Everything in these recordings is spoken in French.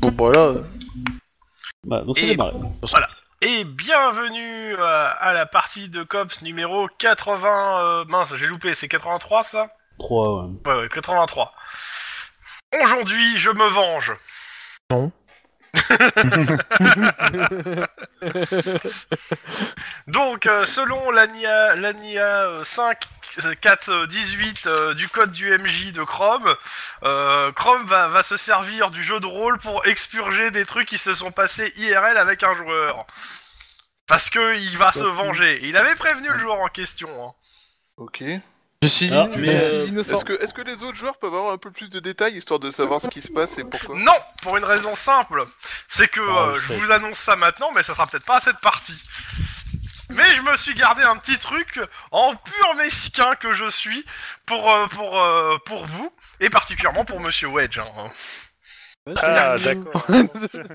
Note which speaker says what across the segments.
Speaker 1: Bon, bah là,
Speaker 2: Bah, donc c'est
Speaker 3: Et-
Speaker 2: démarré.
Speaker 3: Et bienvenue euh, à la partie de COPS numéro 80... euh, mince, j'ai loupé, c'est 83 ça
Speaker 2: 3, ouais.
Speaker 3: Ouais, ouais, 83. Aujourd'hui, je me venge. Donc, euh, selon l'ANIA, l'ANIA euh, 5... 4, euh, 18 euh, du code du MJ de Chrome, euh, Chrome va, va se servir du jeu de rôle pour expurger des trucs qui se sont passés IRL avec un joueur. Parce que il va se venger. Il avait prévenu le joueur en question. hein.
Speaker 4: Ok.
Speaker 1: je suis
Speaker 2: Ah,
Speaker 1: inno-
Speaker 2: mais,
Speaker 1: je suis
Speaker 2: euh,
Speaker 1: innocent.
Speaker 4: Est-ce que, est-ce que les autres joueurs peuvent avoir un peu plus de détails histoire de savoir ce qui se passe et pourquoi
Speaker 3: Non, pour une raison simple, c'est que
Speaker 2: Ah,
Speaker 3: euh,
Speaker 2: je
Speaker 3: je
Speaker 2: sais.
Speaker 3: vous annonce ça maintenant, mais ça sera peut-être pas à cette partie. Mais je me suis gardé un petit truc en pur mesquin que je suis pour euh, pour euh, pour vous et particulièrement pour Monsieur Wedge. hein.
Speaker 5: Ah, d'accord.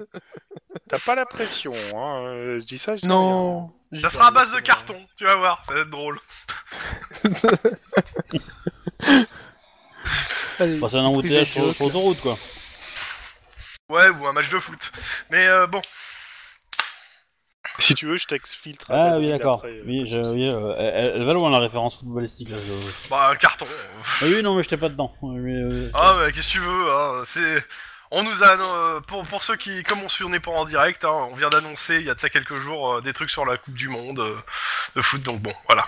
Speaker 5: T'as pas la pression, hein. euh, Je dis ça, je dis
Speaker 1: Non.
Speaker 3: Ça sera à base de carton, tu vas voir, ça va être drôle.
Speaker 1: Allez.
Speaker 2: Enfin, c'est un embouteillage
Speaker 1: Plus
Speaker 2: sur,
Speaker 1: des
Speaker 2: sur l'autoroute, quoi.
Speaker 3: Ouais, ou un match de foot. Mais euh, bon,
Speaker 5: rien. Si tu veux, je t'exfiltre.
Speaker 2: Ah
Speaker 5: la
Speaker 2: oui,
Speaker 5: ville
Speaker 2: d'accord.
Speaker 5: après, euh,
Speaker 2: Oui, je,
Speaker 5: comme ça.
Speaker 2: oui, euh, elle, elle va loin la référence footballistique. Là, je-
Speaker 3: bah un carton. euh.
Speaker 2: Ah oui, non, mais j'étais pas dedans. Mais, euh,
Speaker 3: Ah mais qu'est-ce que tu veux hein, C'est on nous a euh, pour pour ceux qui comme on suit on n'est pas en direct, hein, on vient d'annoncer il y a de ça quelques jours euh, des trucs sur la Coupe du Monde euh, de foot donc bon voilà.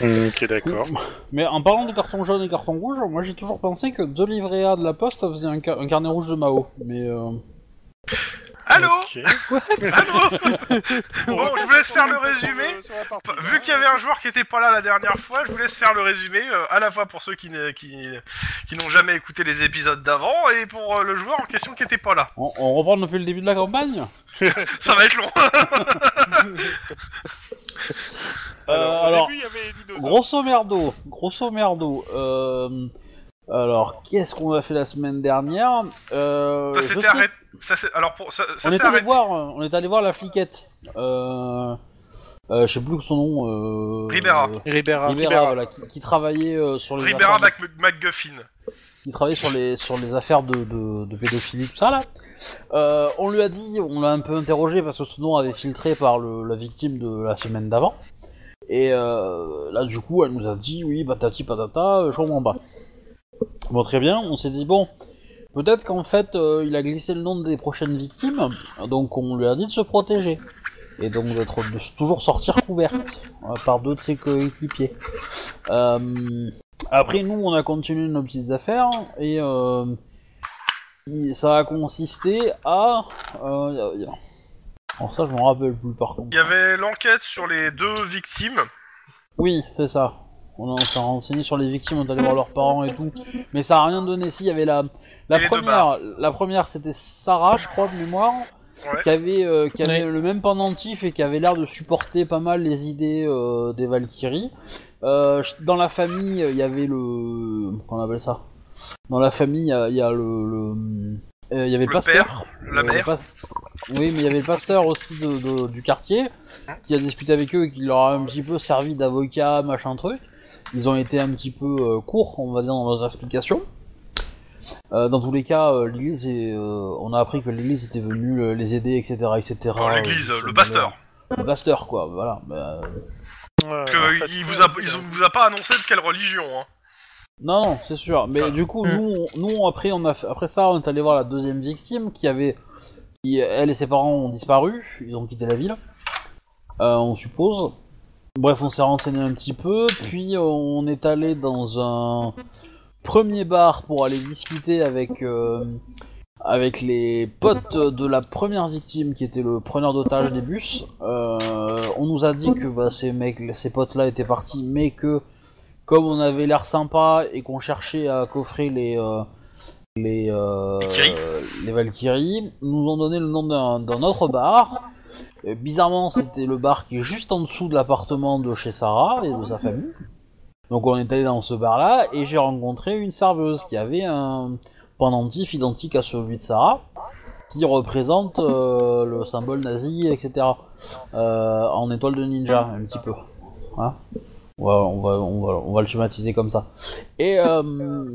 Speaker 5: Ok, d'accord.
Speaker 2: mais en parlant de carton jaune et carton rouge, moi j'ai toujours pensé que deux livrets A de la poste, ça faisait un, ca- un carnet rouge de Mao. Mais euh...
Speaker 3: Allô
Speaker 5: Ok.
Speaker 3: allô. bon je vous laisse faire le
Speaker 5: Sur
Speaker 3: résumé.
Speaker 5: sur la partie,
Speaker 3: Enfin, Vu qu'il y avait un joueur qui était pas là la dernière fois, je vous laisse faire le résumé euh, à la fois pour ceux qui ne- qui qui n'ont jamais écouté les épisodes d'avant et pour euh, le joueur en question qui était pas là.
Speaker 2: on, on reprend depuis le début de la campagne
Speaker 3: Ça va être long. hein,
Speaker 2: Euh,
Speaker 5: Alors, au
Speaker 2: alors,
Speaker 5: début, il y avait les dinosaures.
Speaker 2: Grosso merdo, grosso merdo. Euh... Alors, qu'est-ce qu'on a fait la semaine dernière euh,
Speaker 3: ça
Speaker 2: je
Speaker 3: s'était
Speaker 2: sais-
Speaker 3: arrêté. Ça s'est- alors pour ça, ça
Speaker 2: on,
Speaker 3: s'est
Speaker 2: est allé
Speaker 3: arrêté.
Speaker 2: voir, euh, on est allé voir la fliquette. Euh... euh, je sais plus son nom. Euh...
Speaker 3: Ribera.
Speaker 1: Ribera.
Speaker 2: Ribera,
Speaker 5: Ribera.
Speaker 2: voilà, qui, qui travaillait euh, sur les
Speaker 3: Ribera
Speaker 2: affaires,
Speaker 3: Mac- McGuffin.
Speaker 2: qui travaillait sur les sur les affaires de, de, de pédophilie tout ça là. Euh, on lui a dit, on l'a un peu interrogé parce que ce nom avait filtré par le, la victime de la semaine d'avant. Et euh, là du coup, elle nous a dit oui, patati patata, euh, je comprends pas. Bon très bien, on s'est dit bon. Peut-être qu'en fait, euh, il a glissé le nom des prochaines victimes, donc on lui a dit de se protéger. Et donc d'être de s- toujours sortir couverte euh, par deux de ses coéquipiers. Euh, après, nous, on a continué nos petites affaires et euh, il- ça a consisté à. Euh, y a- y a- alors, ça, je m'en rappelle plus par contre.
Speaker 3: Il y avait l'enquête sur les deux victimes.
Speaker 2: Oui, c'est ça. On, a- on s'est renseigné sur les victimes, on est allé voir leurs parents et tout. Mais ça a rien donné. Si, il y avait la, la
Speaker 3: Et les deux
Speaker 2: première, la première c'était Sarah, je crois, de mémoire,
Speaker 3: Ouais.
Speaker 2: qui avait, euh, qui avait
Speaker 1: Ouais.
Speaker 2: le même pendentif et qui avait l'air de supporter pas mal les idées euh, des Valkyries. Euh, je- dans la famille, il y avait le. Qu'on appelle ça Dans la famille, il y a- il y, a le. le- euh, il y avait le,
Speaker 3: Le
Speaker 2: pasteur.
Speaker 3: père, la
Speaker 2: Euh,
Speaker 3: mère.
Speaker 2: le pas- Oui, mais il y avait le pasteur aussi de- de- du quartier qui a discuté avec eux et qui leur a un petit peu servi d'avocat, machin truc. Ils ont été un petit peu euh, courts, on va dire, dans leurs explications. Euh, dans tous les cas, euh, l'église est, euh, on a appris que l'église était venue euh, les aider, etc. etc.
Speaker 3: Enfin, l'église,
Speaker 2: euh,
Speaker 3: le
Speaker 2: sur-
Speaker 3: pasteur.
Speaker 2: Le pasteur, quoi, voilà. bah, euh,
Speaker 5: Ouais,
Speaker 3: Parce que
Speaker 5: parce
Speaker 3: il
Speaker 5: que-
Speaker 3: vous a, ils ont- vous a pas annoncé de quelle religion. Hein.
Speaker 2: Non, non, c'est sûr. Mais
Speaker 3: Ah.
Speaker 2: du coup,
Speaker 1: Mm.
Speaker 2: nous, on- nous après, on a fait- après ça, on est allé voir la deuxième victime qui avait, qui, elle et ses parents ont disparu, ils ont quitté la ville, euh, on suppose. Bref, on s'est renseigné un petit peu, puis on est allé dans un premier bar pour aller discuter avec euh, avec les potes de la première victime qui était le preneur d'otage des bus. Euh, on nous a dit que bah, ces mecs, ces potes-là étaient partis, mais que comme on avait l'air sympa et qu'on cherchait à coffrer les euh, les euh,
Speaker 3: Valkyries.
Speaker 2: les Valkyries, nous ont donné le nom d'un d'un autre bar. Euh, bizarrement, c'était le bar qui est juste en dessous de l'appartement de chez Sarah et de sa famille. Donc on est allé dans ce bar-là et j'ai rencontré une serveuse qui avait un pendentif identique à celui de Sarah, qui représente euh, le symbole nazi, etc. euh, en étoile de ninja, un petit peu. On va, on va, on va, on va le schématiser comme ça. Et euh,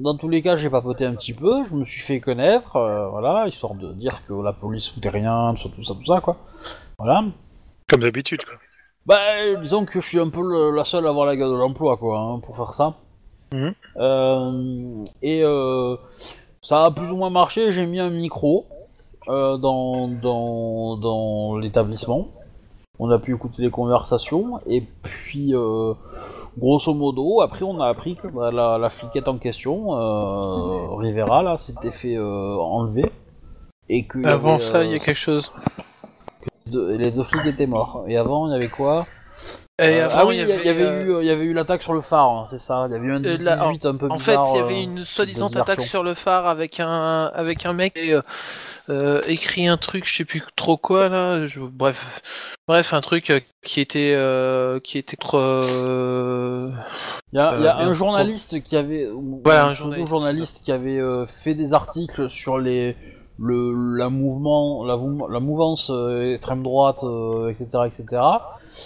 Speaker 2: dans tous les cas, j'ai papoté un petit peu, je me suis fait connaître, euh, voilà, histoire de dire que la police foutait rien, tout ça, tout ça, tout ça, quoi. Voilà.
Speaker 5: Comme d'habitude, quoi.
Speaker 2: Bah, disons que je suis un peu le- la seule à avoir la gueule de l'emploi, quoi, hein, pour faire ça.
Speaker 5: Mhm.
Speaker 2: Euh, et euh, ça a plus ou moins marché. J'ai mis un micro euh, dans, dans, dans l'établissement. On a pu écouter les conversations. Et puis, euh, grosso modo, après, on a appris que bah, la, la fliquette en question, euh, Rivera, là, s'était fait euh, enlever. Et que
Speaker 1: Avant
Speaker 2: avait,
Speaker 1: ça, il y
Speaker 2: euh,
Speaker 1: a quelque chose.
Speaker 2: deux- les deux flics étaient morts. Et avant, il y avait quoi
Speaker 1: Et
Speaker 2: euh,
Speaker 1: Eh, avant,
Speaker 2: ah oui, il y, avait
Speaker 1: euh,
Speaker 2: eu, euh, il y avait eu l'attaque sur le phare, hein, c'est ça. Il y avait eu un
Speaker 1: Et là,
Speaker 2: 18 un peu
Speaker 1: En fait,
Speaker 2: bizarre.
Speaker 1: il y avait
Speaker 2: euh,
Speaker 1: une soi-disant
Speaker 2: de
Speaker 1: attaque
Speaker 2: version.
Speaker 1: sur le phare avec un avec un mec qui euh, euh, écrit un truc, je sais plus trop quoi là. je- bref, bref, un truc euh, qui était euh, qui était trop. euh,
Speaker 2: Il y a, il y a
Speaker 1: euh,
Speaker 2: un
Speaker 1: bien-
Speaker 2: journaliste qui avait, ou-
Speaker 1: Voilà,
Speaker 2: ou
Speaker 1: un
Speaker 2: pseudo-journaliste
Speaker 1: journaliste.
Speaker 2: qui avait euh, fait des articles sur les le la mouvement, la, mou- la mouvance euh, extrême droite, euh, etc., etc.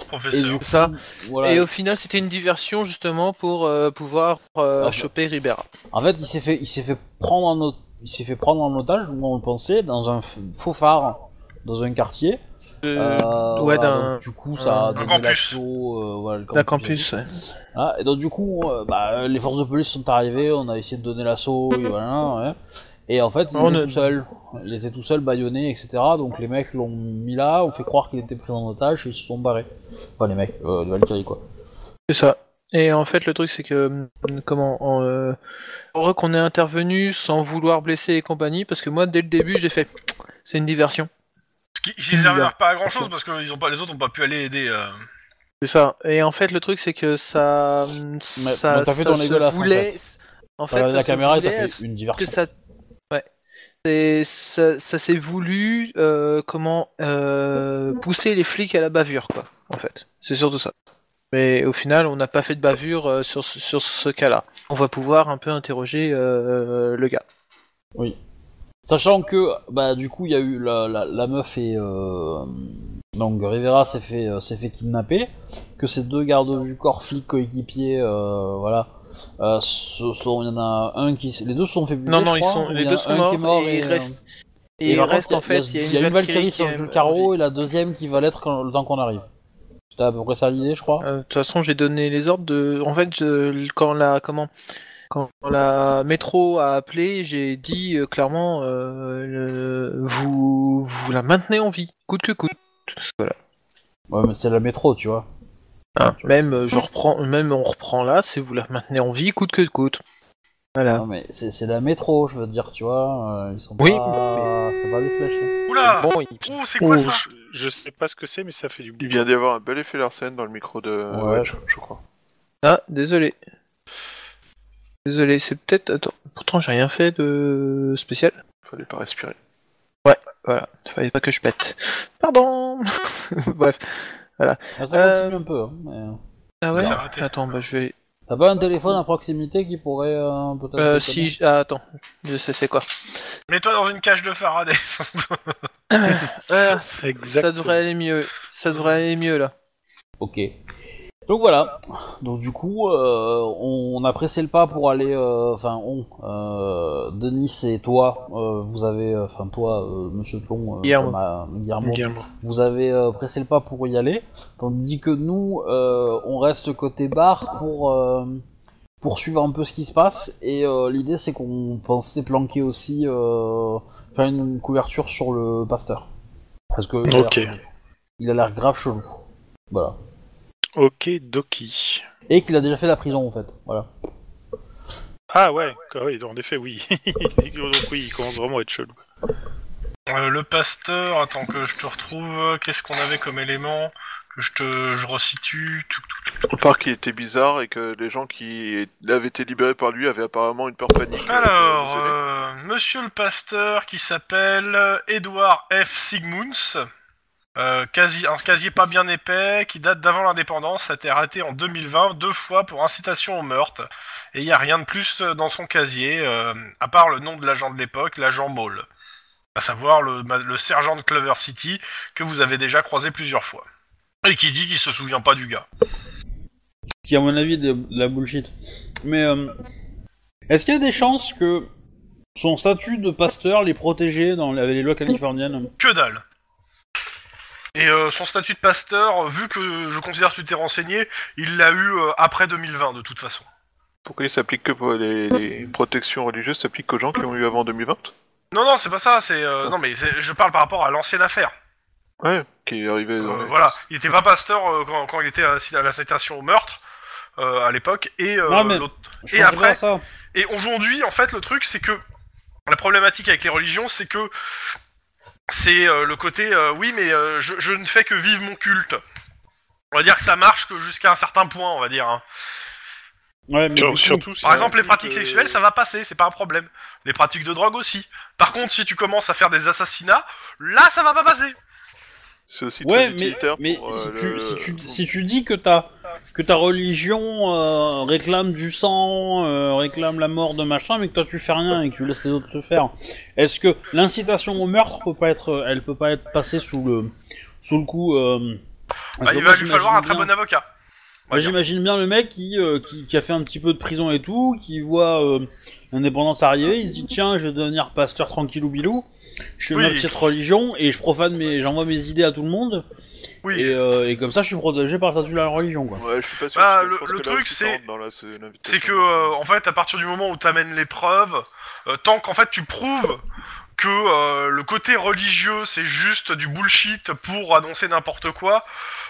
Speaker 2: Et
Speaker 3: professeur.
Speaker 2: du
Speaker 1: Ça.
Speaker 2: voilà.
Speaker 1: Et au final, c'était une diversion justement pour euh, pouvoir euh,
Speaker 2: Ah,
Speaker 1: choper Ribera.
Speaker 2: En fait, il s'est fait, il s'est fait prendre en otage, il s'est fait prendre en otage, ou on le pensait, dans un f- faux phare, dans un quartier.
Speaker 1: Euh,
Speaker 2: Euh,
Speaker 1: ouais,
Speaker 2: voilà,
Speaker 1: d'un-
Speaker 2: donc, du coup, ça a
Speaker 1: un
Speaker 2: donné
Speaker 3: campus.
Speaker 2: l'assaut, euh, voilà, le
Speaker 1: D'un
Speaker 2: campus.
Speaker 1: campus, ouais.
Speaker 2: Ah, et donc du coup, euh, bah, les forces de police sont arrivées, on a essayé de donner l'assaut, et voilà, ouais. Et en fait, il
Speaker 1: Ah, On
Speaker 2: était
Speaker 1: a-
Speaker 2: tout seul. Il était tout seul, baïonné, etc. Donc les mecs l'ont mis là, ont fait croire qu'il était pris en otage, et ils se sont barrés. Enfin, les mecs, euh, de Valkyrie, quoi.
Speaker 1: C'est ça. Et en fait, le truc, c'est que hum, comment on, euh, heureux qu'on est intervenu sans vouloir blesser et compagnie, parce que moi, dès le début, j'ai fait. C'est une diversion.
Speaker 3: Qui, qui servent pas à grand chose parce que ils ont pas, les autres ont pas pu aller aider. euh.
Speaker 1: C'est ça. Et en fait, le truc, c'est que ça, hum,
Speaker 2: Mais-
Speaker 1: ça,
Speaker 2: donc t'as fait
Speaker 1: ça
Speaker 2: ton
Speaker 1: se
Speaker 2: dégueulasse, en
Speaker 1: voulait.
Speaker 2: fait.
Speaker 1: En fait,
Speaker 2: Voilà,
Speaker 1: ça
Speaker 2: la
Speaker 1: se
Speaker 2: caméra, elle
Speaker 1: voulait
Speaker 2: t'a
Speaker 1: à
Speaker 2: fait une
Speaker 1: que
Speaker 2: diversion.
Speaker 1: ça. Ouais. C'est- Ça, ça s'est voulu euh, comment euh, pousser les flics à la bavure, quoi. En fait, c'est surtout ça. Mais au final, on n'a pas fait de bavure euh, sur, ce- sur ce cas-là. On va pouvoir un peu interroger euh, le gars.
Speaker 2: Sachant que, bah, du coup, il y a eu la, la, la meuf et. euh, donc, Rivera s'est fait, euh, s'est fait kidnapper, que ces deux gardes du corps flics coéquipiers, euh, voilà. Euh, ce sont, il y en a un qui. s- Les deux se sont fait buter.
Speaker 1: Non, non,
Speaker 2: je
Speaker 1: ils
Speaker 2: crois,
Speaker 1: sont,
Speaker 2: ou
Speaker 1: les
Speaker 2: il y en
Speaker 1: deux
Speaker 2: a
Speaker 1: sont
Speaker 2: un qui est
Speaker 1: morts,
Speaker 2: mort
Speaker 1: et, il
Speaker 2: euh,
Speaker 1: reste, et
Speaker 2: Et
Speaker 1: il
Speaker 2: par
Speaker 1: reste en
Speaker 2: contre,
Speaker 1: fait, il y a une Valkyrie qui
Speaker 2: sur le
Speaker 1: est euh,
Speaker 2: carreau et la deuxième qui va l'être quand- le temps qu'on arrive. C'était à peu près ça l'idée, je crois.
Speaker 1: Euh, De toute façon, j'ai donné les ordres de. En fait, je- quand la comment, quand la métro a appelé, j'ai dit euh, clairement, euh, le- vous vous la maintenez en vie, coûte que coûte.
Speaker 2: Ouais, mais c'est la métro, tu vois.
Speaker 1: Hein, Même euh, je reprends, même on reprend là, c'est vous la maintenez en vie, coûte que coûte. Voilà.
Speaker 2: Non, mais c'est c'est la métro, je veux dire, tu vois. euh, ils sont
Speaker 1: Oui,
Speaker 2: pas. C'est pas des flèches. hein.
Speaker 3: Oula
Speaker 1: Ah, Bon, il-
Speaker 3: Ouh, c'est quoi
Speaker 5: Oh,
Speaker 3: ça
Speaker 5: je, je sais pas ce que c'est, mais ça fait du
Speaker 4: Il
Speaker 5: bruit.
Speaker 4: vient d'y avoir un bel effet Larsen dans le micro de
Speaker 2: Ouais.
Speaker 4: Wedge, je crois.
Speaker 1: ah, désolé. Désolé, c'est peut-être. Attends, pourtant j'ai rien fait de spécial.
Speaker 4: Fallait pas respirer.
Speaker 1: Voilà, fallait pas que je pète. Pardon Bref.
Speaker 2: Ah, ça
Speaker 1: Euh,
Speaker 2: continue un peu. hein, mais-
Speaker 1: Ah ouais
Speaker 3: Ça s'est arrêté.
Speaker 1: Attends, bah je vais.
Speaker 2: T'as pas un téléphone à proximité qui pourrait euh, peut-être.
Speaker 1: Euh,
Speaker 2: déconner
Speaker 1: si. j- Ah, attends, je sais c'est quoi.
Speaker 3: Mets-toi dans une cage de Faraday.
Speaker 1: Ah,
Speaker 5: Exactement.
Speaker 1: ça devrait aller mieux. Ça devrait aller mieux là.
Speaker 2: Ok. Donc voilà. Donc du coup, euh, on a pressé le pas pour aller. euh, Enfin, on. euh, Denis et toi, euh, vous avez. euh, Enfin, toi, euh, Monsieur Tlon, euh,
Speaker 1: Guillermo.
Speaker 2: Thomas- Guillermo,
Speaker 5: Guillermo.
Speaker 2: vous avez euh, pressé le pas pour y aller, tandis que nous, euh, on reste côté bar pour euh, poursuivre un peu ce qui se passe. Et euh, l'idée, c'est qu'on pensait planquer aussi, euh, faire une couverture sur le pasteur, parce que il a l'air-
Speaker 5: Ok.
Speaker 2: il a l'air grave chelou, voilà.
Speaker 5: Ok, Doki.
Speaker 2: Et qu'il a déjà fait la prison en fait, voilà.
Speaker 5: Ah ouais, ah oui, en effet, oui. Donc oui, il commence vraiment à être chelou.
Speaker 3: Euh, le pasteur, attends que je te retrouve. Qu'est-ce qu'on avait comme élément Que je te je resitue. Tout, tout.
Speaker 4: À part qu'il était bizarre et que les gens qui avaient été libérés par lui avaient apparemment une peur panique. euh,
Speaker 3: Alors,
Speaker 4: vous savez.
Speaker 3: euh, monsieur le pasteur qui s'appelle Edouard F. Sigmunds. euh, quasi, un casier pas bien épais qui date d'avant l'indépendance a été arrêté en 2020 deux fois pour incitation au meurtre et il n'y a rien de plus euh, dans son casier euh, à part le nom de l'agent de l'époque, l'agent Maul, à savoir le, ma- le sergent de Clover City que vous avez déjà croisé plusieurs fois et qui dit qu'il se souvient pas du gars.
Speaker 2: qui à mon avis est de de la bullshit. Mais euh, est-ce qu'il y a des chances que son statut de pasteur les protégeait dans la- les lois californiennes
Speaker 3: Que dalle. Et euh, son statut de pasteur, euh, vu que je considère que tu t'es renseigné, il l'a eu euh, après 2020 de toute façon.
Speaker 4: Pourquoi il s'applique que pour les, les protections religieuses s'appliquent aux gens qui ont eu avant 2020
Speaker 3: Non, non, c'est pas ça, c'est... euh, non, mais c'est- je parle par rapport à l'ancienne affaire.
Speaker 4: Ouais, qui est arrivé dans
Speaker 3: Euh,
Speaker 4: les-
Speaker 3: voilà, il était pas pasteur euh, quand, quand il était à la, à la citation au meurtre, euh, à l'époque, et, euh,
Speaker 2: Non, mais-
Speaker 3: l'autre-
Speaker 2: Je
Speaker 3: Et
Speaker 2: pense
Speaker 3: après-
Speaker 2: pas à ça.
Speaker 3: et aujourd'hui, en fait, le truc, c'est que... La problématique avec les religions, c'est que... C'est euh, le côté, euh, oui, mais euh, je, je ne fais que vivre mon culte. On va dire que ça marche que jusqu'à un certain point, on va dire. hein.
Speaker 2: Ouais, mais du coup,
Speaker 5: Surtout si
Speaker 3: Par exemple, les pratiques
Speaker 5: euh,
Speaker 3: sexuelles, ça va passer, c'est pas un problème. Les pratiques de drogue aussi. Par contre, si tu commences à faire des assassinats, là, ça va pas passer.
Speaker 2: Ah,
Speaker 4: C'est aussi
Speaker 2: Ouais,
Speaker 4: très
Speaker 2: mais,
Speaker 4: utilitaire
Speaker 2: mais
Speaker 4: pour,
Speaker 2: si,
Speaker 4: euh,
Speaker 2: tu,
Speaker 4: le-
Speaker 2: si, tu, si tu dis que ta, que ta religion euh, réclame du sang, euh, réclame la mort de machin, mais que toi tu fais rien et que tu laisses les autres le faire, est-ce que l'incitation au meurtre peut pas être, elle peut pas être passée sous le, sous le coup euh, parce
Speaker 3: Bah,
Speaker 2: que
Speaker 3: il
Speaker 2: moi,
Speaker 3: va lui falloir un
Speaker 2: j'imagine
Speaker 3: très
Speaker 2: bien-
Speaker 3: bon avocat. on va
Speaker 2: moi,
Speaker 3: dire.
Speaker 2: J'imagine bien le mec qui, euh, qui, qui a fait un petit peu de prison et tout, qui voit euh, l'indépendance arriver, il se dit tiens, je vais devenir pasteur tranquille ou bilou, je fais
Speaker 3: Oui.
Speaker 2: ma petite religion et je profane mes, j'envoie mes idées à tout le monde.
Speaker 3: Oui.
Speaker 2: Et, euh, et comme ça, je suis protégé par le statut de la religion, quoi.
Speaker 4: Ouais, je suis pas sûr.
Speaker 3: Bah,
Speaker 4: parce que
Speaker 3: le-
Speaker 4: je pense
Speaker 3: le
Speaker 4: que là
Speaker 3: truc,
Speaker 4: aussi, ça
Speaker 3: c'est-
Speaker 4: rentre dans la- c'est une invitation.
Speaker 3: C'est que, euh, en fait, à partir du moment où t'amènes les preuves, euh, tant qu'en fait tu prouves que euh, le côté religieux c'est juste du bullshit pour annoncer n'importe quoi,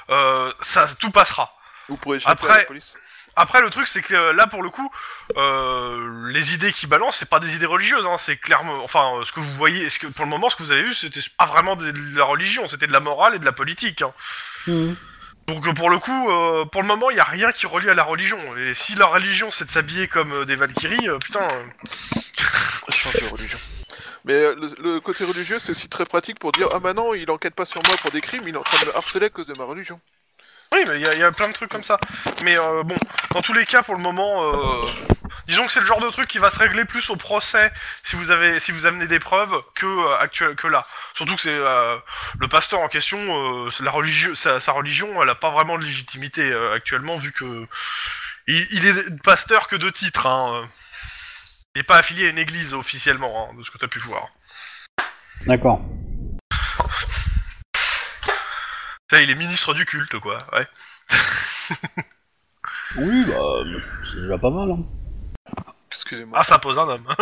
Speaker 3: euh, ça tout passera.
Speaker 4: Vous pourrez échapper
Speaker 3: Après-
Speaker 4: à la police.
Speaker 3: Après, le truc, c'est que euh, là, pour le coup, euh, les idées qui balancent, c'est pas des idées religieuses, hein, c'est clairement. Enfin, euh, ce que vous voyez, ce que, pour le moment, ce que vous avez vu, c'était pas vraiment de la religion, c'était de la morale et de la politique. hein. Donc, euh, pour le coup, euh, pour le moment, il y a rien qui relie à la religion. Et si la religion, c'est de s'habiller comme euh, des Valkyries, euh, putain. euh,
Speaker 4: Je change de religion. Mais euh, le, le côté religieux, c'est aussi très pratique pour dire Ah bah non, il enquête pas sur moi pour des crimes, il est en train de me harceler à cause de ma religion.
Speaker 3: Oui, mais il y, a- il y a plein de trucs comme ça. Mais euh, bon, dans tous les cas, pour le moment, euh, disons que c'est le genre de truc qui va se régler plus au procès si vous avez, si vous amenez des preuves que euh, actuel, que là. Surtout que c'est euh, le pasteur en question, euh, c'est la religieux, sa, sa religion, elle a pas vraiment de légitimité euh, actuellement vu que il, il est pasteur que de titre. Hein, euh. il n'est pas affilié à une église officiellement, hein, de ce que t'as pu voir.
Speaker 2: D'accord.
Speaker 3: Ça, il est ministre du culte, quoi. Ouais.
Speaker 2: Oui, bah, c'est déjà pas mal. Hein.
Speaker 4: Excusez-moi.
Speaker 3: Ah, ça pose un homme.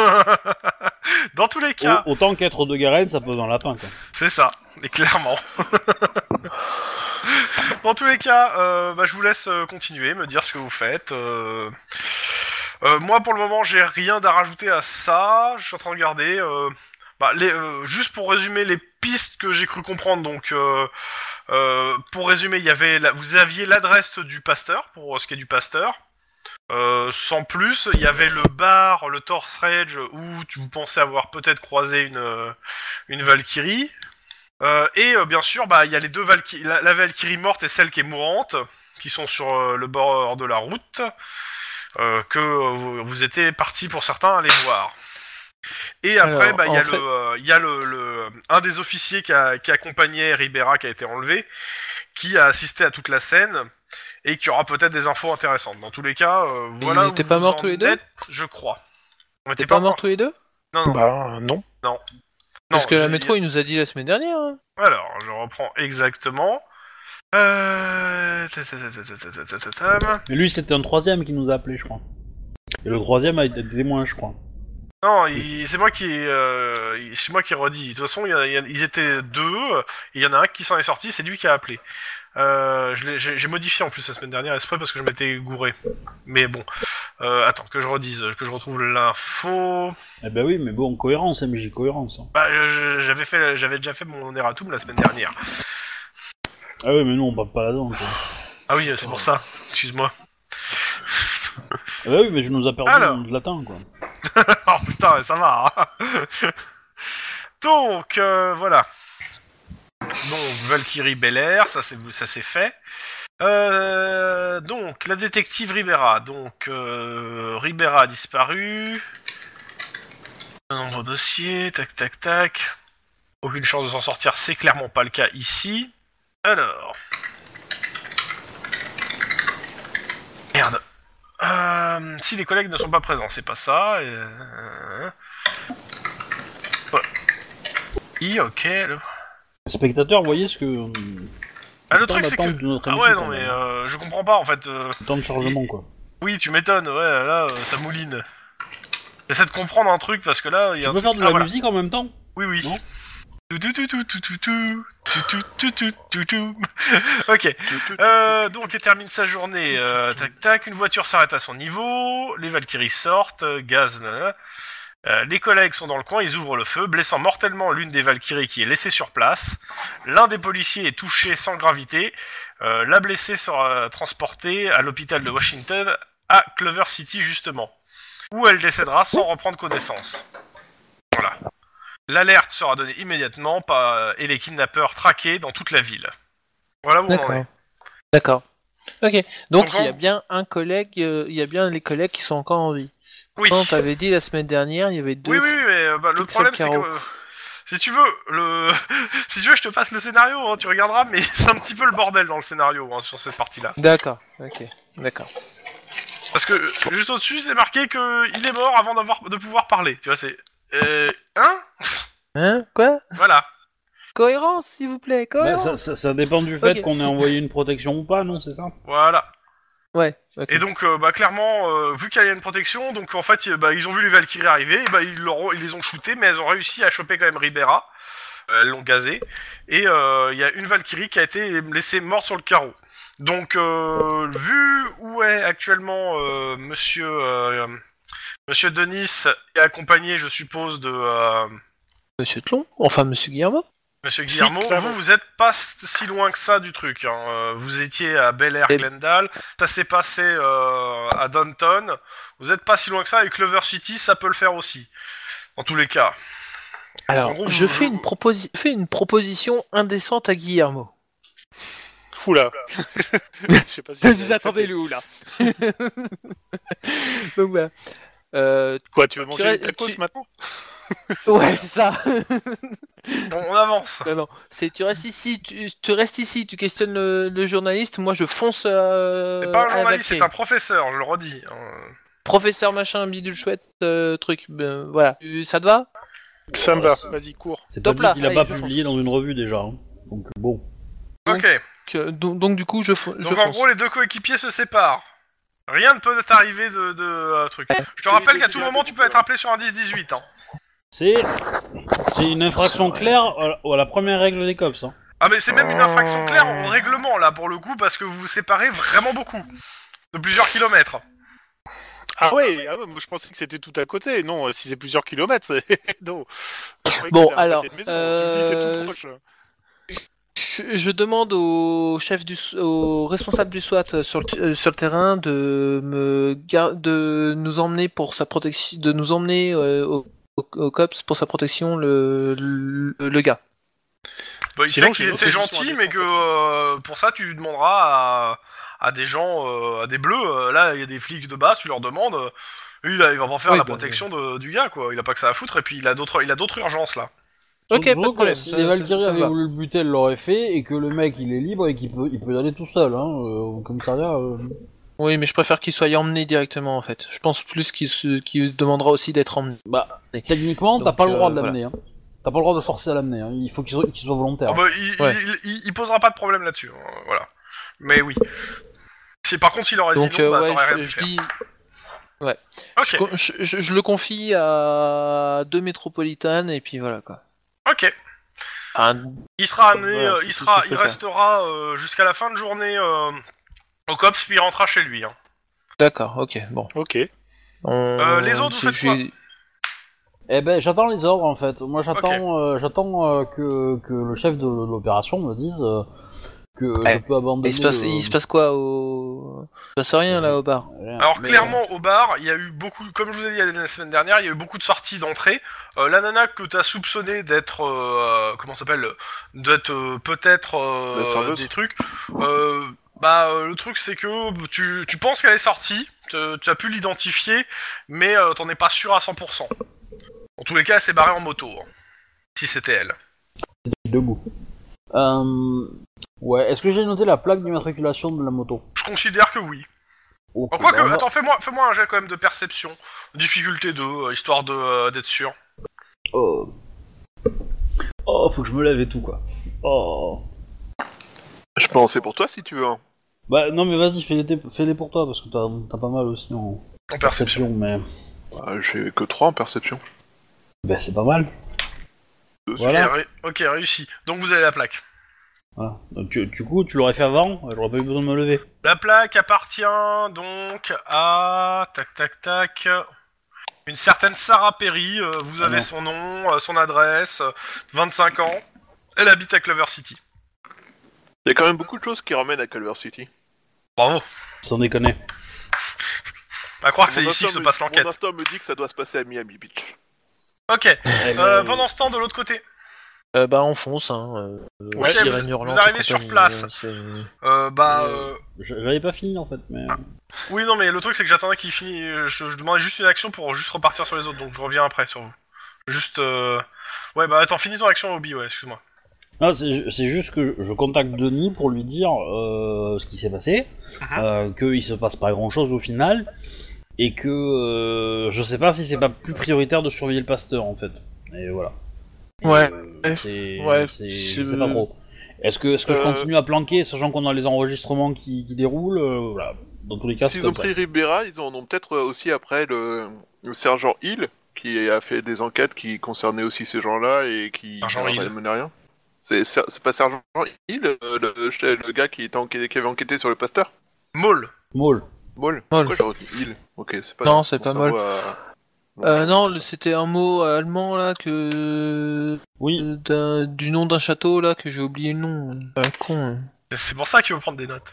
Speaker 3: dans tous les cas.
Speaker 2: Au- autant qu'être de Garenne, ça pose un lapin, quoi.
Speaker 3: C'est ça, et clairement. Dans tous les cas, euh, bah, je vous laisse euh, continuer, me dire ce que vous faites. euh. Euh, moi, pour le moment, j'ai rien à rajouter à ça. Je suis en train de regarder. euh, bah, les, euh, juste pour résumer les pistes que j'ai cru comprendre, donc euh, euh, pour résumer, il y avait la- vous aviez l'adresse du pasteur pour ce qui est du pasteur. Euh, sans plus, il y avait le bar, le Torse Rage, où tu, vous pensez avoir peut-être croisé une, euh, une Valkyrie. Euh, et euh, bien sûr, bah, il y a les deux Valky- la, la Valkyrie morte et celle qui est mourante, qui sont sur euh, le bord de la route, euh, que euh, vous étiez partis pour certains aller voir. Et après,
Speaker 1: Alors,
Speaker 3: bah, il y a,
Speaker 1: en
Speaker 3: le,
Speaker 1: fait-
Speaker 3: euh, il y a le, le- un des officiers qui, a- qui accompagnait Ribera qui a été enlevé, qui a assisté à toute la scène et qui aura peut-être des infos intéressantes. Dans tous les cas, euh, voilà.
Speaker 1: ils
Speaker 3: où
Speaker 1: étaient pas
Speaker 3: vous
Speaker 1: morts
Speaker 3: en
Speaker 1: tous les deux
Speaker 3: êtes, Je crois. On
Speaker 1: T'es
Speaker 3: était
Speaker 1: pas mort tous les deux
Speaker 3: Non, non.
Speaker 5: Bah non.
Speaker 3: non,
Speaker 1: Parce que la
Speaker 3: j'ai-
Speaker 1: métro, il nous a dit la semaine dernière. hein.
Speaker 3: Alors, je reprends exactement. Euh... ta- ta- ta- ta- ta- ta- ta- ta- ta- ta-
Speaker 2: Mais lui, c'était un troisième qui nous a appelé, je crois. Et le troisième a été témoin, je crois.
Speaker 3: Non, il- c'est moi qui, euh, il- c'est moi qui redis. De toute façon, il y en a- il y en a- ils étaient deux. Il y en a un qui s'en est sorti, c'est lui qui a appelé. Euh, je l'ai- J'ai j'ai modifié en plus la semaine dernière exprès parce que je m'étais gouré. Mais bon, Euh, attends que je redise, que je retrouve l'info.
Speaker 2: Eh ben oui, mais bon, cohérence, MJ, cohérence. hein.
Speaker 3: Bah, je- j'avais fait, j'avais déjà fait mon erratum la semaine dernière.
Speaker 2: Ah oui, mais non, on parle pas là-dedans, quoi.
Speaker 3: Ah oui, c'est pour ça. Excuse-moi.
Speaker 2: Ah bah oui, mais je nous a perdu
Speaker 3: Alors.
Speaker 2: le latin, quoi.
Speaker 3: oh putain, ça va. hein. Donc euh, voilà. Donc Valkyrie Belair, ça c'est ça c'est fait. Euh, donc la détective Ribera. Donc euh, Ribera a disparu. Un nombre de dossiers, tac tac tac. Aucune chance de s'en sortir, c'est clairement pas le cas ici. Alors. Merde. Euh, si les collègues ne sont pas présents, c'est pas ça. et, euh, voilà. I, ok. le-
Speaker 2: Les spectateurs, vous voyez ce que. euh,
Speaker 3: Ah, le
Speaker 2: temps
Speaker 3: truc, c'est
Speaker 2: d'attente
Speaker 3: que-
Speaker 2: de notre
Speaker 3: Ah
Speaker 2: émission,
Speaker 3: ouais, non,
Speaker 2: quand
Speaker 3: mais
Speaker 2: même.
Speaker 3: euh, je comprends pas en fait. euh,
Speaker 2: Le temps de chargement, quoi.
Speaker 3: Oui, tu m'étonnes, ouais, là, euh, ça mouline. J'essaie de comprendre un truc parce que là, il y
Speaker 2: Tu
Speaker 3: a un
Speaker 2: peux
Speaker 3: truc-
Speaker 2: faire de
Speaker 3: Ah,
Speaker 2: la
Speaker 3: voilà.
Speaker 2: musique en même temps
Speaker 3: Oui, oui.
Speaker 2: Non
Speaker 3: Tout, tout, tout, tout, tout, tout, tout, tout, tout, tout, tout, tout. ok. Euh, donc, elle termine sa journée. euh, tac, tac. Une voiture s'arrête à son niveau. Les Valkyries sortent. euh, Gaz. nanana. Euh, les collègues sont dans le coin. Ils ouvrent le feu, blessant mortellement l'une des Valkyries qui est laissée sur place. L'un des policiers est touché sans gravité. Euh, la blessée sera transportée à l'hôpital de Washington à Clover City justement, où elle décédera sans reprendre connaissance. Voilà. L'alerte sera donnée immédiatement par, et les kidnappeurs traqués dans toute la ville. Voilà où on en est.
Speaker 1: D'accord. D'accord. Ok. Donc
Speaker 3: Encore
Speaker 1: il y a bien un collègue, euh, il y a bien les collègues qui sont encore en vie.
Speaker 3: Oui.
Speaker 1: Quand t'avais dit la semaine dernière, il y avait deux.
Speaker 3: Oui, oui, oui, mais euh, bah, le
Speaker 1: Pixel
Speaker 3: problème c'est que.
Speaker 1: Caro.
Speaker 3: euh, Si tu veux, le... si tu veux, je te passe le scénario, hein, tu regarderas, mais c'est un petit peu le bordel dans le scénario hein, sur cette partie-là.
Speaker 1: D'accord. Ok. D'accord.
Speaker 3: Parce que euh, juste au-dessus, c'est marqué que il est mort avant d'avoir de pouvoir parler. Tu vois, c'est euh... hein
Speaker 1: Hein Quoi
Speaker 3: Voilà.
Speaker 1: Cohérence, s'il vous plaît.
Speaker 2: Bah,
Speaker 1: Cohérence.
Speaker 2: ça, ça- ça dépend du fait
Speaker 1: Ok.
Speaker 2: qu'on ait envoyé une protection ou pas, non, c'est ça
Speaker 3: Voilà.
Speaker 1: Ouais. ok.
Speaker 3: Et donc, euh, bah, clairement, euh, vu qu'il y a une protection, donc en fait, euh, bah, ils ont vu les Valkyries arriver, et bah, ils, leur ont- ils les ont shootés, mais elles ont réussi à choper quand même Ribera. Euh, Elles l'ont gazé. Et euh, il y a une Valkyrie qui a été laissée morte sur le carreau. Donc, euh, vu où est actuellement euh, Monsieur euh, Monsieur Denis, et accompagné, je suppose, de euh,
Speaker 1: Monsieur Tlon, enfin Monsieur Guillermo.
Speaker 3: Monsieur
Speaker 5: Si,
Speaker 3: Guillermo,
Speaker 5: clairement.
Speaker 3: vous, vous êtes pas s- si loin que ça du truc. hein. Euh, Vous étiez à Bel Air,
Speaker 1: Et-
Speaker 3: Glendale, ça s'est passé euh, à Downton. Vous êtes pas si loin que ça, et Clover City, ça peut le faire aussi. En tous les cas.
Speaker 1: Alors,
Speaker 3: En gros,
Speaker 1: je
Speaker 3: vous-
Speaker 1: fais une, proposi- fais une proposition indécente à Guillermo.
Speaker 5: Oula. Je sais pas si.
Speaker 1: le là Donc voilà. Euh,
Speaker 5: Quoi, tu veux manger
Speaker 1: restes-
Speaker 5: des tacos
Speaker 1: tu-
Speaker 5: maintenant
Speaker 1: ouais, c'est ça.
Speaker 3: Bon, on avance.
Speaker 1: Non, non. C'est tu restes ici, tu, tu restes ici, tu questionnes le, le journaliste. Moi, je fonce. euh,
Speaker 3: C'est pas un
Speaker 1: à la
Speaker 3: journaliste,
Speaker 1: vaquée.
Speaker 3: c'est un professeur, je le redis. Euh,
Speaker 1: professeur machin bidule chouette euh, truc. ben, voilà. Euh, Ça te va
Speaker 5: Ça me va,
Speaker 2: ça-
Speaker 5: vas-y, cours.
Speaker 2: C'est pas
Speaker 1: Top là,
Speaker 2: dit qu'il a
Speaker 1: allez,
Speaker 2: pas
Speaker 1: je
Speaker 2: publié dans une revue déjà. hein. Donc bon.
Speaker 1: Donc,
Speaker 3: Ok,
Speaker 1: Que- donc, donc, du coup, je, fo- je
Speaker 3: donc en
Speaker 1: fonce.
Speaker 3: gros, les deux coéquipiers se séparent. Rien ne peut t'arriver de, de euh, truc. Je te rappelle
Speaker 1: euh,
Speaker 3: qu'à tout moment, tu peux être appelé sur un 10-18. Hein.
Speaker 2: C'est c'est une infraction claire à la- à la première règle des cops. Hein.
Speaker 3: Ah mais c'est même une infraction claire
Speaker 1: Oh.
Speaker 3: au règlement là pour le coup parce que vous vous séparez vraiment beaucoup de plusieurs kilomètres.
Speaker 5: Ah ouais, ah ouais, moi je pensais que c'était tout à côté. Non, euh, si c'est plusieurs kilomètres, c'est. non. Je croyais que
Speaker 1: Bon,
Speaker 5: c'était à côté
Speaker 1: alors,
Speaker 5: de maison. Tu me dis, c'est tout proche.
Speaker 1: Je, je demande au chef du s- au responsable du SWAT sur le, t- euh, sur le terrain de me gar- de nous emmener pour sa protection de nous emmener euh, au, au- au cops pour sa protection le le, le gars.
Speaker 3: Bah, il
Speaker 5: Sinon,
Speaker 3: sait qu'il
Speaker 5: j'ai une
Speaker 3: est
Speaker 5: autre
Speaker 3: c'est
Speaker 5: position
Speaker 3: gentil
Speaker 5: à
Speaker 3: mais que euh, pour ça tu demanderas à, à des gens, euh, à des bleus, euh, là il y a des flics de base, tu leur demandes, euh, lui là, il va pas faire
Speaker 1: Oui,
Speaker 3: la
Speaker 1: bah,
Speaker 3: protection de- du gars quoi, il a pas que ça à foutre et puis il a d'autres il a d'autres urgences là.
Speaker 1: Ok, pas de
Speaker 2: Sauf que
Speaker 1: problème.
Speaker 2: Si
Speaker 1: ça-
Speaker 2: les
Speaker 1: ça-
Speaker 2: Valkyries
Speaker 1: ça me
Speaker 2: avaient
Speaker 1: va.
Speaker 2: voulu le buter, elles l'auraient fait, et que le mec il est libre et qu'il peut, il peut y aller tout seul, hein, euh, au commissariat. euh.
Speaker 1: Oui, mais je préfère qu'il soit emmené directement en fait. Je pense plus qu'il se- qu'il demandera aussi d'être emmené.
Speaker 2: Bah, techniquement, t'as
Speaker 1: Donc,
Speaker 2: pas le droit
Speaker 1: euh,
Speaker 2: de l'amener. Hein. T'as pas le droit de forcer à l'amener. hein. Il faut qu'il soit, qu'il soit volontaire.
Speaker 3: Ah bah, il,
Speaker 1: Ouais.
Speaker 3: il, il- il posera pas de problème là-dessus, euh, voilà. Mais oui. Si par contre il aurait
Speaker 1: Donc
Speaker 3: dit non,
Speaker 1: euh,
Speaker 3: bah,
Speaker 1: ouais,
Speaker 3: t'aurais rien
Speaker 1: je,
Speaker 3: pu
Speaker 1: je
Speaker 3: faire.
Speaker 1: dis
Speaker 3: Ok,
Speaker 1: Con- Je, je- je le confie à deux métropolitanes et puis voilà quoi. Ah,
Speaker 3: ok.
Speaker 1: Un-
Speaker 3: Il sera amené,
Speaker 1: Voilà,
Speaker 3: euh,
Speaker 1: c'est
Speaker 3: il
Speaker 1: tout ce
Speaker 3: sera,
Speaker 1: que je
Speaker 3: il
Speaker 1: peux faire.
Speaker 3: restera euh, jusqu'à la fin de journée euh, au cops puis il rentrera chez lui. hein.
Speaker 1: D'accord, ok, bon.
Speaker 5: Ok.
Speaker 1: On-
Speaker 3: Euh, les autres, vous
Speaker 1: je-
Speaker 3: faites quoi
Speaker 1: j'ai-
Speaker 2: Eh ben, j'attends les ordres en fait. Moi, j'attends,
Speaker 3: Ok.
Speaker 2: euh, j'attends euh, que, que le chef de l'opération me dise euh, que
Speaker 1: Ouais.
Speaker 2: je peux abandonner.
Speaker 1: Il se, passe,
Speaker 2: le-
Speaker 1: il se passe quoi au. Il se passe rien là au bar.
Speaker 2: Rien.
Speaker 3: Alors
Speaker 2: Mais, euh,
Speaker 3: clairement au bar, il y a eu beaucoup, comme je vous ai dit la semaine dernière, il y a eu beaucoup de sorties d'entrée. Euh, la nana que t'as soupçonné d'être, euh, euh, comment ça s'appelle, d'être euh, peut-être euh,
Speaker 4: La serveuse.
Speaker 3: des trucs. euh, bah euh, le truc c'est que tu, tu penses qu'elle est sortie, te- tu as pu l'identifier, mais euh, t'en es pas sûr à 100%. En tous les cas, elle s'est barrée en moto. hein, si c'était elle.
Speaker 2: euh, Debout. Euh, Ouais. Est-ce que j'ai noté la plaque d'immatriculation de la moto
Speaker 3: Je considère que oui.
Speaker 2: Ok,
Speaker 3: Bon, quoi
Speaker 2: bah, on
Speaker 3: que,
Speaker 2: va-
Speaker 3: attends, fais-moi fais un jet quand même de perception. Difficulté 2, euh, histoire de, euh, d'être sûr.
Speaker 2: Oh. Oh, faut que je me lève et tout, quoi. Oh.
Speaker 4: Je peux lancer pour toi si tu veux. hein.
Speaker 2: Bah, non, mais vas-y, fais-les fais-les pour toi, parce que t'as t'as pas mal aussi en
Speaker 3: En perception.
Speaker 2: perception, mais.
Speaker 4: Bah, J'ai que 3 en perception.
Speaker 2: Bah, c'est pas mal.
Speaker 4: Deux,
Speaker 3: Ok,
Speaker 2: Voilà.
Speaker 3: ré- ok, réussi. Donc vous avez la plaque.
Speaker 2: voilà. Donc, tu- du coup, tu l'aurais fait avant, j'aurais pas eu besoin de me lever.
Speaker 3: La plaque appartient donc à. Tac, tac, tac. Une certaine Sarah Perry. euh, vous avez
Speaker 2: Ah non.
Speaker 3: son nom, euh, son adresse, euh, 25 ans. Elle habite à Clover City.
Speaker 4: Il y a quand même beaucoup de choses qui ramènent à Culver City.
Speaker 3: Bravo.
Speaker 2: Sans déconner.
Speaker 3: À croire que Ah, c'est
Speaker 4: Mon
Speaker 3: ici que se
Speaker 4: instinct bah, me-
Speaker 3: passe l'enquête.
Speaker 4: Mon instinct me dit que ça doit se passer à Miami Beach.
Speaker 3: Ok.
Speaker 2: Eh
Speaker 3: Euh, pendant ce temps, de l'autre côté.
Speaker 1: Euh, bah, on fonce, hein. euh,
Speaker 5: Ouais,
Speaker 1: sirène
Speaker 3: vous- vous
Speaker 1: hurlante
Speaker 3: arrivez
Speaker 1: et
Speaker 3: sur
Speaker 1: compagnie,
Speaker 3: place.
Speaker 1: euh, c'est-
Speaker 3: Euh, bah.
Speaker 2: Euh,
Speaker 3: euh,
Speaker 2: Je- J'avais pas fini, en fait, mais. euh.
Speaker 3: Oui, non, mais le truc, c'est que j'attendais qu'il finisse. Je, je demandais juste une action pour juste repartir sur les autres, donc je reviens après sur vous. Juste. euh, Ouais, bah attends, finis ton action, Obi, ouais, excuse-moi.
Speaker 2: Non, c'est ju- c'est juste que je- je contacte Denis pour lui dire euh, ce qui s'est passé,
Speaker 3: Mhm.
Speaker 2: euh, qu'il se passe pas grand chose au final, et que euh, je sais pas si c'est pas plus prioritaire de surveiller le pasteur en fait. Et voilà.
Speaker 1: Ouais.
Speaker 2: Euh, c'est
Speaker 1: Ouais,
Speaker 2: c'est-
Speaker 1: c'est-
Speaker 2: je sais pas trop. Est-ce que, est que je
Speaker 4: Euh,
Speaker 2: continue à planquer, sachant qu'on a les enregistrements qui, qui déroulent euh, Voilà. Dans tous les cas, c'est
Speaker 4: S'ils ont
Speaker 2: comme ça.
Speaker 4: pris Ribera, ils en ont peut-être aussi après le, le sergent Hill, qui a fait des enquêtes qui concernaient aussi ces gens-là et qui
Speaker 3: Sergent Hill.
Speaker 4: ne rien. C'est ser- c'est pas sergent Hill, euh, le, le gars qui, était enquêté- qui avait enquêté sur le pasteur
Speaker 3: Maul.
Speaker 2: Maul.
Speaker 4: Moll
Speaker 1: Moll.
Speaker 4: Pourquoi j'ai retenu Hill Ok, c'est pas
Speaker 1: Non, c'est pas
Speaker 4: Moll.
Speaker 1: Euh, non, le- c'était un mot allemand, là, que.
Speaker 2: Oui.
Speaker 1: d'un- Du nom d'un château, là, que j'ai oublié le nom. Un con. hein.
Speaker 3: C'est pour ça qu'il veut prendre des notes.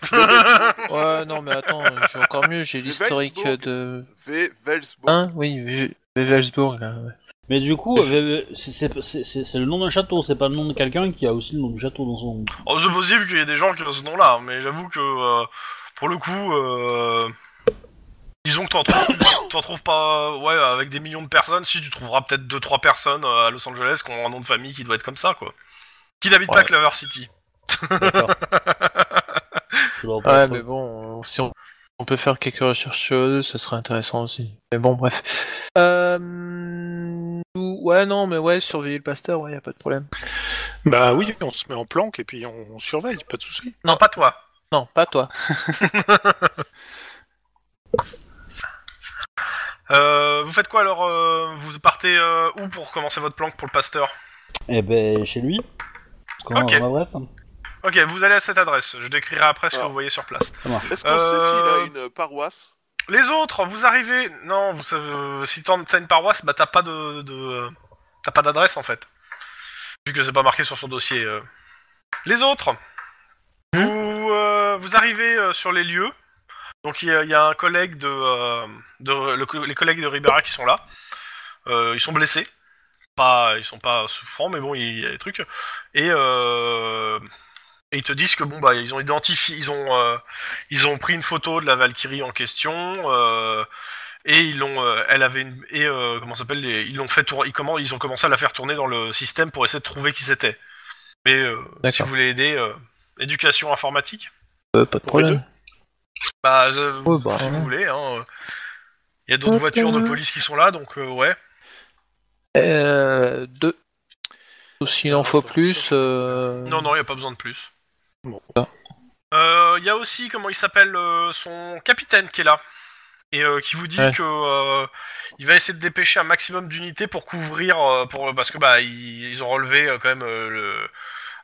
Speaker 1: Ouais, non, mais attends, j'ai encore mieux, j'ai
Speaker 4: Le
Speaker 1: l'historique
Speaker 4: Welsbourg.
Speaker 1: de.
Speaker 4: V. Velsbourg.
Speaker 1: Hein Oui, Ve- Wevelsburg, là, ouais.
Speaker 2: Mais du coup,
Speaker 1: Mais
Speaker 2: euh, c'est- c'est c'est- c'est- c'est le nom d'un château, c'est pas le nom de quelqu'un qui a aussi le nom du château dans son.
Speaker 3: oh, c'est possible qu'il y ait des gens qui ont ce nom-là, mais j'avoue que. euh, pour le coup. Euh... Disons que t'en trouves, t'en trouves pas. Ouais, avec des millions de personnes, si tu trouveras peut-être 2-3 personnes euh, à Los Angeles qui ont un nom de famille qui doit être comme ça, quoi. Qui n'habite pas
Speaker 2: Ouais.
Speaker 3: Clover City.
Speaker 2: D'accord. Tu dois pas
Speaker 1: Ouais,
Speaker 2: être-
Speaker 1: mais bon, euh, si on, on peut faire quelques recherches sur eux, ça serait intéressant aussi. Mais bon, bref. Euh... ou- Ouais, non, mais ouais, surveiller le pasteur, ouais, y a pas de problème.
Speaker 5: Bah oui, on se met en planque et puis on, on surveille, pas de souci.
Speaker 3: Non, pas toi.
Speaker 1: Non, pas toi.
Speaker 3: Euh, vous faites quoi alors euh, Vous partez euh, où pour commencer votre planque pour le pasteur
Speaker 2: Eh ben, chez lui. Parce qu'on
Speaker 3: Ok.
Speaker 2: a mon adresse.
Speaker 3: Ok, vous allez à cette adresse. Je décrirai après ce que
Speaker 4: Alors.
Speaker 3: vous voyez sur place.
Speaker 2: Ça marche.
Speaker 4: Est-ce qu'on
Speaker 3: Euh,
Speaker 4: sait s'il a une paroisse
Speaker 3: Les autres, vous arrivez. Non, vous savez, euh, si t'en- t'as une paroisse, bah t'as pas de, de euh, t'as pas d'adresse en fait, vu que c'est pas marqué sur son dossier. euh. Les autres, vous euh, vous arrivez euh, sur les lieux. Donc il y, a- il y a un collègue de, euh, de- le co- les collègues de Ribera qui sont là. Euh, ils sont blessés. Pas, ils sont pas souffrants, mais bon, il y a des trucs. Et, euh, et ils te disent que bon bah ils ont identifié, ils ont euh, ils ont pris une photo de la Valkyrie en question euh, et ils l'ont, euh, elle avait une et euh, comment ça s'appelle, les- ils l'ont fait tourner, ils, comment, ils ont commencé à la faire tourner dans le système pour essayer de trouver qui c'était. Mais euh,
Speaker 1: D'accord.
Speaker 3: si vous voulez aider, euh, éducation informatique,
Speaker 1: Euh, pas de
Speaker 5: Pour les
Speaker 1: problème.
Speaker 3: bah, euh,
Speaker 1: Ouais, bah,
Speaker 3: si
Speaker 1: ouais.
Speaker 3: vous voulez, hein, euh, il y a d'autres
Speaker 1: Ok.
Speaker 3: voitures de police qui sont là, donc euh, ouais.
Speaker 1: Euh, deux. Ou s'il en faut plus. Euh...
Speaker 3: Non, non, il n'y a pas besoin de plus.
Speaker 5: Bon.
Speaker 3: Euh, Il y a aussi, comment il s'appelle, euh, son capitaine qui est là. Et euh, qui vous dit
Speaker 1: Ouais.
Speaker 3: que euh, il va essayer de dépêcher un maximum d'unités pour couvrir, euh, pour parce que bah ils, ils ont relevé euh, quand même euh, le,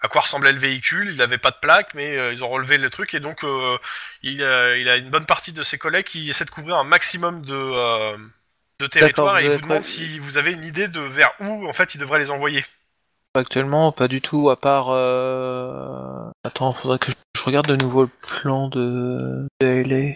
Speaker 3: à quoi ressemblait le véhicule. Il n'avait pas de plaque, mais euh, ils ont relevé le truc et donc euh, il, a, il a une bonne partie de ses collègues qui essaient de couvrir un maximum de euh, de territoire
Speaker 1: vous
Speaker 3: et ils
Speaker 1: avez
Speaker 3: vous demandent
Speaker 1: pas-
Speaker 3: si vous avez une idée de vers où en fait ils devraient les envoyer.
Speaker 1: Actuellement, pas du tout, à part. Euh... Attends, faudrait que je regarde de nouveau le plan de. de LA.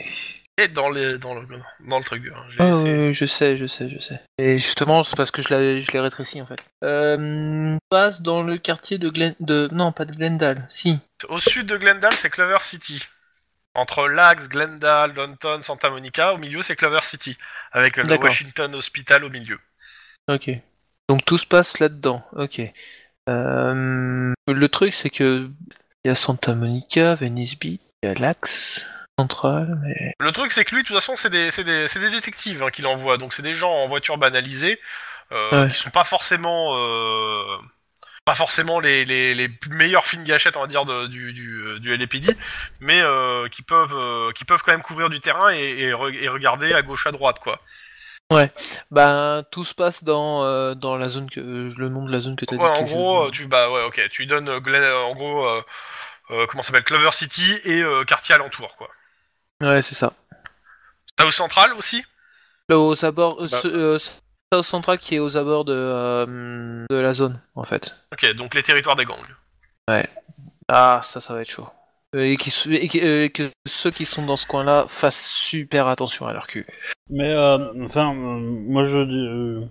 Speaker 3: Et dans les dans le dans le truc. hein, j'ai-
Speaker 1: Ah
Speaker 3: c'est-
Speaker 1: oui, oui, je sais, je sais, je sais. Et justement, c'est parce que je l'ai, je l'ai rétréci en fait. Euh, on passe dans le quartier de Glen, de non, pas de Glendale. Si.
Speaker 3: Au sud de Glendale, c'est Clover City. Entre Lax, Glendale, Downton, Santa Monica, au milieu, c'est Clover City. Avec le
Speaker 1: D'accord.
Speaker 3: Washington Hospital au milieu.
Speaker 1: Ok. Donc tout se passe là-dedans. Ok. Euh, le truc, c'est que il y a Santa Monica, Venice Beach, il y a l'Axe. centrale, mais...
Speaker 3: Le truc, c'est que lui, de toute façon, c'est des, c'est des, c'est des détectives hein, qu'il envoie. Donc, c'est des gens en voiture banalisée euh,
Speaker 1: Ouais.
Speaker 3: qui sont pas forcément. euh, pas forcément les, les, les plus- meilleurs fines gâchettes, on va dire, de- du, du, euh, du LAPD, mais euh, qui, peuvent, euh, qui peuvent quand même couvrir du terrain et, et re- et regarder à gauche, à droite, quoi.
Speaker 1: Ben, tout se passe dans, euh, dans la zone que... euh, le nom de la zone que t'as
Speaker 3: Ouais,
Speaker 1: dit.
Speaker 3: en
Speaker 1: que je-
Speaker 3: gros, euh, tu bah ouais, ok, tu lui donnes euh, Glen- euh, en gros euh, euh, comment ça s'appelle Clover City et euh, quartier alentour quoi.
Speaker 1: Ouais, c'est ça.
Speaker 3: South Central aussi
Speaker 1: Là, aux abords... euh,
Speaker 5: Bah.
Speaker 1: ce- euh, South Central qui est aux abords de, euh, de la zone, en fait.
Speaker 3: Ok, donc les territoires des gangs.
Speaker 1: Ah, ça, ça va être chaud. Et, qui se- et qui- euh, que ceux qui sont dans ce coin-là fassent super attention à leur cul.
Speaker 2: Mais euh, enfin, euh, moi je dis, euh,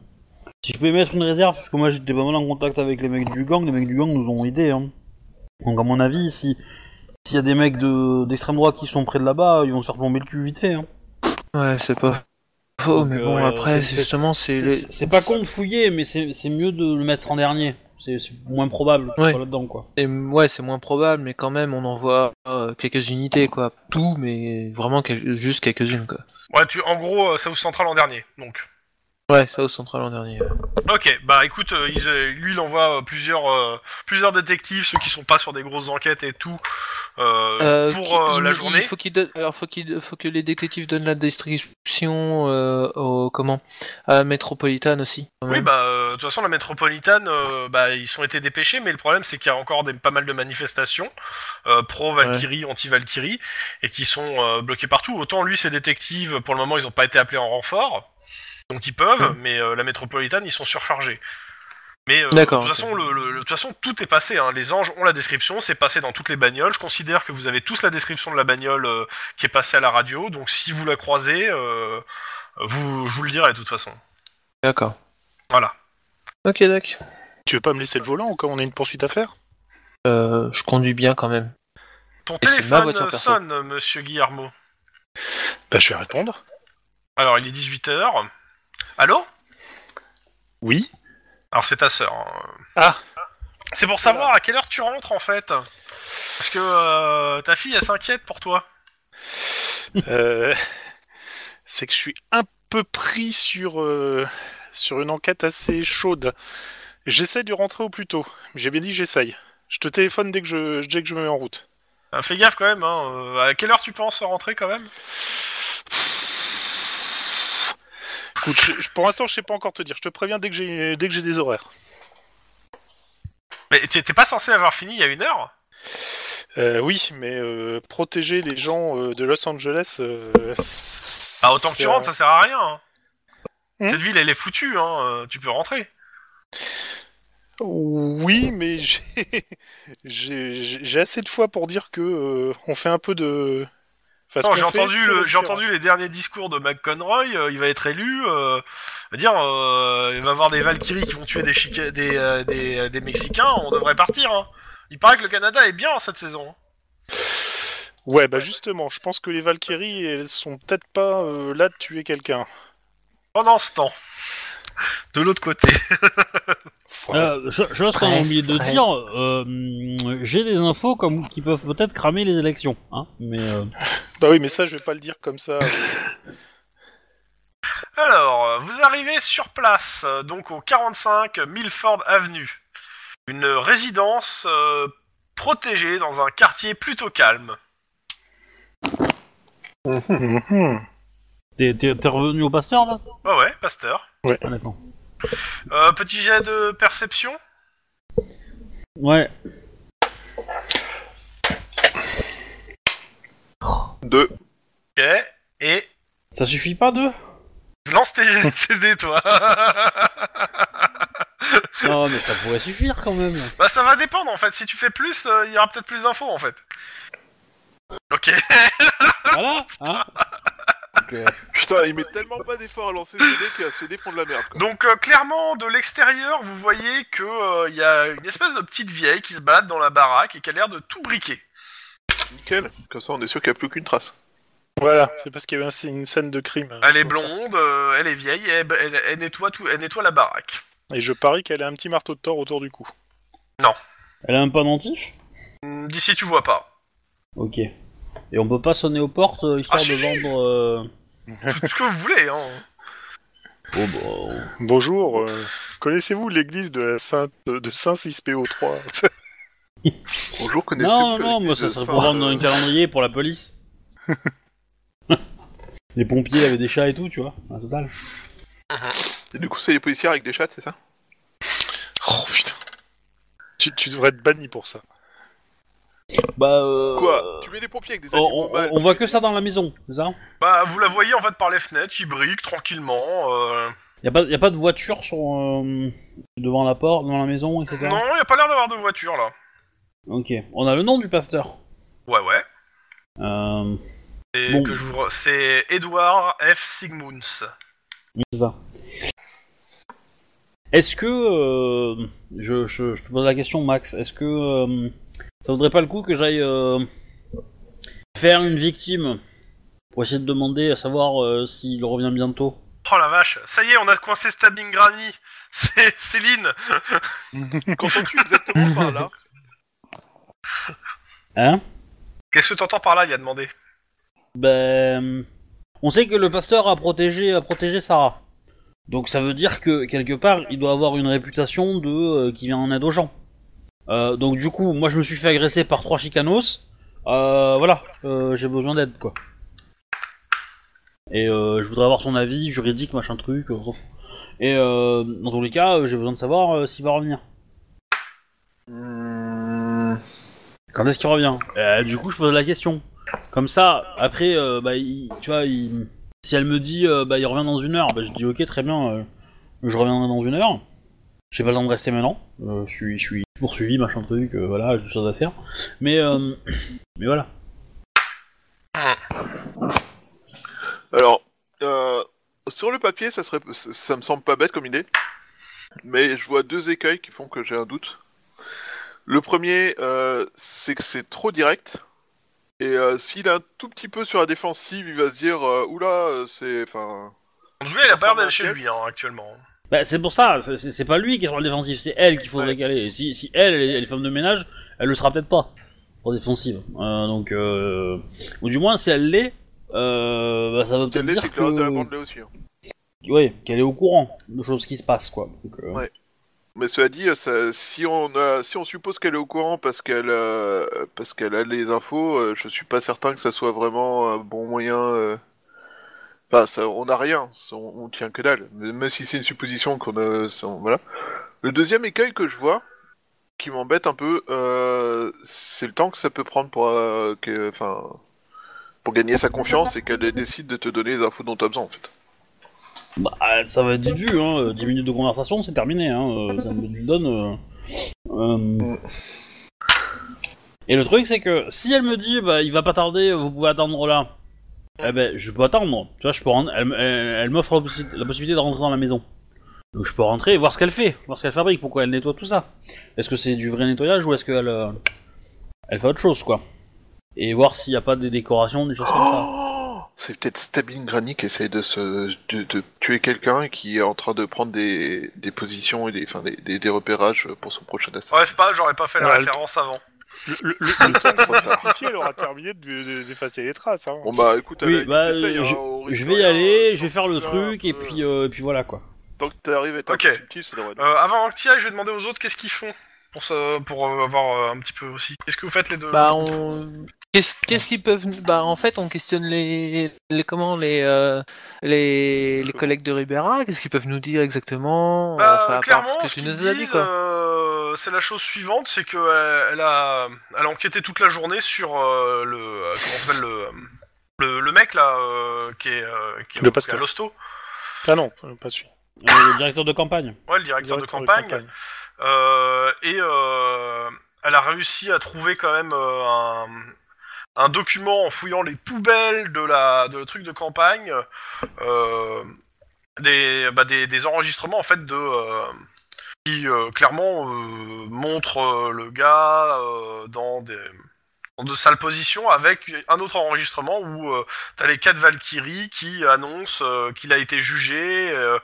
Speaker 2: si je peux mettre une réserve, parce que moi j'étais pas mal en contact avec les mecs du gang, les mecs du gang nous ont aidés. Hein. Donc à mon avis, si s'il y a des mecs de d'extrême droite qui sont près de là-bas, ils vont se faire plomber le cul vite fait. Hein.
Speaker 1: Ouais, c'est pas faux,
Speaker 2: Donc,
Speaker 1: mais
Speaker 2: euh,
Speaker 1: bon,
Speaker 2: ouais,
Speaker 1: après,
Speaker 2: c'est- c'est-
Speaker 1: justement, c'est...
Speaker 2: C'est
Speaker 1: les-
Speaker 2: c'est pas con de fouiller, mais c'est c'est mieux de le mettre en dernier. C'est c'est moins probable qu'il
Speaker 1: Ouais.
Speaker 2: soit là-dedans quoi.
Speaker 1: Et m- ouais, c'est moins probable, mais quand même, on en voit euh, quelques unités, quoi. Tout, mais vraiment quel- juste quelques-unes, quoi.
Speaker 3: Ouais, tu en gros euh, South Central en dernier. Donc
Speaker 1: Ouais, ça au central l'an dernier. ouais.
Speaker 3: OK, bah écoute, euh, ils, euh, lui il envoie euh, plusieurs euh, plusieurs détectives ceux qui sont pas sur des grosses enquêtes et tout euh,
Speaker 1: Euh, qui-
Speaker 3: pour euh,
Speaker 1: il-
Speaker 3: la
Speaker 1: il
Speaker 3: journée.
Speaker 1: faut qu'il donne- alors faut qu'il faut que les détectives donnent la description euh, au comment à Metropolitan aussi. quand
Speaker 3: Oui,
Speaker 1: même.
Speaker 3: bah euh, de toute façon la métropolitaine, euh, bah ils ont été dépêchés, mais le problème c'est qu'il y a encore des, pas mal de manifestations euh, pro Valkyrie, anti Valkyrie, et qui sont euh, bloquées partout. Autant lui, ses détectives, pour le moment, ils n'ont pas été appelés en renfort, donc ils
Speaker 1: Hum.
Speaker 3: peuvent, mais euh, la métropolitaine, ils sont surchargés. Mais euh, de toute
Speaker 1: D'accord, ok.
Speaker 3: façon, le, le- le- de toute façon, tout est passé. hein. Les anges ont la description, c'est passé dans toutes les bagnoles. Je considère que vous avez tous la description de la bagnole euh, qui est passée à la radio. Donc si vous la croisez, euh, vous, je vous le dirai de toute façon.
Speaker 1: D'accord.
Speaker 3: Voilà.
Speaker 1: Ok, d'accord.
Speaker 5: Tu veux pas me laisser le volant quand on a une poursuite à faire
Speaker 1: Euh, je conduis bien quand même.
Speaker 3: Ton
Speaker 1: Et c'est ma
Speaker 3: téléphone
Speaker 1: voiture
Speaker 3: euh,
Speaker 1: perso.
Speaker 3: sonne, euh, monsieur Guillermo.
Speaker 5: Bah, je vais répondre.
Speaker 3: Alors, il est 18h. Allô
Speaker 5: Oui.
Speaker 3: Alors, c'est ta sœur. hein.
Speaker 5: Ah.
Speaker 3: C'est pour savoir à quelle heure tu rentres, en fait. Parce que euh, ta fille, elle s'inquiète pour toi.
Speaker 5: Euh, c'est que je suis un peu pris sur, euh, sur une enquête assez chaude. J'essaie de rentrer au plus tôt. J'ai bien dit j'essaye. Je te téléphone dès que je, dès que je me mets en route.
Speaker 3: Euh, fais gaffe, quand même. Hein. Euh, à quelle heure tu penses rentrer, quand même
Speaker 5: Écoute, je- je- pour l'instant, je sais pas encore te dire. Je te préviens dès que j'ai dès que j'ai des horaires.
Speaker 3: Mais tu t'es pas censé avoir fini il y a une heure
Speaker 5: Euh, oui, mais euh, protéger les gens euh, de Los Angeles. euh, c'est-
Speaker 3: Ah, autant que tu rentres, ça sert à rien. hein.
Speaker 5: Hmm.
Speaker 3: Cette ville, elle est foutue. Hein. euh, Tu peux rentrer.
Speaker 5: Oui, mais j'ai- j'ai j'ai- j'ai assez de fois pour dire que euh, on fait un peu de. Enfin, ce
Speaker 3: Non,
Speaker 5: qu'on
Speaker 3: j'ai
Speaker 5: fait,
Speaker 3: entendu,
Speaker 5: c'est
Speaker 3: le-
Speaker 5: notre
Speaker 3: j'ai entendu les derniers discours de McConroy, euh, il va être élu, euh, va dire, euh, il va y avoir des Valkyries qui vont tuer des, Chica- des, euh, des, euh, des Mexicains, on devrait partir. Hein. Il paraît que le Canada est bien cette saison. hein,
Speaker 5: Ouais, bah justement, je pense que les Valkyries, elles sont peut-être pas euh, là de tuer quelqu'un.
Speaker 3: Pendant ce temps, de l'autre côté.
Speaker 2: Euh, cho- chose qu'on a
Speaker 1: Presque,
Speaker 2: oublié de
Speaker 1: presque.
Speaker 2: dire, euh, hum, j'ai des infos comme qui peuvent peut-être cramer les élections. Hein, mais euh,
Speaker 5: Bah oui, mais ça, je vais pas le dire comme ça.
Speaker 3: Alors, euh, vous arrivez sur place, euh, donc au 45 Milford Avenue. Une résidence euh, protégée dans un quartier plutôt calme.
Speaker 2: t'es t'es- t'es revenu au pasteur là
Speaker 3: Ouais, Bah ouais, pasteur.
Speaker 2: Ah, d'accord.
Speaker 3: Euh, petit jet de perception
Speaker 2: Ouais.
Speaker 4: Deux.
Speaker 3: Ok. Et
Speaker 2: Ça suffit pas deux
Speaker 3: Lance tes jets de dés, toi.
Speaker 2: Non, mais ça pourrait suffire quand même.
Speaker 3: bah ça va dépendre en fait. Si tu fais plus, euh, il y aura peut-être plus d'infos en fait. Ok.
Speaker 2: Voilà. Hein Donc, euh,
Speaker 4: Putain, il met tellement pas d'efforts à lancer ses dés que ses dés font de la merde. Quoi.
Speaker 3: Donc euh, clairement de l'extérieur, vous voyez que euh, il y a une espèce de petite vieille qui se balade dans la baraque et qui a l'air de tout briquer.
Speaker 4: Nickel. Comme ça, on est sûr qu'il n'y a plus qu'une trace.
Speaker 5: voilà, c'est parce qu'il y avait un- une scène de crime. hein,
Speaker 3: Elle est blonde, euh, elle est vieille, et elle, elle- elle nettoie tout, elle nettoie la baraque.
Speaker 5: Et je parie qu'elle a un petit marteau de tort autour du cou.
Speaker 2: elle a un pendentif
Speaker 3: Mm, Hmm, D'ici tu vois pas.
Speaker 2: Ok. Et on peut pas sonner aux portes euh, histoire
Speaker 3: Ah,
Speaker 2: de
Speaker 3: si, si.
Speaker 2: vendre. euh,
Speaker 3: Tout ce que vous voulez, hein.
Speaker 2: Oh, bah, on-
Speaker 5: Bonjour, euh, connaissez-vous l'église de, la Sainte, euh, de Saint-Cispéo3
Speaker 4: Bonjour, connaissez-vous
Speaker 2: Non,
Speaker 4: que
Speaker 2: non, moi
Speaker 4: l'église
Speaker 2: ça
Speaker 4: de
Speaker 2: serait
Speaker 4: Saint-
Speaker 2: pour vendre
Speaker 4: euh,
Speaker 2: un calendrier pour la police. les pompiers avaient des chats et tout, tu vois, à total.
Speaker 4: Et Du coup, c'est les policiers avec des chats, c'est ça
Speaker 5: Oh putain. Tu, tu devrais être banni pour ça.
Speaker 2: Bah, euh,
Speaker 4: Quoi Tu mets des pompiers avec des
Speaker 2: on,
Speaker 4: animaux
Speaker 2: Oh, on-
Speaker 4: mâles
Speaker 2: on voit que ça dans la maison, c'est ça
Speaker 3: Bah, vous la voyez en fait par les fenêtres, qui brillent tranquillement. euh.
Speaker 2: y a, pas, y a pas de voiture sur, euh, devant la porte, devant la maison, etc.
Speaker 3: Non, y a pas l'air d'avoir de voiture là.
Speaker 2: Ok, on a le nom du pasteur.
Speaker 3: Ouais, ouais.
Speaker 2: Euh,
Speaker 3: C'est
Speaker 2: Bon.
Speaker 3: que j'ouvre- C'est Edward F. Sigmunds.
Speaker 2: c'est ça. Est-ce que. euh, je, je- je te pose la question, Max. Est-ce que. euh, ça vaudrait pas le coup que j'aille. euh, faire une victime Pour essayer de demander à savoir euh, s'il revient bientôt.
Speaker 3: Oh la vache, ça y est, on a coincé Stabbing Granny. C'est Céline.
Speaker 4: Qu'entends-tu exactement par là
Speaker 2: Hein
Speaker 3: Qu'est-ce que t'entends par là, il a demandé.
Speaker 2: Ben, on sait que le pasteur a protégé, a protégé Sarah. Donc ça veut dire que quelque part, il doit avoir une réputation de euh, qui vient en aide aux gens. Euh, donc du coup, moi je me suis fait agresser par trois chicanos. Euh, voilà, euh, j'ai besoin d'aide quoi. Et euh, je voudrais avoir son avis juridique, machin truc, on s'en fout. Et euh, dans tous les cas, euh, j'ai besoin de savoir euh, s'il va revenir. Quand est-ce qu'il revient Euh, Du coup, je pose la question. Comme ça, après, euh, bah, il- tu vois, il- si elle me dit, euh, bah, il revient dans une heure, bah, je dis, ok, très bien, euh, je reviendrai dans une heure. J'ai pas le temps de rester maintenant. Euh, je suis, je suis poursuivi, machin truc, euh, voilà, j'ai des choses à faire. Mais, euh, mais voilà.
Speaker 4: Alors, euh, sur le papier, ça, serait, ça ça me semble pas bête comme idée, mais je vois deux écueils qui font que j'ai un doute. Le premier, euh, c'est que c'est trop direct, et euh, s'il est un tout petit peu sur la défensive, il va se dire euh, Oula, euh, c'est. Enfin.
Speaker 3: En tout cas, il a
Speaker 4: Ça
Speaker 3: pas l'air d'être
Speaker 4: ressemble à
Speaker 3: chez
Speaker 4: quel
Speaker 3: lui hein, actuellement.
Speaker 2: Bah, c'est pour ça, c'est- c'est c'est pas lui qui est sur le défensif, c'est elle qu'il faudrait caler. Et Si, si elle, elle est- elle est femme de ménage, elle le sera peut-être pas pour défensive. Euh, donc, euh, ou du moins, si elle l'est, euh, bah, ça veut
Speaker 4: Si
Speaker 2: peut-être
Speaker 4: elle l'est,
Speaker 2: dire
Speaker 4: c'est que
Speaker 2: que...
Speaker 4: le reste de la bande l'est aussi. hein.
Speaker 2: ouais, qu'elle est au courant de choses qui se passent, quoi. Donc, euh,
Speaker 4: Ouais. Mais cela dit, euh, ça- si, on a- si on suppose qu'elle est au courant parce qu'elle euh, parce qu'elle a les infos, euh, je suis pas certain que ça soit vraiment un bon moyen. euh. Enfin, ça- on n'a rien, ça- on, on tient que dalle. Mais- Même si c'est une supposition qu'on a, ça- on- voilà. Le deuxième écueil que je vois, qui m'embête un peu, euh, c'est le temps que ça peut prendre pour, euh, que- enfin, pour gagner sa confiance et qu'elle décide de te donner les infos dont tu as besoin en fait.
Speaker 2: bah, euh, ça va être dit vu, hein, euh, 10 minutes de conversation, c'est terminé, hein, euh, ça me le donne. euh, euh. Et le truc, c'est que si elle me dit, bah, il va pas tarder, vous pouvez attendre là, eh ben, je peux attendre, tu vois, je peux rentrer- elle, elle- elle m'offre la, possi- la possibilité de rentrer dans la maison. Donc je peux rentrer et voir ce qu'elle fait, voir ce qu'elle fabrique, pourquoi elle nettoie tout ça. Est-ce que c'est du vrai nettoyage ou est-ce qu'elle euh, elle fait autre chose, quoi Et voir s'il n'y a pas des décorations, des choses comme ça.
Speaker 4: Oh C'est peut-être Stabbing Granny qui essaye de, se, de, de tuer quelqu'un et qui est en train de prendre des, des positions et des, enfin, des, des, des repérages pour son prochain assassin.
Speaker 3: Bref, pas, j'aurais pas fait la
Speaker 5: Ouais,
Speaker 3: référence avant.
Speaker 5: Le, le, le- le temps
Speaker 4: Trop tard.
Speaker 5: que le pompier, elle aura terminé de- de- d'effacer les traces. Hein.
Speaker 4: Bon bah écoute, à
Speaker 2: Oui,
Speaker 4: la limite,
Speaker 2: bah,
Speaker 4: essaye,
Speaker 2: euh,
Speaker 4: hein, on risque
Speaker 2: Je vais y
Speaker 4: rien,
Speaker 2: aller,
Speaker 4: hein,
Speaker 2: je vais faire le
Speaker 4: tant que
Speaker 2: truc,
Speaker 4: t'as un
Speaker 2: et
Speaker 4: peu-
Speaker 2: puis, euh, et puis voilà quoi.
Speaker 4: Tant que t'arrives à être
Speaker 3: Ok.
Speaker 4: un peu subtil, ça devrait aller.
Speaker 3: Euh, avant que tu y ailles, je vais demander aux autres qu'est-ce qu'ils font pour, ça, pour euh, avoir euh, un petit peu aussi. Qu'est-ce que vous faites les deux
Speaker 1: Bah, on. Qu'est-ce qu'est-ce qu'ils peuvent. Bah, en fait, on questionne les. les comment les, euh, les. les collègues de Ribera. Qu'est-ce qu'ils peuvent nous dire exactement
Speaker 3: Bah,
Speaker 1: Enfin, à part
Speaker 3: clairement,
Speaker 1: ce que
Speaker 3: ce
Speaker 1: tu
Speaker 3: qu'ils
Speaker 1: nous as dit,
Speaker 3: disent,
Speaker 1: quoi.
Speaker 3: euh, c'est la chose suivante, c'est que euh, elle, a, elle a enquêté toute la journée sur euh, le euh, comment s'appelle le, euh, le le mec là euh, qui est euh, qui est- qui
Speaker 5: Le
Speaker 3: est à
Speaker 5: pasteur.
Speaker 3: l'hosto,
Speaker 5: Ah non, euh, pas celui.
Speaker 2: Euh, le directeur de campagne.
Speaker 3: ouais, le directeur, de campagne, Euh, et euh, elle a réussi à trouver quand même euh, un, un document en fouillant les poubelles de la de le truc de campagne, euh, des, bah, des des enregistrements en fait de euh, qui euh, clairement euh, montrent euh, le gars euh, dans des dans de sales positions avec un autre enregistrement où euh, t'as les quatre Valkyries qui annoncent euh, qu'il a été jugé euh,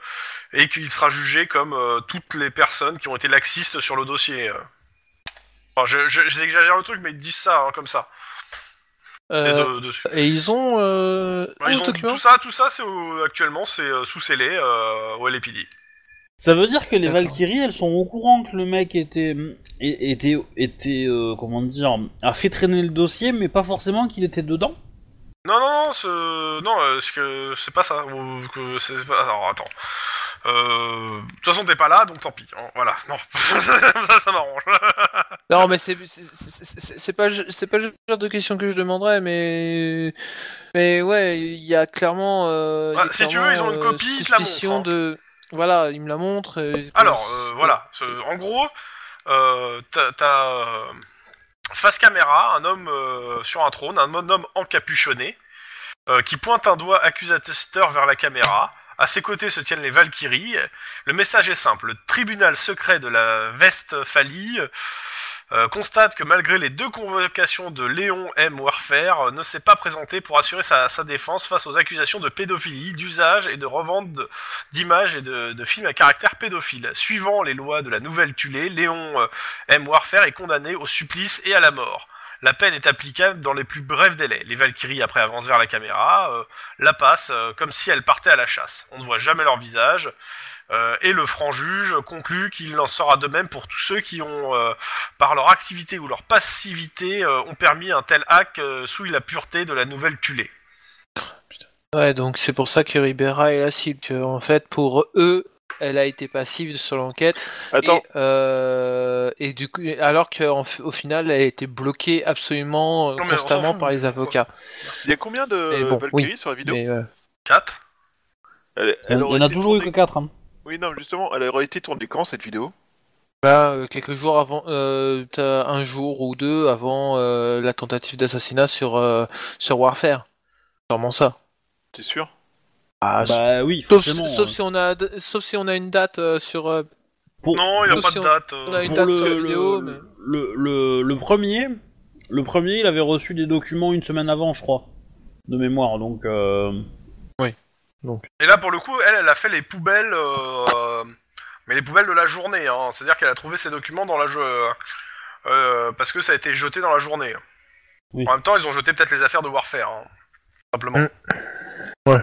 Speaker 3: et qu'il sera jugé comme euh, toutes les personnes qui ont été laxistes sur le dossier. euh. Enfin, je- je- j'exagère le truc, mais ils disent ça hein, comme ça. T'es
Speaker 1: Euh,
Speaker 3: de- dessus.
Speaker 1: et ils ont euh,
Speaker 3: Ouais,
Speaker 1: un
Speaker 3: ils ont-
Speaker 1: document
Speaker 3: tout ça, tout ça, c'est au- actuellement, c'est euh, sous scellé euh, au LAPD.
Speaker 2: Ça veut dire que les
Speaker 1: D'accord.
Speaker 2: Valkyries, elles sont au courant que le mec était, é- était, était, euh, comment dire, a fait traîner le dossier, mais pas forcément qu'il était dedans.
Speaker 3: Non, non, non, ce... non, euh, ce que c'est pas ça. ou que c'est pas- Alors attends. Euh, De toute façon, t'es pas là, donc tant pis. Oh, Voilà. Non, ça, ça m'arrange.
Speaker 1: Non, mais c'est c'est- c'est- c'est- c'est pas c'est pas le genre de question que je demanderais, mais mais ouais, il y a clairement. euh, il y a
Speaker 3: Ouais, Bah, si tu
Speaker 1: clairement,
Speaker 3: veux, ils ont une
Speaker 1: euh,
Speaker 3: copie, ils te la
Speaker 1: suspicion
Speaker 3: montrent, hein.
Speaker 1: de voilà, ils me la montrent. et-
Speaker 3: Alors, euh, voilà. Ce- En gros, euh, t'as- t'as euh, face caméra un homme euh, sur un trône, un homme encapuchonné, euh, qui pointe un doigt accusateur vers la caméra. À ses côtés se tiennent les Valkyries. Le message est simple. Le tribunal secret de la Westphalie euh, constate que malgré les deux convocations de Léon M. Warfare, euh, ne s'est pas présenté pour assurer sa, sa défense face aux accusations de pédophilie, d'usage et de revente de- d'images et de, de films à caractère pédophile. Suivant les lois de la nouvelle Tulé, Léon euh, M. Warfare est condamné au supplice et à la mort. La peine est applicable dans les plus brefs délais. Les Valkyries, après, avancent vers la caméra, euh, la passent euh, comme si elles partaient à la chasse. On ne voit jamais leur visage. euh, et le franc juge conclut qu'il en sera de même pour tous ceux qui ont, euh, par leur activité ou leur passivité, euh, ont permis un tel hack euh, sous la pureté de la nouvelle Tulé.
Speaker 1: Ouais, donc c'est pour ça que Ribera est la cible. que, en fait, pour eux, elle a été passive sur l'enquête.
Speaker 4: Attends,
Speaker 1: Et, euh, et du coup, alors qu'au final, elle a été bloquée absolument euh,
Speaker 3: Non, mais on s'en
Speaker 1: constamment
Speaker 3: fout,
Speaker 1: par les avocats.
Speaker 4: il y a combien
Speaker 1: Mais
Speaker 2: Eh,
Speaker 4: de
Speaker 1: bon,
Speaker 4: Valkyries sur la vidéo
Speaker 1: Mais, euh,
Speaker 3: 4
Speaker 4: Elle,
Speaker 2: Il
Speaker 4: elle
Speaker 2: y
Speaker 4: aurait
Speaker 2: en a
Speaker 4: été
Speaker 2: toujours eu que
Speaker 4: tournée-
Speaker 2: 4. Hein.
Speaker 4: Oui, non, justement, elle aurait été tournée quand cette vidéo
Speaker 1: bah, euh, quelques jours avant, euh, t'as un jour ou deux avant euh, la tentative d'assassinat sur euh, sur Warfare. Sûrement ça.
Speaker 4: T'es sûr
Speaker 1: Ah,
Speaker 2: Bah oui,
Speaker 1: sauf,
Speaker 2: forcément.
Speaker 1: sauf
Speaker 2: euh,
Speaker 1: si on a sauf si on a une date euh, sur euh,
Speaker 2: pour,
Speaker 3: Non, il n'y a
Speaker 1: Sauf
Speaker 3: pas
Speaker 1: si
Speaker 3: de
Speaker 1: on-
Speaker 3: date.
Speaker 1: on
Speaker 3: euh.
Speaker 1: a une
Speaker 2: pour
Speaker 1: date
Speaker 2: le,
Speaker 1: sur la
Speaker 2: le-
Speaker 1: vidéo. mais-
Speaker 2: le- le- le premier, le premier, il avait reçu des documents une semaine avant, je crois, de mémoire. Donc, euh,
Speaker 3: Et là, pour le coup, elle, elle a fait les poubelles, euh, mais les poubelles de la journée. Hein. C'est-à-dire qu'elle a trouvé ses documents dans la jo- euh, euh, parce que ça a été jeté dans la journée.
Speaker 2: Oui.
Speaker 3: En même temps, ils ont jeté peut-être les affaires de Warfare, hein, simplement.
Speaker 1: Mm. Ouais.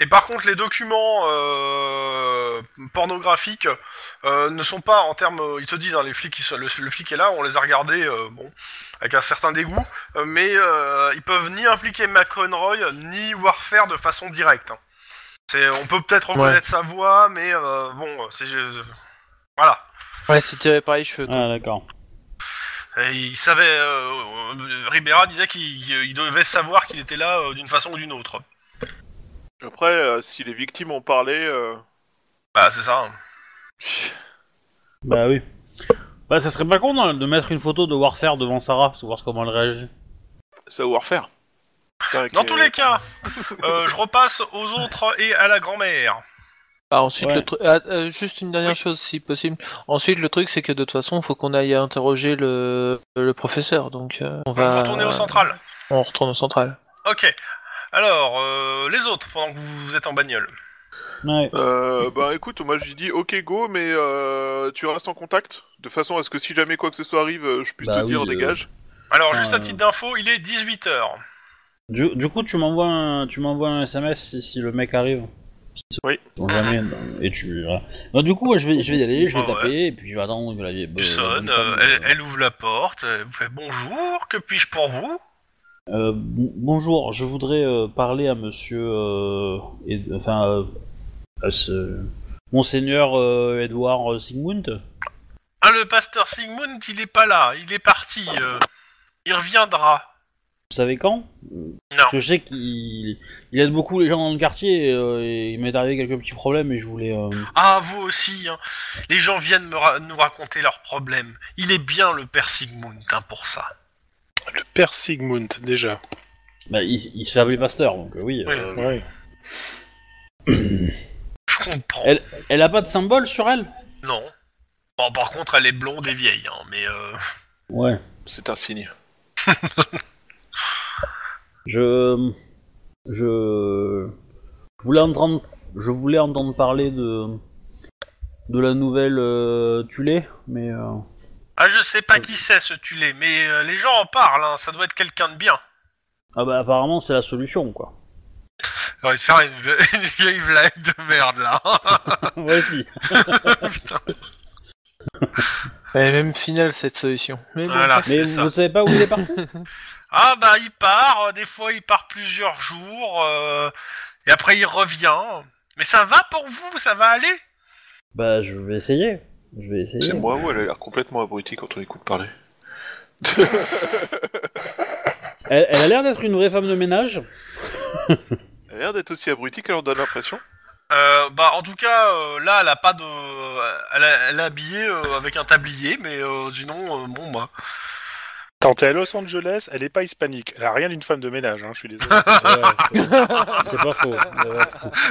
Speaker 3: Et par contre, les documents euh, pornographiques euh, ne sont pas en termes. Ils te disent, hein, les flics, ils sont- le, le flic est là, on les a regardés, euh, bon, avec un certain dégoût, euh, mais euh, ils peuvent ni impliquer McConroy ni Warfare de façon directe. hein. C'est, on peut peut-être reconnaître sa voix, mais euh, bon, c'est euh, voilà.
Speaker 1: Ouais, c'est tiré par les cheveux. quoi.
Speaker 2: ah, d'accord.
Speaker 3: Et il savait. euh, euh, Ribera disait qu'il qu'il devait savoir qu'il était là euh, d'une façon ou d'une autre.
Speaker 4: Après, euh, si les victimes ont parlé, euh,
Speaker 3: Bah c'est ça. hein.
Speaker 2: Bah oui. Bah ça serait pas con hein, de mettre une photo de Warfare devant Sarah, pour voir comment elle réagit.
Speaker 4: ça va refaire.
Speaker 3: Dans tous les cas, euh, je repasse aux autres et à la grand-mère.
Speaker 1: Ah, ensuite,
Speaker 2: Ouais.
Speaker 1: le truc. ah, euh, juste une dernière
Speaker 3: Oui.
Speaker 1: chose, si possible. Ensuite, le truc, c'est que de toute façon, faut qu'on aille interroger le, le professeur. Donc, euh, on
Speaker 3: On va
Speaker 2: Bah,
Speaker 1: va.
Speaker 3: retourner au central.
Speaker 1: On retourne au central.
Speaker 3: Ok. Alors euh, les autres pendant que vous êtes en bagnole.
Speaker 2: Ouais.
Speaker 4: Euh, bah écoute, moi j'ai dit ok go, mais euh, tu restes en contact de façon à ce que si jamais quoi que ce soit arrive, euh, je puisse
Speaker 2: Bah
Speaker 4: te
Speaker 2: oui,
Speaker 4: dire
Speaker 2: euh,
Speaker 4: dégage.
Speaker 3: Alors juste à
Speaker 2: Euh.
Speaker 3: titre d'info, il est 18 h
Speaker 2: Du, du coup, tu m'envoies un, tu m'envoies un SMS si, si le mec arrive.
Speaker 5: Oui.
Speaker 2: Donc, jamais, non, et tu. voilà. Non, du coup, moi, je vais, je vais y aller, je vais
Speaker 3: Ah ouais.
Speaker 2: taper, et puis je vais attendre que la vieille.
Speaker 3: Tu
Speaker 2: euh,
Speaker 3: sonnes,
Speaker 2: bonne femme,
Speaker 3: euh,
Speaker 2: euh,
Speaker 3: elle, elle ouvre la porte, elle vous fait bonjour, que puis-je pour vous
Speaker 2: euh, bon- bonjour, je voudrais euh, parler à monsieur. euh, Ed- enfin, euh, à ce- Monseigneur euh, Edouard euh, Sigmund.
Speaker 3: Ah, le pasteur Sigmund, il est pas là, il est parti, euh, il reviendra.
Speaker 2: Vous savez quand Parce que je sais qu'il il aide beaucoup les gens dans le quartier, et, euh, et il m'est arrivé quelques petits problèmes, et je voulais. euh,
Speaker 3: Ah, vous aussi, hein. les gens viennent me ra- nous raconter leurs problèmes. Il est bien le père Sigmund hein, pour ça.
Speaker 5: Le père Sigmund, déjà.
Speaker 2: Bah, il, il se fait appeler pasteur, donc euh, oui. euh,
Speaker 3: Oui,
Speaker 5: Ouais.
Speaker 3: je comprends.
Speaker 2: Elle a pas de symbole sur elle
Speaker 3: Non. Bon, par contre, elle est blonde et vieille, hein, mais euh,
Speaker 2: Ouais.
Speaker 4: C'est un signe.
Speaker 2: Je. Je. Je voulais entendre, je voulais entendre parler de. de la nouvelle euh, Tulé, mais. euh,
Speaker 3: Ah, je sais pas qui c'est ce tulé, mais euh, les gens en parlent, hein, ça doit être quelqu'un de bien.
Speaker 2: Ah bah apparemment c'est la solution quoi.
Speaker 3: On va se faire une, vie- une vieille blague de merde là.
Speaker 2: Voici.
Speaker 3: Putain.
Speaker 1: Elle est même finale cette solution. Mais bon,
Speaker 3: Voilà.
Speaker 2: Mais
Speaker 3: C'est
Speaker 2: vous,
Speaker 3: ça.
Speaker 2: vous savez pas où il est parti
Speaker 3: Ah bah il part, euh, des fois il part plusieurs jours, euh, et après il revient. Mais ça va pour vous, ça va aller
Speaker 2: Bah je vais essayer. Je vais essayer.
Speaker 4: C'est moi ou elle a l'air complètement abrutie quand on écoute parler
Speaker 2: Elle, elle a l'air d'être une vraie femme de ménage.
Speaker 4: Elle a l'air d'être aussi abrutie qu'elle en donne l'impression.
Speaker 3: euh, Bah en tout cas, euh, là elle a pas de... euh, Elle, a- elle est habillée euh, avec un tablier, mais euh, sinon, euh, bon bah...
Speaker 5: Quand elle est à Los Angeles, elle est pas hispanique. Elle a rien d'une femme de ménage, hein, je suis désolé.
Speaker 2: Ouais, c'est pas faux. Euh,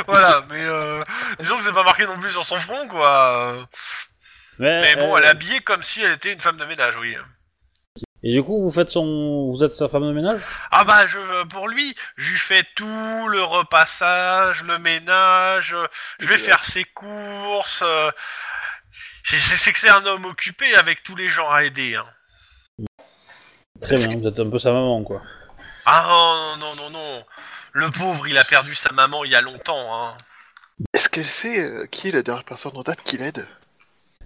Speaker 3: voilà, mais euh, disons que c'est pas marqué non plus sur son front quoi. Euh,
Speaker 2: mais,
Speaker 3: Mais bon,
Speaker 2: euh,
Speaker 3: elle est habillée comme si elle était une femme de ménage, oui.
Speaker 2: Et du coup vous faites son, vous êtes sa femme de ménage
Speaker 3: Ah bah je euh, pour lui, je lui fais tout le repassage, le ménage, euh, je vais
Speaker 4: Ok.
Speaker 3: faire ses courses. euh, C'est c'est- c'est que c'est un homme occupé avec tous les gens à aider. Hein.
Speaker 2: Très bien. Vous êtes un peu sa maman quoi.
Speaker 3: Ah non non non non, le pauvre il a perdu sa maman il y a longtemps. Hein.
Speaker 4: Est-ce qu'elle sait euh, qui est la dernière personne en date qui l'aide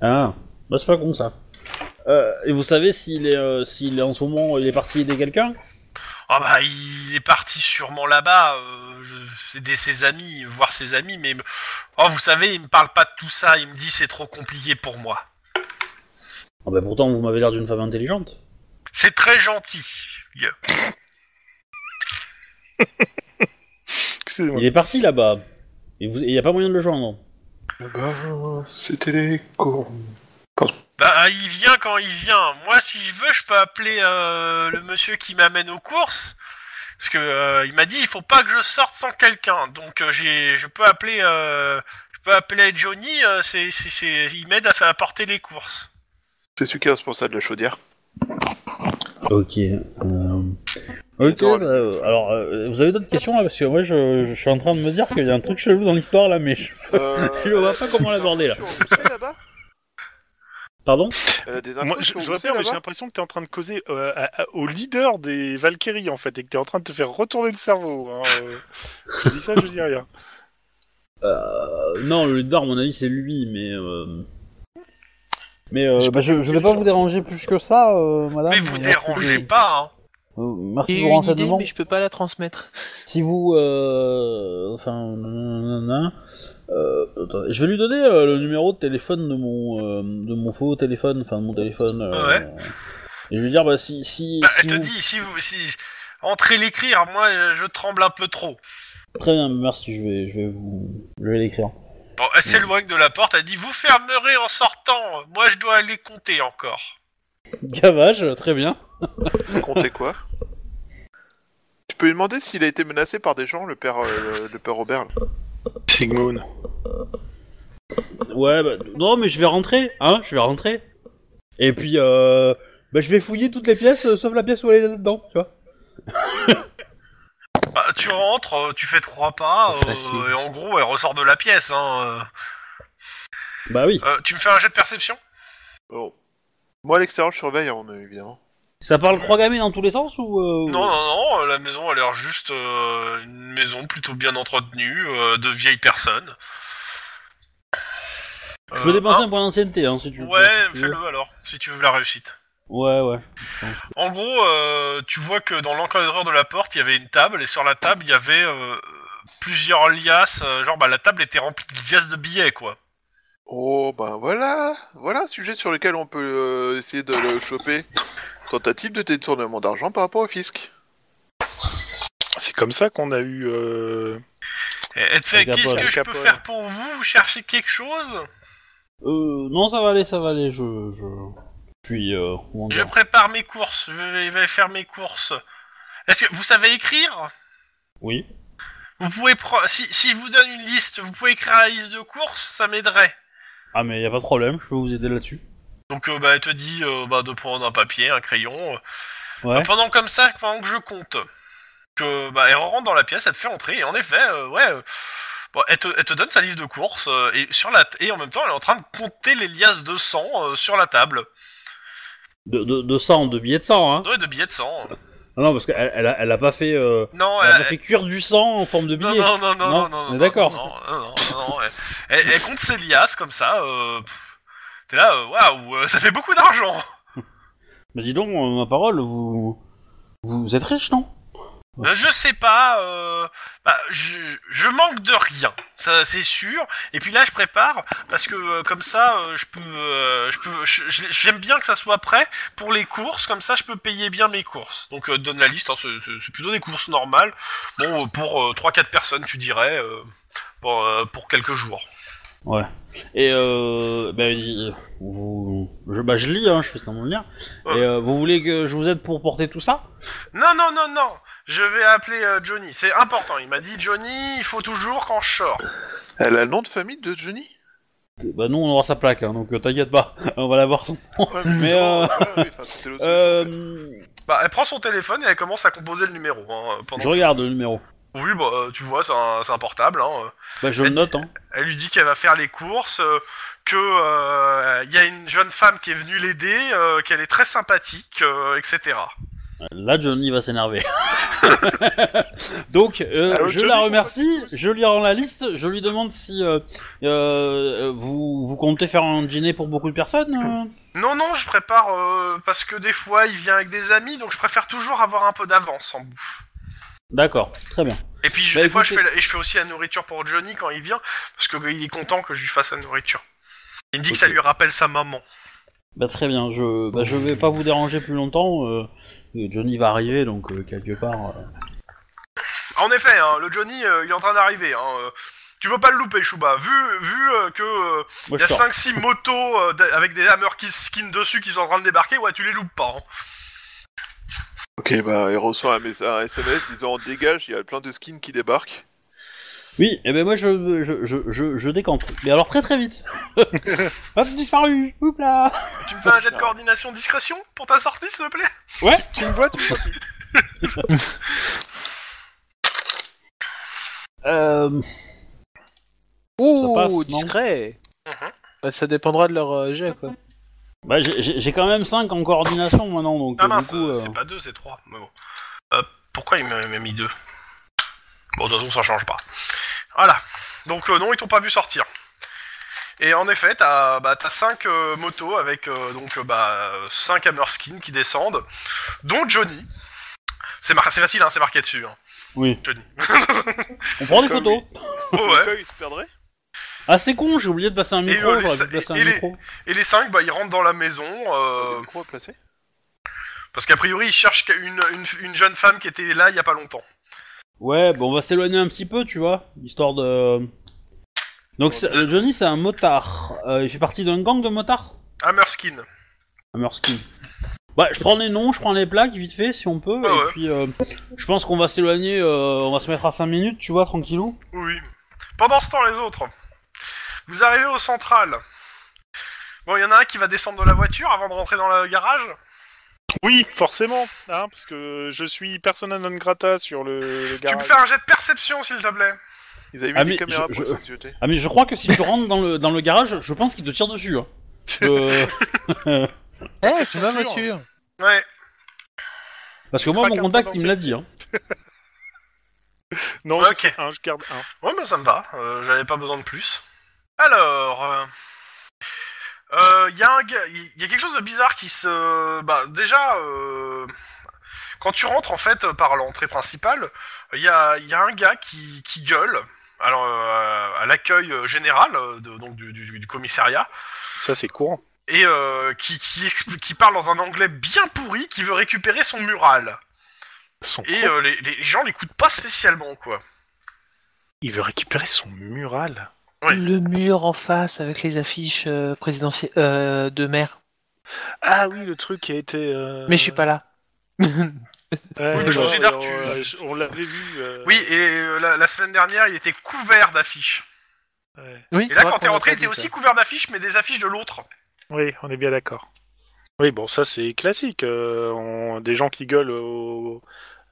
Speaker 2: Ah, bah c'est pas con ça. Euh, et vous savez s'il est, euh, s'il est en ce moment, il est parti aider quelqu'un
Speaker 3: Ah bah il est parti sûrement là-bas, euh, je- c'est des ses amis, voir ses amis, mais oh vous savez il me parle pas de tout ça, il me dit c'est trop compliqué pour moi.
Speaker 2: Ah bah pourtant vous m'avez l'air d'une femme intelligente.
Speaker 3: C'est très gentil. Yeah.
Speaker 5: Excusez-moi.
Speaker 2: Il est parti là-bas. Et il n'y a pas moyen de le joindre.
Speaker 4: c'était les cons.
Speaker 3: Bah, il vient quand il vient. Moi, si je veux, je peux appeler euh, le monsieur qui m'amène aux courses. Parce que euh, il m'a dit, il faut pas que je sorte sans quelqu'un. Donc, euh, j'ai, je peux appeler, euh, je peux appeler Johnny. euh, c'est, c'est, c'est, il m'aide à, fa- à porter les courses.
Speaker 4: C'est celui qui est responsable de la chaudière.
Speaker 2: Ok. euh, Ok,
Speaker 4: Encore.
Speaker 2: bah, euh, alors euh, vous avez d'autres questions là Parce que moi je, je suis en train de me dire qu'il y a un truc chelou dans l'histoire là, mais. je- Je vois pas comment l'aborder, là.
Speaker 4: Euh, Elle a des infos sur Rousset, là-bas
Speaker 2: Pardon
Speaker 4: Elle a des infos
Speaker 5: Moi, je,
Speaker 4: sur Rousset,
Speaker 5: je repère, mais j'ai
Speaker 4: là-bas
Speaker 5: l'impression que t'es en train de causer euh, à- à- au leader des Valkyries, en fait, et que t'es en train de te faire retourner le cerveau. hein, euh. je dis ça, je dis rien.
Speaker 2: Euh, Non, le leader, à mon avis, c'est lui, mais. euh, Mais euh, bah, je, je vais pas vous déranger plus que ça, euh, madame.
Speaker 3: Mais vous
Speaker 2: Merci de-
Speaker 3: dérangez pas. Hein.
Speaker 2: euh, merci
Speaker 1: J'ai
Speaker 2: de
Speaker 1: eu
Speaker 2: vos
Speaker 1: une idée,
Speaker 2: renseignements.
Speaker 1: mais je peux pas la transmettre.
Speaker 2: Si vous, euh, enfin, nanana, euh, attendez, je vais lui donner euh, le numéro de téléphone de mon, euh, de mon faux téléphone, enfin de mon téléphone. euh,
Speaker 3: Ouais.
Speaker 2: Et je vais lui dire, bah si, si,
Speaker 3: Bah,
Speaker 2: si
Speaker 3: elle te
Speaker 2: vous-
Speaker 3: dit, si vous, si entrez l'écrire, moi, euh, je tremble un peu trop.
Speaker 2: très bien, merci, je vais, je vais vous, je vais l'écrire.
Speaker 3: Bon, elle s'éloigne de la porte. Elle dit, vous fermerez en sortant. Moi, je dois aller compter encore.
Speaker 2: Gavage, très bien.
Speaker 4: Comptez quoi Tu peux lui demander s'il a été menacé par des gens, le père, euh, le père Robert. là.
Speaker 5: Sigmund.
Speaker 2: Ouais, bah, non, mais je vais rentrer, hein, je vais rentrer. Et puis, euh, bah, je vais fouiller toutes les pièces, euh, sauf la pièce où elle est dedans, tu vois.
Speaker 3: Bah, tu rentres, euh, tu fais trois pas,
Speaker 1: Pas
Speaker 3: euh,
Speaker 1: facile.
Speaker 3: et en gros, elle ressort de la pièce. Hein.
Speaker 2: Bah oui.
Speaker 3: euh. Euh, tu me fais un jet de perception
Speaker 4: Bon. Moi, à l'extérieur, je surveille, hein, mais évidemment.
Speaker 2: Ça parle croix gammée dans tous les sens ou euh,
Speaker 3: Non, non, non, la maison a l'air juste euh, une maison plutôt bien entretenue, euh, de vieilles personnes.
Speaker 2: Je veux
Speaker 3: Euh,
Speaker 2: dépenser
Speaker 3: hein
Speaker 2: un point d'ancienneté, hein, si tu
Speaker 3: Ouais,
Speaker 2: si tu veux.
Speaker 3: fais-le alors, si tu veux la réussite.
Speaker 2: Ouais, ouais.
Speaker 3: En gros, euh, tu vois que dans l'encadreur de la porte, il y avait une table, et sur la table, il y avait euh, plusieurs liasses. euh, genre, bah, la table était remplie de liasses de billets, quoi.
Speaker 4: Oh, ben voilà Voilà un sujet sur lequel on peut euh, essayer de le choper. Tentative de détournement d'argent par rapport au fisc.
Speaker 5: C'est comme ça qu'on a eu. euh,
Speaker 3: Et Elle te fait,
Speaker 2: Avec la
Speaker 3: qu'est-ce
Speaker 2: poêle.
Speaker 3: que je peux
Speaker 5: Capone.
Speaker 3: faire pour vous Vous cherchez quelque chose
Speaker 2: Euh, non, ça va aller, ça va aller. Je, je je suis. Euh, comment
Speaker 3: Je
Speaker 2: dire
Speaker 3: prépare mes courses, je vais, vais faire mes courses. Est-ce que vous savez écrire
Speaker 2: Oui.
Speaker 3: Vous pouvez pre- si, si je vous donne une liste, vous pouvez écrire la liste de courses, ça m'aiderait.
Speaker 2: Ah, mais y a pas de problème, je peux vous aider là-dessus.
Speaker 3: Donc euh, bah, elle te dit euh, bah, de prendre un papier, un crayon. euh.
Speaker 2: Ouais.
Speaker 3: Euh, pendant comme ça, pendant que je compte. Que, bah, elle rentre dans la pièce, elle te fait entrer, et en effet, euh, ouais. euh, bon, elle, te, elle te donne sa liste de courses, euh, et, sur la, et en même temps, elle est en train de compter les liasses de sang euh, sur la table.
Speaker 2: de, de, de sang, de billets de sang, hein. Ah
Speaker 3: Ouais, de billets de sang.
Speaker 2: Non, non, parce qu'elle elle a, elle a pas fait, euh,
Speaker 3: Non,
Speaker 2: elle a
Speaker 3: elle-
Speaker 2: pas fait cuire du sang en forme de
Speaker 3: non,
Speaker 2: billet.
Speaker 3: non, non, non, non,
Speaker 2: Non,
Speaker 3: non,
Speaker 2: on est
Speaker 3: non,
Speaker 2: d'accord.
Speaker 3: Non, non, non, non, elle- Elle, elle compte ses liasses comme ça. euh, pff, T'es là, euh, waouh, euh, ça fait beaucoup d'argent.
Speaker 2: Mais dis donc, euh, ma parole, vous, vous êtes riche, non
Speaker 3: Euh, je sais pas, euh, bah, je, je manque de rien, ça c'est sûr. Et puis là, je prépare parce que euh, comme ça, euh, je peux, euh, je peux, je- je- j'aime bien que ça soit prêt pour les courses. Comme ça, je peux payer bien mes courses. Donc euh, donne la liste. hein, c'est- c'est c'est plutôt des courses normales. Bon, euh, pour euh, 3-4 personnes, tu dirais, euh, pour, euh, pour quelques jours.
Speaker 2: Et euh, ben, il- vous, je, bah, je lis, hein, je fais semblant de lire.
Speaker 3: Ouais.
Speaker 2: Et euh, vous voulez que je vous aide pour porter tout ça
Speaker 3: Non, non, non, non. Je vais appeler euh, Johnny. C'est important. Il m'a dit Johnny, il faut toujours quand je sors.
Speaker 4: Elle a le nom de famille de Johnny
Speaker 2: Bah nous, on aura sa plaque, hein, donc euh, t'inquiète pas, on va l'avoir son nom.
Speaker 4: Ouais,
Speaker 2: Mais,
Speaker 4: bon,
Speaker 2: euh,
Speaker 4: ouais, oui, enfin, c'était l'autre sujet,
Speaker 2: Euh,
Speaker 3: Bah, elle prend son téléphone et elle commence à composer le numéro. Hein, pendant
Speaker 2: je regarde le numéro.
Speaker 3: Oui, bah, euh, tu vois, c'est un, c'est un portable. Hein. euh.
Speaker 2: Bah je le
Speaker 3: Elle-
Speaker 2: note, hein.
Speaker 3: Elle lui dit qu'elle va faire les courses, euh, que euh, il y a une jeune femme qui est venue l'aider, euh, qu'elle est très sympathique, euh, etc.
Speaker 2: Là, Johnny va s'énerver. Donc, euh,
Speaker 5: Allô,
Speaker 2: je
Speaker 5: Johnny,
Speaker 2: la
Speaker 5: pourquoi
Speaker 2: remercie,
Speaker 5: tu pousses
Speaker 2: je lui rends la liste, je lui demande si euh, euh, vous, vous comptez faire un dîner pour beaucoup de personnes euh
Speaker 3: Non, non, je prépare euh, parce que des fois il vient avec des amis, donc je préfère toujours avoir un peu d'avance en bouffe.
Speaker 2: D'accord, très bien.
Speaker 3: Et puis je-
Speaker 2: Bah,
Speaker 3: des fois je
Speaker 2: écoutez-
Speaker 3: fais, la- et je fais aussi la nourriture pour Johnny quand il vient, parce que bah, il est content que je lui fasse la nourriture. Il me dit que ça
Speaker 2: Ok.
Speaker 3: lui rappelle sa maman.
Speaker 2: Bah très bien, je, bah, je vais pas vous déranger plus longtemps. euh, Johnny va arriver, donc euh, quelque part... euh.
Speaker 3: En effet, hein, le Johnny, euh, il est en train d'arriver. Hein, euh, tu peux pas le louper, Chouba. Vu, vu euh, que euh,
Speaker 2: Moi,
Speaker 3: Il y
Speaker 2: je
Speaker 3: a
Speaker 2: sors.
Speaker 3: 5-6 motos euh, d'a- avec des hammers qui skin dessus qui sont en train de débarquer, ouais, tu les loupes pas. hein.
Speaker 4: Ok, bah, elle reçoit un, mess- un SMS disant dégage, il y a plein de skins qui débarquent.
Speaker 2: Oui, et ben moi je, je, je, je, je décampe. Mais alors très très vite. Hop, disparu. Oups là.
Speaker 3: Tu me fais un jet de coordination discrétion pour ta sortie, s'il te plaît
Speaker 5: Tu me vois, tu me vois.
Speaker 2: Euh,
Speaker 1: Oh,
Speaker 2: passe, non
Speaker 1: discret
Speaker 3: Mhm.
Speaker 1: Bah, Ça dépendra de leur euh, jet, quoi.
Speaker 2: bah, j'ai- j'ai j'ai quand même 5 en coordination maintenant, donc
Speaker 3: Ah
Speaker 2: euh, du
Speaker 3: mince,
Speaker 2: coup...
Speaker 3: euh,
Speaker 2: euh,
Speaker 3: c'est pas 2, c'est 3. Mais bon. Euh, pourquoi il m'a m'a mis 2 Bon, de toute façon, ça change pas. Voilà. Donc, euh, non, ils t'ont pas vu sortir. Et en effet, t'as 5 motos avec euh, donc euh, bah, 5 hammer skin qui descendent, dont Johnny. C'est mar- c'est facile, hein, c'est marqué dessus. hein.
Speaker 2: Oui.
Speaker 3: Johnny.
Speaker 2: On prend des photos.
Speaker 3: Oh, ouais.
Speaker 4: Pourquoi il se perdrait
Speaker 2: Ah c'est con, j'ai oublié de passer un micro.
Speaker 3: euh, les-
Speaker 2: j'aurais pu placer
Speaker 3: et
Speaker 2: un
Speaker 3: les-
Speaker 2: micro.
Speaker 3: Et les 5, bah, ils rentrent dans la maison.
Speaker 4: Le
Speaker 3: Euh,
Speaker 4: micro est placé
Speaker 3: Parce qu'a priori, ils cherchent une, une, une jeune femme qui était là il y a pas longtemps.
Speaker 2: Ouais, bon on va s'éloigner un petit peu, tu vois, histoire de... Donc c'est- euh, Johnny c'est un motard. Euh, il fait partie d'un gang de motards Ah,
Speaker 3: Hammerskin.
Speaker 2: Hammerskin. Bah, je prends les noms, je prends les plaques, vite fait, si on peut.
Speaker 3: Ah
Speaker 2: et
Speaker 3: ouais.
Speaker 2: puis, euh, je pense qu'on va s'éloigner, euh, on va se mettre à 5 minutes, tu vois, tranquillou.
Speaker 3: Oui. Pendant ce temps, les autres. Vous arrivez au central. Bon, il y en a un qui va descendre de la voiture avant de rentrer dans le garage.
Speaker 5: Oui, forcément, hein, parce que je suis persona non grata sur le, le
Speaker 3: Tu me
Speaker 5: garage.
Speaker 3: fais un jet de perception, s'il te plaît.
Speaker 4: Ils avaient mis
Speaker 2: Ah,
Speaker 4: des
Speaker 2: mais
Speaker 4: caméras
Speaker 2: je-
Speaker 4: pour
Speaker 2: je-
Speaker 4: se jeter.
Speaker 2: Ah, mais je crois que si tu rentres dans le, dans le garage, je pense qu'il te tire dessus. hein. Euh,
Speaker 1: Eh,
Speaker 5: c'est
Speaker 1: c'est ma
Speaker 5: sûr.
Speaker 1: voiture
Speaker 3: Ouais.
Speaker 2: parce que moi, mon
Speaker 5: Craque un
Speaker 2: contact,
Speaker 5: peu
Speaker 2: il me l'a dit. Hein.
Speaker 5: Non,
Speaker 3: Ok.
Speaker 5: je, fais un, je garde un.
Speaker 3: Ouais, bah ça me va. Euh, J'avais pas besoin de plus. Alors, euh, euh, il y, a un gars- il y a quelque chose de bizarre qui se. Bah déjà, euh, quand tu rentres en fait euh, par l'entrée principale, il y a, il y a un gars qui, qui gueule. Alors euh, à l'accueil euh, général euh, de- donc du, du- du commissariat
Speaker 5: Ça, c'est courant.
Speaker 3: et euh, qui, qui, expli- qui parle dans un anglais bien pourri, qui veut récupérer son mural.
Speaker 5: Son
Speaker 3: Et
Speaker 5: con,
Speaker 3: euh, les, les gens l'écoutent pas spécialement quoi.
Speaker 5: Il veut récupérer son mural.
Speaker 3: Ouais.
Speaker 1: Le mur en face avec les affiches euh, présidentielles euh, de maire.
Speaker 5: Ah oui, le truc qui a été. euh,
Speaker 1: Mais je suis pas là.
Speaker 5: ouais,
Speaker 3: Oui, mais je
Speaker 5: ouais,
Speaker 3: considère
Speaker 5: on-
Speaker 3: que tu-
Speaker 5: euh, je- on l'avait vu. euh,
Speaker 3: Oui, et euh, la- la semaine dernière, il était couvert d'affiches.
Speaker 5: ouais.
Speaker 1: Oui,
Speaker 3: Et là, quand t'es rentré, il était aussi couvert d'affiches, mais des affiches de l'autre.
Speaker 5: Oui, on est bien d'accord. Oui, bon, ça c'est classique. euh, on- Des gens qui gueulent au-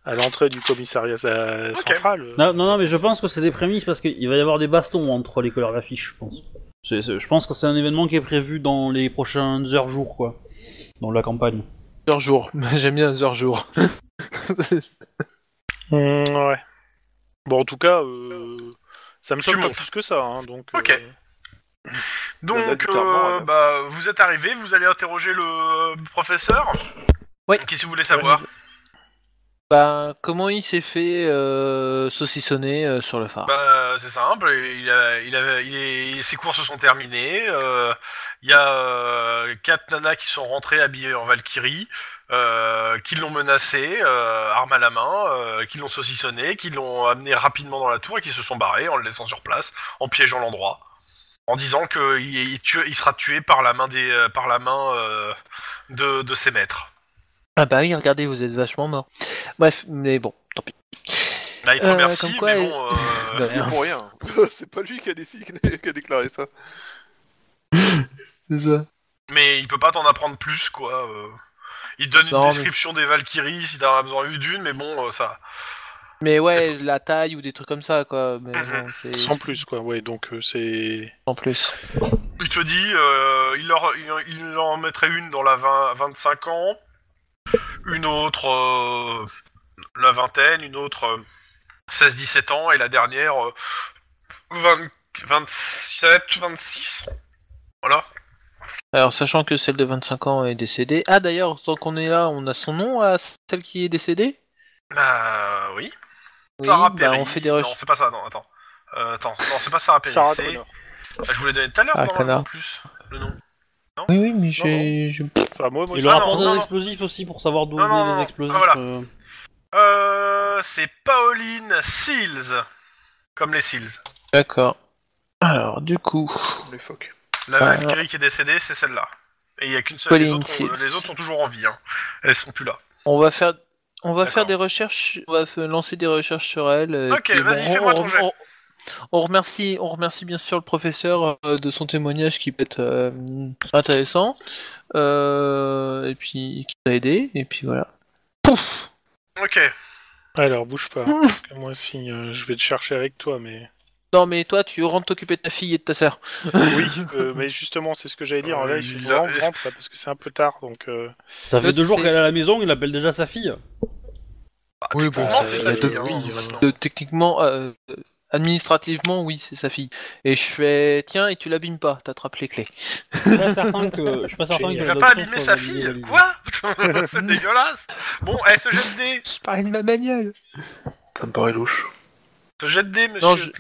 Speaker 5: à l'entrée du commissariat euh,
Speaker 3: Ok.
Speaker 5: central. euh.
Speaker 2: Non, non, non, mais je pense que c'est des prémices parce qu'il va y avoir des bastons entre les couleurs d'affiche, je pense. C'est- c'est- je pense que c'est un événement qui est prévu dans les prochains heures jours, quoi. dans la campagne.
Speaker 1: Heure jour. J'aime bien heure jour.
Speaker 5: Hmm, ouais. Bon, en tout cas, euh, ça me
Speaker 3: Tu
Speaker 5: choque pas
Speaker 3: montes.
Speaker 5: plus que ça. hein, donc,
Speaker 3: Ok.
Speaker 5: euh,
Speaker 4: Il y en a
Speaker 3: Donc,
Speaker 4: du tarbant,
Speaker 3: euh,
Speaker 4: là.
Speaker 3: bah, vous êtes arrivé, vous allez interroger le professeur.
Speaker 1: Oui.
Speaker 3: Qu'est-ce que vous voulez savoir
Speaker 1: Bah, comment il s'est fait euh, saucissonner euh, sur le phare
Speaker 3: Bah, c'est simple, il a- il avait- il est- ses cours se sont terminés. euh, Il y a euh, quatre nanas qui sont rentrées habillées en Valkyrie, euh, qui l'ont menacé, euh, arme à la main, euh, qui l'ont saucissonné, qui l'ont amené rapidement dans la tour et qui se sont barrées en le laissant sur place, en piégeant l'endroit, en disant qu'il il tue- il sera tué par la main, des, euh, par la main euh, de, de ses maîtres.
Speaker 1: Ah bah oui, regardez, vous êtes vachement mort. Bref, mais bon, tant pis.
Speaker 3: Bah, il te
Speaker 1: Euh,
Speaker 3: remercie,
Speaker 1: comme quoi,
Speaker 3: mais
Speaker 1: il-
Speaker 3: bon,
Speaker 1: De
Speaker 3: euh,
Speaker 4: Il est
Speaker 1: rien.
Speaker 4: pour rien. c'est pas lui qui a, décidé- qui a déclaré ça.
Speaker 1: C'est ça.
Speaker 3: Mais il peut pas t'en apprendre plus, quoi. euh. Il te donne une
Speaker 1: Non, mais-
Speaker 3: description des Valkyries si t'en as besoin eu d'une, mais bon, euh, ça.
Speaker 1: Mais ouais, la taille ou des trucs comme ça, quoi. Mais bon, c'est
Speaker 5: sans plus, quoi. Ouais, donc euh, c'est.
Speaker 1: En plus.
Speaker 3: Il te dit, euh, il, leur, il, il en mettrait une dans la 20, 25 ans, une autre euh, la vingtaine, une autre 16-17 ans, et la dernière euh, 20 27, 26. Voilà.
Speaker 1: Alors, sachant que celle de 25 ans est décédée. Ah, d'ailleurs, tant qu'on est là, on a son nom à celle qui est décédée
Speaker 3: Bah oui.
Speaker 1: Oui,
Speaker 3: Sarah
Speaker 1: bah,
Speaker 3: Perry.
Speaker 1: on fait des
Speaker 3: Non,
Speaker 1: recherches.
Speaker 3: c'est pas ça, non, attends. Euh, attends, non, c'est pas Sarah Perry.
Speaker 5: Sarah
Speaker 3: c'est-
Speaker 5: Connor.
Speaker 3: Bah, je vous l'ai donné tout à l'heure,
Speaker 1: Ah,
Speaker 3: normalement,
Speaker 1: connard.
Speaker 3: en plus, le nom.
Speaker 1: Oui, oui, mais j'ai. j'ai-
Speaker 5: Enfin, moi, moi,
Speaker 2: Et
Speaker 5: je-
Speaker 2: le
Speaker 3: Ah
Speaker 2: rapport
Speaker 3: non,
Speaker 2: des
Speaker 3: non, non.
Speaker 2: explosifs aussi pour savoir d'où
Speaker 3: Non, non,
Speaker 2: venaient
Speaker 3: non,
Speaker 2: les explosifs.
Speaker 3: ah, voilà.
Speaker 2: euh.
Speaker 3: Euh, c'est Pauline Seals. Comme les Seals.
Speaker 1: D'accord. Alors, du coup.
Speaker 4: Les phoques.
Speaker 3: La
Speaker 1: Ah,
Speaker 3: Valkyrie qui est décédée, c'est celle-là. Et il y a qu'une seule. Les
Speaker 1: Pauline
Speaker 3: autres, ont-
Speaker 1: Seals.
Speaker 3: les autres sont toujours en vie. Hein. Elles sont plus là.
Speaker 1: On va faire, on va
Speaker 3: D'accord.
Speaker 1: faire des recherches, on va f- lancer des recherches sur elle. euh,
Speaker 3: Ok,
Speaker 1: puis,
Speaker 3: vas-y,
Speaker 1: on-
Speaker 3: fais-moi ton
Speaker 1: on-
Speaker 3: jet.
Speaker 1: on- on remercie, on remercie bien sûr le professeur euh, de son témoignage qui peut être euh, intéressant, euh, et puis qui nous a aidé, et puis voilà. Pouf.
Speaker 3: Ok.
Speaker 5: Alors, bouge pas.
Speaker 3: Mmh.
Speaker 5: parce que moi aussi, euh, je vais te chercher avec toi, mais.
Speaker 1: Non mais toi, tu rentres t'occuper de ta fille et de ta sœur.
Speaker 5: Oui, euh, mais justement, c'est ce que j'allais dire. Là, il faut
Speaker 3: Il
Speaker 5: vraiment
Speaker 3: a-
Speaker 5: que je rentre, là, parce que c'est un peu tard. Donc, euh,
Speaker 2: Ça fait
Speaker 1: L'autre,
Speaker 2: deux jours
Speaker 1: c'est-
Speaker 2: qu'elle est à la maison, il appelle déjà sa fille.
Speaker 3: Bah,
Speaker 1: Oui,
Speaker 3: techniquement,
Speaker 5: bon,
Speaker 3: c'est
Speaker 5: euh,
Speaker 3: sa
Speaker 5: de-
Speaker 3: fille, hein,
Speaker 1: oui,
Speaker 3: maintenant.
Speaker 1: De- techniquement, euh, euh, administrativement, oui, c'est sa fille. Et je fais, tiens, et tu l'abîmes pas, t'attrapes les clés.
Speaker 2: Je suis pas certain que. Je suis pas certain
Speaker 5: Il
Speaker 2: que
Speaker 3: Il
Speaker 5: de-
Speaker 3: va
Speaker 2: l'adoption
Speaker 3: pas abîmer
Speaker 2: soit
Speaker 3: sa
Speaker 2: validée,
Speaker 3: fille
Speaker 2: validée.
Speaker 3: Quoi C'est dégueulasse Bon, elle se jette des.
Speaker 1: Je parle de ma bagnole.
Speaker 4: Ça me paraît louche.
Speaker 3: Se jette des, monsieur.
Speaker 1: Non, je-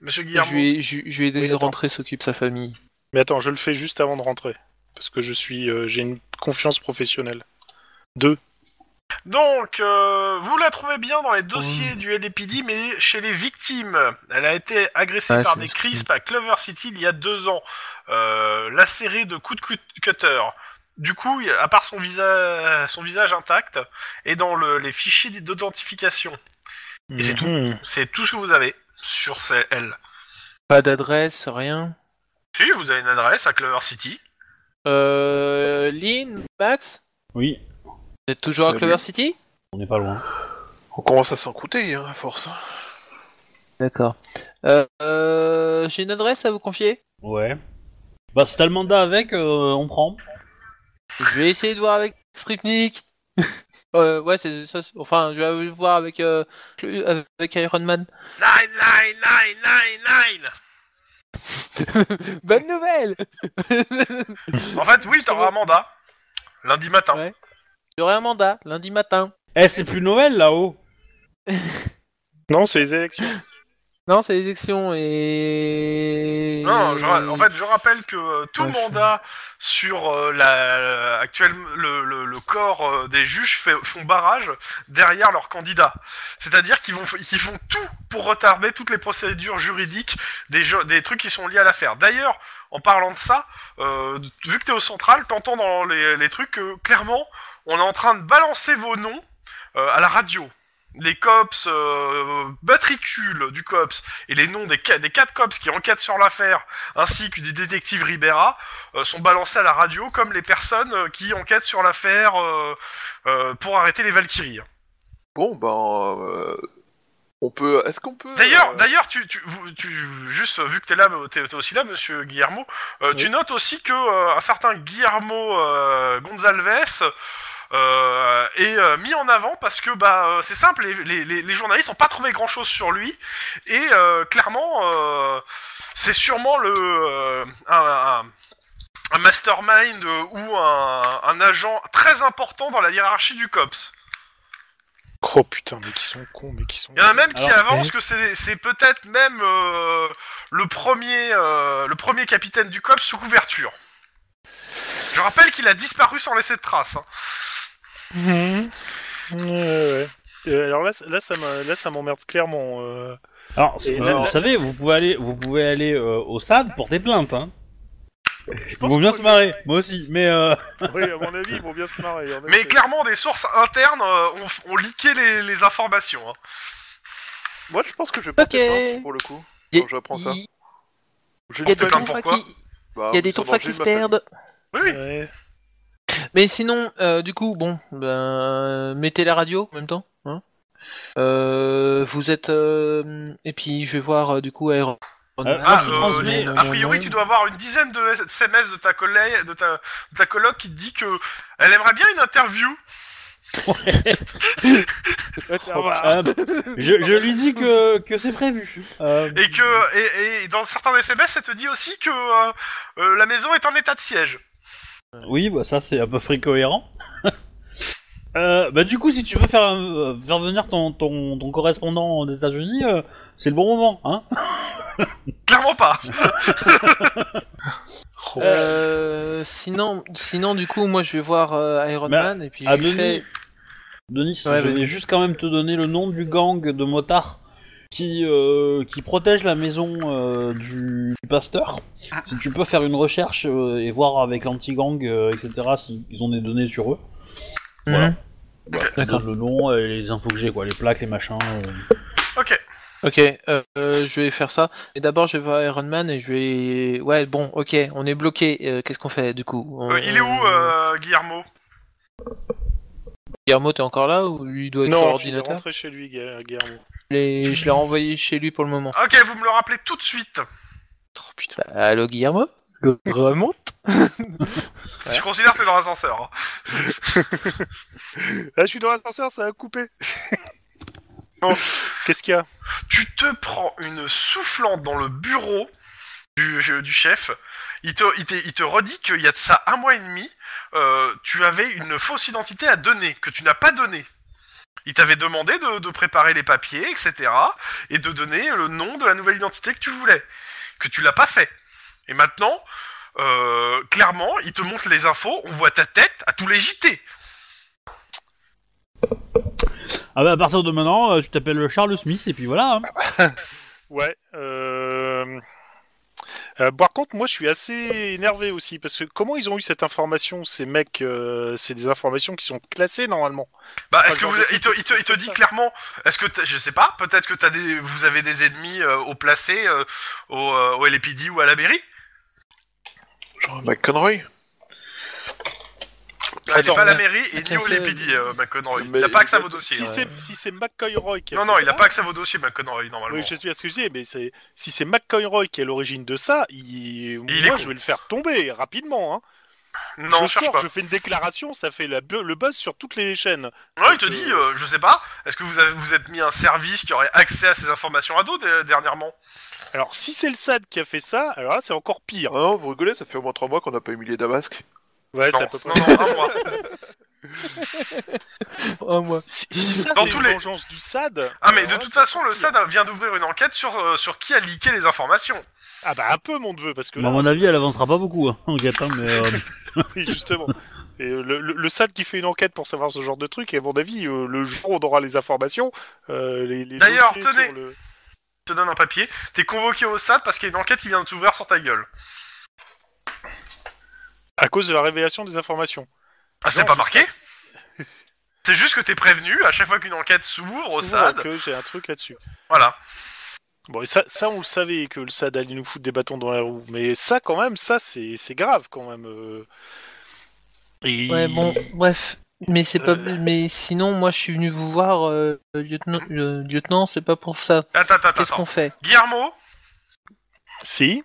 Speaker 3: Monsieur Guillermo.
Speaker 1: Je lui ai, je, je lui ai donné
Speaker 5: Oui,
Speaker 1: de
Speaker 5: attends.
Speaker 1: rentrer s'occupe de sa famille.
Speaker 5: mais attends, je le fais juste avant de rentrer, parce que je suis, euh, j'ai une confiance professionnelle. Deux.
Speaker 3: Donc, euh, vous la trouvez bien dans les dossiers du LAPD, mais chez les victimes. Elle a été agressée
Speaker 1: Ouais,
Speaker 3: par
Speaker 1: c'est
Speaker 3: des
Speaker 1: une
Speaker 3: crisps à Clover City il y a deux ans, euh, lacérée de coups de cut- cutter. Du coup, il y a- à part son visage, son visage intact, et dans le- les fichiers d'authentification, Et c'est tout.
Speaker 5: Mhm.
Speaker 3: c'est tout ce que vous avez sur ce- elle.
Speaker 1: Pas d'adresse, rien.
Speaker 3: Si, vous avez une adresse à Clover City.
Speaker 1: Euh, Lynn, Max,
Speaker 2: Oui,
Speaker 1: vous êtes toujours à
Speaker 4: Salut.
Speaker 1: Clover City
Speaker 2: on n'est pas loin.
Speaker 4: On commence à s'encrouter, hein, à force.
Speaker 1: D'accord. Euh, euh, J'ai une adresse à vous confier.
Speaker 2: Ouais. Bah, si t'as le mandat avec, euh, on prend.
Speaker 1: Je vais essayer de voir avec Stripnik. euh, ouais, c'est ça. c'est- Enfin, je vais aller voir avec euh, Cl- avec Iron Man.
Speaker 3: Nine, nine, nine, nine, nine.
Speaker 1: Bonne nouvelle.
Speaker 3: En fait, oui, t'auras un mandat. Lundi matin.
Speaker 1: Ouais. J'aurai un mandat lundi matin.
Speaker 2: Eh, c'est plus Noël là-haut
Speaker 5: Non, c'est les élections.
Speaker 1: Non, c'est l'élection et.
Speaker 3: Non, je ra- en fait, je rappelle que euh, tout
Speaker 1: Ouais, je-
Speaker 3: mandat sur euh, la, euh, actuelle, le, le- le corps euh, des juges fait- font barrage derrière leurs candidats. C'est-à-dire qu'ils vont, f- qu'ils font tout pour retarder toutes les procédures juridiques des, jeux- des trucs qui sont liés à l'affaire. D'ailleurs, en parlant de ça, euh, vu que t'es au central, t'entends dans les, les trucs que clairement, on est en train de balancer vos noms euh, à la radio. Les cops, euh, matricule du cops et les noms des, qua- des quatre cops qui enquêtent sur l'affaire, ainsi que du détective Ribera, euh, sont balancés à la radio comme les personnes euh, qui enquêtent sur l'affaire euh, euh, pour arrêter les Valkyries.
Speaker 4: Bon, ben. bah, euh, On peut. Est-ce qu'on peut.
Speaker 3: D'ailleurs,
Speaker 4: euh,
Speaker 3: d'ailleurs, tu, tu, vous- tu- juste euh, vu que t'es là, euh, t'es t'es aussi là, Monsieur Guillermo. euh, Tu notes aussi que euh, un certain Guillermo euh, Gonzalves euh, est euh, mis en avant parce que bah euh, c'est simple, les, les, les, les journalistes n'ont pas trouvé grand chose sur lui et euh, clairement euh, c'est sûrement le euh, un, un- un mastermind euh, ou un, un agent très important dans la hiérarchie du cops.
Speaker 5: Oh putain, mais qui sont cons, mais qui sont.
Speaker 3: Il y en a même qui
Speaker 2: Alors,
Speaker 3: avancent que c'est c'est peut-être même euh, le premier euh, le premier capitaine du COP sous couverture. Je rappelle qu'il a disparu sans laisser de traces. hein.
Speaker 5: Mhm. Ouais, ouais. Euh, alors là, c- là, ça m'a- là, ça m'emmerde clairement. euh.
Speaker 2: Alors, c'est-
Speaker 5: Et
Speaker 2: vous,
Speaker 5: là-
Speaker 2: vous savez, vous pouvez aller, vous pouvez aller euh, au SAD pour des plaintes. Hein. Ils
Speaker 5: pense
Speaker 2: vont bien
Speaker 5: qu'on
Speaker 2: se marrer, moi aussi. Mais euh,
Speaker 5: Oui, à mon avis, ils vont bien se marrer. en
Speaker 3: Mais
Speaker 5: effet.
Speaker 3: clairement, des sources internes euh, ont, ont leaké les, les informations. hein.
Speaker 4: Moi, je pense que je vais porter
Speaker 1: Ok.
Speaker 4: plainte, pour le coup.
Speaker 1: Y a-
Speaker 4: Quand je prends ça.
Speaker 1: y-
Speaker 4: J'ai
Speaker 1: y a des
Speaker 4: une famille.
Speaker 3: comme
Speaker 1: contrats
Speaker 3: pourquoi
Speaker 1: qui-
Speaker 4: Bah,
Speaker 1: y a des
Speaker 4: ils ont
Speaker 1: contrats
Speaker 4: mangé
Speaker 1: qui se
Speaker 4: ma famille.
Speaker 1: perdent.
Speaker 3: Oui, oui.
Speaker 5: Ouais.
Speaker 1: Mais sinon, euh, du coup, bon, ben, mettez la radio en même temps. hein. Euh, vous êtes. euh, et puis je vais voir euh, du coup Aéron.
Speaker 2: Moi,
Speaker 3: Ah,
Speaker 2: je
Speaker 3: euh,
Speaker 2: transmets,
Speaker 3: Lynn,
Speaker 2: euh,
Speaker 3: a priori, tu dois avoir une dizaine de SMS de ta collègue, de ta, de ta coloc qui te dit que elle aimerait bien une interview.
Speaker 5: Oh, Ah.
Speaker 2: euh, je, je lui dis que, que c'est prévu. Euh,
Speaker 3: Et que et, et dans certains SMS, elle te dit aussi que euh, euh, la maison est en état de siège.
Speaker 2: Oui, bah ça c'est à peu près cohérent. Euh, bah du coup, si tu veux faire, euh, faire venir ton, ton, ton correspondant des États-Unis, euh, c'est le bon moment, hein
Speaker 3: Clairement pas.
Speaker 5: Oh.
Speaker 1: Euh, sinon, sinon, du coup, moi je vais voir euh, Iron
Speaker 2: Mais à-
Speaker 3: Bah,
Speaker 1: Man et puis je
Speaker 2: À
Speaker 1: lui
Speaker 2: Denis,
Speaker 1: fais-
Speaker 2: Denis,
Speaker 1: Ouais,
Speaker 2: je
Speaker 1: vas-y.
Speaker 2: vais juste quand même te donner le nom du gang de motards qui euh, qui protège la maison euh, du, du pasteur.
Speaker 3: Ah.
Speaker 2: Si tu peux faire une recherche euh, et voir avec l'anti-gang, euh, etc. S'ils ont des données sur eux. Voilà.
Speaker 1: Mhm.
Speaker 2: Voilà, je te donne le nom et les infos que j'ai, quoi, les plaques, les machins. euh.
Speaker 3: Ok.
Speaker 1: Ok, euh, euh, je vais faire ça. Et d'abord, je vais voir Iron Man et je vais. Ouais, bon, ok, on est bloqué. euh, Qu'est-ce qu'on fait du coup On-
Speaker 3: Euh, il est où, euh, Guillermo
Speaker 1: Guillermo, t'es encore là ou lui il doit être sur
Speaker 5: Non, il est
Speaker 1: l'ordinateur
Speaker 5: rentré chez lui, Gu- Guillermo.
Speaker 1: Je l'ai je l'ai renvoyé chez lui pour le moment.
Speaker 3: Ok, vous me le rappelez tout de suite.
Speaker 5: Oh putain.
Speaker 1: Bah, Allô Guillermo Le- Remonte Ouais.
Speaker 3: Je considère que t'es dans l'ascenseur. hein.
Speaker 5: Ah, je suis dans l'ascenseur, ça a coupé. Bon, qu'est-ce qu'il y a
Speaker 3: Tu te prends une soufflante dans le bureau du, euh, du chef. Il te, il, te, il te redit qu'il y a de ça un mois et demi, euh, tu avais une fausse identité à donner, que tu n'as pas donnée. Il t'avait demandé de, de préparer les papiers, etc. Et de donner le nom de la nouvelle identité que tu voulais, que tu l'as pas fait. Et maintenant, euh, clairement, il te montre les infos, on voit ta tête à tous les JT.
Speaker 2: Ah bah à partir de maintenant, euh, tu t'appelles Charles Smith et puis voilà. hein.
Speaker 3: Ah,
Speaker 5: Ouais. Euh... euh, par contre, moi, je suis assez énervé aussi parce que comment ils ont eu cette information Ces mecs, euh, c'est des informations qui sont classées normalement.
Speaker 3: Bah,
Speaker 5: Pas
Speaker 3: est-ce
Speaker 5: le
Speaker 3: que
Speaker 5: genre
Speaker 3: vous,
Speaker 5: de
Speaker 3: il
Speaker 5: truc
Speaker 3: te,
Speaker 5: qui
Speaker 3: il te, il te
Speaker 5: comme
Speaker 3: dit
Speaker 5: ça.
Speaker 3: clairement, est-ce que t'as- je sais pas, peut-être que t'as des, vous avez des ennemis euh, au placé, euh, au, euh, au LAPD ou à la mairie Ah,
Speaker 4: Genre McConroy
Speaker 3: Il n'est
Speaker 5: Attends,
Speaker 3: pas à la
Speaker 1: ouais.
Speaker 3: mairie et ni au
Speaker 1: casse-
Speaker 3: LAPD, euh, McConroy.
Speaker 4: Mais
Speaker 3: Il n'a pas accès à vos
Speaker 4: il-
Speaker 3: dossiers. hein.
Speaker 5: Si
Speaker 4: Ouais.
Speaker 5: c'est si c'est McCoyroy qui a
Speaker 3: Non,
Speaker 5: fait
Speaker 3: non, il n'a
Speaker 5: ça-
Speaker 3: pas accès à vos dossiers, McConroy, normalement.
Speaker 5: Oui, je suis à ce que je dis, mais c'est si c'est McCoyroy qui est à l'origine de ça, il...
Speaker 3: Il est
Speaker 5: moi
Speaker 3: con.
Speaker 5: je vais le faire tomber rapidement. Hein.
Speaker 3: Non,
Speaker 5: je
Speaker 3: cherche
Speaker 5: sors,
Speaker 3: pas.
Speaker 5: je fais une déclaration, ça fait la bu- le buzz sur toutes les chaînes.
Speaker 3: Non, il te
Speaker 5: Euh,
Speaker 3: dit, euh, je sais pas, est-ce que vous avez, vous êtes mis un service qui aurait accès à ces informations à dos dé- dernièrement
Speaker 5: Alors si c'est le SAD qui a fait ça, alors là c'est encore
Speaker 4: Ah
Speaker 5: pire.
Speaker 4: non, vous rigolez, ça fait au moins 3 mois qu'on n'a pas humilié Damasque.
Speaker 5: Ouais,
Speaker 3: non.
Speaker 5: c'est à peu près.
Speaker 3: non, non, un mois.
Speaker 1: Oh, moi.
Speaker 5: Si, si ça
Speaker 3: Dans
Speaker 5: c'est
Speaker 3: tous
Speaker 5: une
Speaker 3: les-
Speaker 5: vengeance du SAD.
Speaker 3: Ah, mais
Speaker 5: alors
Speaker 3: de
Speaker 5: là,
Speaker 3: toute
Speaker 5: c'est
Speaker 3: façon,
Speaker 5: encore
Speaker 3: le
Speaker 5: pire.
Speaker 3: SAD vient d'ouvrir une enquête sur, euh, sur qui a leaké les informations.
Speaker 5: Ah bah un peu mon neveu parce que
Speaker 2: Bah, à
Speaker 5: là,
Speaker 2: mon avis, elle avancera pas beaucoup, hein, enquête, hein, mais... euh,
Speaker 5: oui, justement. Et euh, le, le- le SAD qui fait une enquête pour savoir ce genre de truc, et à mon avis, euh, le jour où on aura les informations, euh, les, les
Speaker 3: D'ailleurs,
Speaker 5: dossiers
Speaker 3: tenez.
Speaker 5: sur le-
Speaker 3: Je te donne un papier, t'es convoqué au SAD parce qu'il y a une enquête qui vient de s'ouvrir sur ta gueule.
Speaker 5: à cause de la révélation des informations.
Speaker 3: Ah, c'est
Speaker 5: Non,
Speaker 3: pas
Speaker 5: je-
Speaker 3: marqué C'est juste que t'es prévenu à chaque fois qu'une enquête s'ouvre au
Speaker 5: Toujours
Speaker 3: SAD.
Speaker 5: que j'ai un truc là-dessus.
Speaker 3: Voilà.
Speaker 5: Bon, et ça, ça, on le savait que le SAD allait nous foutre des bâtons dans la roue, mais ça, quand même, ça, c'est c'est grave quand même. euh. Et-
Speaker 1: Ouais, bon, bref. Mais c'est pas.
Speaker 5: Euh.
Speaker 1: Mais sinon, moi, je suis venu vous voir, euh, lieutenant. euh, lieutenant, c'est pas pour ça.
Speaker 3: Attends, attends,
Speaker 1: Qu'est-ce qu'on
Speaker 3: attends.
Speaker 1: fait
Speaker 3: Guillermo,
Speaker 5: Si.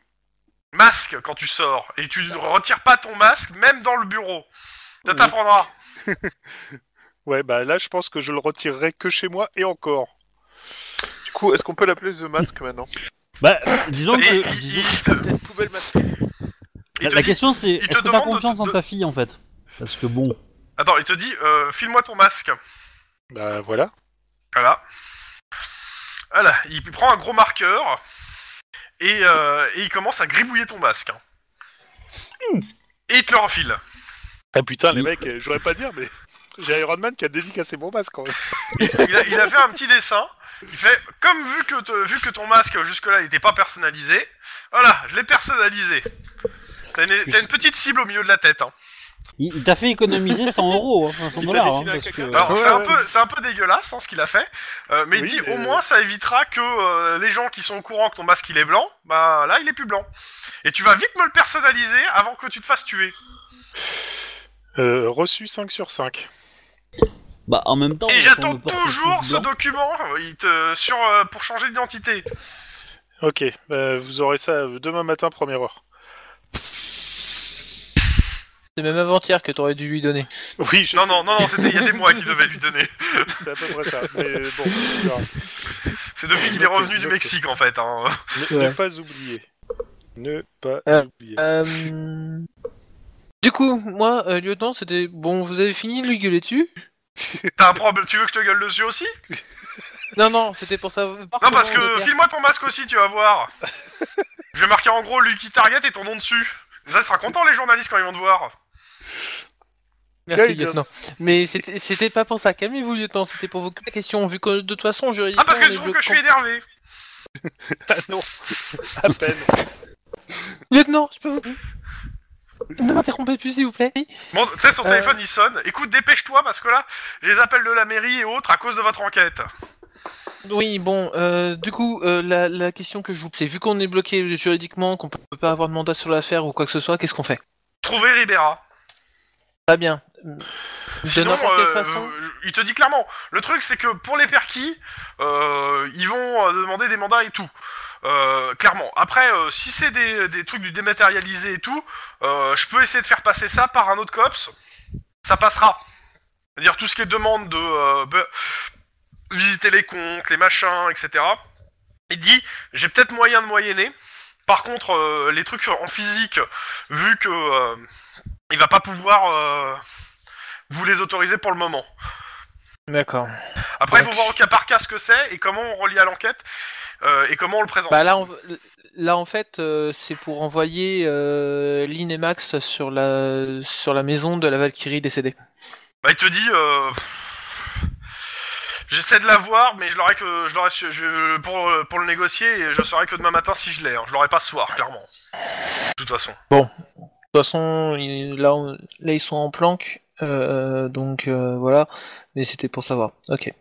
Speaker 3: masque quand tu sors. Et tu ne retires pas ton masque, même dans le bureau. Ça t'apprendra.
Speaker 5: Ouais, bah là, je pense que je le retirerai que chez moi et encore.
Speaker 4: Du coup, est-ce qu'on peut l'appeler The Mask maintenant
Speaker 2: Bah, disons
Speaker 3: Et
Speaker 2: que.
Speaker 3: il-
Speaker 2: disons-
Speaker 3: il te-
Speaker 4: Peut-être poubelle masque.
Speaker 3: il
Speaker 2: la,
Speaker 3: te
Speaker 2: la
Speaker 3: dit-
Speaker 2: question c'est
Speaker 3: il te
Speaker 2: est-ce que t'as
Speaker 3: demande de-
Speaker 2: confiance en
Speaker 3: de-
Speaker 2: ta fille en fait Parce que bon.
Speaker 3: Attends, il te dit, euh, file-moi ton masque.
Speaker 5: Bah voilà.
Speaker 3: Voilà. Voilà, il prend un gros marqueur et, euh, et il commence à gribouiller ton masque. hein. Et il te le refile.
Speaker 5: Ah putain, les
Speaker 2: Oui.
Speaker 5: mecs, euh, j'aurais pas dire, mais j'ai Iron Man qui a dédicacé mon masque quand même.
Speaker 3: Il a, il a fait un petit dessin. Il fait, comme vu que, te- vu que ton masque jusque-là n'était pas personnalisé, voilà, je l'ai personnalisé. T'as une, t'as une petite cible au milieu de la tête. hein.
Speaker 2: Il, il t'a fait économiser 100 euros, hein, enfin, 100
Speaker 4: Il t'a
Speaker 2: dollars. hein,
Speaker 4: dessiné un
Speaker 2: parce
Speaker 4: caca.
Speaker 2: que-
Speaker 3: Alors,
Speaker 5: Ouais,
Speaker 3: c'est un
Speaker 5: ouais.
Speaker 3: peu, c'est un peu dégueulasse hein, ce qu'il a fait, euh, mais il
Speaker 5: Oui,
Speaker 3: dit
Speaker 5: mais-
Speaker 3: au moins ça évitera que euh, les gens qui sont au courant que ton masque il est blanc, bah là il est plus blanc. Et tu vas vite me le personnaliser avant que tu te fasses tuer.
Speaker 5: Euh, reçu 5 sur 5.
Speaker 2: Bah, en même temps.
Speaker 3: Et
Speaker 2: si on
Speaker 3: j'attends
Speaker 2: me porte
Speaker 3: toujours
Speaker 2: plus
Speaker 3: ce
Speaker 2: blanc-
Speaker 3: document euh, il te, sur, euh, pour changer d'identité.
Speaker 5: Ok, bah, vous aurez ça euh, demain matin, première heure.
Speaker 1: C'est même avant-hier que t'aurais dû lui donner.
Speaker 5: Oui, je
Speaker 3: Non,
Speaker 5: sais.
Speaker 3: non, non, non, c'était il y a des mois qu'il devait lui donner.
Speaker 5: c'est à peu près ça. Mais bon, c'est pas grave.
Speaker 3: C'est depuis qu'il est revenu du Mexique en fait. Hein.
Speaker 5: Ne,
Speaker 1: Ouais.
Speaker 5: ne pas oublier. Ne pas
Speaker 1: Euh,
Speaker 5: oublier.
Speaker 1: Euh... Du coup, moi, euh, lieutenant, c'était bon. Vous avez fini de lui gueuler dessus
Speaker 3: T'as un problème Tu veux que je te gueule dessus aussi
Speaker 1: Non, non, c'était pour savoir.
Speaker 3: Non, parce que file-moi ton masque aussi, tu vas voir. Je vais marquer en gros Lucky Target et ton nom dessus. Vous allez sera content les journalistes quand ils vont te voir.
Speaker 1: Merci,
Speaker 5: Quel gosse.
Speaker 1: lieutenant. Mais c'était c'était pas pour ça. Calmez-vous, lieutenant. C'était pour vos questions. Vu que de toute façon, juridiquement.
Speaker 3: Ah parce que tu
Speaker 1: les
Speaker 3: trouves
Speaker 1: deux
Speaker 3: que je suis
Speaker 1: camps-
Speaker 3: énervé.
Speaker 5: Ah non, à peine.
Speaker 1: Lieutenant, je peux vous. Ne m'interrompez plus, s'il vous plaît.
Speaker 3: Bon, tu sais son
Speaker 1: Euh.
Speaker 3: téléphone il sonne. Écoute, dépêche-toi parce que là, les appels de la mairie et autres à cause de votre enquête.
Speaker 1: Oui, bon, euh, du coup, euh, la, la question que je vous c'est vu qu'on est bloqué juridiquement, qu'on peut pas avoir de mandat sur l'affaire ou quoi que ce soit, qu'est-ce qu'on fait
Speaker 3: Trouvez Ribera.
Speaker 1: Pas bien. De
Speaker 3: Sinon,
Speaker 1: n'importe quelle
Speaker 3: euh,
Speaker 1: façon.
Speaker 3: euh, il te dit clairement. Le truc, c'est que pour les perquis, euh, ils vont euh, demander des mandats et tout. Euh, clairement. Après, euh, si c'est des, des trucs du dématérialisé et tout, euh, je peux essayer de faire passer ça par un autre cops. Ça passera. C'est-à-dire tout ce qui est demande de euh, be- visiter les comptes, les machins, etc. Il dit, j'ai peut-être moyen de moyenner. Par contre, euh, les trucs en physique, vu que euh, il va pas pouvoir euh, vous les autorisez pour le moment.
Speaker 1: D'accord.
Speaker 3: Après, il faut
Speaker 1: Donc-
Speaker 3: voir au cas par cas ce que c'est et comment on relie à l'enquête euh, et comment on le présente.
Speaker 1: Bah là, on- là en fait, euh, c'est pour envoyer euh, Lynn et Max sur la sur la maison de la Valkyrie décédée.
Speaker 3: Bah, il te dit, euh, j'essaie de l'avoir, mais je l'aurai que, je l'aurai su- je- pour, euh, pour le négocier et je saurai que demain matin si je l'ai. hein. Je l'aurai pas ce soir, clairement. De toute façon.
Speaker 1: De toute façon, ils- là, on- là ils sont en planque, euh, donc euh, voilà. Mais c'était pour savoir. Ok.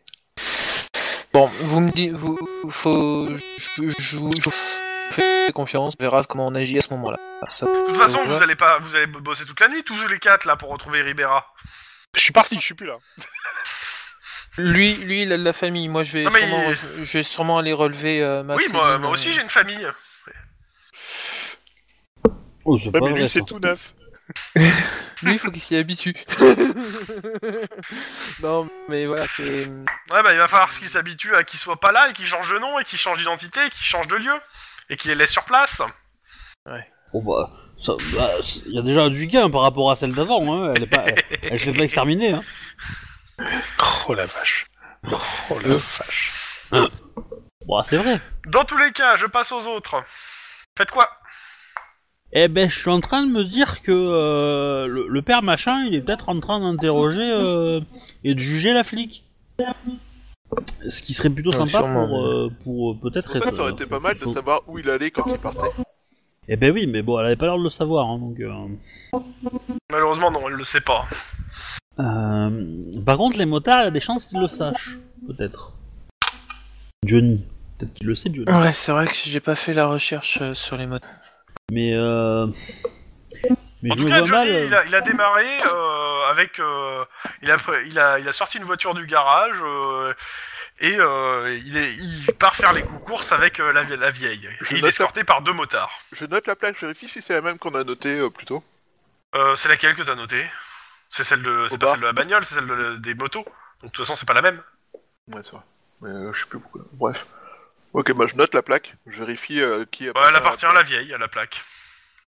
Speaker 1: Bon, vous me dites, vous, faut, je, je- je vous je vous fais confiance. On verra comment on agit à ce moment-là. Ça-
Speaker 3: De toute façon,
Speaker 1: ça va.
Speaker 3: vous allez pas, vous allez bosser toute la nuit, tous les quatre là, pour retrouver Ribera.
Speaker 5: Je suis parti, je suis plus là.
Speaker 1: Lui, lui, il a de la famille. Moi, je vais,
Speaker 3: Non, mais
Speaker 1: sûrement,
Speaker 3: il-
Speaker 1: je, je vais sûrement aller relever euh, Max.
Speaker 3: Oui,
Speaker 1: et
Speaker 3: moi,
Speaker 1: Lynn,
Speaker 3: moi aussi
Speaker 1: euh,
Speaker 3: j'ai une famille.
Speaker 2: Oh, c'est
Speaker 5: Ouais,
Speaker 2: pas
Speaker 5: mais
Speaker 2: vrai,
Speaker 5: lui,
Speaker 2: ça.
Speaker 5: c'est tout neuf.
Speaker 1: Lui, il faut qu'il s'y habitue. non, mais voilà, c'est.
Speaker 3: Ouais, bah il va falloir qu'ils s'habituent à qu'ils soient pas là et qu'ils changent de nom et qu'ils changent d'identité et qu'ils changent de lieu et qu'ils les laissent sur place.
Speaker 2: Bon, bah, ça- bah, c'est- il y a déjà du gain par rapport à celle d'avant, hein, elle, est pas, elle, elle se fait pas exterminer. Hein.
Speaker 5: Oh la vache. Oh
Speaker 1: Euh.
Speaker 5: la vache.
Speaker 2: Bon, c'est vrai.
Speaker 3: Dans tous les cas, je passe aux autres. Faites quoi
Speaker 2: Eh ben, je suis en train de me dire que euh, le, le père machin, il est peut-être en train d'interroger euh, et de juger la flic. Ce qui serait plutôt
Speaker 1: Ouais,
Speaker 2: sympa
Speaker 1: sûrement,
Speaker 2: pour, euh, pour, euh, peut-être.
Speaker 4: Pour ça,
Speaker 2: être-
Speaker 4: ça aurait été pas mal de savoir où il allait quand il partait.
Speaker 2: Eh ben oui, mais bon, elle avait pas l'air de le savoir, hein, donc. euh,
Speaker 3: Malheureusement, non, elle le sait pas.
Speaker 2: euh, Par contre, les motards, il y a des chances qu'ils le sachent, peut-être. Johnny, peut-être qu'il le sait, Johnny.
Speaker 1: Ouais, c'est vrai que j'ai pas fait la recherche euh, sur les modes.
Speaker 2: Mais euh... mais
Speaker 3: En
Speaker 2: je
Speaker 3: tout
Speaker 2: me
Speaker 3: cas,
Speaker 2: vois mal.
Speaker 3: Johnny,
Speaker 2: euh,
Speaker 3: il, a, il a démarré euh, euh, avec, euh, il, a, il, a, il a sorti une voiture du garage euh, et euh, il, est, il part faire les coups courses avec euh, la, vie- la vieille.
Speaker 4: Je
Speaker 3: Et il
Speaker 4: note
Speaker 3: est escorté par deux motards.
Speaker 4: Je note la plaque, je vérifie si c'est la même qu'on a notée euh, plus tôt.
Speaker 3: Euh, c'est laquelle que t'as notée C'est celle de, c'est
Speaker 4: Au
Speaker 3: pas
Speaker 4: bar.
Speaker 3: celle de la bagnole, c'est celle de- des motos. Donc de toute façon, c'est pas la même.
Speaker 4: Ouais, c'est vrai. Mais euh, je sais plus pourquoi. Bref. Ok, bah je note la plaque, je vérifie euh, qui
Speaker 3: Ouais, Bah, elle appartient à la vieille, à la plaque.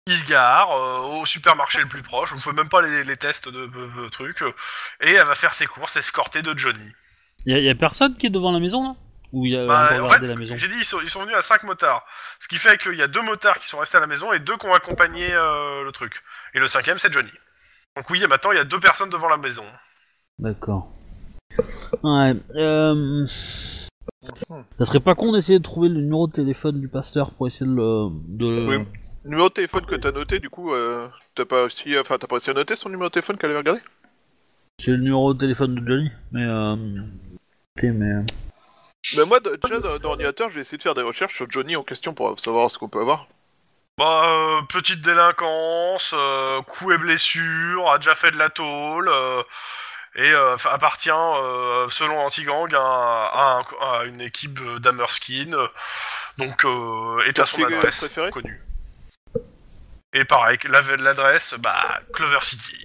Speaker 3: Il se gare euh, au supermarché le plus proche, vous faites même pas les, les tests de, de- de trucs, euh, et elle va faire ses courses escortée de Johnny.
Speaker 2: Y a, y a personne qui est devant la maison là Ou y a
Speaker 3: Bah,
Speaker 2: Euh, on peut
Speaker 3: en
Speaker 2: regarder
Speaker 3: fait,
Speaker 2: la maison
Speaker 3: J'ai dit, ils sont, ils sont venus à 5 motards. Ce qui fait qu'il y a deux motards qui sont restés à la maison et deux qui ont accompagné euh, le truc. Et le cinquième, c'est Johnny. Donc oui, et maintenant, il y a deux personnes devant la maison.
Speaker 2: D'accord. Ouais. Euh...
Speaker 4: Hmm.
Speaker 2: Ça serait pas con d'essayer de trouver le numéro de téléphone du pasteur pour essayer de le. De... le-
Speaker 4: Oui. Numéro de téléphone que t'as noté, du coup, euh, t'as pas aussi, enfin t'as pas réussi à noter son numéro de téléphone qu'elle avait regardé
Speaker 2: C'est le numéro de téléphone de Johnny, mais. Euh... ok, mais... euh,
Speaker 4: Mais Bah, moi, de- déjà dans, dans l'ordinateur, j'ai essayé de faire des recherches sur Johnny en question pour savoir ce qu'on peut avoir.
Speaker 3: Bah, euh, petite délinquance, euh, coups et blessures, a déjà fait de la tôle, euh, et euh, enfin, appartient, euh, selon Anti-Gang, à, un- à un- à une équipe euh, d'Hammerskin, euh, donc, euh, et t'as son
Speaker 4: Quartier
Speaker 3: adresse
Speaker 4: préféré
Speaker 3: connue. Et pareil, la- l'adresse, bah, Clover City.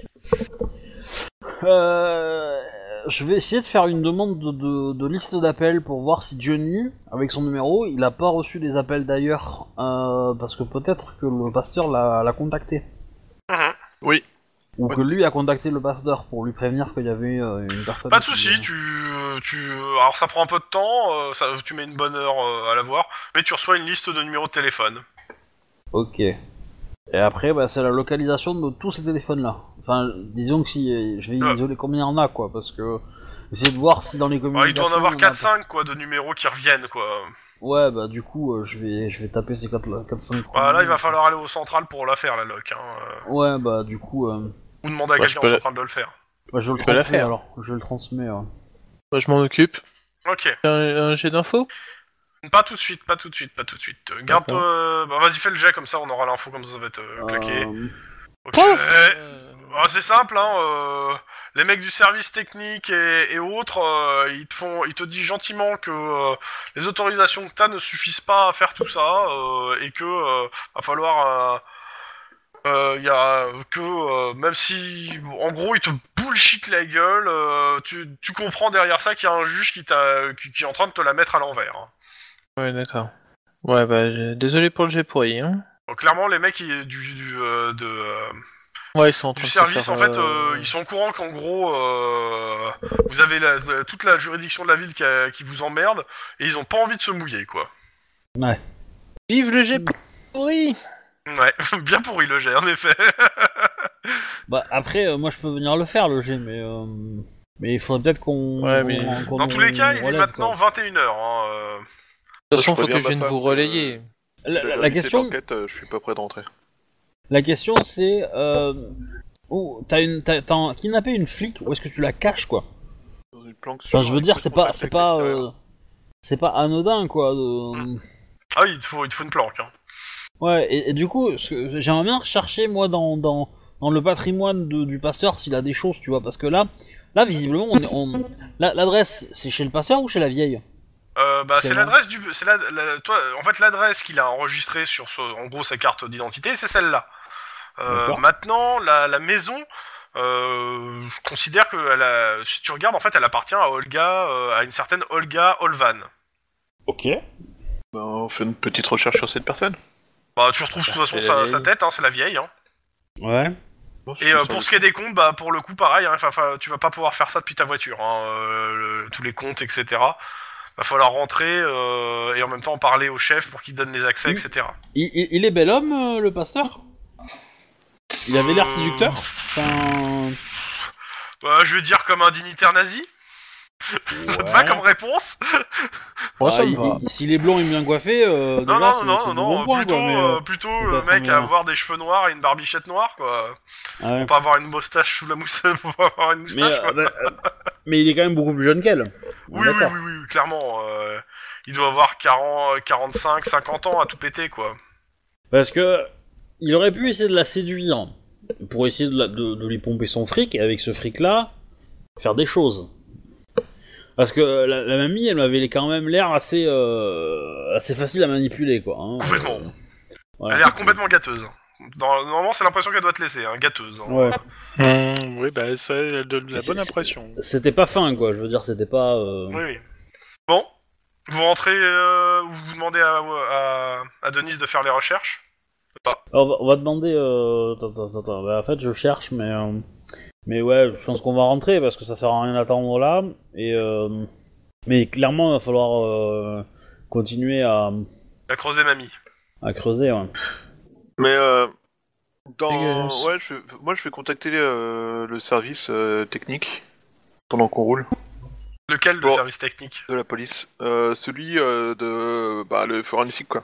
Speaker 2: Euh, Je vais essayer de faire une demande de, de- de liste d'appels pour voir si Johnny, avec son numéro, il a pas reçu des appels d'ailleurs. euh, parce que peut-être que le pasteur l'a l'a contacté.
Speaker 4: Oui.
Speaker 2: Ou que lui a contacté le pasteur pour lui prévenir qu'il y avait euh, une personne.
Speaker 3: Pas de
Speaker 2: qui-
Speaker 3: soucis, tu, tu, alors ça prend un peu de temps, euh, ça, tu mets une bonne heure euh, à la voir, mais tu reçois une liste de numéros de téléphone.
Speaker 2: Ok. Et après, bah, c'est la localisation de tous ces téléphones-là. Enfin, disons que si euh, je vais
Speaker 3: Ouais.
Speaker 2: isoler combien il y en a, quoi, parce que essayer de voir si dans les
Speaker 3: Alors,
Speaker 2: communications.
Speaker 3: Bah, Ah, il doit en avoir
Speaker 2: on a-
Speaker 3: 4-5, quoi, de numéros qui reviennent, quoi.
Speaker 2: Ouais, bah du coup, euh, je vais, je vais taper ces 4-5.
Speaker 3: Bah, là, il
Speaker 1: Euh,
Speaker 3: va falloir aller au central pour la faire, la loc. Hein. euh,
Speaker 2: Ouais, bah du coup, euh,
Speaker 3: Ou demander à
Speaker 1: Ouais, je
Speaker 3: quelqu'un
Speaker 1: peux
Speaker 3: au
Speaker 1: la-
Speaker 3: central de le faire.
Speaker 2: bah, je le
Speaker 1: Tu peux la
Speaker 2: transmets
Speaker 1: faire.
Speaker 2: alors. Je le transmets. ouais.
Speaker 1: Moi, je m'en occupe.
Speaker 3: Ok.
Speaker 1: Un, un jet d'infos
Speaker 3: Pas tout de suite, pas tout de suite, pas tout de suite. Euh, Garde. euh, Bah, vas-y, fais le jet, comme ça, on aura l'info, comme ça, ça va être euh, claqué.
Speaker 2: Euh,
Speaker 3: Ok.
Speaker 1: Pouf
Speaker 3: Euh,
Speaker 1: Euh,
Speaker 3: bah, c'est simple, hein. euh, Les mecs du service technique et, et autres, euh, ils te font, ils te disent gentiment que euh, les autorisations que t'as ne suffisent pas à faire tout ça euh, et que euh, va falloir. euh, euh, y a que euh, même si en gros il te bullshit la gueule, euh, tu, tu comprends derrière ça qu'il y a un juge qui, t'a, qui, qui est en train de te la mettre à l'envers. hein.
Speaker 1: Ouais, d'accord. Ouais, bah, j'ai- désolé pour le jet pourri. Hein.
Speaker 3: Donc, clairement les mecs ils- du, du, euh, de, euh,
Speaker 1: Ouais, ils sont en train
Speaker 3: du
Speaker 1: de se
Speaker 3: service
Speaker 1: faire,
Speaker 3: en fait
Speaker 1: euh,
Speaker 3: euh, ils sont au courant qu'en gros euh, vous avez la- la- toute la juridiction de la ville qui, a- qui vous emmerde et ils ont pas envie de se mouiller quoi.
Speaker 2: Ouais.
Speaker 1: Vive le jet pourri
Speaker 3: Ouais, bien pourri le jet en effet.
Speaker 2: Bah après, euh, moi je peux venir le faire le G, mais euh, mais il faudrait peut-être qu'on.
Speaker 1: Ouais, mais-
Speaker 2: qu'on-
Speaker 3: Dans tous les cas,
Speaker 2: qu'on
Speaker 3: il est
Speaker 2: relève,
Speaker 3: maintenant
Speaker 2: quoi.
Speaker 3: 21h. Hein, euh.
Speaker 1: De toute façon, faut
Speaker 4: Je
Speaker 1: que
Speaker 4: préviens
Speaker 1: je
Speaker 4: ma
Speaker 1: vienne
Speaker 4: femme
Speaker 1: vous
Speaker 4: que-
Speaker 1: relayer.
Speaker 2: La-
Speaker 4: J'ai
Speaker 2: la- la
Speaker 4: noté
Speaker 2: question,
Speaker 4: l'enquête, euh, je suis pas prêt de rentrer.
Speaker 2: La question c'est. Euh... Oh, t'as une, t'as, t'as un- kidnappé une flic ou est-ce que tu la caches quoi
Speaker 4: Dans une planque
Speaker 2: Enfin,
Speaker 4: sûre,
Speaker 2: je veux
Speaker 4: avec
Speaker 2: dire,
Speaker 4: le
Speaker 2: c'est pas,
Speaker 4: contact
Speaker 2: c'est
Speaker 4: avec
Speaker 2: pas,
Speaker 4: l'extérieur.
Speaker 2: euh, c'est pas anodin quoi. de-
Speaker 3: Ah oui, il te faut, il te faut une planque. Hein.
Speaker 2: Ouais, et, et du coup, ce que- j'aimerais bien rechercher moi dans, dans, dans le patrimoine de- du pasteur s'il a des choses, tu vois, parce que là, là visiblement, on, est- on- la- l'adresse, c'est chez le pasteur ou chez la vieille
Speaker 3: Euh, bah,
Speaker 2: C'est
Speaker 3: c'est
Speaker 2: bon.
Speaker 3: l'adresse du, c'est la, la- toi, en fait l'adresse qu'il a enregistrée sur ce, en gros sa carte d'identité, c'est celle-là. Euh,
Speaker 2: D'accord.
Speaker 3: maintenant, la, la maison, euh, je considère que elle a- si tu regardes, en fait, elle appartient à Olga, euh, à une certaine Olga Olvan.
Speaker 2: Ok.
Speaker 4: Bah, on fait une petite recherche sur cette personne.
Speaker 3: Bah, tu retrouves de toute façon
Speaker 1: c'est la
Speaker 3: sa,
Speaker 1: vieille.
Speaker 3: sa tête, hein, c'est la vieille. Hein.
Speaker 2: Ouais.
Speaker 4: Non, je
Speaker 3: Et
Speaker 4: suis
Speaker 3: euh,
Speaker 4: sur
Speaker 3: pour
Speaker 4: le-
Speaker 3: ce qui est des comptes, bah pour le coup, pareil, hein, fa- fa- tu vas pas pouvoir faire ça depuis ta voiture. Hein, euh, le- tous les comptes, etc. Va falloir rentrer euh, et en même temps parler au chef pour qu'il donne les accès,
Speaker 2: Oui.
Speaker 3: etc.
Speaker 2: Il, il- il est bel homme, euh, le pasteur Il avait l'air
Speaker 3: Euh,
Speaker 2: séducteur Enfin.
Speaker 3: Bah, je vais dire comme un dignitaire nazi. Ça te va
Speaker 2: ouais.
Speaker 3: comme réponse
Speaker 1: Moi,
Speaker 2: Ah,
Speaker 1: ça me
Speaker 2: il-
Speaker 1: va.
Speaker 2: il- S'il est blond et bien coiffé, euh,
Speaker 3: Non,
Speaker 2: déjà,
Speaker 3: non,
Speaker 2: c'est- c'est
Speaker 3: non, non,
Speaker 2: du
Speaker 3: non,
Speaker 2: bon point,
Speaker 3: plutôt,
Speaker 2: quoi, mais,
Speaker 3: euh,
Speaker 2: euh,
Speaker 3: plutôt
Speaker 2: c'est
Speaker 3: le
Speaker 2: pas
Speaker 3: mec
Speaker 2: son-
Speaker 3: à avoir des cheveux noirs et une barbichette noire, quoi.
Speaker 2: euh, ouais.
Speaker 3: Faut pas avoir une moustache sous la moustache, faut pas avoir une
Speaker 2: mais,
Speaker 3: euh, moustache, quoi.
Speaker 2: euh, bah, euh, mais il est quand même beaucoup plus jeune qu'elle. On est
Speaker 3: Oui, oui,
Speaker 2: euh, d'accord.
Speaker 3: oui, oui, oui, clairement. euh, il doit avoir 40, 45, 50 ans à tout péter, quoi.
Speaker 2: Parce que il aurait pu essayer de la séduire pour essayer de, la- de- de lui pomper son fric et avec ce fric-là, faire des choses. Parce que la, la mamie, elle m'avait quand même l'air assez, euh, assez facile à manipuler, quoi. hein.
Speaker 3: Complètement.
Speaker 2: Voilà.
Speaker 3: Elle a l'air complètement gâteuse. Dans- normalement, c'est l'impression qu'elle doit te laisser, hein, gâteuse. hein.
Speaker 2: Ouais.
Speaker 5: Hum, oui, bah, ça elle donne la
Speaker 2: C'est-
Speaker 5: bonne
Speaker 2: c'est-
Speaker 5: impression.
Speaker 2: C'était pas fin, quoi. Je veux dire, c'était pas. euh,
Speaker 3: Oui, oui. Bon, vous rentrez, euh, vous vous demandez à, à, à Denise de faire les recherches.
Speaker 2: Alors, on, va, on va demander. euh, Attends, attends, attends. Bah, en fait, je cherche, mais. euh, Mais ouais, je pense qu'on va rentrer parce que ça sert à rien d'attendre là. Et. euh, Mais clairement, il va falloir euh, continuer à,
Speaker 3: La creuse des mamies.
Speaker 2: à creuser. Ouais.
Speaker 4: Mais euh,
Speaker 1: Dégueulasse.
Speaker 4: dans... ouais, je... moi je vais contacter euh, le service euh, technique pendant qu'on roule
Speaker 3: Lequel, le
Speaker 4: Bon.
Speaker 3: service technique
Speaker 4: de la police, Euh, celui euh, de bah, le forensique quoi.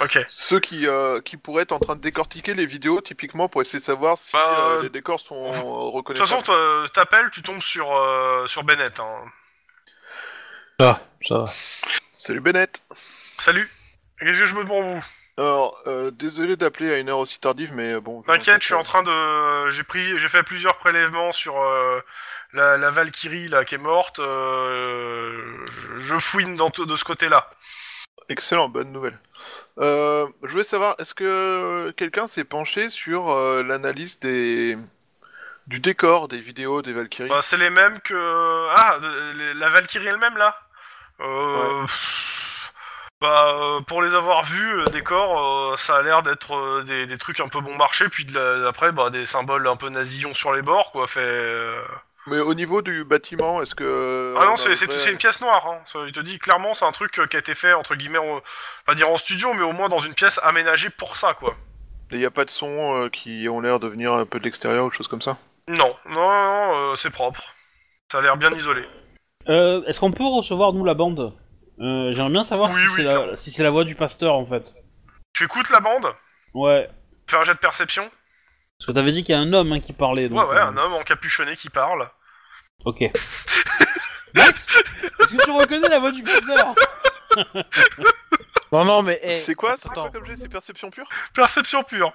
Speaker 3: Ok.
Speaker 4: Ceux qui euh, qui pourraient être en train de décortiquer les vidéos typiquement pour essayer de savoir si
Speaker 3: Bah,
Speaker 4: euh,
Speaker 3: euh,
Speaker 4: les décors sont
Speaker 3: de De
Speaker 4: euh,
Speaker 3: toute façon,
Speaker 4: reconnaissables.
Speaker 3: toi, t'appelles, tu tombes sur, euh, sur Bennett. hein.
Speaker 1: Ah, ça va.
Speaker 4: Salut Bennett.
Speaker 3: Salut Qu'est-ce que je peux pour vous
Speaker 4: Alors euh, désolé d'appeler à une heure aussi tardive mais euh, bon.
Speaker 3: T'inquiète, je suis en train de, j'ai pris, j'ai fait plusieurs prélèvements sur euh, la, la Valkyrie là qui est morte. euh, je- je fouine dans t- de ce côté-là.
Speaker 4: Excellent, bonne nouvelle. Euh, je voulais savoir, est-ce que quelqu'un s'est penché sur euh, l'analyse des du décor des vidéos des Valkyries
Speaker 3: Bah, c'est les mêmes que ah de- les- la Valkyrie elle-même là. Euh, pff, Bah euh, pour les avoir vus, le décor, euh, ça a l'air d'être euh, des, des trucs un peu bon marché, puis de la- après bah des symboles un peu nazillons sur les bords quoi. Fait. euh,
Speaker 4: Mais au niveau du bâtiment, est-ce que
Speaker 3: Ah
Speaker 4: on
Speaker 3: non,
Speaker 4: a
Speaker 3: c'est
Speaker 4: vrai-
Speaker 3: c'est- c'est une pièce noire. Hein. Ça, Il te dit clairement, c'est un truc euh, qui a été fait entre guillemets, en- pas dire en studio, mais au moins dans une pièce aménagée pour ça, quoi.
Speaker 4: Il n'y a pas de sons euh, qui ont l'air de venir un peu de l'extérieur ou de choses comme ça
Speaker 3: Non, non, non, euh, c'est propre. Ça a l'air bien isolé.
Speaker 2: Euh, Est-ce qu'on peut recevoir nous la bande Euh, J'aimerais bien savoir
Speaker 3: Oui,
Speaker 2: si
Speaker 3: oui,
Speaker 2: c'est la,
Speaker 3: clairement.
Speaker 2: si c'est la voix du pasteur en fait.
Speaker 3: Tu écoutes la bande
Speaker 2: Ouais.
Speaker 3: Fais un jet de perception.
Speaker 2: Parce que t'avais dit qu'il y a un homme hein, qui parlait. Donc,
Speaker 3: ouais, ouais,
Speaker 2: euh,
Speaker 3: un homme encapuchonné qui parle.
Speaker 2: Ok. Max, est-ce que tu reconnais la voix du pasteur
Speaker 1: Non, non, mais. eh,
Speaker 4: C'est quoi C'est
Speaker 1: attends.
Speaker 4: quoi comme jet C'est perception pure
Speaker 3: Perception pure.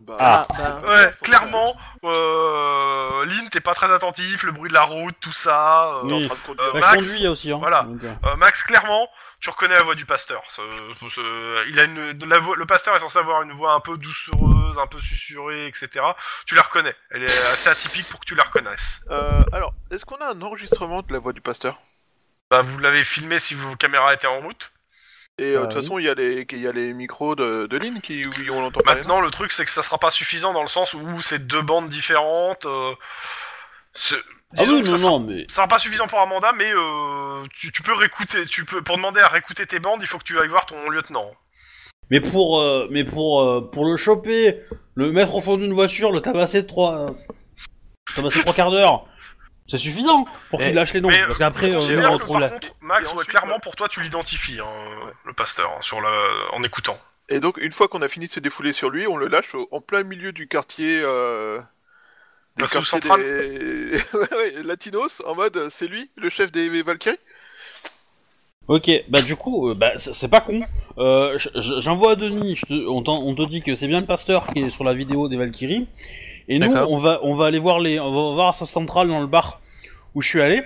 Speaker 4: bah,
Speaker 2: Ah.
Speaker 1: bah,
Speaker 3: Ouais, clairement, euh, Lynn, t'es pas très attentif, le bruit de la route, tout ça. euh,
Speaker 2: Oui.
Speaker 3: euh,
Speaker 2: T'as
Speaker 3: Max,
Speaker 2: conduit aussi. Hein,
Speaker 3: voilà.
Speaker 2: donc, euh.
Speaker 3: Euh, Max, clairement, tu reconnais la voix du pasteur. Ce- ce- il a une, de la voix- le pasteur est censé avoir une voix un peu doucereuse, un peu susurrée, etc. Tu la reconnais. Elle est assez atypique pour que tu la reconnaisses.
Speaker 4: Euh, alors, est-ce qu'on a un enregistrement de la voix du pasteur
Speaker 3: Bah, vous l'avez filmé si vos caméras étaient en route.
Speaker 4: Et
Speaker 2: Ah
Speaker 4: euh, de toute
Speaker 2: oui.
Speaker 4: façon, il y a les il y a les micros de, de ligne qui où on l'entend parler.
Speaker 3: Maintenant, le truc, c'est que ça sera pas suffisant dans le sens où c'est deux bandes différentes. euh, c'est-
Speaker 2: Ah
Speaker 3: disons
Speaker 2: oui,
Speaker 3: que
Speaker 2: non,
Speaker 3: ça sera-
Speaker 2: non, mais.
Speaker 3: Ça sera pas suffisant pour un mandat, mais euh, tu, tu peux réécouter. Tu peux, pour demander à réécouter tes bandes, il faut que tu ailles voir ton lieutenant.
Speaker 2: Mais pour, euh, mais pour, euh, pour le choper, le mettre au fond d'une voiture, le tabasser trois, euh, tabasser trois quarts d'heure, c'est suffisant pour
Speaker 1: Eh,
Speaker 2: qu'il lâche les noms.
Speaker 3: mais, euh,
Speaker 2: parce qu'après, euh,
Speaker 3: Considère
Speaker 2: nous, on
Speaker 3: que,
Speaker 2: retrouve
Speaker 3: par
Speaker 2: la.
Speaker 3: contre, Max,
Speaker 4: Et
Speaker 3: ouais,
Speaker 4: ensuite,
Speaker 3: clairement
Speaker 4: ouais.
Speaker 3: pour toi, tu l'identifies, hein, le pasteur, hein, sur le... en écoutant.
Speaker 4: Et donc, une fois qu'on a fini de se défouler sur lui, on le lâche au- en plein milieu du quartier. Euh...
Speaker 3: La
Speaker 4: Des
Speaker 3: sous
Speaker 4: quartiers
Speaker 3: centrale.
Speaker 4: des... ouais, ouais, Latinos, en mode euh, c'est lui, le chef des Valkyries
Speaker 2: Ok, bah du coup, euh, bah, c'est c'est pas con. Euh, je- je- J'envoie à Denis, je te- on, t'en- on te dit que c'est bien le pasteur qui est sur la vidéo des Valkyries. Et nous,
Speaker 1: D'accord.
Speaker 2: on va, on va aller voir les, on va voir sa centrale dans le bar où je suis allé.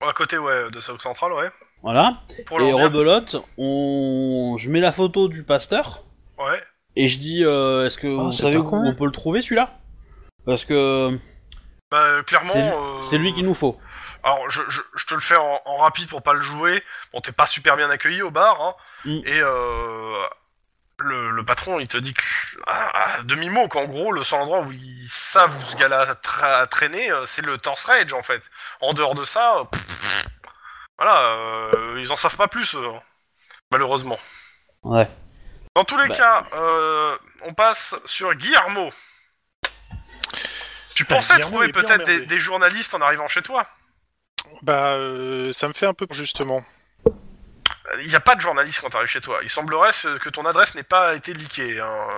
Speaker 3: À côté, ouais, de South Central, ouais.
Speaker 2: Voilà.
Speaker 3: Pour
Speaker 2: et
Speaker 3: leur dire-
Speaker 2: rebelote, on, je mets la photo du pasteur.
Speaker 3: Ouais.
Speaker 2: Et je dis, euh, est-ce que vous
Speaker 1: c'est
Speaker 2: savez
Speaker 1: pas
Speaker 2: où
Speaker 1: con.
Speaker 2: on peut le trouver celui-là Parce que
Speaker 3: Bah, euh,
Speaker 5: Ah
Speaker 3: clairement.
Speaker 2: c'est lui,
Speaker 3: euh,
Speaker 2: c'est lui qu'il nous faut.
Speaker 3: Alors, je, je, je te le fais en, en rapide pour pas le jouer. Bon, t'es pas super bien accueilli au bar, hein.
Speaker 2: Mm.
Speaker 3: Et euh, le, le patron, il te dit que, à, à demi-mot qu'en gros, le seul endroit où ils savent où ce gars-là a tra- a traîné, euh, c'est le Torse Rage, en fait. En dehors de ça, euh, pff, voilà, euh, ils en savent pas plus, euh, malheureusement.
Speaker 2: Ouais.
Speaker 3: Dans tous les
Speaker 2: Bah.
Speaker 3: cas, euh, on passe sur Guillermo. Tu
Speaker 5: Bah,
Speaker 3: pensais
Speaker 5: Guillermo,
Speaker 3: trouver
Speaker 5: il est bien
Speaker 3: peut-être des,
Speaker 5: emmerdé.
Speaker 3: des journalistes en arrivant chez toi.
Speaker 5: Bah, euh, ça me fait un peu peur, justement.
Speaker 3: Il n'y a pas de journaliste quand t'arrives chez toi. Il semblerait ce- que ton adresse n'ait pas été leakée. hein.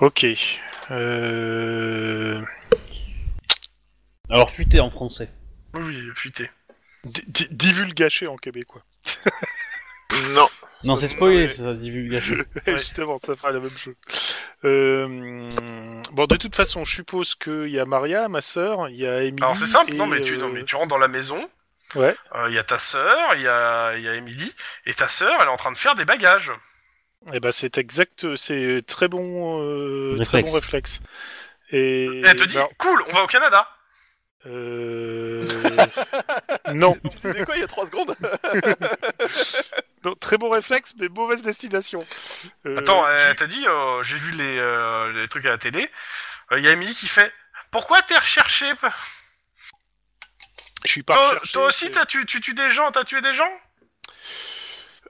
Speaker 5: Ok. Euh...
Speaker 2: Alors fuité en français.
Speaker 3: Oui, oui, fuité.
Speaker 5: di- di- Divulgaché en québécois.
Speaker 4: Non.
Speaker 2: Non, c'est spoilé, ça divulgation.
Speaker 5: Justement, ça fera la même chose. Euh, bon, de toute façon, je suppose qu'il y a Maria, ma sœur, il y a Émilie.
Speaker 3: Alors c'est simple,
Speaker 5: et,
Speaker 3: non mais, tu, non
Speaker 5: euh,
Speaker 3: mais tu rentres dans la maison, Euh,
Speaker 5: Ouais.
Speaker 3: il y a ta sœur, il y a, y a Emily, et ta sœur elle est en train de faire des bagages.
Speaker 5: Eh ben, c'est exact, c'est très bon, euh, très
Speaker 2: Réflexe.
Speaker 5: bon réflexe. Et,
Speaker 3: Et elle Eh, te dit,
Speaker 5: ben,
Speaker 3: cool, on va au Canada
Speaker 5: euh, non.
Speaker 4: Tu disais quoi il y a 3 secondes
Speaker 5: Non, très bon réflexe, mais mauvaise destination. Euh,
Speaker 3: Attends, elle t'a dit, euh, j'ai vu les, euh, les trucs à la télé, Euh, il y a Emily qui fait... Pourquoi t'es recherché
Speaker 5: je suis pas.
Speaker 3: toi,
Speaker 5: recherché,
Speaker 3: toi aussi,
Speaker 5: c'est-
Speaker 3: t'as tu, tu tues des gens, t'as tué des gens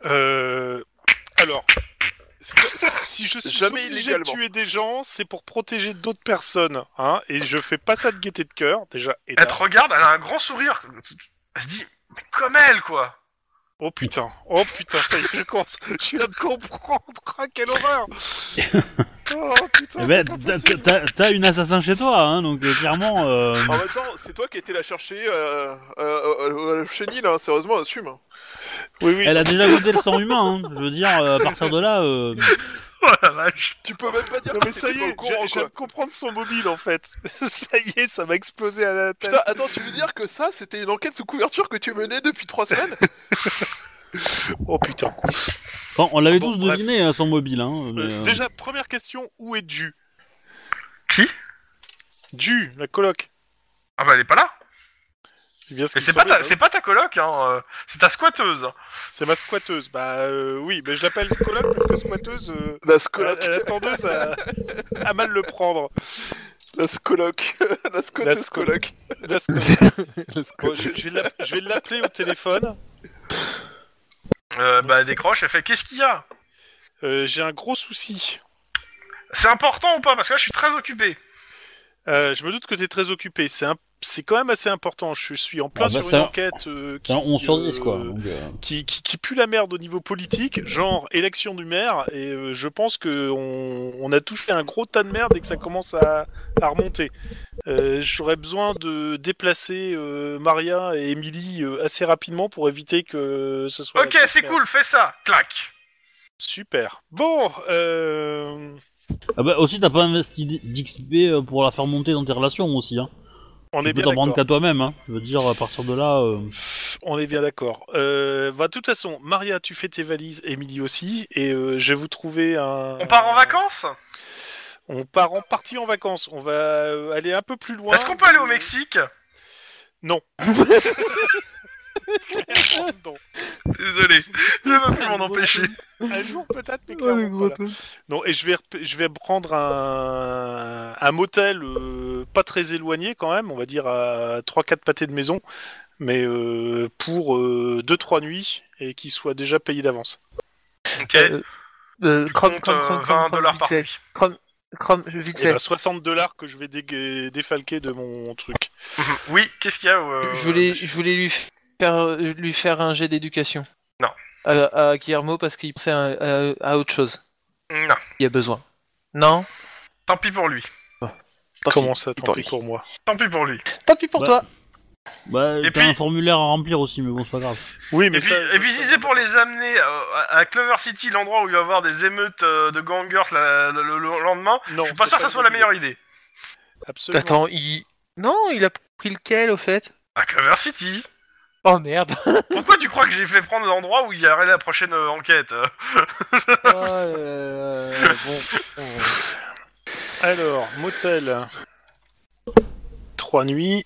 Speaker 5: Euh, alors, si je suis
Speaker 4: Jamais
Speaker 5: obligé de
Speaker 4: illégalement.
Speaker 5: tuer des gens, c'est pour protéger d'autres personnes, hein. Et je fais pas ça de gaieté de cœur, déjà. Et
Speaker 3: Elle te regarde, elle a un grand sourire. Elle se dit, mais comme elle, quoi.
Speaker 5: Oh putain, oh putain, ça y est, je commence. Je viens de comprendre, Ah, quelle horreur. Oh putain.
Speaker 2: Eh ben,
Speaker 5: c'est pas
Speaker 2: t'as-
Speaker 5: possible.
Speaker 2: t'as- t'as une assassin chez toi, hein, donc euh, clairement. euh,
Speaker 5: Ah
Speaker 4: En même temps, c'est toi qui étais la chercher euh, euh, euh, euh, chenille, là, sérieusement, assume. hein.
Speaker 5: Oui, oui.
Speaker 2: Elle a déjà goûté le sang humain, hein. je veux dire, euh, à partir de là. euh,
Speaker 3: Oh la vache
Speaker 4: Tu peux même pas dire
Speaker 5: Non
Speaker 4: que
Speaker 5: mais ça
Speaker 4: t'étais
Speaker 5: y
Speaker 4: pas au
Speaker 5: est,
Speaker 4: courant,
Speaker 5: j'ai- je viens de
Speaker 4: quoi.
Speaker 5: comprendre son mobile en fait. ça y est, ça m'a explosé à la tête.
Speaker 4: Putain, attends, tu veux dire que ça, c'était une enquête sous couverture que tu menais depuis 3 semaines
Speaker 5: Oh putain.
Speaker 2: bon, on l'avait
Speaker 5: Ah Bon,
Speaker 2: tous
Speaker 5: bref.
Speaker 2: deviné, hein, son mobile. Hein, mais,
Speaker 5: Euh,
Speaker 2: euh,
Speaker 5: Déjà, première question, où est Ju
Speaker 3: Qui
Speaker 5: Ju, la coloc.
Speaker 3: Ah bah elle est pas là
Speaker 5: C'est bien ce
Speaker 3: Et
Speaker 5: qui
Speaker 3: c'est
Speaker 5: me
Speaker 3: pas, ta-
Speaker 5: semblait, bah
Speaker 3: c'est pas ta coloc, hein euh, C'est ta squatteuse
Speaker 5: hein. C'est ma squatteuse. Bah euh, oui, mais je l'appelle coloc parce que squatteuse, euh,
Speaker 4: La
Speaker 5: elle,
Speaker 4: scoloc,
Speaker 5: elle a tendance à, à mal le prendre.
Speaker 4: la scoloc, la
Speaker 5: La
Speaker 4: scoloc,
Speaker 5: scoloc.
Speaker 4: scoloc.
Speaker 5: La sco- Bon, je, je vais l'app- je vais l'appeler au téléphone.
Speaker 3: euh, Bah elle décroche, elle fait qu'est-ce qu'il y a
Speaker 5: Euh, J'ai un gros souci.
Speaker 3: C'est important ou pas Parce que là je suis très occupé.
Speaker 5: Euh, je me doute que t'es très occupé. C'est un- c'est quand même assez important. Je suis en plein
Speaker 2: Ah bah
Speaker 5: sur
Speaker 2: ça-
Speaker 5: une enquête euh,
Speaker 2: C'est un 11 sur
Speaker 5: euh,
Speaker 2: 10, quoi. donc, euh,
Speaker 5: qui, qui, qui pue la merde au niveau politique, genre élection du maire, et euh, je pense que on, on a touché un gros tas de merde et que ça commence à, à remonter. Euh, J'aurais besoin de déplacer euh, Maria et Emily euh, assez rapidement pour éviter que ce soit.
Speaker 3: ok, c'est cool, fais ça Clac
Speaker 5: Super. Bon, euh,
Speaker 2: Ah bah, aussi, t'as pas investi d- d'XP pour la faire monter dans tes relations aussi. Hein.
Speaker 5: on
Speaker 2: Tu
Speaker 5: est
Speaker 2: peux
Speaker 5: bien
Speaker 2: t'en prendre
Speaker 5: d'accord.
Speaker 2: qu'à toi-même. Hein. Je veux dire, à partir de là. euh,
Speaker 5: On est bien d'accord. Euh, bah, de toute façon, Maria, tu fais tes valises, Emily aussi, et euh, je vais vous trouver un.
Speaker 3: On part en vacances
Speaker 5: On part en partie en vacances. On va euh, aller un peu plus loin.
Speaker 3: Est-ce qu'on peut aller au Mexique
Speaker 5: Non.
Speaker 3: Désolé, je veux plus m'en empêcher.
Speaker 5: Un jour peut-être, mais clairement pas là. Non, et je vais, rep- je vais prendre un, un motel euh, pas très éloigné quand même, on va dire à 3-4 pâtés de maison, mais euh, pour 2-3 nuits et qui soit déjà payé d'avance.
Speaker 3: Ok,
Speaker 1: Euh, Euh,
Speaker 3: tu
Speaker 1: Chrome,
Speaker 3: comptes, euh,
Speaker 1: Chrome, Chrome,
Speaker 3: 20
Speaker 1: Chrome,
Speaker 3: dollars
Speaker 1: Chrome, vite
Speaker 3: par
Speaker 1: fait.
Speaker 3: nuit.
Speaker 1: Chrome, Chrome, vite
Speaker 5: Et
Speaker 1: fait.
Speaker 5: ben, 60 dollars que je vais dé- défalquer de mon truc.
Speaker 3: oui, qu'est-ce qu'il y a euh,
Speaker 1: Je voulais, je voulais lui faire, euh, lui faire un jet d'éducation.
Speaker 3: Non.
Speaker 1: À, à Guillermo parce qu'il pensait à, à- à autre chose.
Speaker 3: Non,
Speaker 1: Il y a besoin. Non.
Speaker 3: tant pis pour lui.
Speaker 1: Tant
Speaker 5: Comment
Speaker 1: pis.
Speaker 5: ça, tant
Speaker 1: pour
Speaker 5: pis
Speaker 1: lui.
Speaker 5: pour moi
Speaker 3: Tant pis pour lui.
Speaker 1: Tant pis pour
Speaker 2: Bah,
Speaker 1: toi.
Speaker 2: Bah,
Speaker 3: Et
Speaker 2: t'as
Speaker 3: puis-
Speaker 2: un formulaire à remplir aussi, mais bon, c'est pas grave.
Speaker 5: Oui, mais
Speaker 3: Et puis,
Speaker 5: ça-
Speaker 3: et puis si c'est pour les amener euh, à- à Clover City, l'endroit où il va y avoir des émeutes euh, de gangers la- le, le- le lendemain,
Speaker 5: Non,
Speaker 3: je suis pas sûr que ça soit la meilleure idée.
Speaker 5: Absolument.
Speaker 1: Attends, il. Non, il a pris lequel au fait
Speaker 3: À Clover City
Speaker 1: Oh merde.
Speaker 3: Pourquoi tu crois que j'ai fait prendre l'endroit où il y aurait la prochaine euh, enquête euh
Speaker 1: Oh là là là. Bon. euh, bon. euh,
Speaker 5: Alors, motel. 3 nuits.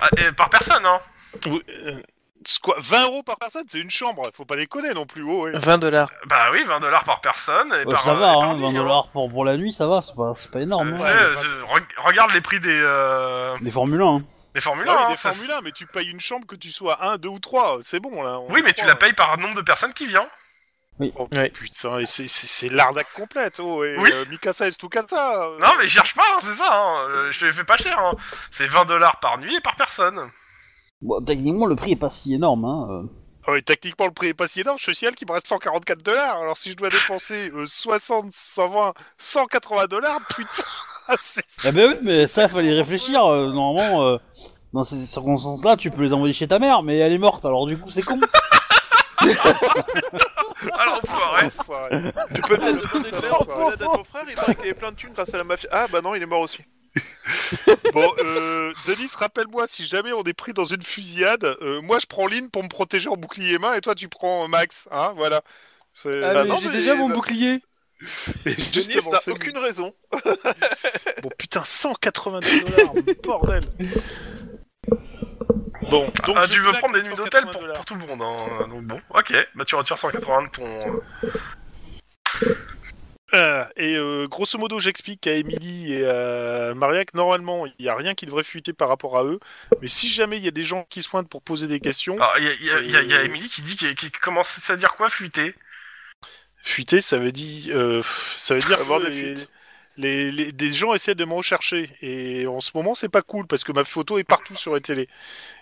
Speaker 3: Ah, et Par personne, hein
Speaker 5: Oui, euh, c'est quoi, 20 euros par personne, c'est une chambre, faut pas déconner non plus. oh, ouais.
Speaker 1: 20 dollars.
Speaker 3: Bah oui, 20 dollars par personne. Et
Speaker 2: Ouais,
Speaker 3: par,
Speaker 2: ça
Speaker 3: euh,
Speaker 2: va,
Speaker 3: et par
Speaker 2: hein,
Speaker 3: nuit,
Speaker 2: 20 dollars pour, pour la nuit, ça va, c'est pas, c'est pas énorme.
Speaker 3: Euh,
Speaker 2: hein.
Speaker 3: c'est-
Speaker 5: ouais,
Speaker 3: c'est- re- regarde les prix des, euh,
Speaker 2: Les Formule 1. hein.
Speaker 3: des Formule 1.
Speaker 5: Ah oui,
Speaker 3: hein,
Speaker 5: des
Speaker 3: ça-
Speaker 5: Formule 1, mais tu payes une chambre que tu sois 1, 2 ou 3, c'est bon là. on
Speaker 3: Oui,
Speaker 5: est
Speaker 3: mais tu
Speaker 5: trois,
Speaker 3: la
Speaker 5: hein.
Speaker 3: payes par nombre de personnes qui vient.
Speaker 5: Oh,
Speaker 1: Ouais.
Speaker 5: Putain, et c'est- c'est c'est l'arnaque complète. Oh, et
Speaker 3: Oui.
Speaker 5: euh, Mikasa et Tsukasa. euh,
Speaker 3: Non, mais cherche pas, hein, c'est ça. hein, euh, Je te les fais pas cher. hein. C'est 20 dollars par nuit et par personne.
Speaker 2: Bon, techniquement, le prix est pas si énorme. Hein. euh.
Speaker 5: ah ouais, techniquement, le prix est pas si énorme. Je suis ciel qui me reste 144 dollars. Alors si je dois dépenser euh, 60, 120, 180 dollars, putain, c'est.
Speaker 2: Eh ben oui, mais ça, fallait y réfléchir. euh, normalement, euh, dans ces circonstances-là, tu peux les envoyer chez ta mère, mais elle est morte, alors du coup, c'est con.
Speaker 3: Ah l'enfoiré
Speaker 5: Enfoiré.
Speaker 4: Tu peux peut-être demander
Speaker 5: Ça
Speaker 4: de
Speaker 5: va,
Speaker 4: faire
Speaker 5: quoi.
Speaker 4: à ton frère, il paraît qu'il est plein de thunes grâce à la mafia. Ah bah non, il est mort aussi.
Speaker 5: Bon, euh, Denis, rappelle-moi, si jamais on est pris dans une fusillade, euh, moi je prends Lynn pour me protéger en bouclier main et toi tu prends euh, Max, hein, voilà. C'est-
Speaker 1: Ah,
Speaker 4: bah
Speaker 1: mais
Speaker 4: non,
Speaker 1: j'ai
Speaker 4: mais-
Speaker 1: déjà mon
Speaker 4: bah-
Speaker 1: bouclier.
Speaker 4: Denis
Speaker 5: Justement,
Speaker 4: n'a
Speaker 5: c'est-
Speaker 4: aucune raison.
Speaker 5: Bon, putain, 182 dollars, bordel. Bon, donc.
Speaker 3: Ah,
Speaker 5: je
Speaker 3: tu veux
Speaker 5: claque
Speaker 3: prendre des
Speaker 5: les
Speaker 3: nuits d'hôtel
Speaker 5: 180
Speaker 3: pour,
Speaker 5: dollars.
Speaker 3: pour tout le monde, hein. Donc bon, ok, bah tu retires 180 de ton...
Speaker 5: Euh, et euh, grosso modo, j'explique à Émilie et à Maria que normalement, il n'y a rien qui devrait fuiter par rapport à eux. Mais si jamais il y a des gens qui soignent pour poser des questions,
Speaker 3: Alors, ah, il y a, il y a- il y a- il y a Emily qui dit qu'il qu'il commence à dire quoi, fuiter
Speaker 5: fuiter, ça veut dire, euh, ça veut dire
Speaker 3: Ah
Speaker 4: Avoir
Speaker 5: que
Speaker 4: des
Speaker 5: les-
Speaker 4: fuites.
Speaker 5: les- les- des gens essaient de me rechercher. Et en ce moment, c'est pas cool parce que ma photo est partout sur les télés.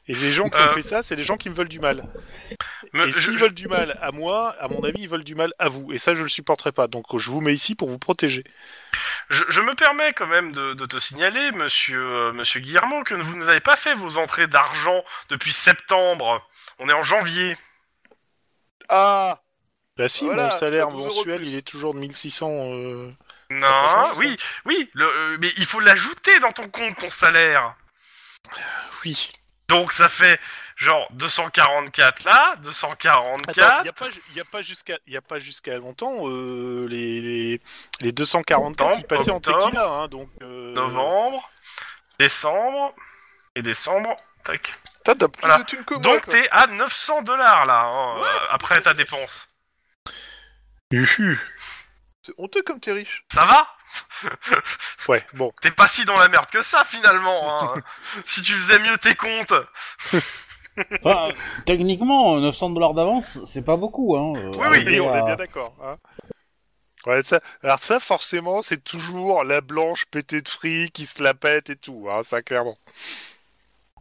Speaker 5: Et les gens qui ont
Speaker 3: Euh.
Speaker 5: fait ça, c'est les gens qui me veulent du mal.
Speaker 3: Mais
Speaker 5: et
Speaker 3: je-
Speaker 5: s'ils
Speaker 3: je-
Speaker 5: veulent du mal à moi, à mon avis, ils veulent du mal à vous. Et ça, je le supporterai pas. Donc, je vous mets ici pour vous protéger.
Speaker 3: Je, je me permets quand même de, de te signaler, monsieur, euh, monsieur Guillermo, que vous n'avez pas fait vos entrées d'argent depuis septembre. On est en janvier.
Speaker 4: Ah
Speaker 5: Bah si,
Speaker 4: Voilà,
Speaker 5: mon salaire
Speaker 4: t'as 12 euros de
Speaker 5: mensuel,
Speaker 4: plus.
Speaker 5: il est toujours de 1600. euh, Ça
Speaker 3: Non,
Speaker 5: change, ça.
Speaker 3: oui, oui, le- euh, mais il faut l'ajouter dans ton compte, ton salaire.
Speaker 5: Oui.
Speaker 3: Donc ça fait genre 244 là,
Speaker 5: Attends, il
Speaker 3: 244.
Speaker 5: n'y a pas, ju- y a pas jusqu'à y a pas jusqu'à longtemps euh, les, les, les 240 ans qui
Speaker 3: Octobre,
Speaker 5: passaient en
Speaker 3: octobre,
Speaker 5: tequila. Hein, donc, euh,
Speaker 3: Novembre, décembre, et décembre, tac.
Speaker 4: Putain, t'as plus
Speaker 3: Voilà.
Speaker 4: de thunes que moi.
Speaker 3: Donc
Speaker 4: quoi.
Speaker 3: t'es à 900 dollars là, hein, euh, après ta dépense.
Speaker 5: Uhu.
Speaker 4: C'est honteux comme t'es riche.
Speaker 3: Ça va
Speaker 5: Ouais, bon.
Speaker 3: T'es pas si dans la merde que ça finalement, hein. si tu faisais mieux tes comptes. Oh
Speaker 2: Enfin, techniquement, 900 dollars d'avance, c'est pas beaucoup. Hein, euh,
Speaker 3: Oui, oui,
Speaker 5: Et on est
Speaker 2: à-
Speaker 5: bien d'accord. hein. Ouais, ça, alors ça, forcément, c'est toujours la blanche pétée de fric qui se la pète et tout. Hein, ça, clairement.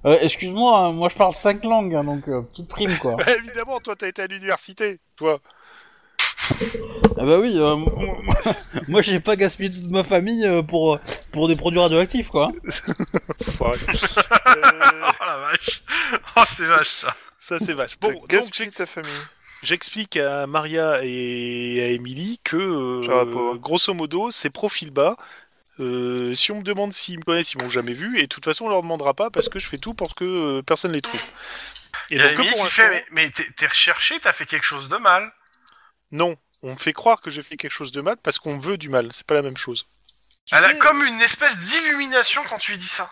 Speaker 2: Euh, Excuse-moi, hein, moi je parle 5 langues, hein, donc euh, petite prime quoi.
Speaker 5: Bah, évidemment, toi, t'as été à l'université, toi.
Speaker 2: ah bah oui, euh, moi- moi- moi j'ai pas gaspillé toute ma famille euh, pour, euh, pour des produits radioactifs quoi. hein.
Speaker 5: Enfin, euh,
Speaker 3: Oh la vache Oh c'est vache ça
Speaker 5: ça, c'est vache.
Speaker 4: Bon,
Speaker 5: Bon,
Speaker 4: donc
Speaker 5: donc,
Speaker 4: gaspille sa famille.
Speaker 5: J'explique à Maria et à Emily que, euh,
Speaker 4: Ça va
Speaker 3: hein.
Speaker 4: pas.
Speaker 5: grosso modo, c'est profil bas. Euh, si on me demande s'ils me connaissent, ils m'ont jamais vu, et de toute façon, on leur demandera pas parce que je fais tout pour que euh, personne les trouve. Et
Speaker 3: Il y a
Speaker 5: donc,
Speaker 3: Émilie
Speaker 5: eux, pour
Speaker 3: qui
Speaker 5: l'instant,
Speaker 3: fait, mais, mais t'es t'es recherché, t'as fait quelque chose de mal.
Speaker 5: non, on me fait croire que j'ai fait quelque chose de mal parce qu'on me veut du mal, c'est pas la même chose. Tu
Speaker 3: Elle a
Speaker 5: sais,
Speaker 3: comme une espèce d'illumination quand tu lui dis ça.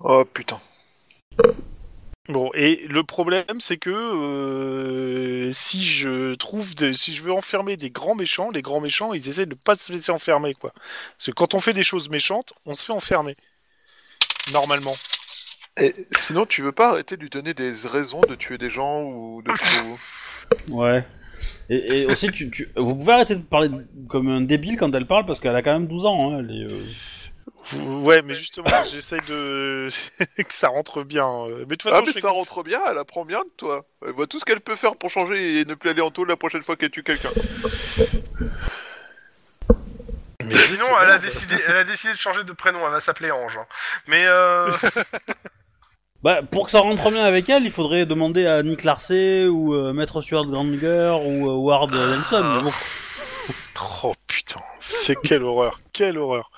Speaker 4: Oh putain.
Speaker 5: Bon, et le problème, c'est que euh, si je trouve, de- si je veux enfermer des grands méchants, les grands méchants, ils essaient de pas se laisser enfermer, quoi. Parce que quand on fait des choses méchantes, on se fait enfermer. Normalement.
Speaker 4: Et sinon, tu veux pas arrêter de lui donner des raisons de tuer des gens ou de.
Speaker 2: Ouais. Et, et aussi, tu, tu- vous pouvez arrêter de parler comme un débile quand elle parle parce qu'elle a quand même 12 ans. Hein, elle est, euh,
Speaker 5: Ouais, mais justement, j'essaie de que ça rentre bien. euh. Mais de toute
Speaker 4: Ah
Speaker 5: façon,
Speaker 4: mais
Speaker 5: je sais
Speaker 4: ça rentre bien, elle apprend bien de toi. Elle voit tout ce qu'elle peut faire pour changer et ne plus aller en taule la prochaine fois qu'elle tue quelqu'un.
Speaker 5: que- mais
Speaker 3: Sinon, elle a
Speaker 5: justement,
Speaker 3: décidé, elle a décidé de changer de prénom, elle va s'appeler Ange. hein. Mais euh,
Speaker 2: Bah, pour que ça rentre bien avec elle, il faudrait demander à Nick Larcey ou euh, Maître Stuart Granger ou euh, Ward
Speaker 3: Ah.
Speaker 2: Nelson. mais bon.
Speaker 5: Oh putain, c'est quelle horreur, quelle horreur.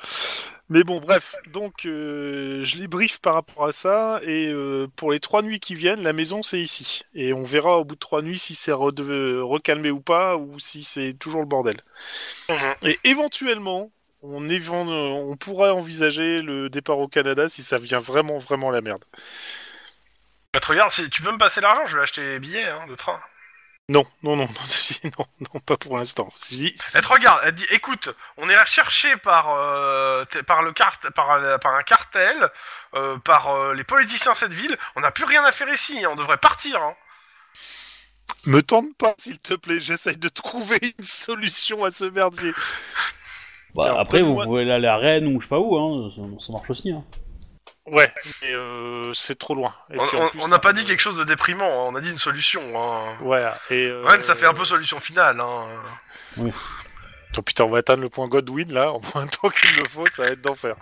Speaker 5: Mais bon, bref, donc euh, je les briefe par rapport à ça, et euh, pour les trois nuits qui viennent, la maison c'est ici. Et on verra au bout de trois nuits si c'est rede- recalmé ou pas, ou si c'est toujours le bordel. Et éventuellement, on, évan- euh, on pourra envisager le départ au Canada si ça vient vraiment, vraiment la merde.
Speaker 3: bah, te regarde, si tu peux me passer l'argent, je vais acheter les billets hein, de train.
Speaker 5: Non, non, non, non, non, non, pas pour l'instant. Je dis-
Speaker 3: Elle Eh, te regarde, elle te dit, écoute, on est recherché par euh, t- par le cart, par, la- par un cartel, euh, par euh, les politiciens de cette ville. On n'a plus rien à faire ici, hein, on devrait partir. Hein.
Speaker 5: Me tente pas, s'il te plaît, j'essaye de trouver une solution à ce merdier.
Speaker 2: Bah,
Speaker 5: Alors,
Speaker 2: après, vous
Speaker 5: prenez-moi-
Speaker 2: pouvez aller à la Rennes ou je sais pas où, hein, ça, ça marche aussi. Hein.
Speaker 5: Ouais, mais euh, c'est trop loin. Et
Speaker 3: On-
Speaker 5: puis, en
Speaker 3: on-
Speaker 5: plus,
Speaker 3: On n'a pas
Speaker 5: euh,
Speaker 3: dit quelque chose de déprimant, hein, on a dit une solution. Hein.
Speaker 5: Ouais, et. euh,
Speaker 3: Rennes, ça fait un peu solution finale. Hein.
Speaker 5: Oh putain, on va atteindre le point Godwin là, en moins de temps qu'il le faut, ça va être d'enfer.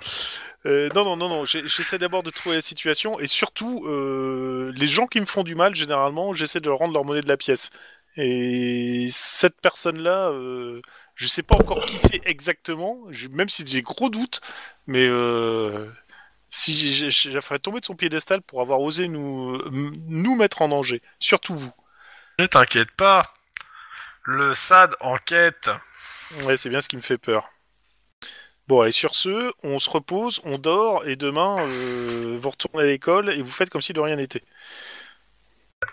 Speaker 5: Euh, non, non, non, non, j'ai- j'essaie d'abord de trouver la situation et surtout, euh, les gens qui me font du mal, généralement, j'essaie de leur rendre leur monnaie de la pièce. Et cette personne-là, euh, je sais pas encore qui c'est exactement, j'ai- même si j'ai gros doutes, mais euh, si j'ai- j'ai j'ai failli tomber de son piédestal pour avoir osé nous, m- nous mettre en danger, surtout vous.
Speaker 3: Ne t'inquiète pas. Le SAD enquête.
Speaker 5: Ouais, c'est bien ce qui me fait peur. Bon, allez, sur ce, on se repose, on dort, et demain, euh, vous retournez à l'école et vous faites comme si de rien n'était.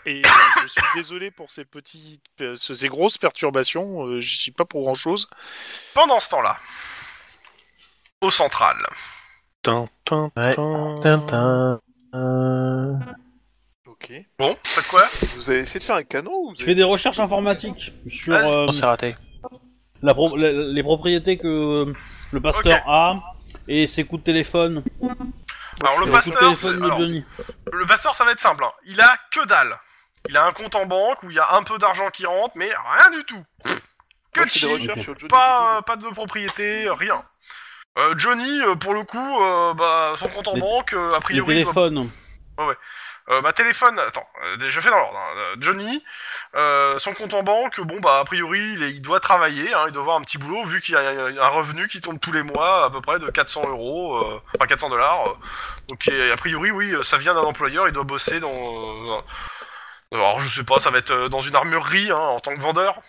Speaker 5: Et euh, je suis désolé pour ces petites, euh, ce- ces grosses perturbations, euh, j'y suis pas pour grand chose.
Speaker 3: Pendant ce temps-là, au central.
Speaker 5: Tintin,
Speaker 2: Ouais.
Speaker 1: Tintin. Euh,
Speaker 4: Ok.
Speaker 3: Bon, faites quoi
Speaker 4: Vous avez essayé de faire un canon ou vous
Speaker 2: Tu
Speaker 4: avez-
Speaker 2: fais des recherches informatiques sur
Speaker 3: Vas-y.
Speaker 2: euh,
Speaker 1: On s'est raté.
Speaker 2: la pro- la- les propriétés que le pasteur
Speaker 3: Ok.
Speaker 2: a et ses coups de téléphone.
Speaker 3: Alors le
Speaker 2: les coups de
Speaker 3: pasteur, c'est-
Speaker 2: téléphone de
Speaker 3: alors,
Speaker 2: Johnny.
Speaker 3: le pasteur, ça va être simple. hein. Il a que dalle. Il a un compte en banque où il y a un peu d'argent qui rentre, mais rien du tout. Que
Speaker 4: Moi,
Speaker 3: de
Speaker 4: je fais des
Speaker 3: chiffres,
Speaker 4: recherches
Speaker 2: Ok.
Speaker 4: sur Johnny
Speaker 3: pas,
Speaker 4: Depp.
Speaker 3: euh, pas de propriété, rien. Euh, Johnny, euh, pour le coup, euh, bah, son compte en
Speaker 2: Les-
Speaker 3: banque, euh, a
Speaker 2: Les
Speaker 3: priori, il doit
Speaker 2: téléphones.
Speaker 3: Euh, bah téléphone, attends, euh, je fais dans l'ordre. hein. Euh, Johnny, euh, son compte en banque, bon bah a priori il, est- il doit travailler, hein, il doit avoir un petit boulot vu qu'il y a euh, un revenu qui tombe tous les mois à peu près de 400 euros, euh, enfin 400 dollars. euh. donc et, a priori oui, euh, ça vient d'un employeur, il doit bosser dans, euh, dans- alors je sais pas, ça va être euh, dans une armurerie hein, en tant que vendeur,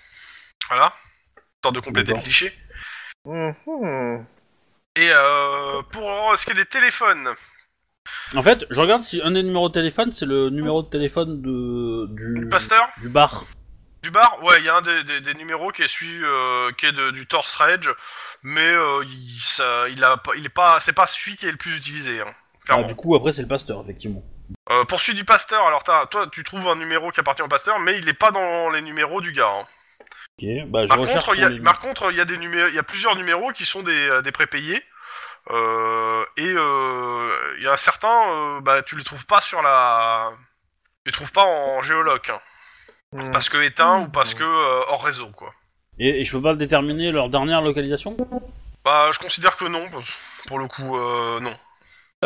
Speaker 3: voilà, histoire de compléter le
Speaker 2: D'accord.
Speaker 3: cliché.
Speaker 4: Mhm.
Speaker 3: Et euh, pour euh, ce qui est des téléphones,
Speaker 2: En fait, je regarde si un des numéros de téléphone, c'est le numéro de téléphone de, du,
Speaker 3: pasteur.
Speaker 2: du bar. Ah,
Speaker 3: Du bar, ouais, il y a un des, des- des numéros qui est celui euh, qui est de- du Torse Rage, mais euh, il, ça- il a pas- il est pas, c'est pas celui qui est le plus utilisé. hein,
Speaker 2: Ah,
Speaker 3: clairement.
Speaker 2: du coup, après, c'est le pasteur, effectivement.
Speaker 3: Euh, poursuite du pasteur, alors t'as- toi tu trouves un numéro qui appartient au pasteur, mais il est pas dans les numéros du gars. hein.
Speaker 2: Ok, bah, je
Speaker 3: Par
Speaker 2: recherche.
Speaker 3: contre, il y a,
Speaker 2: pour les-
Speaker 3: par contre, il y a des numé- il y a plusieurs numéros qui sont des, euh, des prépayés. Euh, et euh, il y a certains, euh, bah, tu les trouves pas sur la, tu les trouves pas en géoloc, hein,
Speaker 2: Hmm.
Speaker 4: Mhm.
Speaker 3: parce que éteint ou parce que euh, hors réseau, quoi.
Speaker 2: Et, et je peux pas déterminer leur dernière localisation
Speaker 3: Bah, je considère que non, parce- pour le coup, euh, non.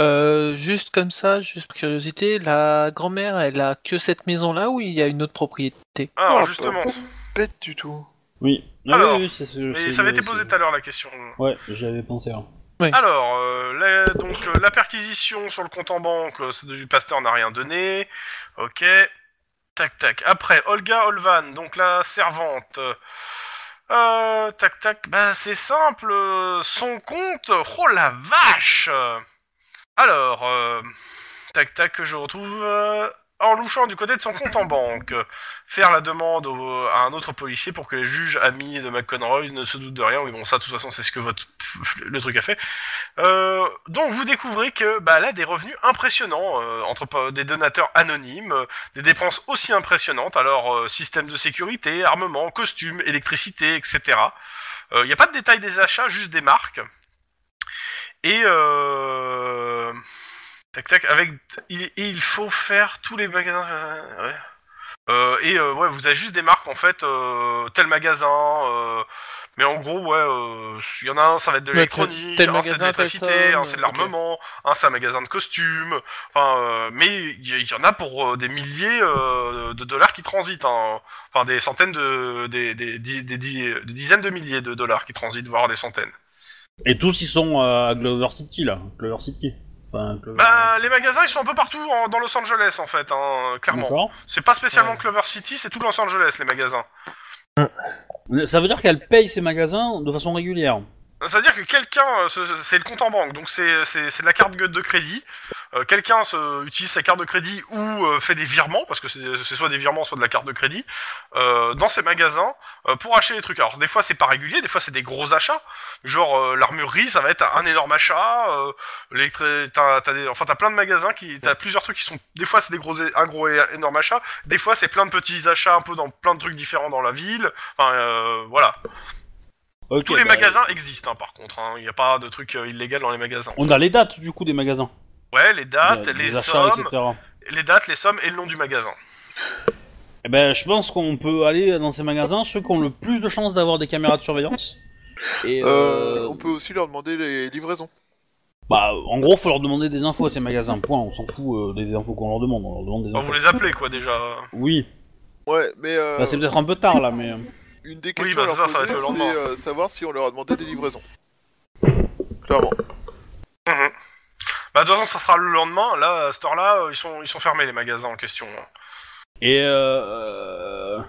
Speaker 1: Euh, juste comme ça, juste par curiosité, la grand-mère, elle a que cette maison-là ou il y a une autre propriété
Speaker 3: Alors,
Speaker 4: Ah,
Speaker 3: justement,
Speaker 4: Bête du tout.
Speaker 2: Oui. Ah,
Speaker 3: Alors,
Speaker 2: oui, oui, c'est, c'est-
Speaker 3: mais
Speaker 2: c'est-
Speaker 3: ça m'a été posé
Speaker 2: c'est-
Speaker 3: tout à l'heure la question.
Speaker 2: Ouais, j'y avais pensé. hein.
Speaker 3: Alors, euh, la, donc euh, la perquisition sur le compte en banque, euh, c'est du pasteur n'a rien donné. Ok. Tac tac. Après, Olga Olvan, donc la servante. Euh, tac tac. Bah, c'est simple. euh, Son compte. Oh la vache. Euh, Alors, euh, tac tac que je retrouve. euh, en louchant du côté de son compte en banque, Euh, faire la demande au- à un autre policier pour que les juges amis de McConroy ne se doutent de rien. Oui, bon, ça, de toute façon, c'est ce que votre le truc a fait. Euh, donc vous découvrez que bah, elle a des revenus impressionnants euh, entre pa- des donateurs anonymes, euh, des dépenses aussi impressionnantes, alors euh, système de sécurité, armement, costumes, électricité, etc. Il n'y a pas de détail des achats, juste des marques. Et euh... tac tac avec il, et il faut faire tous les magasins. euh, ouais. Euh, et euh, ouais, vous avez juste des marques en fait, euh, tel magasin. euh, mais en gros, ouais, euh, il y en a un, ça va être de
Speaker 1: Ouais, tel-
Speaker 3: l'électronique,
Speaker 1: tel
Speaker 3: un c'est
Speaker 1: magasin,
Speaker 3: de
Speaker 1: tel
Speaker 3: l'électricité,
Speaker 1: ça,
Speaker 3: un c'est de
Speaker 1: euh, ok.
Speaker 3: l'armement, un c'est un magasin de costumes. Enfin, euh, mais il y, il y en a pour euh, des milliers euh, de dollars qui transitent. hein. Enfin, des centaines de, des, des- des- des- des dizaines de milliers de dollars qui transitent, voire des centaines.
Speaker 2: Et tous, ils sont euh, à Glover City, là. Glover City. Enfin, Glover...
Speaker 3: Bah, les magasins, ils sont un peu partout en- dans Los Angeles, en fait, hein, clairement.
Speaker 2: D'accord.
Speaker 3: C'est pas spécialement
Speaker 1: Ouais.
Speaker 3: Clover City, c'est tout Los Angeles, les magasins.
Speaker 2: Ça veut dire qu'elle paye ses magasins de façon régulière.
Speaker 3: C'est-à-dire que quelqu'un, euh, se- c'est le compte en banque, donc c'est c'est- c'est de la carte de crédit. Euh, quelqu'un se- utilise sa carte de crédit ou euh, fait des virements, parce que c'est c'est soit des virements, soit de la carte de crédit, euh, dans ces magasins euh, pour acheter des trucs. Alors des fois c'est pas régulier, des fois c'est des gros achats. Genre euh, l'armurerie, ça va être un énorme achat. Euh, l'électri- t'as, t'as des, enfin t'as plein de magasins qui, t'as plusieurs trucs qui sont. Des fois c'est des gros, un gros et énorme achat. Des fois c'est plein de petits achats un peu dans plein de trucs différents dans la ville. Enfin euh, voilà.
Speaker 2: Ok,
Speaker 3: Tous les
Speaker 2: bah,
Speaker 3: magasins existent hein, par contre. Il n'y a pas de trucs euh, illégaux dans les magasins.
Speaker 2: On a les dates, du coup, des magasins.
Speaker 3: Ouais, les dates,
Speaker 2: Des-
Speaker 3: Ah, les,
Speaker 2: des achats,
Speaker 3: sommes,
Speaker 2: etc.
Speaker 3: les dates, les sommes et le nom du magasin.
Speaker 2: Eh ben, je pense qu'on peut aller dans ces magasins, ceux qui ont le plus de chances d'avoir des caméras de surveillance. Et
Speaker 4: Euh,
Speaker 2: euh,
Speaker 4: On peut aussi leur demander les livraisons.
Speaker 2: bah, en gros, faut leur demander des infos à ces magasins. Point. On s'en fout euh, des infos qu'on leur demande. On leur demande des
Speaker 3: Enfin,
Speaker 2: infos.
Speaker 3: vous les appelez quoi déjà.
Speaker 2: Oui.
Speaker 4: Ouais, mais euh,
Speaker 2: Bah, c'est peut-être un peu tard là, mais. euh,
Speaker 4: une des questions
Speaker 3: bah,
Speaker 4: à leur
Speaker 3: ça, ça va
Speaker 4: poser,
Speaker 3: être le
Speaker 4: c'est
Speaker 3: lendemain.
Speaker 4: euh, savoir si on leur a demandé des livraisons. Clairement.
Speaker 3: Bah, de toute façon, ça sera le lendemain. Là, à cette heure-là, euh, ils sont, ils sont fermés, les magasins en question. hein.
Speaker 2: Et euh,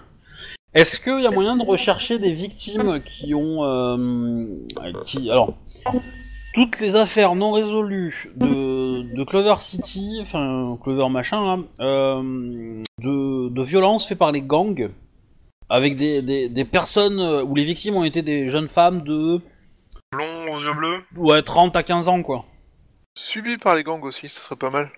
Speaker 2: est-ce qu'il y a moyen de rechercher des victimes qui ont, euh, qui, alors, toutes les affaires non résolues de, de Clover City, enfin Clover machin, là, euh, de, de violences faites par les gangs, avec des, des, des personnes euh, où les victimes ont été des jeunes femmes de
Speaker 3: Blond aux yeux bleus.
Speaker 2: ouais 30 à 15 ans quoi.
Speaker 4: Subi par les gangs aussi, ça serait pas mal.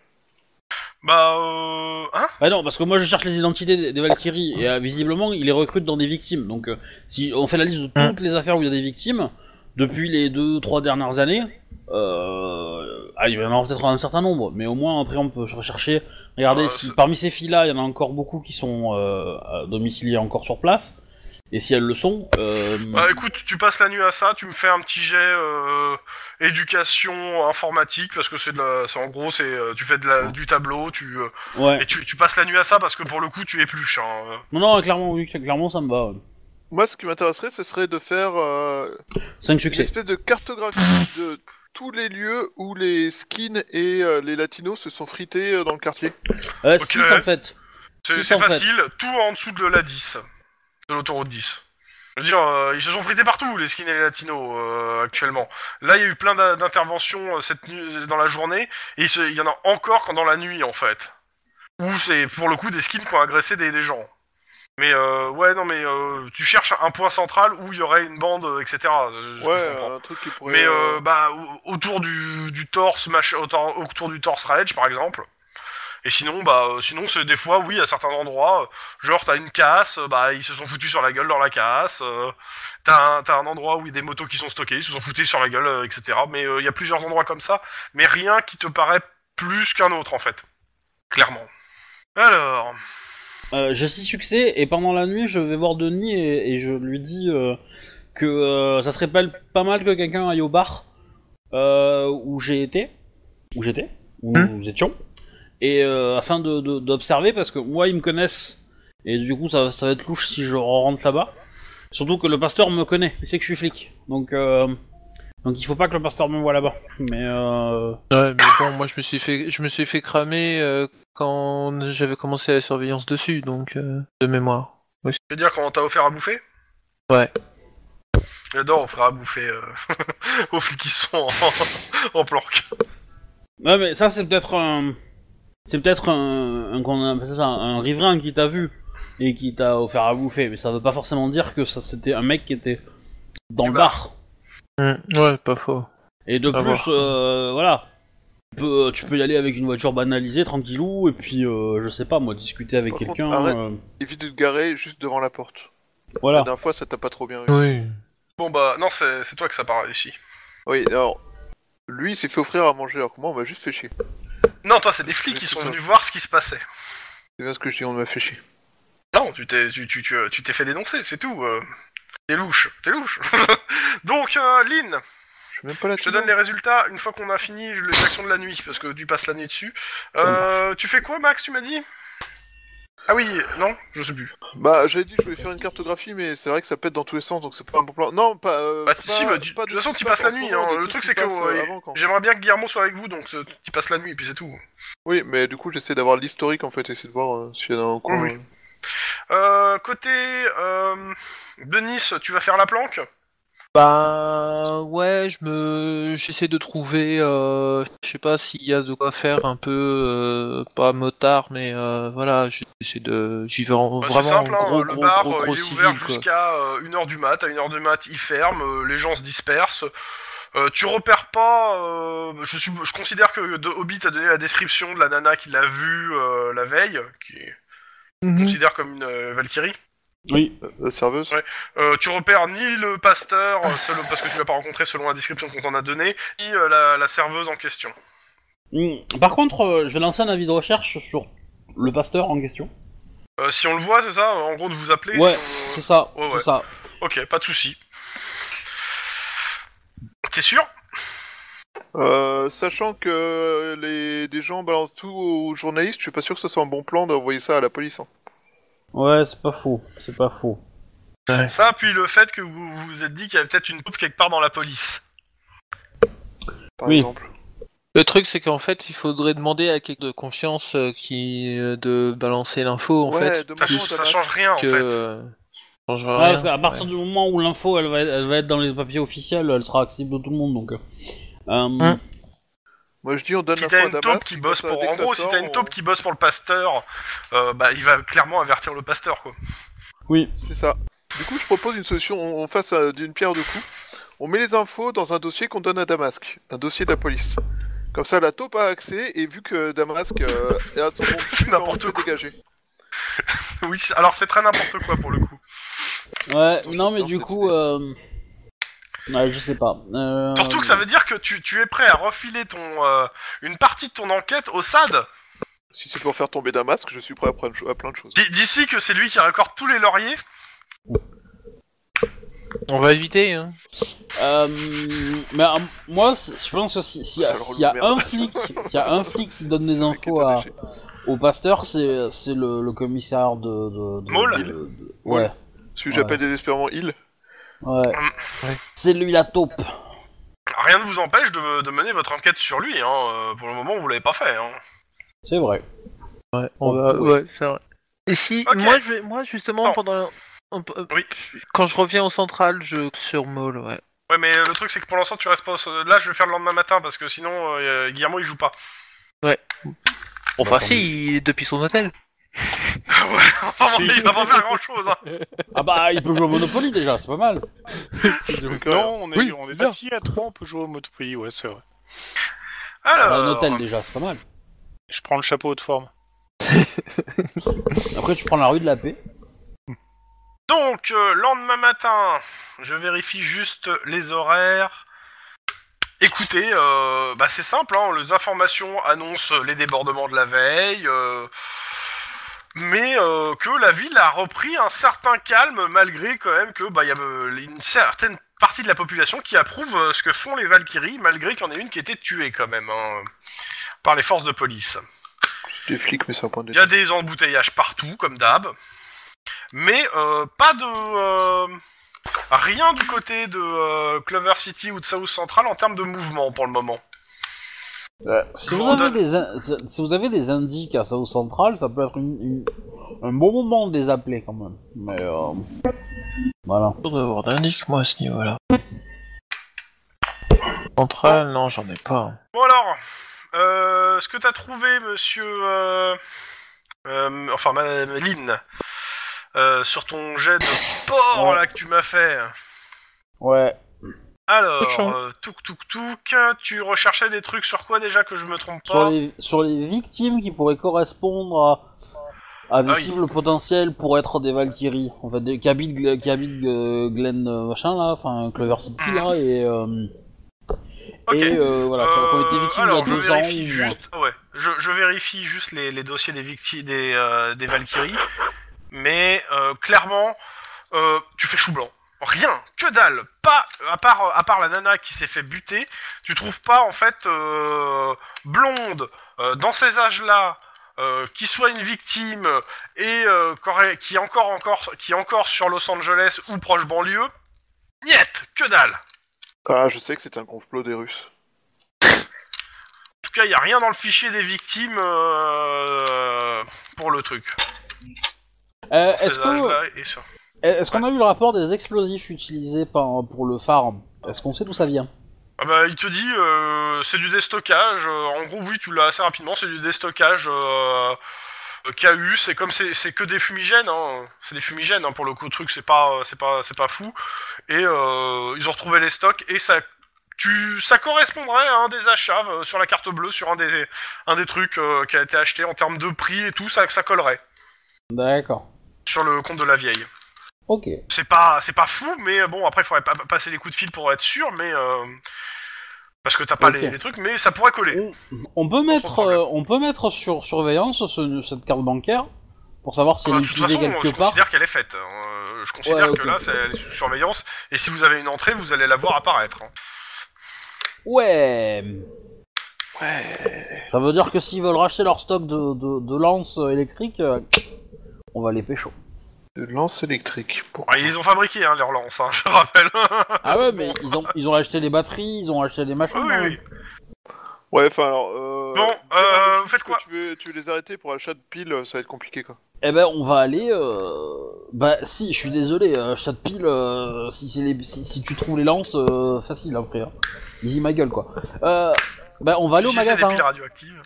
Speaker 3: Bah, euh... Hein
Speaker 2: Bah non, parce que moi je cherche les identités des, des Valkyries et euh, visiblement ils les recrutent dans des victimes. Donc euh, si on fait la liste de
Speaker 1: Hein.
Speaker 2: toutes les affaires où il y a des victimes depuis les deux trois dernières années, euh, ah, il va y en avoir peut-être un certain nombre, mais au moins après on peut se rechercher, regarder
Speaker 3: Ouais,
Speaker 2: si
Speaker 3: c'est-
Speaker 2: parmi ces filles-là il y en a encore beaucoup qui sont euh, à- domiciliées encore sur place et si elles le sont. euh,
Speaker 3: Bah, écoute, tu passes la nuit à ça, tu me fais un petit jet euh, éducation informatique, parce que c'est de la... c'est- En gros, c'est euh, tu fais de la... du tableau, tu... euh,
Speaker 2: ouais.
Speaker 3: Et tu, tu passes la nuit à ça, parce que pour le coup, tu épluches, hein. euh.
Speaker 2: Non non, clairement oui, clairement ça me va.
Speaker 4: Moi, ce qui m'intéresserait, ce serait de faire euh,
Speaker 2: 5
Speaker 4: une
Speaker 2: succès.
Speaker 4: espèce de cartographie de tous les lieux où les skins et euh, les latinos se sont frités euh, dans le quartier.
Speaker 2: Euh,
Speaker 3: Ok.
Speaker 2: six, en fait.
Speaker 3: C'est
Speaker 2: Six,
Speaker 3: c'est
Speaker 2: en fait.
Speaker 3: facile, tout en dessous de la 10, de l'autoroute 10. Je veux dire, euh, ils se sont frités partout, les skins et les latinos, euh, actuellement. Là, il y a eu plein d'in- d'interventions euh, cette nuit, dans la journée, et il, se- il y en a encore quand dans la nuit, en fait. Ou c'est, pour le coup, des skins qui ont agressé des, des gens. Mais, euh, ouais, non, mais euh, tu cherches un point central où il y aurait une bande, euh, etc. Je- je
Speaker 4: ouais,
Speaker 3: comprends.
Speaker 4: euh, un truc qui pourrait.
Speaker 3: Mais,
Speaker 4: euh,
Speaker 3: euh, bah, au- autour du, du torse, mach- autour, autour du torse Rage, par exemple. Et sinon, bah, euh, sinon, c'est des fois, oui, à certains endroits, euh, genre, t'as une casse, euh, bah, ils se sont foutus sur la gueule dans la casse, euh, t'as un, t'as un endroit où il y a des motos qui sont stockées, ils se sont foutus sur la gueule, euh, etc. Mais il y a plusieurs endroits comme ça, mais rien qui te paraît plus qu'un autre, en fait. Clairement. Alors,
Speaker 2: Euh, j'ai six succès et pendant la nuit je vais voir Denis et, et je lui dis euh, que euh, ça serait pas, pas mal que quelqu'un aille au bar euh, où j'ai été, où j'étais, où
Speaker 1: Hmm.
Speaker 2: nous étions, et euh, afin de- de- d'observer parce que moi ils me connaissent et du coup ça, ça va être louche si je rentre là-bas. Surtout que le pasteur me connaît, il sait que je suis flic, donc euh, donc il faut pas que le pasteur me voit là-bas. Mais euh,
Speaker 1: Ouais, mais bon, moi je me suis fait, je me suis fait cramer euh, quand j'avais commencé la surveillance dessus, donc euh, de mémoire.
Speaker 3: je veux dire, quand on t'a offert à bouffer
Speaker 1: Ouais.
Speaker 3: J'adore offrir à bouffer euh, aux flics qui sont en, en planque.
Speaker 2: Ouais, mais ça, c'est peut-être un. C'est peut-être un, un, qu'on appelle ça, un riverain qui t'a vu et qui t'a offert à bouffer, mais ça veut pas forcément dire que ça c'était un mec qui était dans
Speaker 3: Du
Speaker 2: le
Speaker 3: bar.
Speaker 2: bar.
Speaker 1: Hmm, ouais, pas faux.
Speaker 2: Et de
Speaker 1: À
Speaker 2: plus, euh, voilà, tu peux, euh, tu peux y aller avec une voiture banalisée, tranquillou, et puis euh, je sais pas moi, discuter avec
Speaker 4: Par contre,
Speaker 2: quelqu'un.
Speaker 4: arrête.
Speaker 2: euh,
Speaker 4: Évite de te garer juste devant la porte. La
Speaker 2: voilà.
Speaker 4: dernière fois, ça t'a pas trop bien eu.
Speaker 1: Oui.
Speaker 3: Bon bah non c'est c'est toi que ça parle ici.
Speaker 4: Oui, alors. Lui, il s'est fait offrir à manger, alors que moi, on m'a juste fait chier.
Speaker 3: Non toi c'est des flics qui sont venus voir ce qui se passait.
Speaker 4: C'est bien ce que je dis, on m'a fait chier.
Speaker 3: Non tu t'es tu tu tu euh, tu t'es fait dénoncer c'est tout. euh. T'es louche t'es louche. Donc euh, Lynn
Speaker 4: Je suis même pas là
Speaker 3: je te donne les résultats une fois qu'on a fini les actions de la nuit parce que tu passes l'année dessus. Euh, tu fais quoi Max tu m'as dit Ah oui non je sais plus.
Speaker 4: Bah, j'avais dit que je voulais faire une cartographie, mais c'est vrai que ça pète dans tous les sens, donc c'est pas un bon plan. Non, pas. euh,
Speaker 3: Bah,
Speaker 4: pas-
Speaker 3: si, bah, du-
Speaker 4: pas
Speaker 3: de toute façon,
Speaker 4: ce qui
Speaker 3: tu passes la
Speaker 4: en ce
Speaker 3: nuit,
Speaker 4: moment,
Speaker 3: hein.
Speaker 4: de
Speaker 3: Le
Speaker 4: tout
Speaker 3: truc,
Speaker 4: ce
Speaker 3: c'est
Speaker 4: qui
Speaker 3: que,
Speaker 4: passe,
Speaker 3: ouais,
Speaker 4: euh, avant, quand.
Speaker 3: J'aimerais bien que Guillermo soit avec vous donc euh, tu passes la nuit puis c'est tout.
Speaker 4: Oui, mais du coup, j'essaie d'avoir l'historique en fait, essayer de voir euh, s'il y en a un coin.
Speaker 3: Oui, oui.
Speaker 4: euh.
Speaker 3: Euh, côté euh, Denis tu vas faire la planque
Speaker 1: Bah ouais, je me, j'essaie de trouver, euh, je sais pas s'il y a de quoi faire un peu, euh, pas motard, mais euh, voilà, j'essaie de, j'y vais en,
Speaker 3: Bah,
Speaker 1: vraiment
Speaker 3: c'est simple,
Speaker 1: en
Speaker 3: hein,
Speaker 1: gros,
Speaker 3: le
Speaker 1: gros,
Speaker 3: bar
Speaker 1: gros,
Speaker 3: euh,
Speaker 1: gros
Speaker 3: il est
Speaker 1: civil,
Speaker 3: ouvert
Speaker 1: quoi.
Speaker 3: jusqu'à 1h du mat, à 1h du mat il ferme, euh, les gens se dispersent. Euh, tu repères pas, euh, je, suis, je considère que de Hobbit a donné la description de la nana qu'il a vue euh, la veille, qui
Speaker 1: Mhm.
Speaker 3: considère comme une euh, Valkyrie.
Speaker 2: Oui.
Speaker 4: Euh, La serveuse
Speaker 3: Ouais. Euh, tu repères ni le pasteur, euh, selon- parce que tu l'as pas rencontré selon la description qu'on t'en a donnée, ni euh, la, la serveuse en question.
Speaker 2: Mm. Par contre, euh, je vais lancer un avis de recherche sur le pasteur en question.
Speaker 3: Euh, si on le voit, c'est ça En gros, de vous appeler
Speaker 2: Ouais,
Speaker 3: si
Speaker 2: C'est ça,
Speaker 3: Ouais, ouais.
Speaker 2: c'est ça.
Speaker 3: on- Ok, pas de souci. T'es sûr
Speaker 4: Euh, Sachant que les des gens balancent tout aux journalistes, je suis pas sûr que ce soit un bon plan d'envoyer ça à la police. hein.
Speaker 2: Ouais, c'est pas faux, c'est pas faux.
Speaker 3: Ça, puis le fait que vous vous vous êtes dit qu'il y avait peut-être une taupe quelque part dans la police.
Speaker 4: par
Speaker 2: Oui.
Speaker 4: exemple.
Speaker 1: Le truc, c'est qu'en fait, il faudrait demander à quelqu'un de confiance euh, qui euh, de balancer l'info, en
Speaker 4: ouais,
Speaker 1: fait,
Speaker 3: Ça,
Speaker 4: demande-moi,
Speaker 1: plus
Speaker 3: ça
Speaker 4: Thomas.
Speaker 3: change rien,
Speaker 1: que...
Speaker 3: en fait.
Speaker 1: euh, ça changera
Speaker 2: Ouais,
Speaker 1: rien.
Speaker 2: parce qu'à partir
Speaker 1: Ouais.
Speaker 2: du moment où l'info elle va, être, elle va être dans les papiers officiels, elle sera accessible de tout le monde donc. euh, euh,
Speaker 4: Moi je dis on donne
Speaker 3: Si
Speaker 4: la
Speaker 3: t'as
Speaker 4: fois à
Speaker 3: une
Speaker 4: Damas,
Speaker 3: taupe qui
Speaker 4: puis
Speaker 3: bosse
Speaker 4: comme ça,
Speaker 3: pour,
Speaker 4: dès
Speaker 3: en
Speaker 4: que ça
Speaker 3: gros, si
Speaker 4: sort,
Speaker 3: t'as une taupe
Speaker 4: on-
Speaker 3: qui bosse pour le pasteur, euh, bah, il va clairement avertir le pasteur, quoi.
Speaker 2: Oui,
Speaker 4: C'est ça. Du coup, je propose une solution. On on fasse euh, d'une pierre deux coups. On met les infos dans un dossier qu'on donne à Damasque, un dossier de la police. Comme ça, la taupe a accès et vu que Damasque euh, est à son bon
Speaker 3: C'est n'importe
Speaker 4: on peut dégager.
Speaker 3: oui, c'est- alors c'est très n'importe quoi pour le coup.
Speaker 2: ouais,
Speaker 4: Attends,
Speaker 2: non mais
Speaker 4: j'adore
Speaker 2: du
Speaker 4: cette
Speaker 2: coup,
Speaker 4: idée.
Speaker 2: euh... ouais, je sais pas. Euh,
Speaker 3: Surtout que ça veut dire que tu, tu es prêt à refiler ton euh, une partie de ton enquête au SAD
Speaker 4: Si c'est pour faire tomber Damasque, je suis prêt à, prendre- à plein de choses.
Speaker 3: d- d'ici que c'est lui qui raccorde tous les lauriers.
Speaker 1: On va éviter, hein.
Speaker 2: Euh, mais euh, moi, c'est- je pense que si- s'il y, a-
Speaker 4: Ça le relou
Speaker 2: s'il y a
Speaker 4: de merde.
Speaker 2: un flic, s'il y a un flic qui donne des
Speaker 4: Ce mec
Speaker 2: infos
Speaker 4: est un
Speaker 2: à,
Speaker 4: déchet.
Speaker 2: au pasteur, c'est c'est le, le commissaire de. de, de-
Speaker 3: Maul
Speaker 2: de- de- ouais,
Speaker 4: Celui que j'appelle désespérément il.
Speaker 2: ouais.
Speaker 1: Ouais.
Speaker 2: C'est lui la taupe.
Speaker 3: Rien ne vous empêche de, de mener votre enquête sur lui. Hein. euh, Pour le moment, vous l'avez pas fait. Hein.
Speaker 2: C'est vrai.
Speaker 1: Ouais,
Speaker 3: Oh,
Speaker 1: on va...
Speaker 2: Ouais.
Speaker 1: ouais, c'est vrai. Et si,
Speaker 3: Ok.
Speaker 1: moi, je vais... moi, justement,
Speaker 3: Bon.
Speaker 1: pendant... on peut-
Speaker 3: Oui.
Speaker 1: Quand je reviens au central, je sur Maul, ouais.
Speaker 3: Ouais, mais le truc c'est que pour l'instant tu restes pas. au- Là, je vais faire le lendemain matin parce que sinon euh, Guillermo il joue pas.
Speaker 1: Enfin, si, il est depuis son hôtel.
Speaker 3: ouais,
Speaker 5: Si.
Speaker 3: Oh, il va pas faire grand chose. Hein.
Speaker 2: Ah bah, il peut jouer au Monopoly déjà, c'est pas mal.
Speaker 3: Euh,
Speaker 4: euh,
Speaker 5: Non, on est,
Speaker 1: Oui,
Speaker 5: on
Speaker 1: c'est
Speaker 5: est
Speaker 1: bien.
Speaker 5: assis à trois, on peut jouer au Monopoly, ouais, c'est vrai.
Speaker 3: Alors,
Speaker 2: Un hôtel déjà, c'est pas mal.
Speaker 5: Je prends le chapeau haute forme.
Speaker 2: Après, tu prends la rue de la paix.
Speaker 3: donc euh, lendemain matin, je vérifie juste les horaires. Écoutez, euh, bah c'est simple, hein, les informations annoncent les débordements de la veille, euh, mais euh, que la ville a repris un certain calme malgré quand même que bah il y a euh, une certaine partie de la population qui approuve euh, ce que font les Valkyries malgré qu'il y en ait une qui était tuée quand même hein, par les forces de police.
Speaker 4: C'est des flics, mais c'est un point de
Speaker 3: Il y a des embouteillages partout, comme d'hab. Mais euh, pas de... euh, rien du côté de euh, Clover City ou de South Central en termes de mouvement pour le moment.
Speaker 2: Si vous,
Speaker 3: Bon,
Speaker 2: avez
Speaker 3: donne-
Speaker 2: des in- si vous avez des indices à South Central, ça peut être une- une- un bon moment de les appeler quand même. Mais euh, voilà.
Speaker 1: Faudrait avoir d'indice, moi, à ce niveau-là. Central, non, j'en ai pas.
Speaker 3: Bon alors, euh, ce que t'as trouvé, monsieur... euh, euh, enfin, madame Lynn, euh, sur ton jet de porc
Speaker 2: Ouais.
Speaker 3: là que tu m'as fait.
Speaker 2: Ouais.
Speaker 3: Alors,
Speaker 1: Cochon.
Speaker 3: euh, touk touk touk, tu recherchais des trucs sur quoi déjà que je me trompe pas
Speaker 2: sur les, sur les victimes qui pourraient correspondre à, à des
Speaker 3: Ah oui.
Speaker 2: cibles potentielles pour être des Valkyries, en fait, des, qui habitent, Gl- qui habitent euh, Glen euh, machin là, enfin Clover City là, et, euh,
Speaker 3: Hmm. Ok.
Speaker 2: et euh, voilà, qui ont- qui ont été
Speaker 3: Euh,
Speaker 2: victimes
Speaker 3: alors,
Speaker 2: il y a
Speaker 3: je
Speaker 2: deux ans.
Speaker 3: vérifie
Speaker 2: ou-
Speaker 3: juste, ah ouais, je, je vérifie juste les, les dossiers des victimes des, euh, des Valkyries, mais euh, clairement, euh, tu fais chou blanc. Rien, que dalle. Pas euh, à part à part la nana qui s'est fait buter, tu trouves pas en fait euh, blonde euh, dans ces âges-là. euh, qui soit une victime et euh, qu'aurait- qui est encore encore qui est encore sur Los Angeles ou proche banlieue, niet, que dalle.
Speaker 4: Ah, je sais que c'est un complot des Russes.
Speaker 3: En tout cas, il n'y a rien dans le fichier des victimes euh, pour le truc.
Speaker 2: Euh, Est-ce
Speaker 3: Ces
Speaker 2: que-
Speaker 3: âges-là et ça.
Speaker 2: Eh, est-ce qu'on a eu le rapport des explosifs utilisés par, pour le phare Est-ce qu'on sait d'où ça vient
Speaker 3: Ah bah, il te dit, euh, c'est du déstockage. euh, en gros, oui, tu l'as assez rapidement, c'est du déstockage euh, euh, qu'a eu. C'est comme c'est c'est que des fumigènes. Hein. C'est des fumigènes hein, pour le coup. Le truc, c'est pas euh, c'est pas c'est pas fou. Et euh, ils ont retrouvé les stocks et ça. Tu, ça correspondrait à un des achats euh, sur la carte bleue, sur un des, un des trucs euh, qui a été acheté en termes de prix et tout, ça, ça collerait
Speaker 2: D'accord.
Speaker 3: sur le compte de la vieille.
Speaker 2: Ok.
Speaker 3: C'est pas, c'est pas fou, mais euh, bon, après, il faudrait pas pas- passer les coups de fil pour être sûr, mais. euh, parce que t'as pas
Speaker 2: Ok.
Speaker 3: les, les trucs, mais ça pourrait coller.
Speaker 2: On, on peut mettre,
Speaker 3: problème.
Speaker 2: euh, on peut mettre sur surveillance ce- cette carte bancaire pour savoir si
Speaker 3: Enfin,
Speaker 2: elle est
Speaker 3: de toute façon,
Speaker 2: utilisée
Speaker 3: moi, je
Speaker 2: quelque part.
Speaker 3: considère qu'elle est faite. hein. Euh, Je considère
Speaker 2: Ouais,
Speaker 3: que
Speaker 2: ok.
Speaker 3: là, c'est elle est sous surveillance, et si vous avez une entrée, vous allez la voir apparaître. hein.
Speaker 2: Ouais.
Speaker 4: Ouais.
Speaker 2: Ça veut dire que s'ils veulent racheter leur stock de, de, de lances électriques, euh, on va les pécho.
Speaker 4: De lance électrique. Pour...
Speaker 3: Ouais, ils ont fabriqué hein, leur lance, hein, je rappelle.
Speaker 2: Ah ouais, mais ils ont, ils ont acheté les batteries, ils ont acheté les machines.
Speaker 3: oui, oui,
Speaker 2: hein.
Speaker 3: Ah oui.
Speaker 4: Ouais, enfin alors. Euh...
Speaker 3: Bon,
Speaker 4: dis-leur
Speaker 3: euh,
Speaker 4: juste
Speaker 3: faites
Speaker 4: que
Speaker 3: quoi
Speaker 4: tu veux, tu veux les arrêter pour achat de piles, ça va être compliqué quoi.
Speaker 2: Eh ben, on va aller. Euh... Bah, si, je suis désolé, euh, chat de pile, euh, si, c'est les- si, si tu trouves les lances, euh, facile après. Hein. Easy ma gueule, quoi. Euh, bah, on va aller au
Speaker 3: Si c'est des
Speaker 2: magasin.
Speaker 3: piles radioactives.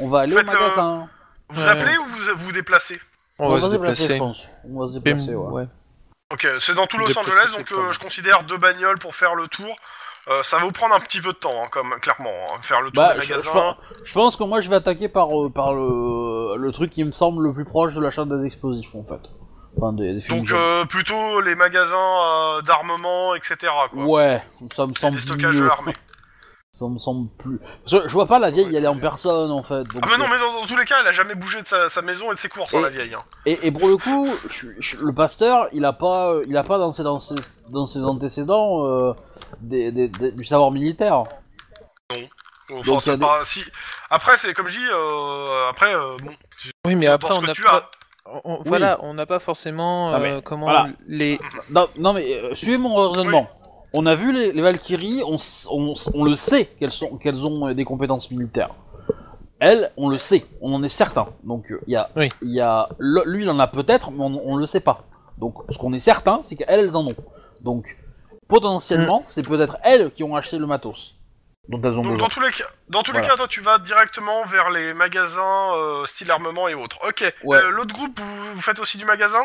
Speaker 2: On va aller au
Speaker 3: Faites, euh,
Speaker 2: magasin.
Speaker 3: Vous
Speaker 1: Ouais.
Speaker 3: appelez ou vous vous déplacez
Speaker 1: On, va, se déplacer.
Speaker 2: je pense. On va se déplacer, ouais.
Speaker 1: Ouais.
Speaker 3: Ok, c'est dans tout Los
Speaker 1: Déplacer,
Speaker 3: Angeles,
Speaker 1: c'est
Speaker 3: donc
Speaker 1: pas
Speaker 3: euh,
Speaker 1: mal.
Speaker 3: je considère deux bagnoles pour faire le tour. Euh, ça va vous prendre un petit peu de temps, hein, comme, clairement, hein, faire le tour
Speaker 2: Bah,
Speaker 3: des
Speaker 2: je, je
Speaker 3: magasins.
Speaker 2: pense- je pense que moi je vais attaquer par, euh, par le, le truc qui me semble le plus proche de l'achat des explosifs en fait. Enfin, des, des
Speaker 3: donc
Speaker 2: fumigènes.
Speaker 3: euh, plutôt les magasins euh, d'armement, etc. Quoi.
Speaker 2: Ouais, euh, ça me semble
Speaker 3: des stockages
Speaker 2: mieux.
Speaker 3: armés.
Speaker 2: Ça me semble plus. Parce que je vois pas la vieille y aller en personne en fait. donc,
Speaker 3: Ah mais non,
Speaker 2: euh,
Speaker 3: mais dans, dans tous les cas, elle a jamais bougé de sa, sa maison et de ses courses, hein,
Speaker 2: Et-
Speaker 3: la vieille. hein.
Speaker 2: Et, et pour le coup, je- je- le pasteur, il a pas, euh, il a pas dans ses, dans ses, dans ses antécédents euh, des, des- des- du savoir militaire.
Speaker 3: Enfin,
Speaker 2: Donc, il y a
Speaker 3: c'est
Speaker 2: des-
Speaker 3: pas- si- Après, c'est comme je dis, euh, après, euh, bon,
Speaker 1: Oui, mais
Speaker 3: dans
Speaker 1: après,
Speaker 3: ce
Speaker 1: on
Speaker 3: que
Speaker 1: n'a
Speaker 3: tu
Speaker 1: pas.
Speaker 3: as.
Speaker 1: on- on-
Speaker 2: Oui.
Speaker 1: Voilà, on n'a pas forcément
Speaker 2: Ah,
Speaker 1: euh,
Speaker 2: mais
Speaker 1: comment
Speaker 2: voilà.
Speaker 1: les.
Speaker 2: Non, non, mais euh, suivez mon raisonnement. On a vu les, les Valkyries, on, s- on, s- on le sait qu'elles sont, qu'elles ont euh, des compétences militaires. Elles, on le sait, on en est certain. Donc euh, il y a,
Speaker 1: Oui.
Speaker 2: il y a, le- lui il en a peut-être, mais on, on le sait pas. Donc ce qu'on est certain, c'est qu'elles, elles en ont. Donc potentiellement, c'est peut-être elles qui ont acheté le matos dont elles ont
Speaker 3: Donc
Speaker 2: besoin.
Speaker 3: dans tous les cas, dans tous les
Speaker 2: Voilà.
Speaker 3: cas, toi tu vas directement vers les magasins euh, style armement et autres. Ok.
Speaker 2: Ouais.
Speaker 3: Euh, L'autre groupe, vous, vous faites aussi du magasin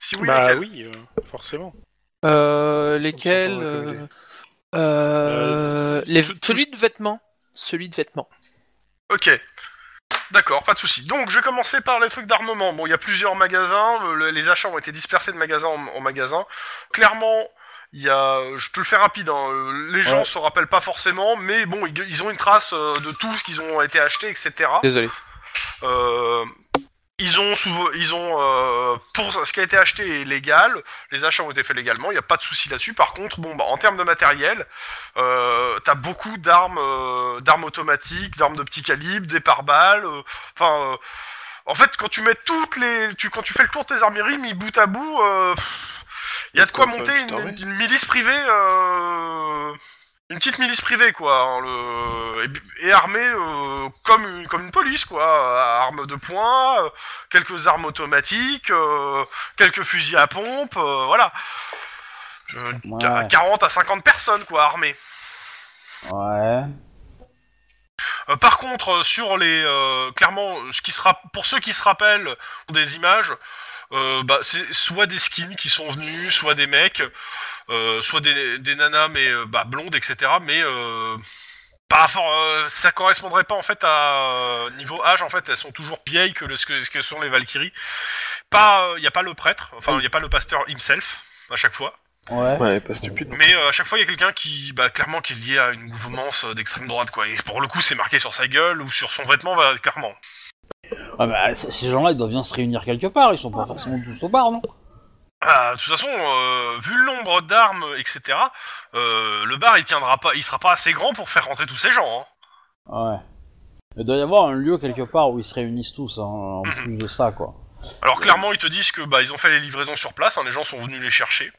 Speaker 3: Si oui,
Speaker 5: bah
Speaker 3: lequel
Speaker 5: oui, euh, forcément.
Speaker 3: Ah.
Speaker 1: Euh,
Speaker 5: On
Speaker 1: lesquels
Speaker 5: s'en prend la
Speaker 1: euh,
Speaker 5: communauté.
Speaker 1: euh, les-
Speaker 5: tout- tout-
Speaker 1: Celui de vêtements. Celui de vêtements.
Speaker 3: Ok. D'accord, pas de souci. Donc je vais commencer par les trucs d'armement. Bon, il y a plusieurs magasins. euh, le- les achats ont été dispersés de magasin en, en magasin. Clairement. Il y a, euh, je te le fais rapide, hein, euh, les gens
Speaker 2: Ouais.
Speaker 3: se rappellent pas forcément, mais bon, ils, ils ont une trace euh, de tout ce qu'ils ont été achetés, etc.
Speaker 1: Désolé.
Speaker 3: Euh, ils ont souvent, ils ont euh, pour ce qui a été acheté est légal, les achats ont été faits légalement, il n'y a pas de souci là-dessus. Par contre, bon, bah, en termes de matériel, euh, t'as beaucoup d'armes, euh, d'armes automatiques, d'armes de petit calibre, des pare-balles, euh, enfin. euh, en fait, quand tu mets toutes les, tu, quand tu fais le tour de tes armées mis bout à bout, euh, pff, il y a de quoi
Speaker 4: Comme
Speaker 3: monter
Speaker 4: ça,
Speaker 3: une,
Speaker 4: putain, ouais.
Speaker 3: une milice privée, euh, une petite milice privée quoi, hein, le, et, et armée euh, comme une, comme une police quoi, à armes de poing, euh, quelques armes automatiques, euh, quelques fusils à pompe, euh, voilà. Je-
Speaker 2: Ouais.
Speaker 3: à 40 à 50 personnes quoi armées.
Speaker 2: Ouais.
Speaker 3: Euh, par contre, euh, sur les, euh, clairement, ce qui sera, pour ceux qui se rappellent euh, des images, euh, bah, c'est soit des skins qui sont venus, soit des mecs, euh, soit des, des nanas mais euh, bah, blondes, etc. Mais euh, pas for- euh, ça correspondrait pas en fait à euh, niveau âge. En fait, elles sont toujours vieilles que le- ce que, ce que sont les Valkyries. Pas, il y a pas le prêtre, enfin il y a pas le pasteur himself à chaque fois.
Speaker 2: Ouais.
Speaker 4: Ouais, pas stupide.
Speaker 3: Mais euh, à chaque fois, il y a quelqu'un qui, bah, clairement, qui est lié à une mouvance euh, d'extrême droite, quoi. Et pour le coup, c'est marqué sur sa gueule ou sur son vêtement, bah, clairement.
Speaker 2: Ouais, mais, euh, c- ces gens-là, ils doivent bien se réunir quelque part. Ils sont pas forcément tous au bar, non
Speaker 3: Ah, de toute façon, euh, vu le nombre d'armes, etc., euh, le bar, il tiendra pas, il sera pas assez grand pour faire rentrer tous ces gens. Hein.
Speaker 2: Ouais. Il doit y avoir un lieu quelque part où ils se réunissent tous, hein, en plus de ça, quoi.
Speaker 3: Alors clairement, ils te disent que, bah, ils ont fait les livraisons sur place. hein, les gens sont venus les chercher.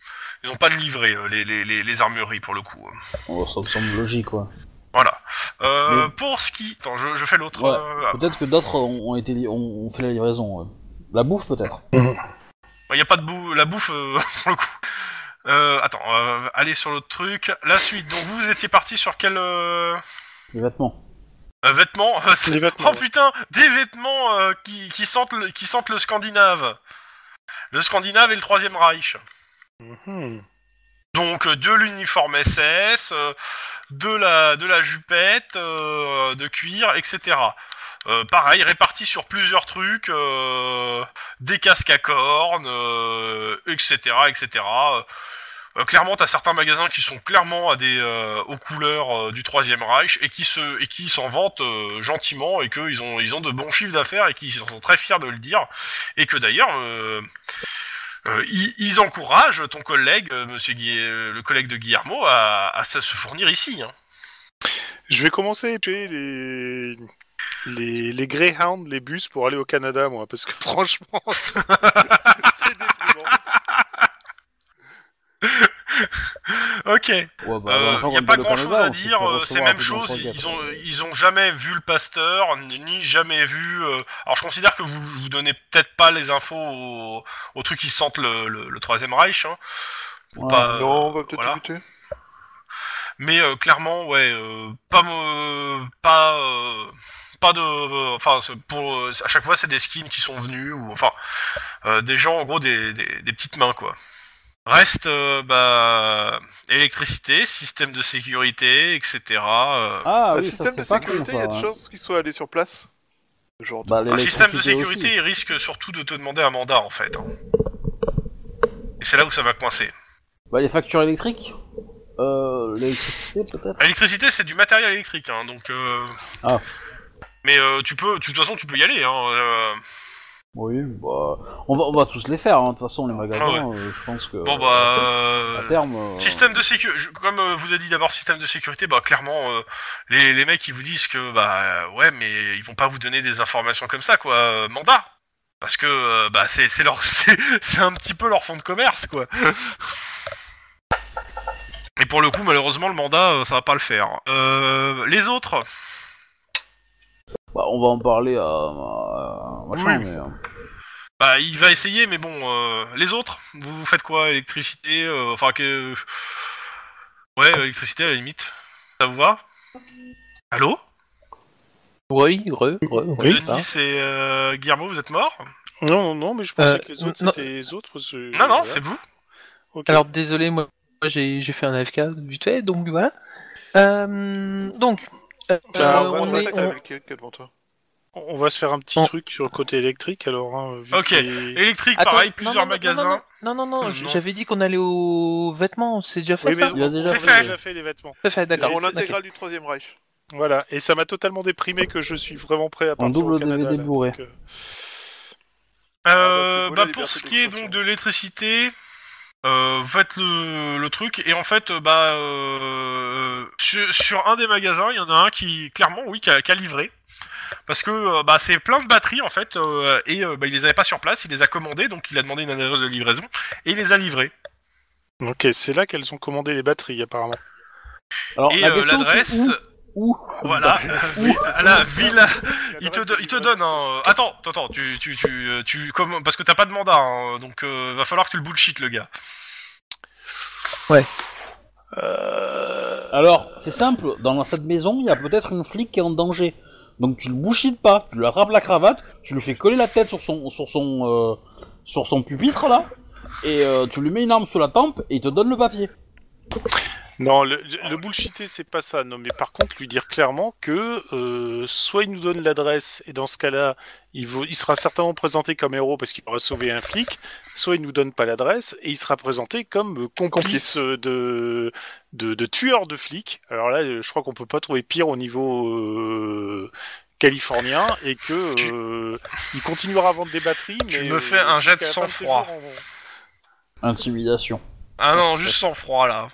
Speaker 3: Ils ont pas de livré euh, les, les, les, les armureries pour le coup. hein.
Speaker 2: Oh, ça me semble logique, quoi.
Speaker 3: Voilà. Euh,
Speaker 2: Mais-
Speaker 3: Pour ce qui, attends, je, je fais l'autre.
Speaker 2: Ouais,
Speaker 3: euh, ah.
Speaker 2: Peut-être que d'autres ont, ont été, li- ont, ont fait la livraison. ouais. La bouffe, peut-être.
Speaker 3: Il n'y a pas de bou la bouffe euh, pour le coup. Euh, attends, euh, allez sur l'autre truc. La suite, donc vous étiez parti sur quel euh,
Speaker 2: Les vêtements.
Speaker 3: euh, vêtement Euh, c'est-
Speaker 5: Les vêtements.
Speaker 3: Oh putain, des vêtements euh, qui, qui, sentent le, qui sentent le scandinave. Le scandinave et le troisième Reich.
Speaker 5: Mhm.
Speaker 3: Donc euh, de l'uniforme SS, euh, de, la, de la jupette, euh, de cuir, etc. Euh, pareil, réparti sur plusieurs trucs, euh, des casques à cornes, euh, etc. etc. Euh, clairement, t'as certains magasins qui sont clairement à des, euh, aux couleurs euh, du Troisième Reich et qui se et qui s'en vantent euh, gentiment et qu'ils ont ils ont de bons chiffres d'affaires et qu'ils sont très fiers de le dire et que d'ailleurs euh, euh, ils, ils encouragent ton collègue, euh, monsieur Gui- euh, le collègue de Guillermo, à, à se se fournir ici. hein.
Speaker 5: Je vais commencer à épeler les... les, les Greyhound, les bus pour aller au Canada, moi, parce que franchement, c'est c'est déprimant.
Speaker 3: Ok.
Speaker 2: Ouais, bah,
Speaker 3: Euh,
Speaker 2: avant
Speaker 3: Il
Speaker 2: qu'on
Speaker 3: n'y a
Speaker 2: le
Speaker 3: pas
Speaker 2: donne au
Speaker 3: grand chose
Speaker 2: Canada,
Speaker 3: à
Speaker 2: on s'est
Speaker 3: dire,
Speaker 2: fait
Speaker 3: euh, c'est
Speaker 2: recevoir un
Speaker 3: même
Speaker 2: peu dans le
Speaker 3: chose,
Speaker 2: sanglier
Speaker 3: ils
Speaker 2: après.
Speaker 3: ont, ils ont jamais vu le pasteur, ni ni jamais vu... euh, Alors je considère que vous, vous donnez peut-être pas les infos aux, aux trucs qui sentent le, le, le Troisième Reich, hein, pour
Speaker 2: Ouais.
Speaker 3: pas...
Speaker 4: Non, on va peut-être
Speaker 3: voilà.
Speaker 4: écouter.
Speaker 3: Mais euh, clairement, ouais, euh, pas, mo- pas, euh, pas de, euh, enfin, c'est pour, euh, à chaque fois, c'est des skins qui sont venus ou enfin, euh, des gens en gros des, des, des petites mains quoi. Reste, euh, bah, électricité, système de sécurité, etc. euh.
Speaker 2: Ah,
Speaker 4: Le
Speaker 2: oui, ça
Speaker 4: système de
Speaker 2: c'est pas con
Speaker 4: sécurité,
Speaker 2: ça.
Speaker 4: il y a de
Speaker 2: ouais.
Speaker 4: chances qu'ils soient allés sur place. Genre,
Speaker 2: Bah,
Speaker 3: Un système de
Speaker 2: l'électricité aussi.
Speaker 3: sécurité, il risque surtout de te demander un mandat en fait. hein. Et c'est là où ça va coincer.
Speaker 2: Bah, les factures électriques Euh, l'électricité peut-être
Speaker 3: L'électricité, c'est du matériel électrique, hein, donc. euh,
Speaker 2: Ah.
Speaker 3: Mais euh, tu peux, tu- de toute façon, tu peux y aller. Hein, euh,
Speaker 2: Oui, bah, on va, on va tous les faire, hein, de toute façon, les magasins,
Speaker 3: Ah
Speaker 2: euh, je pense que.
Speaker 3: Bon bah.
Speaker 2: À
Speaker 3: euh,
Speaker 2: terme. euh,
Speaker 3: Système de sécurité, comme euh, vous avez dit d'abord système de sécurité, bah clairement euh, les, les mecs ils vous disent que bah euh, ouais mais ils vont pas vous donner des informations comme ça quoi, euh, mandat, parce que euh, bah c'est c'est leur c'est c'est un petit peu leur fond de commerce quoi. Et pour le coup malheureusement le mandat euh, ça va pas le faire. Euh, les autres,
Speaker 2: Bah, on va en parler à. à- à machin,
Speaker 3: Oui.
Speaker 2: mais, euh,
Speaker 3: bah il va essayer mais bon euh, les autres vous, vous faites quoi électricité, euh, enfin que ouais électricité à la limite, ça vous va? Allô?
Speaker 1: Oui, re, re,
Speaker 5: Oui.
Speaker 1: re, hein.
Speaker 3: Denis et euh, Guillermo, vous êtes morts
Speaker 5: Non, non, non, mais je pensais
Speaker 1: Euh,
Speaker 5: que les autres,
Speaker 1: non.
Speaker 5: c'était les autres. parce que-
Speaker 3: Non, non,
Speaker 5: voilà.
Speaker 3: c'est vous.
Speaker 5: Ok.
Speaker 1: Alors désolé, moi, moi, j'ai j'ai fait un AFK vite fait, donc voilà. Euh, donc, euh,
Speaker 5: Bah,
Speaker 1: on
Speaker 5: on
Speaker 1: est-
Speaker 5: attaque
Speaker 1: on-
Speaker 5: avec- On va se faire un petit
Speaker 1: On-
Speaker 5: truc sur le côté électrique, alors. hein, vu
Speaker 3: Ok.
Speaker 5: que les-
Speaker 3: Électrique,
Speaker 1: Attends,
Speaker 3: pareil,
Speaker 1: non, non,
Speaker 3: plusieurs
Speaker 1: non, non, non,
Speaker 3: magasins.
Speaker 1: Non, non, non,
Speaker 3: Non.
Speaker 1: j- j'avais dit qu'on allait aux vêtements, c'est déjà fait
Speaker 5: Oui, mais
Speaker 1: ça
Speaker 5: on,
Speaker 2: Il a
Speaker 5: on
Speaker 2: déjà
Speaker 5: a
Speaker 3: fait. C'est fait.
Speaker 5: déjà fait les vêtements.
Speaker 1: Tout à fait, d'accord.
Speaker 4: Ils
Speaker 5: D'accord.
Speaker 4: ont l'intégrale du Troisième Reich.
Speaker 5: Voilà, et ça m'a totalement déprimé que je suis vraiment prêt à partir
Speaker 2: double
Speaker 5: au Canada.
Speaker 2: DVD
Speaker 5: là,
Speaker 2: bourré.
Speaker 5: donc, euh,
Speaker 4: Ah, bah,
Speaker 3: Euh, bah,
Speaker 4: c'est beau, la liberté
Speaker 3: pour ce qui est donc
Speaker 4: d'expression.
Speaker 3: de l'électricité, euh, vous faites le, le truc et en fait, euh, bah, euh, sur, sur un des magasins, il y en a un qui, clairement, oui, qui a, qui a livré. Parce que euh, bah, c'est plein de batteries en fait, euh, et euh, bah, il les avait pas sur place, il les a commandées, donc il a demandé une adresse de livraison, et il les a livrées.
Speaker 5: Ok, c'est là qu'elles ont commandé les batteries, apparemment.
Speaker 2: Alors,
Speaker 3: et
Speaker 2: la
Speaker 3: euh,
Speaker 2: question, c'est
Speaker 3: l'adresse,
Speaker 2: Où, où
Speaker 3: voilà,
Speaker 2: Où
Speaker 3: à la villa, Il te, do- il te donne un. Attends, attends, tu, tu, tu, euh, tu comme parce que t'as pas de mandat, hein, donc euh, va falloir que tu le bullshit le gars.
Speaker 2: Euh, Alors, c'est simple, dans cette maison, il y a peut-être une flic qui est en danger. Donc tu le bouchites pas, tu lui attrapes la cravate, tu lui fais coller la tête sur son sur son euh, sur son pupitre là, et euh, tu lui mets une arme sous la tempe et il te donne le papier.
Speaker 5: Non, le, le bullshiter, c'est pas ça. Non, mais par contre, lui dire clairement que euh, soit il nous donne l'adresse, et dans ce cas-là, il, vaut- il sera certainement présenté comme héros parce qu'il aura sauvé un flic, soit il nous donne pas l'adresse, et il sera présenté comme euh, complice,
Speaker 4: Complice.
Speaker 5: euh, de, de, de tueur de flic. Alors là, euh, je crois qu'on peut pas trouver pire au niveau euh, californien, et que
Speaker 3: Tu-
Speaker 5: euh, il continuera à vendre des batteries.
Speaker 3: Tu
Speaker 5: mais,
Speaker 3: me
Speaker 5: euh,
Speaker 3: fais un jet de
Speaker 5: jusqu'à la fin ses
Speaker 3: sang-froid.
Speaker 5: jours, on-
Speaker 2: Intimidation.
Speaker 3: Ah non, juste sans froid là.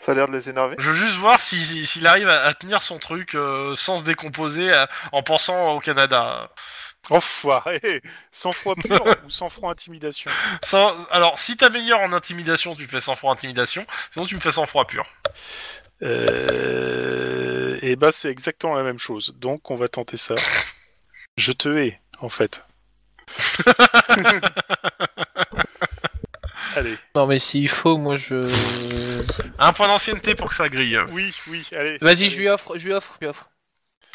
Speaker 4: Ça a l'air de les énerver.
Speaker 3: Je veux juste voir si- si- s'il arrive à, à tenir son truc euh, sans se décomposer euh, en pensant au Canada.
Speaker 5: Enfoiré 100 fois pur ou 100 francs intimidation
Speaker 3: Sans... Alors si t'améliores en intimidation, tu me fais sans froid intimidation, sinon tu me fais sans froid pur.
Speaker 5: euh... Et bah c'est exactement la même chose, donc on va tenter ça. Je te hais, en fait. allez,
Speaker 1: Non, mais s'il faut, moi je.
Speaker 3: Un point d'ancienneté pour que ça grille.
Speaker 5: oui, oui, allez.
Speaker 1: Vas-y, je
Speaker 5: Allez.
Speaker 1: lui offre, je lui offre, je lui offre.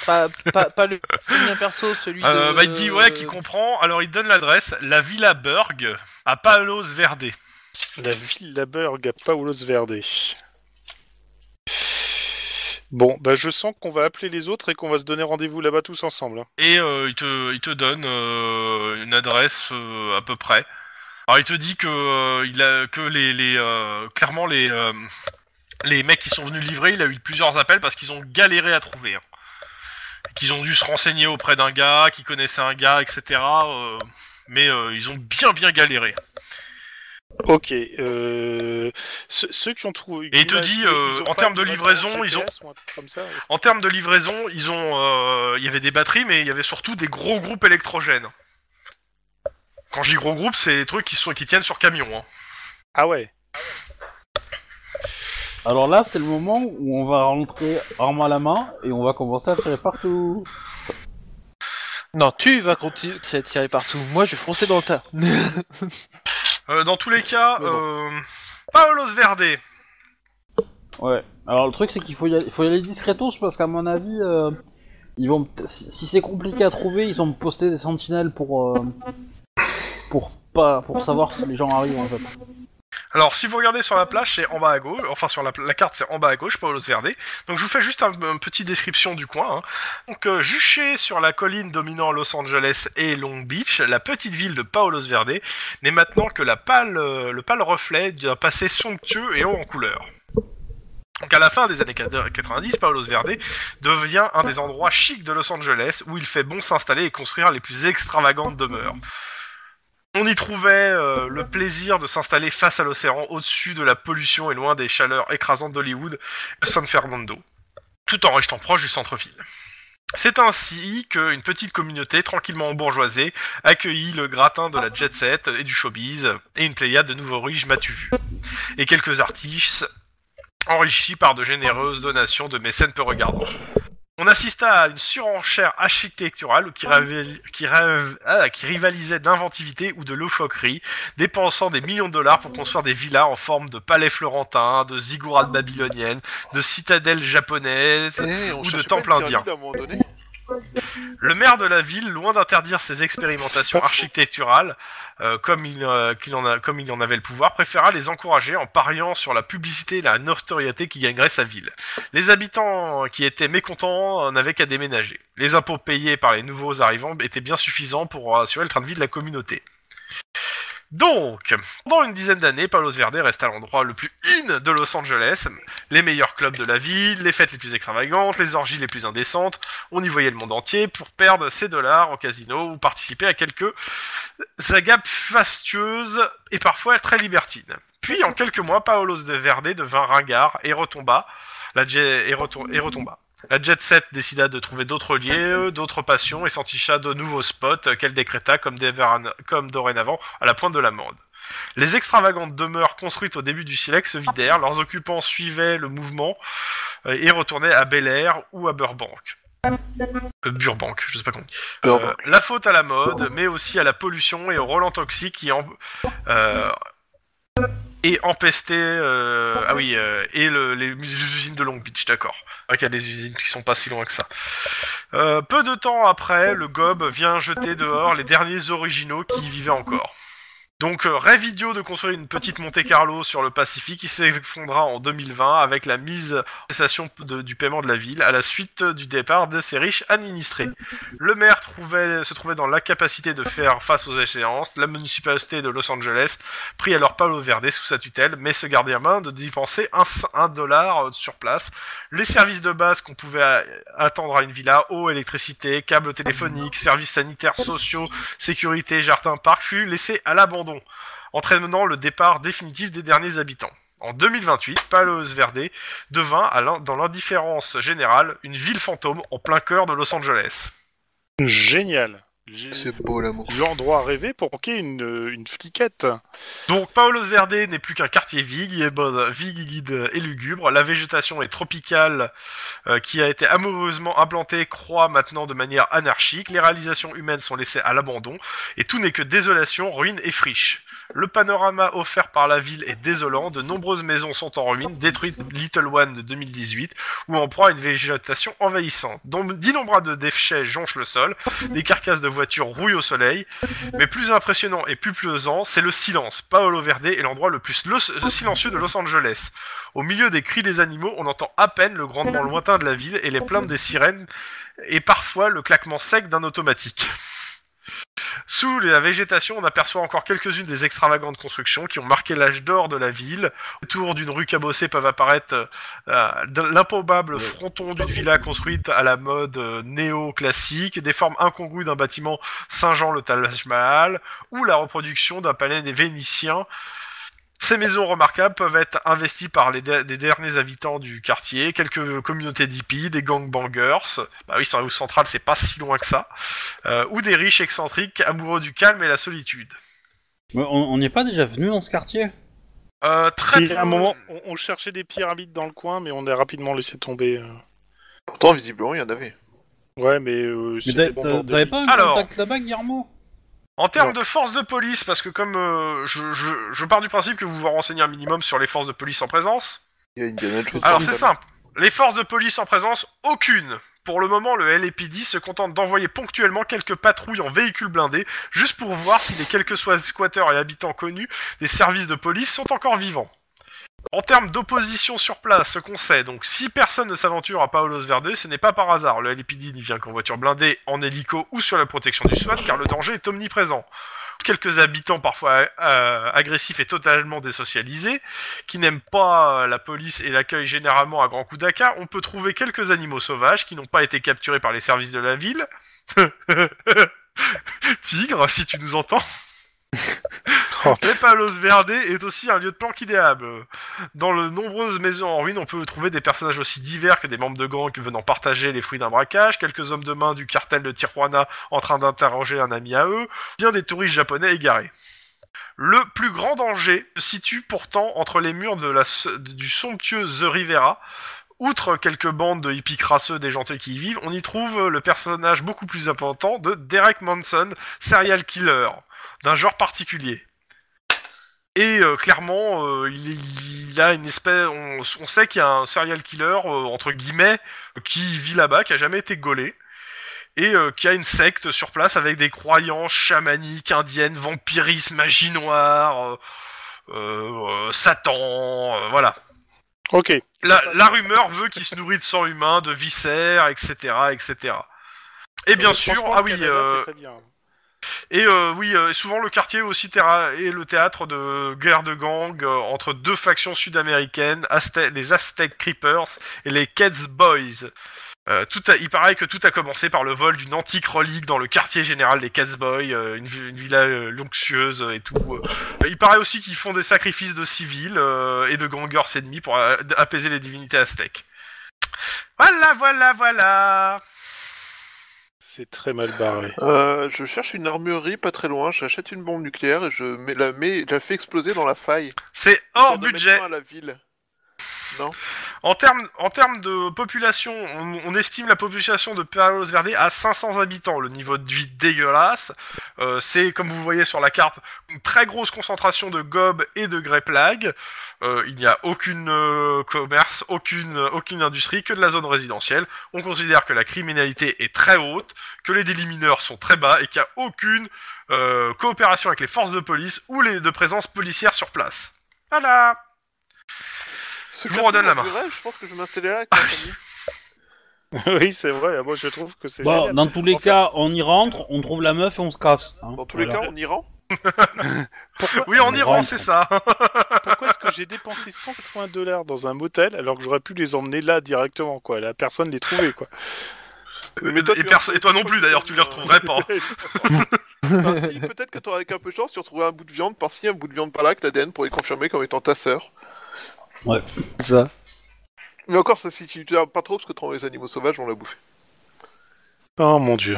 Speaker 1: Pas, pas, pas le le mien perso, celui
Speaker 3: Euh,
Speaker 1: de.
Speaker 3: bah, il te dit ouais qu'il comprend, alors il te donne l'adresse, la Villa Burg à Palos Verde.
Speaker 5: La Villa Burg à Paulos Verde. Bon, bah je sens qu'on va appeler les autres et qu'on va se donner rendez-vous là-bas tous ensemble. hein.
Speaker 3: Et euh, il, te, il te donne euh, une adresse euh, à peu près. Alors il te dit que euh, il a que les, les euh, clairement les euh, les mecs qui sont venus livrer, il a eu plusieurs appels parce qu'ils ont galéré à trouver. hein. Qu'ils ont dû se renseigner auprès d'un gars, qui connaissait un gars, etc. euh, mais euh, ils ont bien bien galéré.
Speaker 5: Ok. euh, ceux, ceux qui ont trouvé.
Speaker 3: Et il te
Speaker 5: qui-
Speaker 3: dit,
Speaker 5: qui-
Speaker 3: euh,
Speaker 5: ils ont
Speaker 3: en
Speaker 5: pas
Speaker 3: termes de
Speaker 5: une boîte
Speaker 3: livraison,
Speaker 5: en
Speaker 3: ils ont-
Speaker 5: GPS ou un truc Comme ça.
Speaker 3: En termes de livraison, ils ont, euh, il y avait des batteries, mais il y avait surtout des gros groupes électrogènes. Quand je dis gros groupes, c'est des trucs qui, sont, qui tiennent sur camion. Hein.
Speaker 5: Ah ouais.
Speaker 2: Alors là, c'est le moment où on va rentrer arme à la main et on va commencer à tirer partout.
Speaker 1: Non, tu vas continuer à tirer partout. Moi, je vais foncer dans le tas.
Speaker 3: Euh, dans tous les cas,
Speaker 2: Mais
Speaker 3: euh, Paolos Verde.
Speaker 2: Ouais. Alors le truc, c'est qu'il faut y aller, il faut y aller discretos parce qu'à mon avis, euh, ils vont peut- si, si c'est compliqué à trouver, ils ont posté des sentinelles pour euh, pour pas pour savoir si les gens arrivent en fait.
Speaker 3: Alors, si vous regardez sur la plage, c'est en bas à gauche. Enfin, sur la, la carte, c'est en bas à gauche, Paulos Verde. Donc, je vous fais juste un- une petite description du coin. hein. Donc, euh, juchée sur la colline dominant Los Angeles et Long Beach, la petite ville de Paulos Verde n'est maintenant que la pâle, euh, le pâle reflet d'un passé somptueux et haut en couleur. Donc à la fin des années 90, Paulos Verde devient un des endroits chics de Los Angeles où il fait bon s'installer et construire les plus extravagantes demeures. On y trouvait euh, le plaisir de s'installer face à l'océan, au-dessus de la pollution et loin des chaleurs écrasantes d'Hollywood et de San Fernando, tout en restant proche du centre-ville. C'est ainsi qu'une petite communauté tranquillement embourgeoisée accueillit le gratin de la jet set et du showbiz, et une pléiade de nouveaux riches matu vus, et quelques artistes enrichis par de généreuses donations de mécènes peu regardants. On assista à une surenchère architecturale qui, ravel- qui, rav- ah, qui rivalisait d'inventivité ou de loufoquerie, dépensant des millions de dollars pour construire des villas en forme de palais florentins, de ziggourats babyloniennes, de citadelles japonaises,
Speaker 4: Eh, on
Speaker 3: Ou de
Speaker 4: cherche pas
Speaker 3: temple
Speaker 4: une pyramide
Speaker 3: indien.
Speaker 4: à un moment donné
Speaker 3: Le maire de la ville, loin d'interdire ses expérimentations architecturales, euh, comme, il, euh, qu'il en a- comme il en avait le pouvoir, préféra les encourager en pariant sur la publicité et la notoriété qui gagnerait sa ville. Les habitants qui étaient mécontents euh, n'avaient qu'à déménager. Les impôts payés par les nouveaux arrivants étaient bien suffisants pour assurer le train de vie de la communauté. Donc, pendant une dizaine d'années, Palos Verde reste à l'endroit le plus in de Los Angeles. Les meilleurs clubs de la ville, les fêtes les plus extravagantes, les orgies les plus indécentes, on y voyait le monde entier pour perdre ses dollars au casino ou participer à quelques agapes fastueuses et parfois très libertines. Puis en quelques mois, Paolos de Verde devint ringard et retomba. La jet, et, retom- et retomba. La jet set décida de trouver d'autres lieux, d'autres passions et s'enticha de nouveaux spots euh, qu'elle décréta comme, des veran- comme dorénavant à la pointe de la mode. Les extravagantes demeures construites au début du siècle se vidèrent, leurs occupants suivaient le mouvement euh, et retournaient à Bel Air ou à Burbank. Euh, Burbank, je sais pas comment.
Speaker 4: Peur.
Speaker 3: Euh, la faute à la mode, mais aussi à la pollution et aux relents toxiques qui en, euh, et empestaient. euh, ah oui, euh, et le- les usines de Long Beach, d'accord. Ok, il y a des usines qui sont pas si loin que ça. Euh, peu de temps après, le gob vient jeter dehors les derniers originaux qui y vivaient encore. Donc, euh, rêve idiot de construire une petite Monte Carlo sur le Pacifique qui s'effondra en 2020 avec la mise en cessation de- du paiement de la ville à la suite du départ de ses riches administrés. Le maire trouvait- se trouvait dans l'incapacité de faire face aux échéances. La municipalité de Los Angeles prit alors Palo Verde sous sa tutelle, mais se gardait à main de dépenser un, c- un dollar euh, sur place. Les services de base qu'on pouvait a- attendre à une villa, eau, électricité, câbles téléphoniques, services sanitaires, sociaux, sécurité, jardin, parc, fut laissé à l'abandon, entraînant le départ définitif des derniers habitants. En 2028, Palos Verde devint, à l'in- dans l'indifférence générale, une ville fantôme en plein cœur de Los Angeles.
Speaker 5: Génial. J'ai-
Speaker 4: C'est beau l'amour.
Speaker 5: L'endroit rêvé pour manquer une, une fliquette.
Speaker 3: Donc Paolos Verde n'est plus qu'un quartier vigue, et bon- viguide et lugubre. La végétation est tropicale euh, qui a été amoureusement implantée croît maintenant de manière anarchique. Les réalisations humaines sont laissées à l'abandon et tout n'est que désolation, ruine et friche. Le panorama offert par la ville est désolant. De nombreuses maisons sont en ruine, détruites Little One de 2018 ou en proie à une végétation envahissante. Donc d'innombrables déchets jonchent le sol, des carcasses de voitures rouillent au soleil. Mais plus impressionnant et plus pesant, c'est le silence. Paolo Verde est l'endroit le plus lo- euh, silencieux de Los Angeles. Au milieu des cris des animaux, on entend à peine le grondement lointain de la ville et les plaintes des sirènes, et parfois le claquement sec d'un automatique. Sous la végétation, on aperçoit encore quelques-unes des extravagantes constructions qui ont marqué l'âge d'or de la ville. Autour d'une rue cabossée peuvent apparaître euh, euh, de- l'improbable fronton d'une villa construite à la mode euh, néo-classique, des formes incongrues d'un bâtiment Saint-Jean le Taj Mahal, ou la reproduction d'un palais des Vénitiens Ces maisons remarquables peuvent être investies par les de- des derniers habitants du quartier, quelques communautés d'hippies, des gangbangers, bah oui, Saint-Louis central, c'est pas si loin que ça, euh, ou des riches excentriques amoureux du calme et la solitude.
Speaker 2: Mais on n'est pas déjà venu dans ce quartier
Speaker 3: Euh, très
Speaker 5: Si,
Speaker 3: peu-
Speaker 5: à un moment, on, on cherchait des pyramides dans le coin, mais on a rapidement laissé tomber. euh.
Speaker 4: Pourtant, visiblement, il y en avait.
Speaker 5: Ouais, mais. euh,
Speaker 2: Mais
Speaker 5: c'était
Speaker 2: t'a-
Speaker 5: bon
Speaker 2: t'a-
Speaker 5: bordel.
Speaker 2: t'avais pas un
Speaker 3: Alors.
Speaker 2: contact là-bas, Guillermo
Speaker 3: En termes
Speaker 5: Ouais.
Speaker 3: de forces de police, parce que comme euh, je, je- je pars du principe que vous vous renseignez un minimum sur les forces de police en présence,
Speaker 4: Il y a Indiana Jones.
Speaker 3: Alors c'est simple. Les forces de police en présence, aucune. Pour le moment, le LAPD se contente d'envoyer ponctuellement quelques patrouilles en véhicules blindés, juste pour voir si les quelques soi- squatteurs et habitants connus des services de police sont encore vivants. En termes d'opposition sur place, ce qu'on sait, donc si personne ne s'aventure à Paolos Verde, ce n'est pas par hasard. Le LAPD n'y vient qu'en voiture blindée, en hélico ou sur la protection du SWAT, car le danger est omniprésent. Quelques habitants parfois euh, agressifs et totalement désocialisés, qui n'aiment pas euh, la police et l'accueil généralement à grands coups d'aka, on peut trouver quelques animaux sauvages qui n'ont pas été capturés par les services de la ville. Tigre, si tu nous entends.
Speaker 5: Oh.
Speaker 3: Les Palos Verde est aussi un lieu de planque idéal. Dans de nombreuses maisons en ruine, on peut trouver des personnages aussi divers que des membres de gang venant partager les fruits d'un braquage, quelques hommes de main du cartel de Tijuana en train d'interroger un ami à eux, bien des touristes japonais égarés. Le plus grand danger se situe pourtant entre les murs de la, s- du somptueux The Rivera. Outre quelques bandes de hippies crasseux déjantés qui y vivent, on y trouve le personnage beaucoup plus important de Derek Manson, serial killer, d'un genre particulier. Et euh, clairement, euh, il, est- il a une espèce, on, on sait qu'il y a un serial killer euh, entre guillemets qui vit là-bas, qui a jamais été gaulé, et euh, qui a une secte sur place avec des croyances chamaniques, indiennes, vampirisme, magie noire, euh, euh, euh, Satan, euh, voilà.
Speaker 5: Ok.
Speaker 3: La, la rumeur veut qu'il se nourrit de sang humain, de viscères, etc., etc. Et bien
Speaker 5: Euh,
Speaker 3: sûr,
Speaker 5: franchement,
Speaker 3: ah
Speaker 5: le
Speaker 3: oui,
Speaker 5: Canada,
Speaker 3: euh,
Speaker 5: c'est très bien.
Speaker 3: et euh, oui, euh, et souvent le quartier aussi terra- est le théâtre de guerres de gang euh, entre deux factions sud-américaines, Aztè- les Aztec Creepers et les Cats Boys. Euh, tout a- il paraît que tout a commencé par le vol d'une antique relique dans le quartier général des Cats Boys, euh, une, vi- une villa euh, luxueuse euh, et tout. Euh, il paraît aussi qu'ils font des sacrifices de civils euh, et de gangers ennemis pour a- apaiser les divinités aztèques. Voilà, voilà, voilà.
Speaker 5: C'est très mal barré.
Speaker 4: Euh, je cherche une armurerie pas très loin, j'achète une bombe nucléaire et je mets, la, mets, la fais exploser dans la faille.
Speaker 3: C'est hors
Speaker 4: Histoire de mettre
Speaker 3: budget.
Speaker 4: fin à la ville.
Speaker 3: En termes en termes de population, on, on estime la population de Palos Verde à 500 habitants. Le niveau de vie dégueulasse. Euh, c'est, comme vous voyez sur la carte, une très grosse concentration de gobes et de grey plagues. Euh, il n'y a aucune euh, commerce, aucune, aucune industrie, que de la zone résidentielle. On considère que la criminalité est très haute, que les délits mineurs sont très bas et qu'il n'y a aucune euh, coopération avec les forces de police ou les, de présence policière sur place. Voilà
Speaker 4: Ce
Speaker 3: Je vous
Speaker 4: quartier
Speaker 3: redonne la main.
Speaker 4: m'ennuierait, Je pense que je vais m'installer là avec ma famille.
Speaker 5: oui, c'est vrai. Moi, je trouve que c'est.
Speaker 2: Bon,
Speaker 5: génial.
Speaker 2: Bah, dans tous les
Speaker 5: En fait-
Speaker 2: cas, on y rentre, on trouve la meuf et on se casse. hein.
Speaker 4: Dans tous
Speaker 2: Voilà.
Speaker 4: les cas, on y rend.
Speaker 5: Pourquoi,
Speaker 3: Oui, en Iran, c'est ça
Speaker 5: pourquoi est-ce que j'ai dépensé 180 dollars dans un motel alors que j'aurais pu les emmener là directement, quoi La personne les trouvait, quoi.
Speaker 4: Mais toi,
Speaker 3: et,
Speaker 4: tu
Speaker 3: perso-
Speaker 4: vas-
Speaker 3: et toi non plus d'ailleurs, tu les retrouverais pas. hein.
Speaker 4: Enfin, Ah, si, peut-être que t'auras avec un peu de chance, tu retrouveras un bout de viande par-ci, un bout de viande par-là, que l'ADN pourrait confirmer comme étant ta sœur.
Speaker 1: Ça.
Speaker 4: Mais encore, ça si tu pas trop, parce que trop, les animaux sauvages vont la bouffer.
Speaker 5: Oh mon dieu.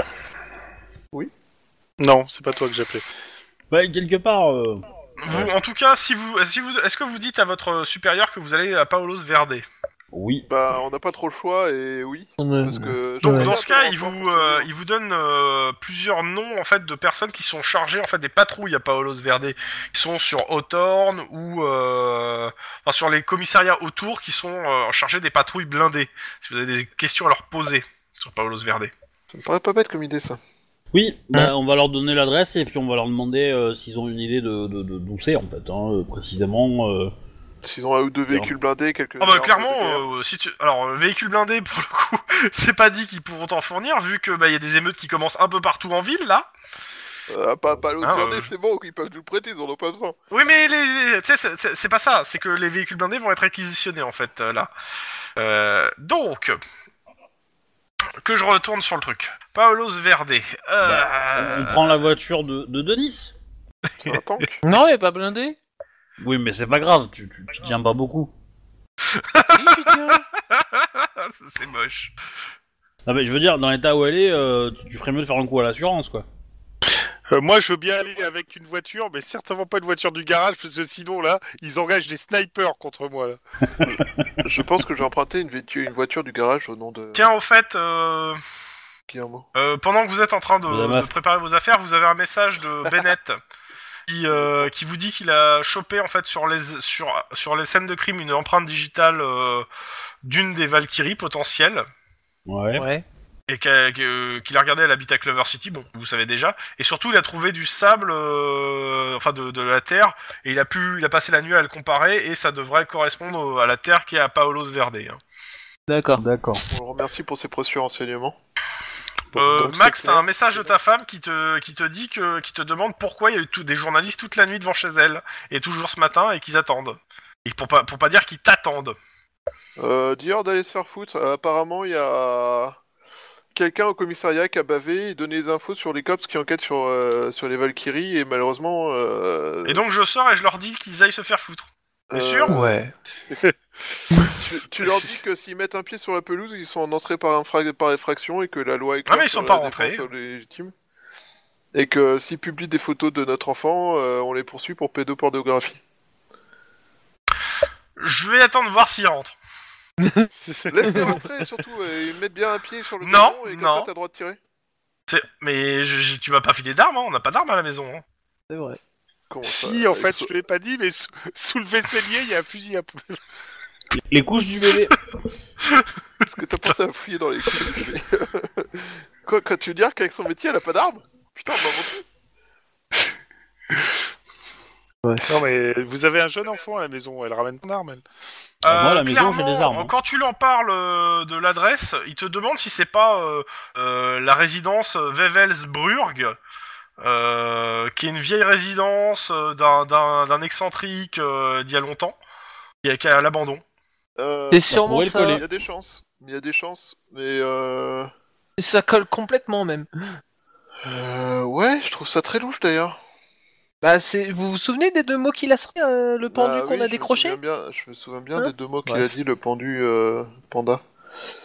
Speaker 4: Oui.
Speaker 5: Non, c'est pas toi que j'appelais.
Speaker 2: Ouais, quelque part. euh,
Speaker 3: Vous, en tout cas, si vous, si vous, est-ce que vous dites à votre euh, supérieur que vous allez à Paolos Verde
Speaker 2: Oui.
Speaker 4: Bah, on n'a pas trop le choix, et oui, parce que...
Speaker 1: Donc,
Speaker 3: Dans ce cas, il vous, euh,
Speaker 4: il-
Speaker 3: il vous donne euh, plusieurs noms en fait de personnes qui sont chargées en fait des patrouilles à Paolos Verde, qui sont sur Hawthorne ou euh, enfin, sur les commissariats autour qui sont euh, chargés des patrouilles blindées. Si vous avez des questions à leur poser sur Paolos Verde.
Speaker 4: Ça me paraît pas bête comme idée, ça.
Speaker 2: Oui, bah, on va leur donner l'adresse et puis on va leur demander euh, s'ils ont une idée de, de, de- d'où c'est en fait, hein, euh, précisément. euh.
Speaker 4: S'ils ont un ou deux véhicules blindés, quelques...
Speaker 3: Ah bah clairement, euh, si tu... alors euh, véhicule blindé pour le coup, c'est pas dit qu'ils pourront t'en fournir vu que bah il y a des émeutes qui commencent un peu partout en ville là.
Speaker 4: Ah, pas, pas l'autre
Speaker 3: Ah,
Speaker 4: blindé,
Speaker 3: euh,
Speaker 4: c'est bon, ils peuvent nous le prêter, ils en ont pas besoin.
Speaker 3: Oui, mais les, les- tu sais, c'est- c'est- c'est pas ça. C'est que les véhicules blindés vont être réquisitionnés en fait euh, là. Euh, donc, que je retourne sur le truc. Paolos Verde.
Speaker 2: On
Speaker 3: Euh,
Speaker 2: Bah, prend la voiture de, de Denis.
Speaker 4: C'est un tank.
Speaker 1: Non, il est pas blindé
Speaker 2: Oui, mais c'est pas grave, tu, tu, tu tiens pas beaucoup.
Speaker 3: Ça, c'est moche.
Speaker 2: Non, mais je veux dire, dans l'état où elle est, euh, tu, tu ferais mieux de faire un coup à l'assurance, quoi.
Speaker 5: Euh, moi, je veux bien aller avec une voiture, mais certainement pas une voiture du garage, parce que sinon, là, ils engagent des snipers contre moi. Là.
Speaker 4: Je pense que j'ai emprunté une, vêtu- une voiture du garage au nom de
Speaker 3: Tiens, au fait, euh,
Speaker 4: Guillermo.
Speaker 3: euh, pendant que vous êtes en train de,
Speaker 2: Le Damas.
Speaker 3: de préparer vos affaires, vous avez un message de Bennett qui, euh, qui vous dit qu'il a chopé en fait sur les sur sur les scènes de crime une empreinte digitale euh, d'une des Valkyries potentielles.
Speaker 2: Ouais.
Speaker 1: Ouais.
Speaker 3: et qu'a- que- qu'il a regardé à l'habitat Clover City, bon, vous savez déjà, et surtout il a trouvé du sable, euh, enfin de, de la terre, et il a pu, il a passé la nuit à le comparer, et ça devrait correspondre au- à la terre qui est à Paolos Verde. hein.
Speaker 1: D'accord.
Speaker 2: D'accord.
Speaker 4: On le remercie pour ses précieux renseignements.
Speaker 5: Bon,
Speaker 3: Euh,
Speaker 5: donc,
Speaker 3: Max,
Speaker 5: c'est
Speaker 3: t'as
Speaker 5: clair.
Speaker 3: un message de ta femme qui te, qui te dit que, qui te demande pourquoi il y a eu tout- des journalistes toute la nuit devant chez elle, et toujours ce matin, et qu'ils attendent. Et pour pas, pour pas dire qu'ils t'attendent.
Speaker 4: Euh, Dior d'aller se faire foutre. Euh, apparemment, il y a quelqu'un au commissariat qui a bavé et donné des infos sur les cops qui enquêtent sur, euh, sur les Valkyries et malheureusement. euh,
Speaker 3: Et donc je sors et je leur dis qu'ils aillent se faire foutre. t'es
Speaker 4: euh,
Speaker 3: sûr
Speaker 1: Ouais.
Speaker 4: tu, tu leur dis que s'ils mettent un pied sur la pelouse, ils sont en entrée par, infra- par effraction et que la loi est
Speaker 3: Ah, mais ils
Speaker 4: sur
Speaker 3: sont pas
Speaker 4: la
Speaker 3: rentrés.
Speaker 4: défense légitime. Et que s'ils publient des photos de notre enfant, euh, on les poursuit pour pédopornographie.
Speaker 3: Je vais attendre voir s'ils rentrent.
Speaker 4: Laisse-les rentrer et surtout, euh, ils mettent bien un pied sur le
Speaker 3: Non,
Speaker 4: ballon et comme
Speaker 3: non.
Speaker 4: ça t'as le droit de tirer.
Speaker 3: C'est- Mais je- je- tu m'as pas filé d'armes, hein, on n'a pas d'armes à la maison. hein.
Speaker 1: C'est vrai.
Speaker 4: Comment ça,
Speaker 3: bah,
Speaker 5: Si, en
Speaker 4: ils
Speaker 5: fait,
Speaker 4: sont-
Speaker 5: je l'ai pas dit, mais sous, sous le vaisselier, il y a un fusil à poubelle.
Speaker 2: Les couches du bébé.
Speaker 4: Est-ce que t'as pensé à fouiller dans les couilles Quoi, quand tu veux dire qu'avec son métier, elle a pas d'arme Putain, on m'a menti.
Speaker 5: Non, mais vous avez un jeune enfant à la maison, elle ramène ton arme, elle.
Speaker 2: Ah, moi, à la maison, j'ai
Speaker 3: Euh, clairement,
Speaker 2: des armes, hein.
Speaker 3: Quand tu leur parles euh, de l'adresse, ils te demandent si c'est pas euh, euh, la résidence Wevelsbrurg, euh, qui est une vieille résidence euh, d'un- d'un d'un excentrique euh, d'il y a longtemps, qui est qui est à l'abandon.
Speaker 4: Euh,
Speaker 1: C'est sûrement
Speaker 2: pourrait le
Speaker 1: ça.
Speaker 4: Il y a des chances. Il y a des chances. Mais euh...
Speaker 1: Ça colle complètement même.
Speaker 4: euh, Ouais, je trouve ça très louche d'ailleurs.
Speaker 1: Bah, c'est... vous vous souvenez des deux mots qu'il a sortis, euh, le pendu
Speaker 4: Bah oui,
Speaker 1: qu'on a
Speaker 4: je me
Speaker 1: décroché
Speaker 4: souviens bien- Je me souviens bien
Speaker 1: Hein
Speaker 4: des deux mots qu'il
Speaker 2: Ouais.
Speaker 4: a dit, le pendu euh, panda.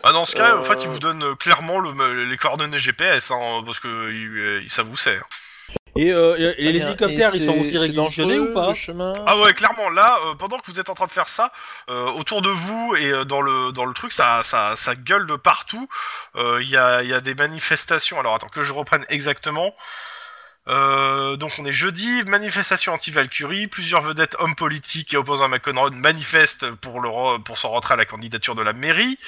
Speaker 3: Ah, dans ce cas,
Speaker 4: Euh.
Speaker 3: en fait, ils vous donnent euh, clairement le- les coordonnées GPS, hein, parce que euh, ça vous sert.
Speaker 2: Et, euh, et- et les
Speaker 1: Ah,
Speaker 2: hélicoptères,
Speaker 1: et
Speaker 2: ils sont
Speaker 1: c'est-
Speaker 2: aussi
Speaker 1: c'est
Speaker 2: réquisitionnés
Speaker 1: dangereux,
Speaker 2: ou pas
Speaker 1: le chemin
Speaker 3: Ah ouais, clairement, là, euh, pendant que vous êtes en train de faire ça, euh, autour de vous et euh, dans, le, dans le truc, ça, ça, ça gueule de partout. Euh, Il y, a, il y a des manifestations. Alors attends, que je reprenne exactement. Euh, donc on est jeudi, manifestation anti-Valkyrie, plusieurs vedettes hommes politiques et opposants à McEnroe manifestent pour, le re- pour son retrait à la candidature de la mairie.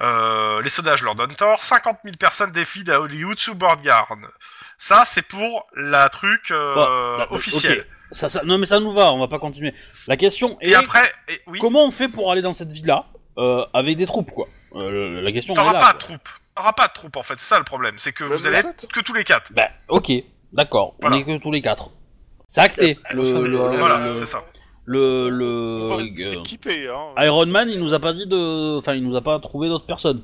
Speaker 3: Euh, les sondages leur donnent tort, 50 000 personnes défilent à Hollywood sous Borgard. Ça c'est pour la truc euh,
Speaker 2: Bah, bah,
Speaker 3: officielle.
Speaker 2: ok. Ça, ça- non mais ça nous va, on va pas continuer. La question est
Speaker 3: Et après, et- oui.
Speaker 2: comment on fait pour aller dans cette ville-là euh, avec des troupes quoi Euh, le- La question
Speaker 3: T'auras
Speaker 2: est là.
Speaker 3: pas de
Speaker 2: quoi.
Speaker 3: troupe. T'auras pas de troupe en fait, c'est ça le problème. C'est que
Speaker 4: Bah,
Speaker 3: vous
Speaker 4: bah,
Speaker 3: allez
Speaker 4: en
Speaker 3: être que tous les quatre.
Speaker 2: Bah ok, d'accord.
Speaker 3: Voilà. Euh,
Speaker 2: On est que tous les quatre. C'est acté. Le, le,
Speaker 3: voilà,
Speaker 2: le-
Speaker 3: c'est ça.
Speaker 2: le-
Speaker 5: On
Speaker 2: le-
Speaker 5: va
Speaker 2: euh,
Speaker 5: s'équiper, hein.
Speaker 2: Iron Man, il nous a pas dit de, enfin il nous a pas trouvé d'autres personnes.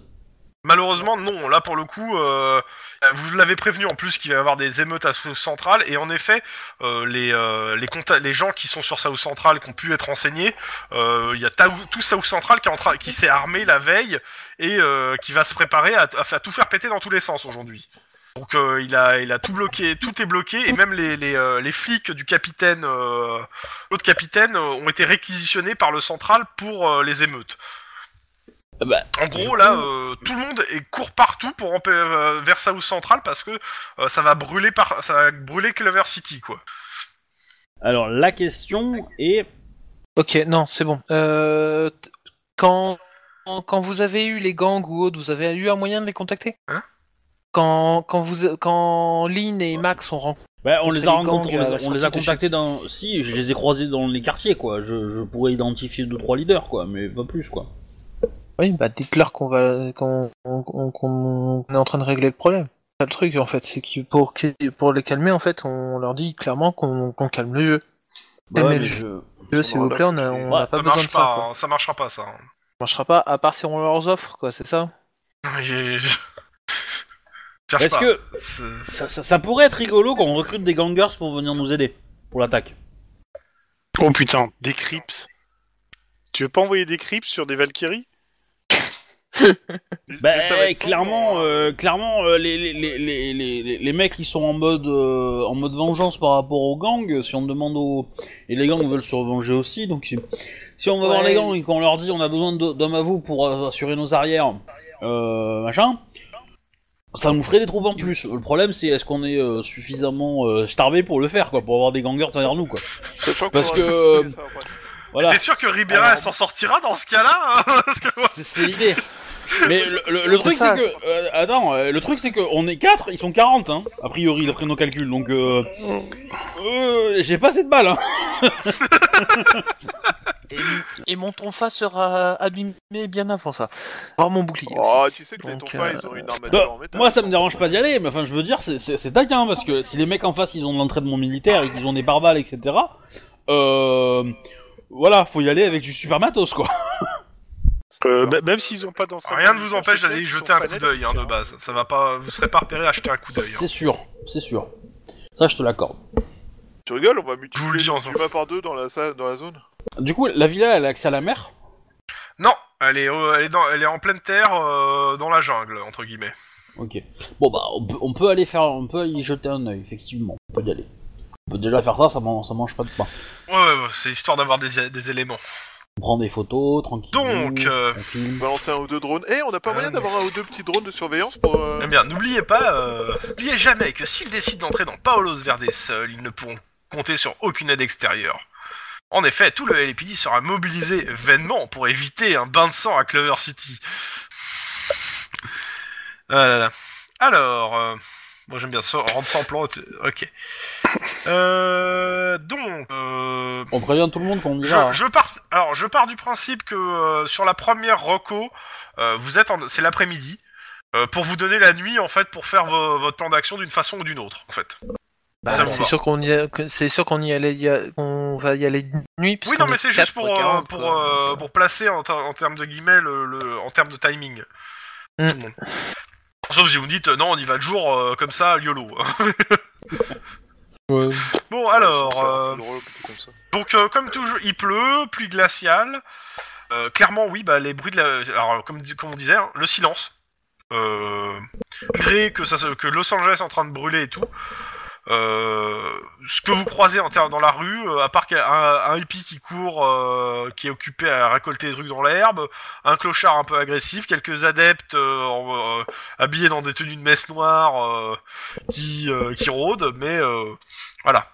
Speaker 3: Malheureusement, non. Là pour le coup, euh, vous l'avez prévenu en plus qu'il va y avoir des émeutes à South Central. Et en effet, euh, les, euh, les, compta- les gens qui sont sur South Central, qui ont pu être renseignés, euh, il y a Tao- tout South Central qui, est en train- qui s'est armé la veille et euh, qui va se préparer à, à- à tout faire péter dans tous les sens aujourd'hui. Donc euh, il, a, il a tout bloqué, tout est bloqué, et même les, les, euh, les flics du capitaine, euh, l'autre capitaine, euh, ont été réquisitionnés par le central pour euh, les émeutes.
Speaker 2: Euh, bah,
Speaker 3: En gros, là, euh, tout le monde est court partout pour empê- euh, vers South Central parce que euh, ça va brûler par, ça va brûler Clover City, quoi.
Speaker 2: alors la question est,
Speaker 1: Ok, non, c'est bon. Euh, t- quand, quand quand vous avez eu les gangs ou autres, vous avez eu un moyen de les contacter
Speaker 3: Hein
Speaker 1: quand, quand, vous, quand Lynn et Max ont rencontré.
Speaker 2: bah, on les a
Speaker 1: Les
Speaker 2: rencontrés,
Speaker 1: gangs,
Speaker 2: on les
Speaker 1: euh,
Speaker 2: a, on les
Speaker 1: sortis
Speaker 2: a
Speaker 1: de
Speaker 2: contactés dans, si je les ai croisés dans les quartiers quoi. Je, je pourrais identifier deux trois leaders quoi, mais pas plus quoi.
Speaker 1: Oui, bah dites-leur qu'on va qu'on qu'on- qu'on- qu'on est en train de régler le problème. C'est ça le truc en fait, c'est que pour, que- pour les calmer en fait, on leur dit clairement qu'on qu'on calme le jeu. Mais
Speaker 2: Bah ouais,
Speaker 1: le
Speaker 2: mais
Speaker 1: jeu,
Speaker 2: je-
Speaker 1: Le jeu, s'il vous plaît, on n'a
Speaker 4: Ouais,
Speaker 1: pas
Speaker 3: ça
Speaker 1: besoin de
Speaker 3: marche
Speaker 1: ça.
Speaker 3: pas,
Speaker 1: quoi.
Speaker 3: hein, ça marchera pas, ça. hein.
Speaker 1: Ça marchera pas, à part si on leur offre, quoi, c'est ça
Speaker 3: J'ai- je- Cherche
Speaker 2: Est-ce
Speaker 3: pas.
Speaker 2: que
Speaker 3: C'est-
Speaker 2: ça, ça- ça pourrait être rigolo qu'on recrute des gangers pour venir nous aider pour l'attaque
Speaker 5: Oh putain, des Crips. Tu veux pas envoyer des Crips sur des Valkyries Mais-
Speaker 2: Bah,
Speaker 5: mais ça va être
Speaker 2: clairement,
Speaker 5: sombre, hein.
Speaker 2: euh, clairement, euh, les, les, les, les, les- les- les mecs ils sont en mode euh, en mode vengeance par rapport aux gangs. Si on demande aux et les gangs veulent se venger aussi, donc si, si on va voir
Speaker 1: Ouais.
Speaker 2: les gangs et qu'on leur dit on a besoin de- d'hommes à vous pour euh, assurer nos arrières, euh, machin, ça nous ferait des troupes en plus. Le problème c'est est-ce qu'on est euh, suffisamment euh, starbé pour le faire quoi, pour avoir des gangers derrière nous quoi.
Speaker 4: Sachant
Speaker 2: Parce
Speaker 4: qu'on-
Speaker 2: que- euh,
Speaker 1: Ah.
Speaker 2: Voilà.
Speaker 3: T'es sûr que Ribera
Speaker 2: Alors-
Speaker 3: elle s'en sortira dans ce cas-là hein Parce que moi,
Speaker 2: C'est- C'est l'idée. Mais le, le- le truc
Speaker 1: C'est
Speaker 2: c'est
Speaker 1: ça.
Speaker 2: que euh, attends, euh, le truc c'est que on est 4, ils sont 40 hein, a priori d'après nos calculs. Donc euh, euh, j'ai pas cette balle hein.
Speaker 1: Et, et mon tonfa sera abîmé bien avant ça. Voir mon bouclier.
Speaker 4: Oh, tu sais que les
Speaker 1: Donc,
Speaker 4: tonfas,
Speaker 1: euh,
Speaker 4: ils ont une armature
Speaker 2: Bah,
Speaker 4: en métal.
Speaker 2: moi ça me dérange pas d'y aller, mais enfin je veux dire c'est c'est c'est taquin parce que si les mecs en face ils ont de l'entraînement militaire et qu'ils ont des barbales etc. Euh, voilà, faut y aller avec du super matos quoi.
Speaker 5: Euh, bah, Même s'ils ont pas d'enfants.
Speaker 3: rien ne vous empêche d'aller jeter un coup d'œil hein, de base. Ça va pas, vous serez pas repéré à jeter un coup d'œil. hein.
Speaker 2: C'est sûr, c'est sûr. Ça je te l'accorde.
Speaker 4: Tu rigoles, on va
Speaker 3: Je vous le
Speaker 4: multiplier
Speaker 3: dis ensemble.
Speaker 4: tu vas par deux dans la, salle, dans la zone
Speaker 2: Du coup la villa elle a accès à la mer.
Speaker 3: Non, elle est, euh, elle est, dans- elle est en pleine terre, euh, dans la jungle entre guillemets.
Speaker 2: Ok. Bon bah on peut, on peut aller faire, on peut y jeter un œil effectivement. On peut y aller. On peut déjà faire ça, ça, man- ça mange pas de pain.
Speaker 3: Ouais, ouais, ouais, c'est histoire d'avoir des, des éléments.
Speaker 2: On prend des photos tranquille.
Speaker 3: Donc, euh,
Speaker 2: on filme.
Speaker 4: Balancer un ou deux drones. Eh, on n'a pas
Speaker 3: Ah,
Speaker 4: moyen
Speaker 3: mais-
Speaker 4: d'avoir un ou deux petits drones de surveillance pour. euh,
Speaker 3: Eh bien, n'oubliez pas, euh, n'oubliez jamais que s'ils décident d'entrer dans Paolos Verdes seuls, ils ne pourront compter sur aucune aide extérieure. En effet, tout le LPD sera mobilisé vainement pour éviter un bain de sang à Clover City. Ah là là. Alors, euh, moi j'aime bien ça, rendre sans plan, tu- ok. Euh, donc, euh,
Speaker 2: On prévient tout le monde qu'on y
Speaker 3: je,
Speaker 2: va. hein.
Speaker 3: je pars. Alors, je pars du principe que euh, sur la première reco, euh, vous êtes, en- c'est l'après-midi, euh, pour vous donner la nuit en fait pour faire vo- votre plan d'action d'une façon ou d'une autre en fait. ça
Speaker 1: Bah,
Speaker 3: me
Speaker 1: c'est
Speaker 3: va.
Speaker 1: sûr qu'on y, a- que- c'est sûr qu'on y allait, y a- qu'on va y aller de nuit.
Speaker 3: Oui,
Speaker 1: puisqu'on
Speaker 3: non, mais
Speaker 1: est
Speaker 3: c'est juste
Speaker 1: quatre,
Speaker 3: pour
Speaker 1: quoi,
Speaker 3: euh,
Speaker 1: 40,
Speaker 3: pour
Speaker 1: quoi,
Speaker 3: euh,
Speaker 1: donc, euh,
Speaker 3: pour placer en, ter- en termes de guillemets le, le- en termes de timing.
Speaker 1: Mm.
Speaker 3: Tout le monde. Sauf si vous me dites euh, non, on y va de jour euh, comme ça, YOLO.
Speaker 1: ouais.
Speaker 3: bon,
Speaker 4: ouais,
Speaker 3: alors.
Speaker 4: faire
Speaker 3: euh,
Speaker 4: un drôle, plutôt comme ça.
Speaker 3: Donc, euh, comme toujours, il pleut, pluie glaciale. Euh, clairement, oui, bah, les bruits de la. Alors, comme, di- comme on disait, hein, le silence. Euh, Malgré que, ça, se- que Los Angeles est en train de brûler et tout. euh, ce que vous croisez en terre dans la rue, euh, à part qu'il y a un, un hippie qui court, euh, qui est occupé à récolter des trucs dans l'herbe, un clochard un peu agressif, quelques adeptes euh, en- euh, habillés dans des tenues de messe noire euh, qui, euh, qui rôdent, mais euh, voilà.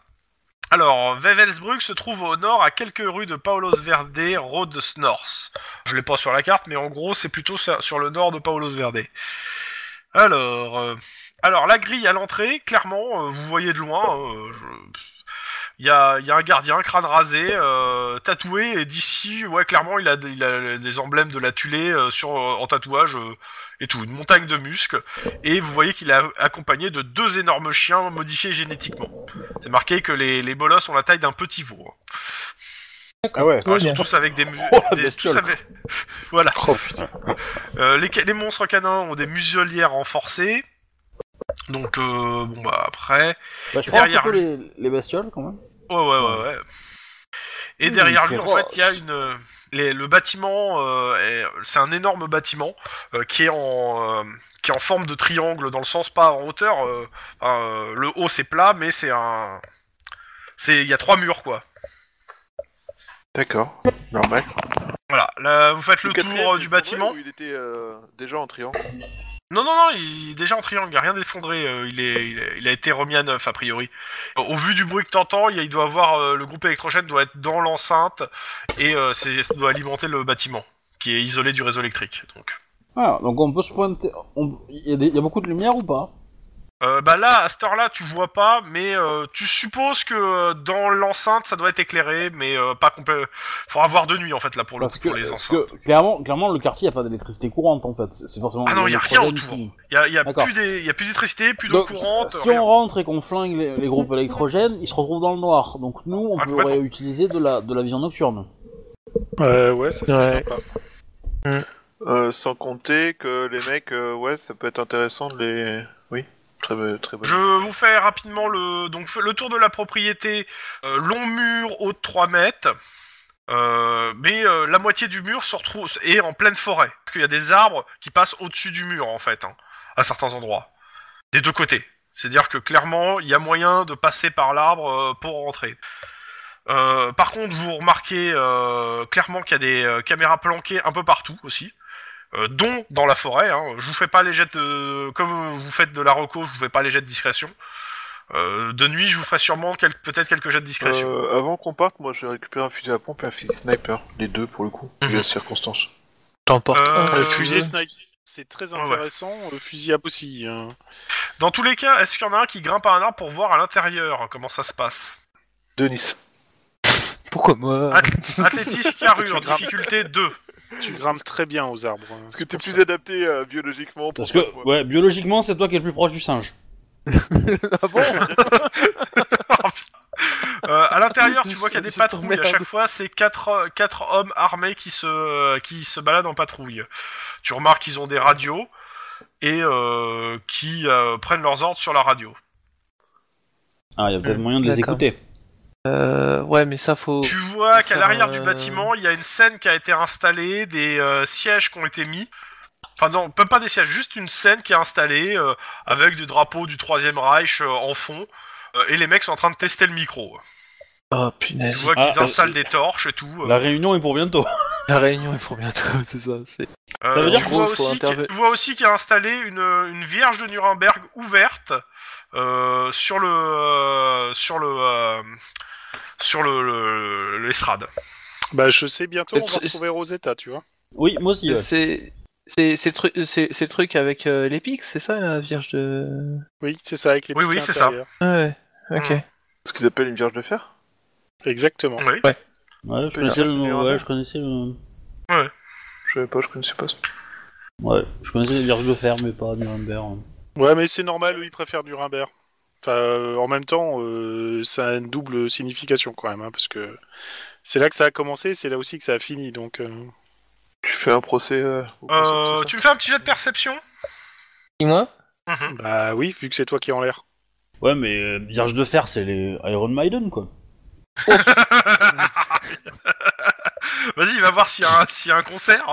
Speaker 3: Alors, Wevelsbrück se trouve au nord, à quelques rues de Paulos Verde, road de Snorce. Je l'ai pas sur la carte, mais en gros, c'est plutôt sur sur le nord de Paulos Verde. Alors, euh, alors la grille à l'entrée, clairement, euh, vous voyez de loin. euh, je- Il y, a, il y a un gardien, crâne rasé, euh, tatoué, et d'ici, ouais, clairement, il a, des- il a des emblèmes de la Tulée euh, sur, euh, en tatouage euh, et tout, une montagne de muscles. Et vous voyez qu'il est accompagné de deux énormes chiens modifiés génétiquement. C'est marqué que les, les molosses ont la taille d'un petit veau. hein.
Speaker 2: Ah ouais.
Speaker 1: Oui,
Speaker 3: Ils sont
Speaker 1: bien.
Speaker 3: tous avec des, mu-
Speaker 2: Oh, la
Speaker 3: des-
Speaker 2: bestiole,
Speaker 3: tous avec- voilà.
Speaker 5: Oh putain.
Speaker 3: Euh, les, ca- les monstres canins ont des muselières renforcées. Donc euh, bon bah après.
Speaker 2: Bah, je prends un
Speaker 3: derrière
Speaker 2: peu les, les bestioles quand même.
Speaker 3: Ouais ouais ouais ouais. Et
Speaker 2: Mmh,
Speaker 3: derrière
Speaker 2: c'est
Speaker 3: lui en
Speaker 2: rare.
Speaker 3: fait il y a une euh, les- le bâtiment euh, est- c'est un énorme bâtiment euh, qui est en euh, qui est en forme de triangle dans le sens pas en hauteur. euh, euh, le haut c'est plat mais c'est un c'est il y a trois murs quoi.
Speaker 4: D'accord. Normal.
Speaker 3: Voilà, là, vous faites le,
Speaker 4: quatrième,
Speaker 3: tour euh,
Speaker 4: il
Speaker 3: du
Speaker 4: faudrait
Speaker 3: bâtiment.
Speaker 4: où Il était euh, déjà en triangle.
Speaker 3: Non, non, non, il est déjà en triangle, il a rien d'effondré, euh, il, est, il, est- il a été remis à neuf, a priori. Au au vu du bruit que t'entends, il, y a- il doit avoir, euh, le groupe électrogène doit être dans l'enceinte, et euh, c'est- ça doit alimenter le bâtiment, qui est isolé du réseau électrique, donc.
Speaker 2: Ah, donc on peut se pointer. on- Il y, a des- il y a beaucoup de lumière ou pas
Speaker 3: Euh, bah là, à cette heure-là, tu vois pas, mais euh, tu supposes que euh, dans l'enceinte, ça doit être éclairé, mais euh, pas complet. Faudra voir de nuit, en fait, là, pour, le,
Speaker 2: Parce
Speaker 3: coup,
Speaker 2: que,
Speaker 3: pour les
Speaker 2: parce
Speaker 3: enceintes.
Speaker 2: que clairement, clairement le quartier y a pas d'électricité courante en fait. C'est c'est forcément.
Speaker 3: Ah non,
Speaker 2: le
Speaker 3: y a rien
Speaker 2: problème
Speaker 3: autour.
Speaker 2: qui-
Speaker 3: Il y a, il y a
Speaker 2: D'accord.
Speaker 3: plus des- il y a plus d'électricité, plus d'eau
Speaker 2: Donc,
Speaker 3: courante,
Speaker 2: si
Speaker 3: rien.
Speaker 2: on rentre et qu'on flingue les, les groupes électrogènes, ils se retrouvent dans le noir. Donc nous, on
Speaker 3: Ah,
Speaker 2: pourrait utiliser de la, de la vision nocturne.
Speaker 5: Euh, ouais, ça serait
Speaker 1: Ouais.
Speaker 5: sympa.
Speaker 4: Euh, sans compter que les mecs, euh, ouais, ça peut être intéressant de les. Très, bon- très bon.
Speaker 3: Je vous fais rapidement le donc le tour de la propriété. Euh, long mur haut de 3 mètres. Euh, mais euh, la moitié du mur se retrouve est en pleine forêt. Parce qu'il y a des arbres qui passent au-dessus du mur en fait, hein, à certains endroits, des deux côtés. C'est-à-dire que clairement, il y a moyen de passer par l'arbre euh, pour rentrer. Euh, par contre, vous remarquez euh, clairement qu'il y a des euh, caméras planquées un peu partout aussi, euh, dont dans la forêt. Hein. Je vous fais pas les jets de... Comme vous faites de la reco, je vous fais pas les jets de discrétion. Euh, de nuit, je vous ferai sûrement quel- peut-être quelques jets de discrétion.
Speaker 4: Euh, avant qu'on parte, moi je récupère un fusil à pompe et un fusil sniper, les deux pour le coup,
Speaker 3: Mhm.
Speaker 4: vu la circonstance.
Speaker 1: T'emportes.
Speaker 3: Euh,
Speaker 1: un,
Speaker 5: Le
Speaker 1: si tu
Speaker 5: fusil
Speaker 1: veux.
Speaker 5: sniper, c'est très
Speaker 3: ouais.
Speaker 5: intéressant. Le fusil à aussi. hein.
Speaker 3: Dans tous les cas, est-ce qu'il y en a un qui grimpe à un arbre pour voir à l'intérieur comment ça se passe
Speaker 4: Denis.
Speaker 1: Pourquoi moi
Speaker 3: Athlétisme carrure,
Speaker 5: Tu grimpes.
Speaker 3: difficulté 2.
Speaker 5: Tu grimpes très bien aux arbres. hein.
Speaker 4: Parce que t'es plus adapté euh, biologiquement pour
Speaker 2: Parce
Speaker 4: ça,
Speaker 2: que,
Speaker 4: moi.
Speaker 2: ouais, biologiquement, c'est toi qui es le plus proche du singe.
Speaker 1: Ah bon
Speaker 3: Euh, à l'intérieur, tu vois qu'il y a des
Speaker 1: Je te remets
Speaker 3: patrouilles. À
Speaker 1: la
Speaker 3: chaque fois, c'est quatre, quatre hommes armés qui se, qui se baladent en patrouille. Tu remarques qu'ils ont des radios et euh, qui euh, prennent leurs ordres sur la radio.
Speaker 2: Ah, il y a peut-être
Speaker 1: Hmm,
Speaker 2: moyen de les
Speaker 1: d'accord.
Speaker 2: écouter.
Speaker 1: Euh, Ouais, mais ça
Speaker 2: Oh.
Speaker 1: faut.
Speaker 3: Ah. Tu vois qu'à
Speaker 1: faire,
Speaker 3: l'arrière
Speaker 1: euh,
Speaker 3: du bâtiment, il y a une scène qui a été installée, des euh, sièges qui ont été mis. Enfin non, même pas des sièges, juste une scène qui est installée euh, avec des drapeaux du Troisième Reich euh, en fond. Euh, et les mecs sont en train de tester le micro.
Speaker 1: Oh
Speaker 3: Tu
Speaker 1: punaise.
Speaker 3: vois
Speaker 2: Ah,
Speaker 3: qu'ils
Speaker 2: euh,
Speaker 3: installent des torches et tout. euh.
Speaker 2: La réunion est pour bientôt.
Speaker 1: La réunion est pour bientôt, c'est ça. c'est-
Speaker 3: Euh,
Speaker 2: Ça veut dire
Speaker 3: tu
Speaker 1: qu'en
Speaker 3: vois
Speaker 1: gros, faut
Speaker 3: aussi qu'il-
Speaker 1: interve-
Speaker 3: tu vois aussi qu'il a installé une, une vierge de Nuremberg ouverte euh, sur le euh, sur le euh, sur le- le l'estrade.
Speaker 5: Bah, je sais bientôt, on va
Speaker 1: C'est-
Speaker 5: retrouver Rosetta, tu vois.
Speaker 2: Oui, moi aussi. ouais.
Speaker 1: C'est. C'est c'est le truc, c'est c'est le truc avec euh, les pics, c'est ça la Vierge de.
Speaker 5: Oui, c'est ça, avec les
Speaker 3: Oui,
Speaker 5: pics
Speaker 3: oui, c'est ça.
Speaker 5: intérieurs.
Speaker 1: Ah ouais, ok.
Speaker 3: Hmm.
Speaker 4: Ce qu'ils appellent une vierge de fer
Speaker 5: Exactement.
Speaker 3: Oui.
Speaker 2: Ouais, je connaissais le nom, ouais, je connaissais le...
Speaker 4: Je savais pas, je connaissais pas. ça.
Speaker 2: Ouais, je connaissais les vierges de fer, mais pas Nuremberg.
Speaker 5: Ouais, mais c'est normal, eux, ils préfèrent du Rimbert. Enfin, euh, en même temps, euh, ça a une double signification quand même, hein, parce que c'est là que ça a commencé, c'est là aussi que ça a fini, donc... euh,
Speaker 4: Tu fais un procès. euh, au
Speaker 3: Euh,
Speaker 4: concept, c'est ça
Speaker 3: tu me fais un petit jet de perception
Speaker 1: Dis-moi
Speaker 3: Mhm.
Speaker 5: Bah oui, vu que c'est toi qui es en l'air.
Speaker 2: Ouais, mais euh, vierge de fer, c'est les Iron Maiden, quoi.
Speaker 3: Vas-y, va voir s'il y, a un- s'il y a un concert.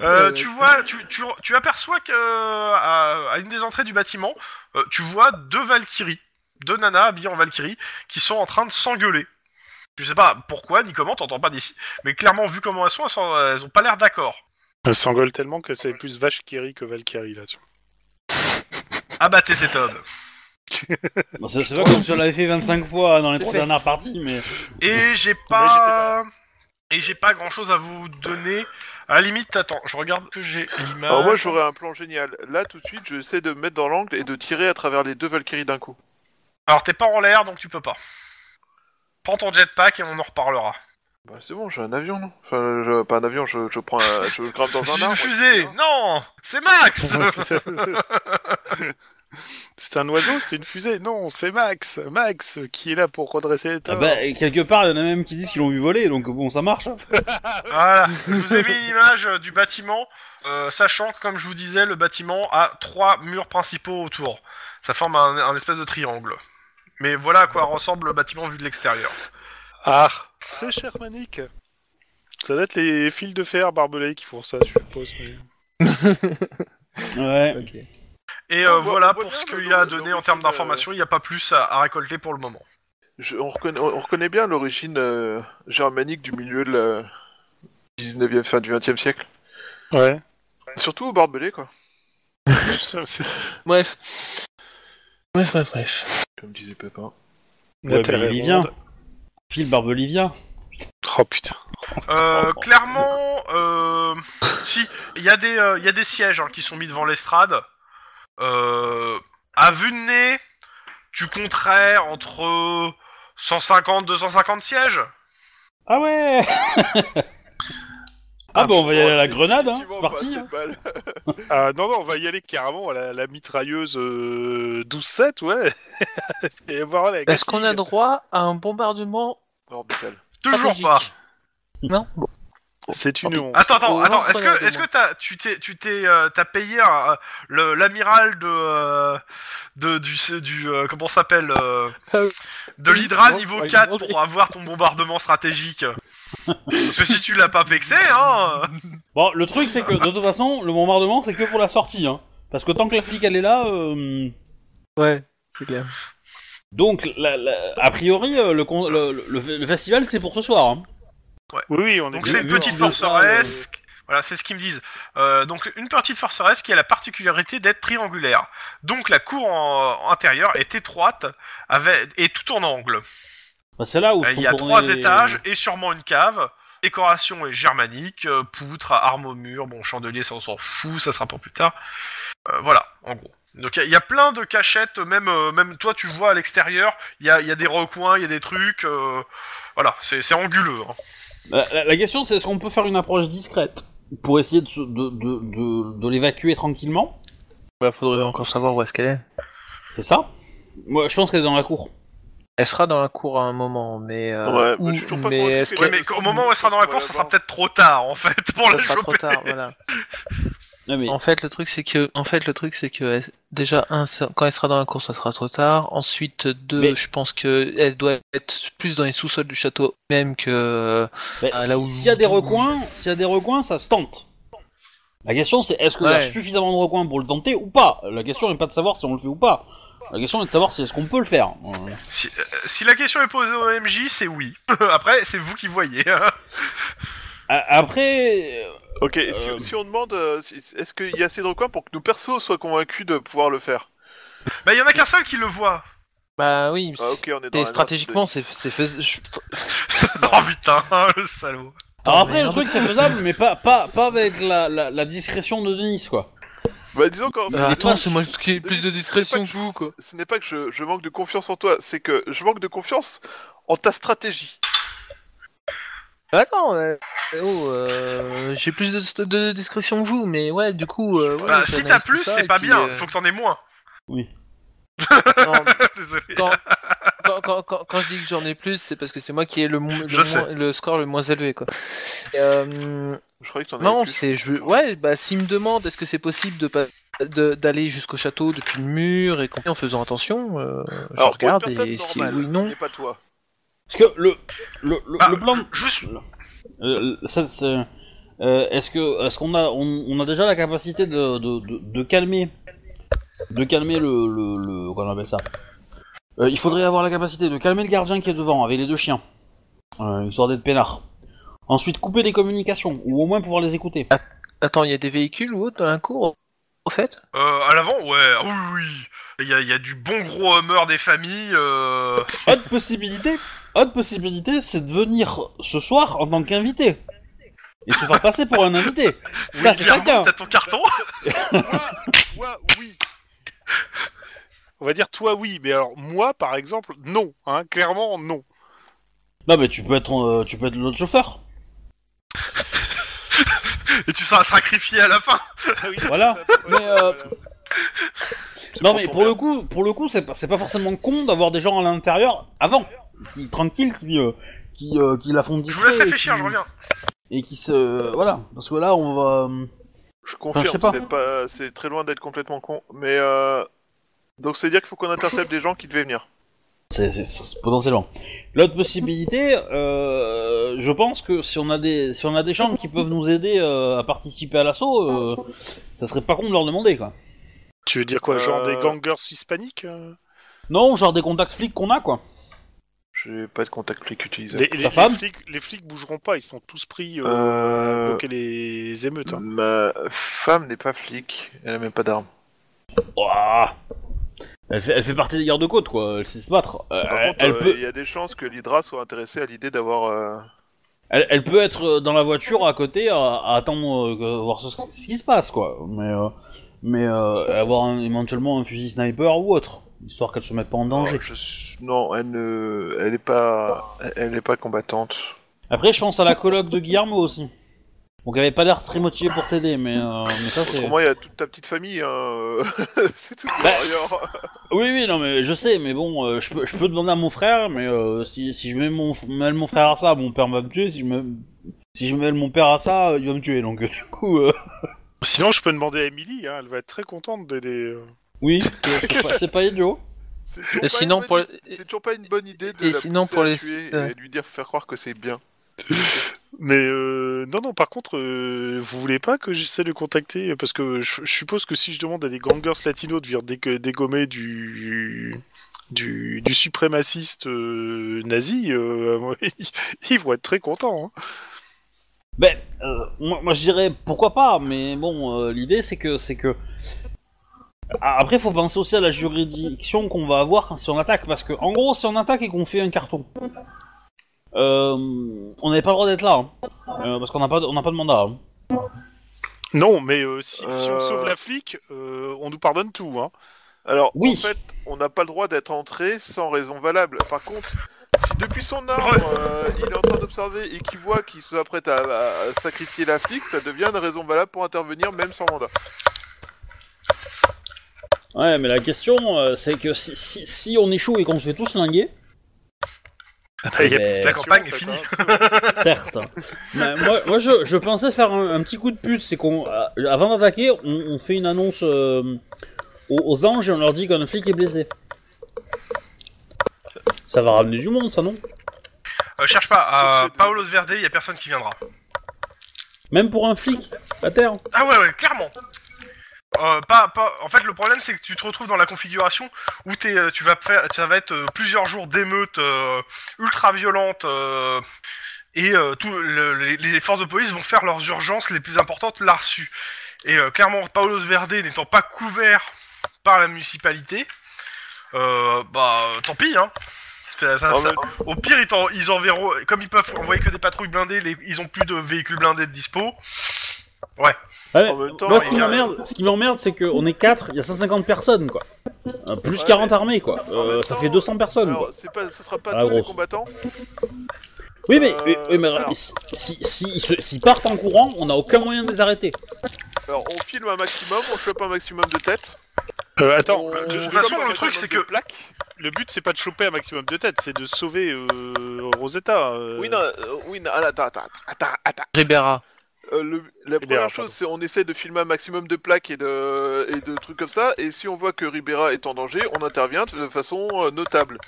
Speaker 3: Euh, tu vois, tu, tu, tu aperçois que euh, à, à une des entrées du bâtiment, euh, tu vois deux Valkyries, deux nanas habillées en Valkyries, qui sont en train de s'engueuler. Je sais pas pourquoi ni comment, t'entends pas d'ici, mais clairement vu comment elles sont, elles, sont- elles ont pas l'air d'accord.
Speaker 5: Elle s'engueule tellement que c'est plus Vachkiri que Valkyrie, là. tu vois.
Speaker 3: Abattez cet homme.
Speaker 2: Bon, c'est c'est pas comme si on l'avait fait 25 fois dans les trois
Speaker 1: Fait.
Speaker 2: dernières parties, mais...
Speaker 3: Et j'ai pas. Et j'ai pas grand chose à vous donner. À la limite, attends, je regarde que j'ai l'image.
Speaker 4: Alors moi j'aurais un plan génial. Là tout de suite, je sais de me mettre dans l'angle et de tirer à travers les deux Valkyries d'un coup.
Speaker 3: Alors t'es pas en l'air donc tu peux pas. Prends ton jetpack et on en reparlera.
Speaker 4: Bah c'est bon, j'ai un avion, non Enfin, je- pas un avion, je, je prends, un- je grimpe dans
Speaker 3: C'est
Speaker 4: un
Speaker 3: une
Speaker 4: arbre. hein.
Speaker 3: fusée Non C'est Max
Speaker 5: c'est un oiseau, c'est une fusée. Non, c'est Max. Max qui est là pour redresser les
Speaker 2: Ah
Speaker 5: torts.
Speaker 2: bah, et quelque part, il y en a même qui disent qu'ils l'ont vu voler, donc bon, ça marche. hein.
Speaker 3: Voilà, je vous ai mis une image euh, du bâtiment, euh, sachant que comme je vous disais, le bâtiment a trois murs principaux autour. Ça forme un, un espèce de triangle. Mais voilà à quoi ressemble le bâtiment vu de l'extérieur.
Speaker 5: Ah, très cher Manic. Ça doit être les fils de fer barbelés qui font ça, je suppose. mais-
Speaker 2: Ouais.
Speaker 1: Ok.
Speaker 3: Et
Speaker 4: On
Speaker 3: euh,
Speaker 4: voit-
Speaker 3: voilà
Speaker 4: on voit
Speaker 3: pour
Speaker 4: bien
Speaker 3: ce
Speaker 4: le- euh,
Speaker 3: qu'il y a à
Speaker 4: le-
Speaker 3: donner
Speaker 4: le-
Speaker 3: en termes
Speaker 4: le-
Speaker 3: d'informations, il n'y a pas plus à, à récolter pour le moment.
Speaker 4: Je- on, reconnaît, on reconnaît bien l'origine euh, germanique du milieu de la 19e, fin du 20e siècle.
Speaker 5: Ouais.
Speaker 4: Surtout au barbelé, quoi.
Speaker 5: Ça, c'est-
Speaker 1: Bref. Bref, bref, bref.
Speaker 4: Comme disait Pépin.
Speaker 2: Ouais,
Speaker 5: L'intérêt
Speaker 2: mais il vient.
Speaker 5: monde.
Speaker 2: Phil Barbelivia.
Speaker 5: Oh putain.
Speaker 3: Euh, clairement, euh, si il y a des euh, il y a des sièges hein, qui sont mis devant l'estrade. Euh, à vue de nez, tu compterais entre 150 250 sièges.
Speaker 2: Ah ouais Ah bah, on va y aller à la grenade, hein. C'est
Speaker 4: bah,
Speaker 2: parti. hein.
Speaker 5: Ah non, non, on va y aller carrément à la, la mitrailleuse euh, 12-7, ouais. Et voir la
Speaker 1: Est-ce qu'on a
Speaker 5: Gatling.
Speaker 1: droit à un bombardement
Speaker 4: Orbital.
Speaker 3: Toujours
Speaker 1: stratégique
Speaker 3: pas.
Speaker 1: Non Bon.
Speaker 5: C'est une honte.
Speaker 3: Attends, attends,
Speaker 2: Oh,
Speaker 3: attends.
Speaker 2: non,
Speaker 3: Est-ce
Speaker 2: pas la
Speaker 3: que, est-ce que t'as, tu t'es, tu t'es, euh, t'as payé un- un- le- l'amiral de, euh, de, du, c'est du, euh, comment ça s'appelle, euh,
Speaker 2: Euh,
Speaker 3: de
Speaker 2: oui,
Speaker 3: l'Hydra
Speaker 2: non,
Speaker 3: niveau
Speaker 2: ouais,
Speaker 3: 4
Speaker 2: non, j'ai-
Speaker 3: pour avoir ton bombardement stratégique. Parce que si tu l'as pas vexé, hein.
Speaker 2: Bon, le truc, c'est que de toute façon, le bombardement, c'est que pour la sortie. Hein. Parce que tant que la flic, elle est là. euh,
Speaker 1: Ouais, c'est clair.
Speaker 2: Donc, la- la- a priori, euh, le, con- le, le- le festival, c'est pour ce soir. hein.
Speaker 5: Oui, oui, on est
Speaker 3: Donc
Speaker 5: bien
Speaker 3: c'est une
Speaker 5: d'accord.
Speaker 3: petite
Speaker 2: vu que ça,
Speaker 3: forteresse. Voilà, c'est ce qu'ils me disent. Euh, donc une petite forteresse qui a la particularité d'être triangulaire. Donc la cour en- intérieure est étroite avec, et tout en angle.
Speaker 2: Bah, c'est là où.
Speaker 3: Euh,
Speaker 2: sont
Speaker 3: Il y a
Speaker 2: tournés
Speaker 3: trois
Speaker 2: les-
Speaker 3: étages et sûrement une cave. Décoration est germanique, euh, poutre, armes au mur, bon chandelier ça on s'en fout, ça sera pour plus tard. Euh, voilà, en gros. Donc il y a- il y, a plein de cachettes, même euh, même toi tu vois à l'extérieur, il y a, il y a des recoins, il y a des trucs, euh, voilà, c'est c'est anguleux. hein.
Speaker 2: La, euh, la- la question, c'est est-ce qu'on peut faire une approche discrète pour essayer de, se- de, de, de, de l'évacuer tranquillement
Speaker 1: Bah, faudrait encore savoir où est-ce qu'elle est.
Speaker 2: C'est ça Moi, je pense qu'elle est dans la cour.
Speaker 1: Elle sera dans la cour à un moment, mais. euh,
Speaker 4: Ouais,
Speaker 1: où-
Speaker 4: moi, je suis toujours pas
Speaker 1: mais
Speaker 4: convaincu
Speaker 1: est-ce
Speaker 4: qu'elle
Speaker 1: que
Speaker 3: Oui, mais au moment où elle sera dans la cour, ça sera peut-être trop tard, en fait, pour la
Speaker 1: ça sera
Speaker 3: choper.
Speaker 1: trop tard Voilà.
Speaker 2: Non, mais-
Speaker 1: En fait, le truc c'est que, en fait, le truc c'est que elle- déjà un, ça- quand elle sera dans la cour, ça sera trop tard. Ensuite, deux,
Speaker 2: Mais-
Speaker 1: je pense que elle doit être plus dans les sous-sols du château même que.
Speaker 2: Mais
Speaker 1: Ah,
Speaker 2: si-
Speaker 1: là où-
Speaker 2: s'il y a des recoins, s'il y a des recoins, ça se tente. La question c'est est-ce qu'il y a
Speaker 1: Ouais.
Speaker 2: suffisamment de recoins pour le tenter ou pas La question n'est pas de savoir si on le fait ou pas. La question est de savoir si est-ce qu'on peut le faire. Euh,
Speaker 3: Si, euh, si la question est posée au MJ, c'est oui. Après, c'est vous qui voyez. hein.
Speaker 2: a- Après, euh,
Speaker 4: Ok, et si,
Speaker 2: Euh.
Speaker 4: si on demande, euh, si- est-ce qu'il y a assez de recoins pour que nous perso soient convaincus de pouvoir le faire
Speaker 3: Bah, il y en a qu'un seul qui le voit.
Speaker 1: Bah oui.
Speaker 4: Ah, ok, on est dans
Speaker 1: Et
Speaker 4: la
Speaker 1: stratégiquement,
Speaker 4: grâce de-
Speaker 1: c'est c'est fais- je-
Speaker 3: oh putain, le salaud.
Speaker 4: Ah,
Speaker 2: alors après le
Speaker 1: merde.
Speaker 2: truc c'est faisable, mais pas pas pas avec la, la, la discrétion de Denis quoi.
Speaker 4: Bah disons qu'en
Speaker 1: Euh, attends,
Speaker 2: vaches.
Speaker 1: c'est moi qui ai plus de discrétion que vous quoi.
Speaker 4: Ce n'est pas que je, je manque de confiance en toi, c'est que je manque de confiance en ta stratégie.
Speaker 1: Attends, euh, oh, euh, j'ai plus de, de discrétion que vous, mais ouais, du coup. euh, ouais,
Speaker 3: Bah,
Speaker 1: je
Speaker 3: si
Speaker 1: analyse
Speaker 3: t'as
Speaker 1: tout
Speaker 3: plus,
Speaker 1: ça,
Speaker 3: c'est
Speaker 1: et
Speaker 3: pas
Speaker 1: puis,
Speaker 3: bien.
Speaker 1: euh,
Speaker 3: Faut que t'en aies moins.
Speaker 1: non,
Speaker 3: Désolé.
Speaker 1: quand, quand, quand, quand, quand je dis que j'en ai plus, c'est parce que c'est moi qui ai le, mo- le,
Speaker 3: Je sais.
Speaker 1: moins- le score le moins élevé. Quoi. Et, euh,
Speaker 4: Je croyais que t'en avais
Speaker 1: non,
Speaker 4: plus.
Speaker 1: c'est je. Ouais, bah s'il me demande est-ce que c'est possible de pas de- d'aller jusqu'au château depuis le mur et compagnie en faisant attention, euh, je
Speaker 4: Alors, pour une
Speaker 1: regarde
Speaker 4: personne
Speaker 1: et si
Speaker 4: normale,
Speaker 1: oui non.
Speaker 4: Et pas toi.
Speaker 2: Parce que le le, le,
Speaker 3: Bah,
Speaker 2: le plan.
Speaker 3: Juste,
Speaker 2: Euh, ça, c'est- euh, est-ce que est-ce qu'on a on, on a déjà la capacité de, de, de, de calmer de calmer le le, le qu'on appelle ça Euh, Il faudrait avoir la capacité de calmer le gardien qui est devant avec les deux chiens, euh, histoire d'être peinard. Ensuite, couper les communications ou au moins pouvoir les écouter.
Speaker 1: Attends, il y a des véhicules ou autre dans la cour au fait
Speaker 3: euh, à l'avant, ouais, oui, oui. Il y, a- il y a du bon gros humeur des familles. euh.
Speaker 2: Autre possibilité, autre possibilité, c'est de venir ce soir en tant qu'invité et se faire passer pour un invité.
Speaker 3: Oui,
Speaker 2: Ça, c'est
Speaker 3: clairement,
Speaker 2: quelqu'un.
Speaker 3: t'as ton carton.
Speaker 5: Toi, toi, oui. On va dire toi, oui. Mais alors, moi, par exemple, non. Hein, clairement, non.
Speaker 2: Non mais tu peux être euh, tu peux être notre chauffeur.
Speaker 3: Et tu seras sacrifié à la fin.
Speaker 2: Voilà. Mais, euh, Non mais
Speaker 4: pour
Speaker 2: pour le coup, pour le coup, c'est pas, c'est pas forcément con d'avoir des gens à l'intérieur avant, qui tranquille, qui euh, qui, euh, qui la font
Speaker 3: Je vous laisse
Speaker 2: discret et
Speaker 3: réfléchir,
Speaker 2: qui-
Speaker 3: je reviens.
Speaker 2: Et qui se voilà, parce que là on va. euh,
Speaker 4: Je
Speaker 2: je sais
Speaker 4: confirme,
Speaker 2: pas.
Speaker 4: c'est pas, c'est très loin d'être complètement con, mais euh... donc c'est dire qu'il faut qu'on intercepte des gens qui devaient venir.
Speaker 2: C'est c'est- c'est potentiellement. L'autre possibilité, euh, je pense que si on a des si on a des gens qui peuvent nous aider euh, à participer à l'assaut, euh, ça serait pas con de leur demander quoi.
Speaker 5: Tu veux dire quoi Genre
Speaker 4: Euh,
Speaker 5: des gangers hispaniques euh
Speaker 2: Non, genre des contacts flics qu'on a quoi.
Speaker 4: J'ai pas de contact flic utilisé.
Speaker 5: les, les- les
Speaker 2: femme
Speaker 5: flics, les flics bougeront pas. Ils sont tous pris euh, à
Speaker 4: Euh...
Speaker 5: bloquer les émeutes. hein.
Speaker 4: Ma femme n'est pas flic, elle a même pas d'arme.
Speaker 2: Ouah. Elle fait, elle fait partie des gardes-côtes quoi. Elle sait se battre. Euh,
Speaker 4: Par
Speaker 2: elle,
Speaker 4: contre,
Speaker 2: elle
Speaker 4: euh,
Speaker 2: peut
Speaker 4: il y a des chances que l'Hydra soit intéressée à l'idée d'avoir. euh,
Speaker 2: Elle, elle peut être euh, dans la voiture à côté à, à attendre euh, que- voir ce, ce qui se passe quoi, mais euh, mais euh, avoir un- éventuellement un fusil sniper ou autre, histoire qu'elle se mette pas en danger.
Speaker 4: Alors, je suis- Non, elle ne, elle est pas, elle n'est pas combattante.
Speaker 2: Après je pense à la colloque de Guillermo aussi. Donc elle avait pas l'air très motivée pour t'aider, mais, euh, mais ça c'est.
Speaker 4: Autrement, il y a toute ta petite famille. Hein. c'est
Speaker 2: Bah.
Speaker 4: tout. warrior.
Speaker 2: Oui oui non mais je sais, mais bon euh, je peux je peux demander à mon frère, mais euh, si, si je mets mon f- mêle mon frère à ça, mon père va me tuer. Si je me si je mêle mon père à ça, euh, il va me tuer, donc euh, du coup... euh,
Speaker 5: Sinon, je peux demander à Emily, hein, elle va être très contente des. des, euh,
Speaker 2: Oui, c'est c'est pas, c'est pas idiot.
Speaker 4: C'est toujours,
Speaker 1: Et
Speaker 4: pas
Speaker 1: Euh, sinon,
Speaker 4: une bonne
Speaker 1: pour-
Speaker 4: idée- c'est toujours pas une bonne idée de
Speaker 1: Et
Speaker 4: la
Speaker 1: sinon,
Speaker 4: pousser
Speaker 1: pour
Speaker 4: à
Speaker 1: les-
Speaker 4: tuer
Speaker 1: euh.
Speaker 4: et lui dire faire croire que c'est bien.
Speaker 5: Mais euh, non, non, par contre, euh, vous voulez pas que j'essaie de contacter Parce que je, je suppose que si je demande à des gangers latinos de venir dég- dégommer du, du, du suprémaciste euh, nazi, euh, ils- ils vont être très contents. hein.
Speaker 2: Ben, euh, moi, moi, je dirais pourquoi pas, mais bon, euh, l'idée c'est que c'est que A- après faut penser aussi à la juridiction qu'on va avoir quand- si on attaque, parce que en gros si on attaque et qu'on fait un carton, euh, on n'avait pas le droit d'être là, hein. Euh, parce qu'on n'a pas de- on n'a pas de mandat. hein.
Speaker 5: Non, mais euh, si, si on
Speaker 4: Euh.
Speaker 5: sauve la flic, euh, on nous pardonne tout. Hein.
Speaker 4: Alors,
Speaker 2: Oui.
Speaker 4: en fait, on n'a pas le droit d'être entré sans raison valable. Par contre, si depuis son arbre, euh, il est en train d'observer et qu'il voit qu'il s'apprête à, à sacrifier la flic, ça devient une raison valable pour intervenir même sans mandat.
Speaker 2: Ouais, mais la question euh, c'est que si, si, si on échoue et qu'on se fait tous linguer,
Speaker 5: Ah bah, Il y a-
Speaker 2: ben,
Speaker 3: La campagne est finie.
Speaker 2: certes. Mais moi, moi, je, je pensais faire un, un petit coup de pute, c'est qu'on, euh, avant d'attaquer, on, on fait une annonce euh, aux, aux anges et on leur dit qu'un flic est blessé. Ça va ramener du monde, ça non
Speaker 3: Euh, cherche pas, à Paolo Verde, il y a personne qui viendra.
Speaker 2: Même pour un flic, la terre.
Speaker 3: Ah ouais, ouais, clairement. Euh, pas, pas... En fait, le problème, c'est que tu te retrouves dans la configuration où t'es, euh, tu vas faire, ça va être euh, plusieurs jours d'émeutes euh, ultra violentes euh, et euh, tout, le- les, les forces de police vont faire leurs urgences les plus importantes là-dessus. Et euh, clairement, Paulos Verde n'étant pas couvert par la municipalité, euh, bah euh, tant pis, hein. Ça- ça-
Speaker 4: En
Speaker 3: ça- Au pire, ils, t'en- ils enverront, comme ils peuvent envoyer que des patrouilles blindées, les- ils ont plus de véhicules blindés de dispo.
Speaker 2: Ouais,
Speaker 4: En même temps,
Speaker 2: moi, ce qui
Speaker 3: il y a-
Speaker 2: m'emmerde, ce qui m'emmerde, c'est qu'on est 4, il y a 150 personnes, quoi. Euh, plus
Speaker 4: Ouais,
Speaker 2: 40
Speaker 4: mais-
Speaker 2: armés, quoi.
Speaker 4: en
Speaker 2: Euh,
Speaker 4: même
Speaker 2: ça
Speaker 4: temps,
Speaker 2: fait 200 personnes, quoi.
Speaker 4: Alors, c'est pas, ce sera pas
Speaker 2: Ah,
Speaker 4: tous les
Speaker 2: grosse.
Speaker 4: combattants.
Speaker 2: Oui, mais,
Speaker 4: euh,
Speaker 2: oui, mais
Speaker 4: alors.
Speaker 2: si, si, si- si- s'ils partent en courant, on n'a aucun moyen de les arrêter.
Speaker 4: Alors, on filme un maximum, on chope un maximum de têtes.
Speaker 5: Euh, attends,
Speaker 4: on...
Speaker 5: le,
Speaker 3: de toute
Speaker 5: le-
Speaker 3: façon,
Speaker 4: on
Speaker 3: le
Speaker 4: met
Speaker 3: truc,
Speaker 4: ça dans
Speaker 3: c'est
Speaker 4: des
Speaker 3: que-
Speaker 4: plaques.
Speaker 5: le but, c'est pas de choper un maximum de têtes, c'est de sauver euh, Rosetta. euh.
Speaker 4: Oui, non, euh, oui, non, attends, attends, attends, attends.
Speaker 1: Ribera.
Speaker 4: Euh, le- la première
Speaker 5: Ribera, pardon.
Speaker 4: chose, c'est on essaie de filmer un maximum de plaques et de, et de trucs comme ça, et si on voit que Ribera est en danger, on intervient de façon euh, notable.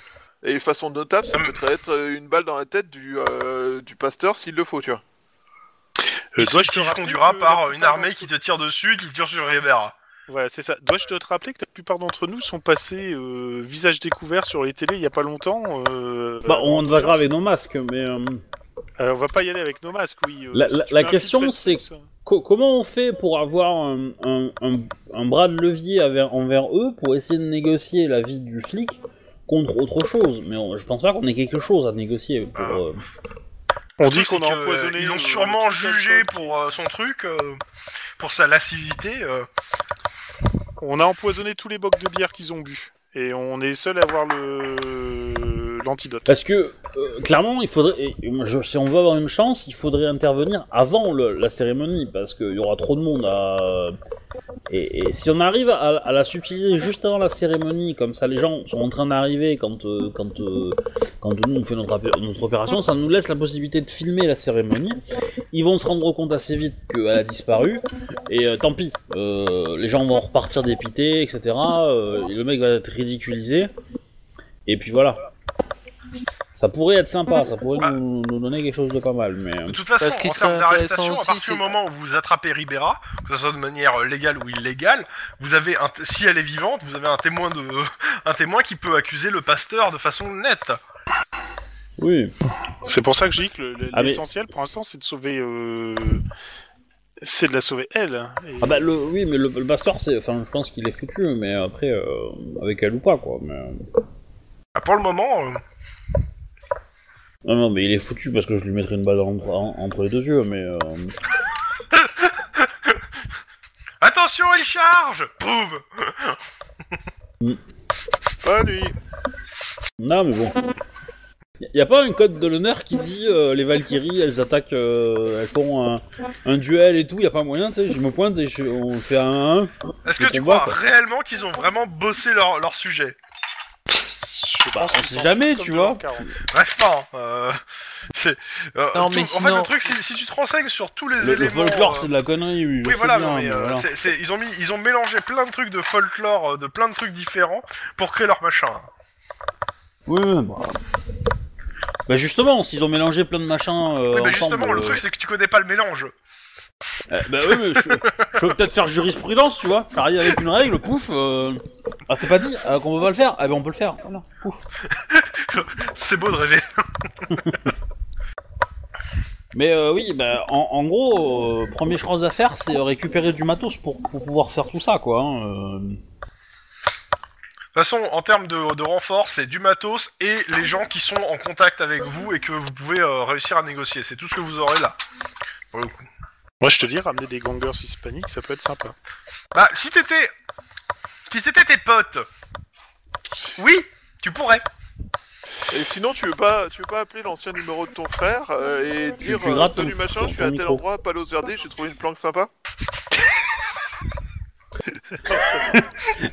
Speaker 4: Et façon notable, ça peut être euh, une balle dans la tête du, euh, du pasteur s'il le faut, tu vois.
Speaker 5: Euh,
Speaker 3: Qui-
Speaker 5: dois-je te
Speaker 3: qui se
Speaker 5: rappeler
Speaker 3: conduira
Speaker 5: que
Speaker 3: par
Speaker 5: la
Speaker 3: une
Speaker 5: plupart
Speaker 3: armée qui te tire dessus et qui tire sur Ribera.
Speaker 5: Voilà, c'est ça. Dois-je te rappeler que la plupart d'entre nous sont passés euh, visage découvert sur les télés il y a pas longtemps euh,
Speaker 2: Bah,
Speaker 5: euh,
Speaker 2: on va grave avec nos masques, mais. euh,
Speaker 5: Euh, on va pas y aller avec nos masques, oui. euh,
Speaker 2: La-
Speaker 5: si
Speaker 2: la-
Speaker 5: tu
Speaker 2: la
Speaker 5: fais un
Speaker 2: question,
Speaker 5: filtre,
Speaker 2: c'est-
Speaker 5: tout ça.
Speaker 2: Co- comment on fait pour avoir un, un- un- un bras de levier aver- envers eux pour essayer de négocier la vie du flic contre autre chose Mais on- je pense pas qu'on ait quelque chose à négocier. Pour,
Speaker 3: Ah.
Speaker 2: euh,
Speaker 5: On
Speaker 3: Le
Speaker 5: dit
Speaker 3: truc,
Speaker 5: qu'on a
Speaker 3: c'est que,
Speaker 5: empoisonné.
Speaker 3: Ils
Speaker 5: euh,
Speaker 3: l'ont sûrement
Speaker 5: tout un
Speaker 3: jugé
Speaker 5: peuple.
Speaker 3: pour euh, son truc, euh, pour sa lascivité. euh.
Speaker 5: On a empoisonné tous les bocs de bière qu'ils ont bu. Et on est seul à avoir le l'antidote.
Speaker 2: Parce que euh, clairement, il faudrait, et- et moi, je- si on veut avoir une chance, il faudrait intervenir avant le- la cérémonie parce qu'il y aura trop de monde. À... Et, et si on arrive à, à la subtiliser juste avant la cérémonie, comme ça les gens sont en train d'arriver quand euh, quand euh, quand nous on fait notre, apé- notre opération, ça nous laisse la possibilité de filmer la cérémonie. Ils vont se rendre compte assez vite qu'elle a disparu et euh, tant pis. Euh, les gens vont repartir dépités, etc. euh, et le mec va être ridiculisé. Et puis voilà. Ça pourrait être sympa, ça pourrait nous, nous donner quelque chose de pas mal, mais... euh,
Speaker 3: De toute façon,
Speaker 1: Parce qu'il
Speaker 3: en
Speaker 1: serait
Speaker 3: termes d'arrestation,
Speaker 1: intéressant
Speaker 3: à
Speaker 1: aussi,
Speaker 3: partir du
Speaker 1: c'est-
Speaker 3: moment où vous attrapez Ribera, que ce soit de manière euh, légale ou illégale, vous avez un t- si elle est vivante, vous avez un témoin de un témoin qui peut accuser le pasteur de façon nette. Bah,
Speaker 2: Oui.
Speaker 5: C'est pour ça que je dis que le- le-
Speaker 2: Ah, mais-
Speaker 5: l'essentiel pour l'instant c'est de sauver. euh, C'est de la sauver elle. Et-
Speaker 2: Ah bah, le, oui, mais le, le pasteur, c'est... Enfin, je pense qu'il est foutu, mais après, euh, avec elle ou pas, quoi, mais... euh,
Speaker 3: Ah, Pour le moment, euh,
Speaker 2: Non, non, mais il est foutu parce que je lui mettrais une balle entre, en- entre les deux yeux, mais... euh,
Speaker 3: attention, il charge. Boum.
Speaker 4: Pas lui
Speaker 2: Non, mais bon... Y a pas un code de l'honneur qui dit euh, les Valkyries, elles attaquent, euh, elles font un, un duel et tout, y a pas moyen, tu sais, je me pointe et je- on fait un 1
Speaker 3: Est-ce
Speaker 2: Le
Speaker 3: que tu
Speaker 2: combat,
Speaker 3: crois
Speaker 2: quoi.
Speaker 3: réellement qu'ils ont vraiment bossé leur, leur sujet
Speaker 5: Je pense
Speaker 2: on
Speaker 5: qu'ils
Speaker 2: sait
Speaker 5: s'en
Speaker 2: jamais,
Speaker 5: foutent
Speaker 2: tu
Speaker 5: comme de leur
Speaker 2: vois.
Speaker 5: 40.
Speaker 3: Vachement. euh, c'est. euh,
Speaker 1: Non,
Speaker 3: tout-
Speaker 1: mais
Speaker 3: En fait,
Speaker 1: sinon-
Speaker 3: le truc, c'est si tu te renseignes sur tous les
Speaker 2: Le, le
Speaker 3: éléments.
Speaker 2: folklore,
Speaker 3: euh,
Speaker 2: c'est de la connerie, oui. je
Speaker 3: Oui,
Speaker 2: sais
Speaker 3: voilà,
Speaker 2: bien,
Speaker 3: non, mais,
Speaker 2: mais
Speaker 3: euh,
Speaker 2: voilà.
Speaker 3: c'est- c'est- ils, ont mis, ils ont mélangé plein de trucs de folklore, euh, de plein de trucs différents pour créer leur machin.
Speaker 2: Oui, oui, bah. Bah justement, s'ils ont mélangé plein de machins euh,
Speaker 3: oui, mais
Speaker 2: ensemble.
Speaker 3: justement, le
Speaker 2: euh,
Speaker 3: truc, c'est que tu connais pas le mélange.
Speaker 2: euh, bah oui, mais je, je peux peut-être faire jurisprudence, tu vois. J'arrive avec une règle, pouf. euh, Ah, c'est pas dit euh, qu'on peut pas le faire. Ah, ben on peut le faire. Voilà, pouf.
Speaker 3: C'est beau de rêver.
Speaker 2: Mais euh, oui, bah, en, en gros, euh, première chose à faire, c'est récupérer du matos pour, pour pouvoir faire tout ça, quoi. hein, euh.
Speaker 3: De toute façon, en termes de, de renfort, c'est du matos et les gens qui sont en contact avec vous et que vous pouvez euh, réussir à négocier. C'est tout ce que vous aurez là.
Speaker 5: Moi, je te dis, ramener des gangers hispaniques, ça peut être sympa.
Speaker 3: Bah, si t'étais. Si c'était tes potes. Oui, tu pourrais.
Speaker 4: Et sinon, tu veux pas, tu veux pas appeler l'ancien numéro de ton frère euh, et
Speaker 2: Tu-
Speaker 4: dire
Speaker 2: tu
Speaker 4: euh,
Speaker 2: grattes
Speaker 4: salut
Speaker 2: ton-
Speaker 4: machin,
Speaker 2: ton
Speaker 4: je suis à tel
Speaker 2: micro.
Speaker 4: endroit, Palos Verdes, j'ai trouvé une planque sympa.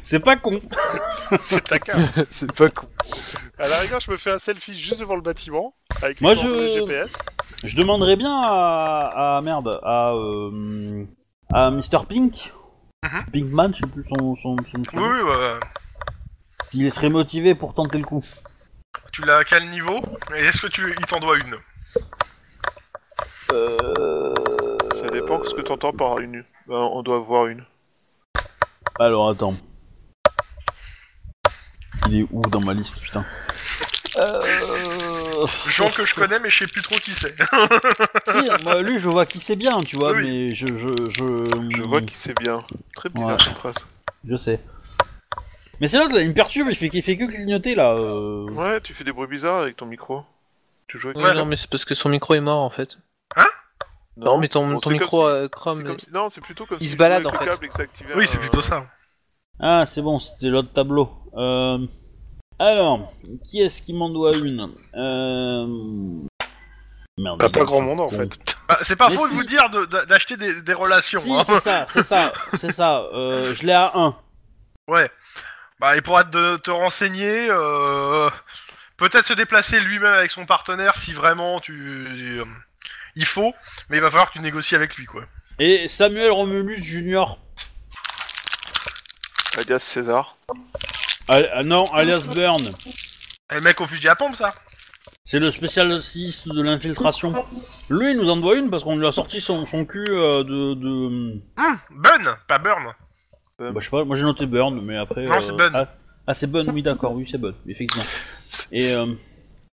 Speaker 2: C'est pas con.
Speaker 5: C'est ta carte.
Speaker 1: c'est pas con.
Speaker 5: À la rigueur, je me fais un selfie juste devant le bâtiment avec
Speaker 2: Moi,
Speaker 5: les coordonnées
Speaker 2: je-
Speaker 5: GPS.
Speaker 2: Je demanderais bien à, à- merde, à euh, à Mr Pink,
Speaker 3: Mhm.
Speaker 2: Pinkman, je sais plus son son, son, son-
Speaker 3: Oui, oui, ouais.
Speaker 2: s'il serait motivé pour tenter le coup.
Speaker 3: Tu l'as à quel niveau Et est-ce que tu. Il t'en doit une
Speaker 2: Euh...
Speaker 4: Ça dépend de ce que t'entends par une. Ben, on doit voir une.
Speaker 2: Alors attends. Il est où dans ma liste, putain euh...
Speaker 3: Gens que je connais, mais je sais plus trop qui c'est.
Speaker 2: Si, moi, lui, je vois qui c'est bien, tu vois,
Speaker 3: Oui.
Speaker 2: mais je je je
Speaker 4: Je vois qui c'est bien. Très bizarre
Speaker 2: Ouais.
Speaker 4: cette phrase.
Speaker 2: je sais. Mais c'est l'autre là, il me perturbe, il fait, il fait que clignoter là. euh.
Speaker 4: Ouais, tu fais des bruits bizarres avec ton micro. Tu joues avec
Speaker 1: Oui,
Speaker 3: Ouais.
Speaker 1: Non, mais c'est parce que son micro est mort en fait. Non, mais ton,
Speaker 4: Hein Bon,
Speaker 1: ton
Speaker 4: c'est
Speaker 1: micro
Speaker 4: comme si-
Speaker 1: euh,
Speaker 4: c'est
Speaker 1: Chrome.
Speaker 4: comme si- Non, c'est plutôt comme
Speaker 1: il
Speaker 4: si
Speaker 1: se
Speaker 4: tu jouais
Speaker 1: balade,
Speaker 4: avec
Speaker 1: en
Speaker 4: le
Speaker 1: fait.
Speaker 4: câble et que ça activait
Speaker 3: Oui, c'est
Speaker 4: un-
Speaker 3: plutôt ça.
Speaker 2: Ah, c'est bon, c'était l'autre tableau. Euh, Alors, qui est-ce qui m'en doit une Euh, Merde.
Speaker 5: Bah, pas
Speaker 2: merde,
Speaker 5: grand
Speaker 2: c'est
Speaker 5: monde en
Speaker 2: con.
Speaker 5: fait.
Speaker 3: Bah, c'est pas
Speaker 2: Mais
Speaker 3: faux
Speaker 2: si.
Speaker 3: de vous dire de- d'a- d'acheter des, des relations.
Speaker 2: Si,
Speaker 3: hein.
Speaker 2: c'est ça, c'est ça, c'est ça. Euh, je l'ai à 1.
Speaker 3: Ouais. Bah, il pourra te, te renseigner. euh, Peut-être se déplacer lui-même avec son partenaire si vraiment tu. tu- euh, il faut, mais il va falloir que tu négocies avec lui, quoi.
Speaker 2: Et Samuel Romulus Junior.
Speaker 4: Alias César.
Speaker 2: Ah, ah non, alias Burn.
Speaker 3: Et le Eh, mec au fusil à pompe, ça
Speaker 2: C'est le spécialiste de l'infiltration. Lui, il nous en doit une parce qu'on lui a sorti son, son cul euh, de. de...
Speaker 3: Hum, Bun, pas Burn.
Speaker 2: Bah, je sais pas, moi j'ai noté Burn, mais après.
Speaker 3: Non,
Speaker 2: euh,
Speaker 3: c'est Bun.
Speaker 2: Ah, ah, c'est Bun, oui, d'accord, oui, c'est Bun, effectivement.
Speaker 5: C'est-
Speaker 2: Et. euh,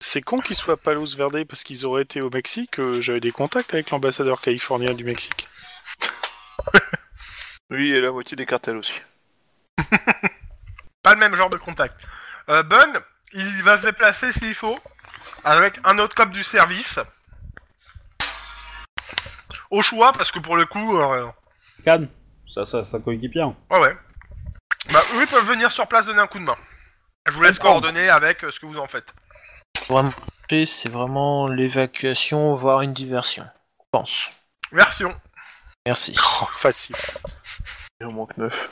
Speaker 5: C'est con qu'ils soient à Palos Verde parce qu'ils auraient été au Mexique. euh, J'avais des contacts avec l'ambassadeur californien du Mexique.
Speaker 4: Lui et la moitié des cartels aussi.
Speaker 3: Pas le même genre de contact. Euh, Bun, il va se déplacer s'il faut avec un autre cop du service. Au choix, parce que pour le coup, euh,
Speaker 2: Cannes, ça, ça, ça coéquipière.
Speaker 3: Ouais, ouais. Bah, eux, ils peuvent venir sur place donner un coup de main. Je vous laisse
Speaker 2: Comprendre.
Speaker 3: coordonner avec euh, ce que vous en faites.
Speaker 1: Vraiment, c'est vraiment l'évacuation, voire une diversion. Je pense.
Speaker 3: Version.
Speaker 1: Merci.
Speaker 5: Oh, facile.
Speaker 4: Il en manque 9.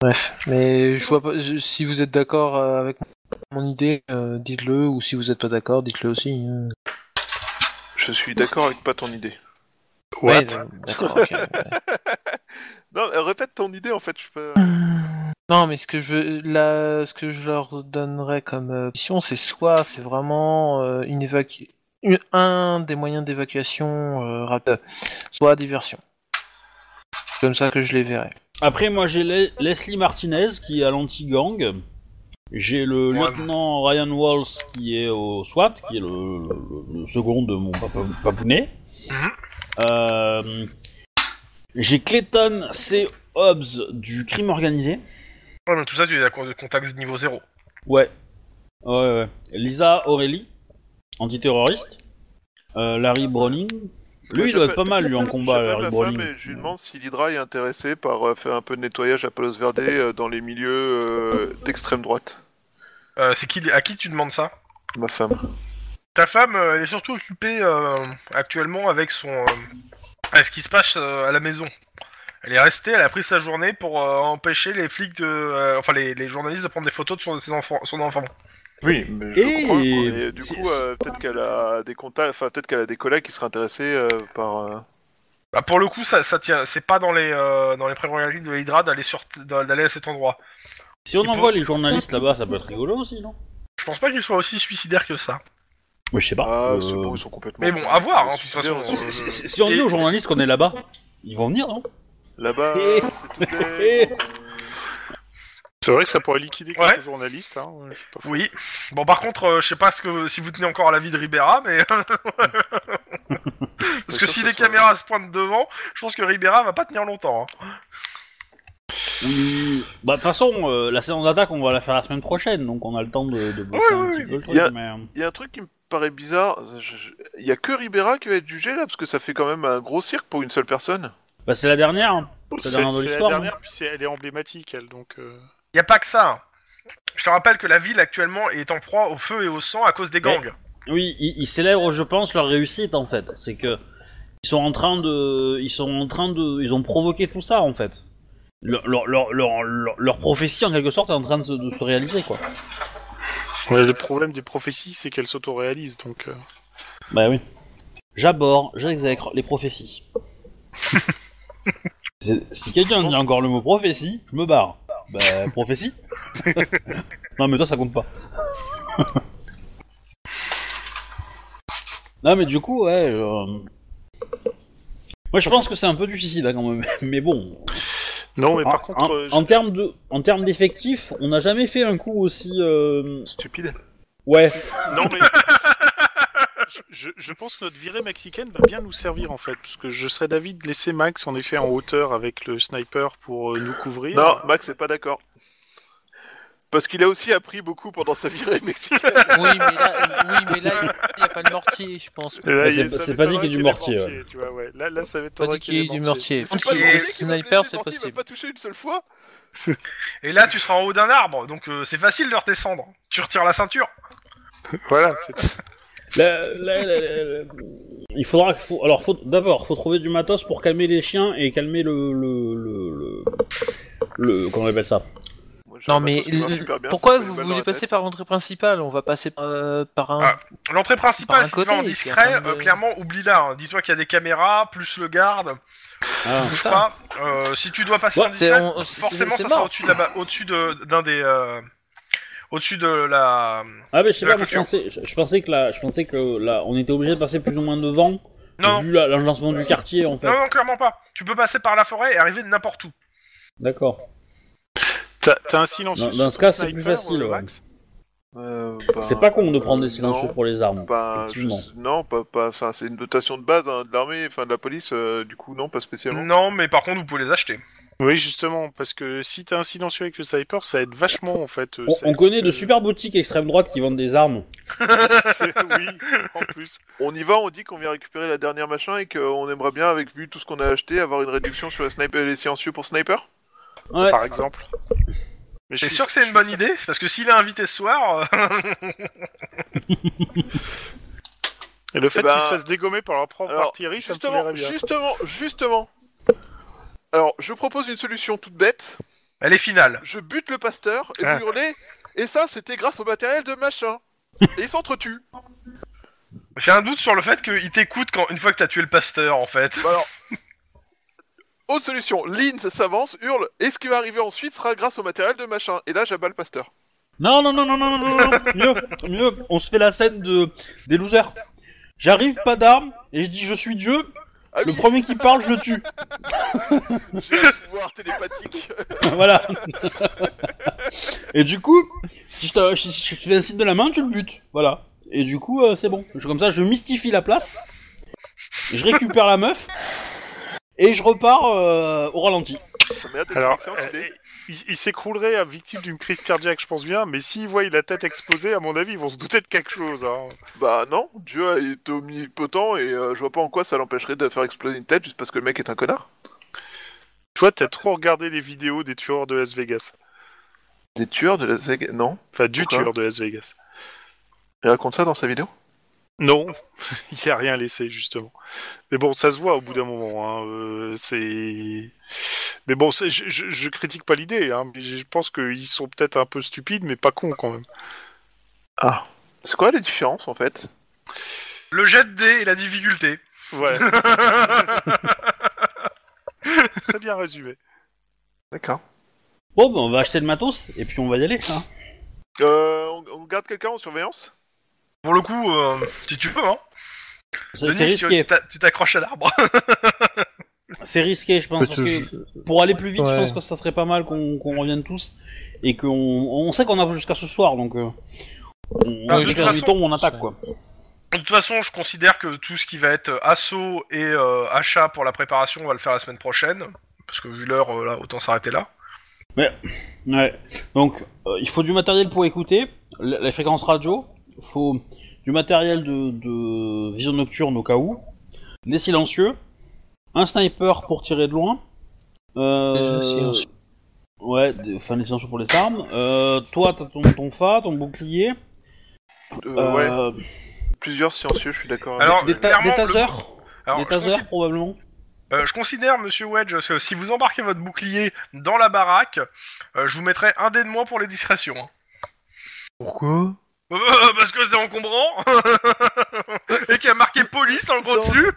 Speaker 1: Bref, mais je vois pas. je- si vous êtes d'accord euh, avec mon idée, euh, dites-le, ou si vous êtes pas d'accord, dites-le aussi. hein.
Speaker 4: Je suis d'accord avec pas ton idée.
Speaker 5: What
Speaker 1: Ouais, euh, d'accord, ok, ouais.
Speaker 4: Non, euh, répète ton idée en fait, je peux.
Speaker 1: Non, mais ce que je là, ce que je leur donnerais comme euh, option, c'est soit c'est vraiment euh, une évacu- une- un des moyens d'évacuation euh, rapide, soit diversion. C'est Comme ça que je les verrais.
Speaker 2: Après, moi, j'ai Le- Leslie Martinez qui est à l'anti-gang. J'ai le
Speaker 3: Ouais.
Speaker 2: lieutenant Ryan Walls qui est au SWAT, qui est le, le- le second de mon papa- papounet.
Speaker 3: Mhm.
Speaker 2: Euh, j'ai Clayton C. Hobbs du crime organisé.
Speaker 3: Ouais, mais tout ça, tu es à cause de contact niveau 0.
Speaker 2: Ouais. Ouais, ouais. Lisa Aurélie, antiterroriste. Euh, Larry Browning. Lui, il doit être pas mal, lui, en combat, Larry
Speaker 4: Je
Speaker 2: Browning.
Speaker 4: mais je lui demande si l'Hydra est intéressé par euh, faire un peu de nettoyage à Palos Verde euh, dans les milieux euh, d'extrême droite.
Speaker 3: Euh, c'est qui, à qui tu demandes ça
Speaker 4: Ma femme.
Speaker 3: Ta femme, euh, elle est surtout occupée euh, actuellement avec son. euh, à ce qui se passe euh, à la maison. Elle est restée, elle a pris sa journée pour euh, empêcher les flics de, euh, enfin les, les journalistes de prendre des photos de son, de ses enfants, son enfant.
Speaker 4: Oui, mais je
Speaker 2: Et-
Speaker 4: comprends. mais du
Speaker 2: c'est-
Speaker 4: coup, euh, peut-être qu'elle a des contacts, enfin peut-être qu'elle a des collègues qui seraient intéressés euh, par. euh,
Speaker 3: Bah, pour le coup, ça, ça tient, c'est pas dans les euh, dans les prérogatives de Hydra d'aller sur d'aller à cet endroit.
Speaker 2: Si on
Speaker 3: Il
Speaker 2: envoie les journalistes là-bas, ça peut être rigolo aussi, non
Speaker 3: Je pense pas qu'ils soient aussi suicidaires que ça.
Speaker 2: Mais je sais pas.
Speaker 4: Ah,
Speaker 2: euh,
Speaker 4: c'est bon, ils sont complètement.
Speaker 3: Mais bon, à voir, hein, de toute
Speaker 4: suicidaires,
Speaker 3: façon.
Speaker 4: ils sont-
Speaker 2: si- si- si- si on dit aux journalistes qu'on est là-bas, ils vont venir, non
Speaker 4: Là-bas,
Speaker 2: Et-
Speaker 4: c'est tout est-
Speaker 5: C'est vrai que ça pourrait liquider quelques
Speaker 3: Ouais.
Speaker 5: journalistes. Hein. ouais, je sais pas.
Speaker 3: Oui. Bon, par contre, euh, je sais pas ce que si vous tenez encore à la vie de Ribera, mais parce que
Speaker 4: Ça,
Speaker 3: si
Speaker 4: ça
Speaker 3: les
Speaker 4: sera-
Speaker 3: caméras se pointent devant, je pense que Ribera va pas tenir longtemps. hein.
Speaker 2: Oui. Bah, de toute façon, euh, la saison d'attaque, on va la faire la semaine prochaine, donc on a le temps de, de bosser
Speaker 3: Oui,
Speaker 2: un
Speaker 3: oui,
Speaker 2: petit peu
Speaker 3: oui.
Speaker 2: le truc,
Speaker 4: Y a-
Speaker 2: mais, euh,
Speaker 4: Il y a un truc qui me paraît bizarre. je- je- Il y a que Ribera qui va être jugé là, parce que ça fait quand même un gros cirque pour une seule personne.
Speaker 2: bah, c'est la dernière. hein.
Speaker 5: C'est
Speaker 2: C'est la dernière de
Speaker 5: c'est la
Speaker 2: l'histoire,
Speaker 5: dernière, puis c'est- elle est emblématique, elle, donc... euh,
Speaker 3: Y a pas que ça. hein. Je te rappelle que la ville actuellement est en proie au feu et au sang à cause des
Speaker 2: Mais-
Speaker 3: gangs.
Speaker 2: Oui, ils, ils célèbrent, je pense, leur réussite en fait. C'est que ils sont en train de, ils sont en train de, ils ont provoqué tout ça en fait. Leur, leur, leur, leur, leur- leur prophétie en quelque sorte est en train de se, de se réaliser quoi.
Speaker 5: ouais, le problème des prophéties, c'est qu'elles s'autoréalisent, donc... euh,
Speaker 2: Bah oui. J'aborde, j'exècre les prophéties. C'est- si quelqu'un dit encore le mot prophétie, je me barre. Bah prophétie. non mais toi ça compte pas. non mais du coup ouais. euh, Moi je pense que c'est un peu difficile hein, quand même. Mais bon.
Speaker 5: Non, mais
Speaker 2: en,
Speaker 5: par contre...
Speaker 2: en-
Speaker 5: euh, je-
Speaker 2: en termes de, en termes d'effectifs, on n'a jamais fait un coup aussi. euh,
Speaker 4: Stupide.
Speaker 2: Ouais.
Speaker 5: Non, mais. Je, je pense que notre virée mexicaine va bien nous servir en fait, parce que je serais d'avis de laisser Max en effet en hauteur avec le sniper pour euh, nous couvrir.
Speaker 4: Non, Max n'est pas d'accord. Parce qu'il a aussi appris beaucoup pendant sa virée mexicaine.
Speaker 1: Oui, mais là, oui, mais là, il n'y a pas de mortier, je pense.
Speaker 5: Là,
Speaker 2: Mais
Speaker 5: il y a-
Speaker 2: c'est-
Speaker 5: ça
Speaker 2: c'est pas dit
Speaker 5: m'étonnerait
Speaker 2: qu'il y ait du
Speaker 5: ait des
Speaker 2: mortier,
Speaker 5: mortiers, tu vois, ouais. Là, là, ça va être
Speaker 1: Pas dit qu'il y ait du mortier.
Speaker 4: C'est
Speaker 1: Par
Speaker 4: pas
Speaker 1: contre,
Speaker 4: le
Speaker 1: le
Speaker 4: Mexique qui m'a
Speaker 1: sniper,
Speaker 4: blessé,
Speaker 1: c'est
Speaker 4: Morty, Il m'a
Speaker 1: possible.
Speaker 4: pas touché une seule fois.
Speaker 3: Et là, tu seras en haut d'un arbre, donc euh, c'est facile de redescendre. Tu retires la ceinture.
Speaker 5: Voilà, c'est
Speaker 2: La- la- la- la- la- Il faudra, faut, alors faut, d'abord, faut trouver du matos pour calmer les chiens et calmer le, le, le, le, le- comment on appelle ça
Speaker 4: Moi, j'ai
Speaker 1: Non
Speaker 4: un
Speaker 1: mais
Speaker 4: matos qui marche super bien,
Speaker 1: pourquoi
Speaker 4: ça me fait
Speaker 1: vous
Speaker 4: une balle
Speaker 1: voulez
Speaker 4: dans la
Speaker 1: passer
Speaker 4: tête.
Speaker 1: par l'entrée principale On va passer par, euh, par un.
Speaker 3: Ah, L'entrée
Speaker 1: Par
Speaker 3: principale,
Speaker 1: un
Speaker 3: si tu vas en
Speaker 1: côté, et puis
Speaker 3: discret,
Speaker 1: attendre de-
Speaker 3: euh, clairement, oublie la Dis-toi qu'il y a des caméras, plus le garde,
Speaker 2: Ah.
Speaker 1: C'est
Speaker 3: bouge
Speaker 1: ça.
Speaker 3: pas. Euh, si tu dois passer
Speaker 2: Ouais,
Speaker 3: en
Speaker 1: C'est-
Speaker 3: discret,
Speaker 1: on- c'est-
Speaker 3: forcément,
Speaker 1: c'est
Speaker 3: ça sera
Speaker 1: mort.
Speaker 3: au-dessus de la- au-dessus de- d'un des, euh, au-dessus de la.
Speaker 2: Ah mais je sais
Speaker 3: La
Speaker 2: pas, moi, je
Speaker 3: clôture.
Speaker 2: pensais, je, je pensais que là, je pensais que là, on était obligé de passer plus ou moins devant
Speaker 3: Non,
Speaker 2: vu la- l'agencement du quartier en fait.
Speaker 3: non, non, clairement pas. Tu peux passer par la forêt et arriver de n'importe où.
Speaker 2: D'accord.
Speaker 5: T'as t'as un silence.
Speaker 2: Dans- dans ce cas, c'est plus facile, ouais.
Speaker 4: Euh, bah,
Speaker 2: C'est pas con de prendre des
Speaker 4: euh,
Speaker 2: silencieux
Speaker 4: non.
Speaker 2: pour les armes.
Speaker 4: Bah, je
Speaker 2: effectivement.
Speaker 4: sais- Non, pas, pas... Enfin, c'est une dotation de base hein, de l'armée, enfin de la police, euh, du coup, non, pas spécialement.
Speaker 3: Non, mais par contre, vous pouvez les acheter.
Speaker 5: Oui, justement, parce que si t'as un silencieux avec le sniper, ça aide vachement en fait. euh,
Speaker 2: On,
Speaker 5: ça
Speaker 2: on
Speaker 5: aide
Speaker 2: connaît
Speaker 5: que-
Speaker 2: de super boutiques extrême droite qui vendent des armes.
Speaker 5: oui, en plus.
Speaker 4: On y va, on dit qu'on vient récupérer la dernière machin et qu'on aimerait bien, avec vu tout ce qu'on a acheté, avoir une réduction sur la sniper, les silencieux pour sniper.
Speaker 2: Ouais.
Speaker 5: par exemple. Mais je
Speaker 3: C'est
Speaker 5: suis-
Speaker 3: sûr que c'est
Speaker 5: je
Speaker 3: une bonne
Speaker 5: suis-
Speaker 3: idée, parce que s'il est invité ce soir, euh,
Speaker 5: Et le fait
Speaker 3: Bah,
Speaker 4: Eh ben,
Speaker 5: qu'ils se fassent dégommer par leur propre
Speaker 4: alors,
Speaker 5: artillerie, ça me
Speaker 4: Justement,
Speaker 5: plairait bien.
Speaker 4: justement, justement. Alors, je propose une solution toute bête.
Speaker 3: elle est finale.
Speaker 4: Je bute le pasteur et
Speaker 5: Ah.
Speaker 4: vous hurlez. Et ça, c'était grâce au matériel de machin. et ils s'entretuent.
Speaker 3: J'ai un doute sur le fait qu'il t'écoute quand une fois que t'as tué le pasteur, en fait.
Speaker 4: Bah alors. Autre solution, Lynn s'avance, hurle, et ce qui va arriver ensuite sera grâce au matériel de machin. Et là, j'abats le pasteur.
Speaker 2: Non, non, non, non, non, non, non, non, mieux, mieux, on se fait la scène de, des losers. J'arrive, pas d'armes, et je dis je suis Dieu,
Speaker 4: Ah
Speaker 2: le
Speaker 4: oui,
Speaker 2: premier qui parle, je le tue.
Speaker 4: j'ai un pouvoir télépathique.
Speaker 2: voilà. et du coup, si je, te- si- si je te fais un signe de la main, tu le butes. Voilà. Et du coup, euh, c'est bon. Je, comme ça, je mystifie la place, je récupère la meuf, et je repars euh, au ralenti.
Speaker 4: Ça m'a l'air d'être une
Speaker 5: Alors,
Speaker 4: excellente
Speaker 5: euh,
Speaker 4: idée.
Speaker 5: il, il s'écroulerait à victime d'une crise cardiaque, je pense bien, mais s'ils voient la tête explosée, à mon avis, ils vont se douter de quelque chose. hein.
Speaker 4: Bah non, Dieu est omnipotent et euh, je vois pas en quoi ça l'empêcherait de faire exploser une tête juste parce que le mec est un connard.
Speaker 5: Toi, t'as trop regardé les vidéos des tueurs de Las Vegas.
Speaker 4: Des tueurs de Las Vegas Non
Speaker 5: Enfin, du
Speaker 4: Pourquoi
Speaker 5: tueur de Las Vegas.
Speaker 4: Il raconte ça dans sa vidéo
Speaker 5: Non, il n'y a rien laissé, justement. Mais bon, ça se voit au bout d'un moment. hein, euh, c'est. Mais bon, c'est- je, je- je critique pas l'idée. hein, mais je pense qu'ils sont peut-être un peu stupides, mais pas cons quand même.
Speaker 4: Ah. C'est quoi la différence en fait
Speaker 3: Le jet de dés et la difficulté.
Speaker 5: Ouais. Très bien résumé.
Speaker 4: D'accord.
Speaker 2: Bon, bah, on va acheter le matos et puis on va y aller. hein.
Speaker 4: Euh, on, on garde quelqu'un en surveillance
Speaker 3: Pour le coup, euh, si tu peux, hein.
Speaker 2: C'est
Speaker 3: Denis,
Speaker 2: c'est
Speaker 3: tu- tu
Speaker 2: risqué,
Speaker 3: t'a- tu t'accroches à l'arbre.
Speaker 2: c'est risqué, je pense. Parce que pour aller plus vite, je
Speaker 1: Ouais.
Speaker 2: pense que ça serait pas mal qu'on qu'on revienne tous et qu'on on sait qu'on a jusqu'à ce soir, donc euh, on,
Speaker 3: Ah,
Speaker 2: on
Speaker 3: de toute
Speaker 2: récupère du
Speaker 3: façon-
Speaker 2: temps, on attaque quoi.
Speaker 3: De toute façon, je considère que tout ce qui va être euh, assaut et euh, achat pour la préparation, on va le faire la semaine prochaine. Parce que vu l'heure, euh, là, autant s'arrêter là.
Speaker 2: Ouais. Donc euh, il faut du matériel pour écouter la- les fréquences radio, faut du matériel de, de vision nocturne au cas où, des silencieux, un sniper pour tirer de loin. Euh,
Speaker 1: Des silencieux.
Speaker 2: Ouais, des- enfin les silencieux pour les armes. Euh, toi, t'as ton, ton fa, ton bouclier.
Speaker 4: Euh, Ouais,
Speaker 2: euh,
Speaker 4: plusieurs silencieux, je suis d'accord. avec
Speaker 3: Alors,
Speaker 2: des, ta-
Speaker 3: Euh, clairement,
Speaker 2: des
Speaker 3: le-
Speaker 2: tasers,
Speaker 3: Alors,
Speaker 2: des
Speaker 3: je,
Speaker 2: tasers
Speaker 3: considère,
Speaker 2: probablement.
Speaker 3: euh, je considère, monsieur Wedge, que si vous embarquez votre bouclier dans la baraque, euh, je vous mettrai un dé de moins pour les discrétions. hein.
Speaker 1: Pourquoi
Speaker 3: Euh, parce que c'est encombrant Et qu'il y a marqué police en gros dessus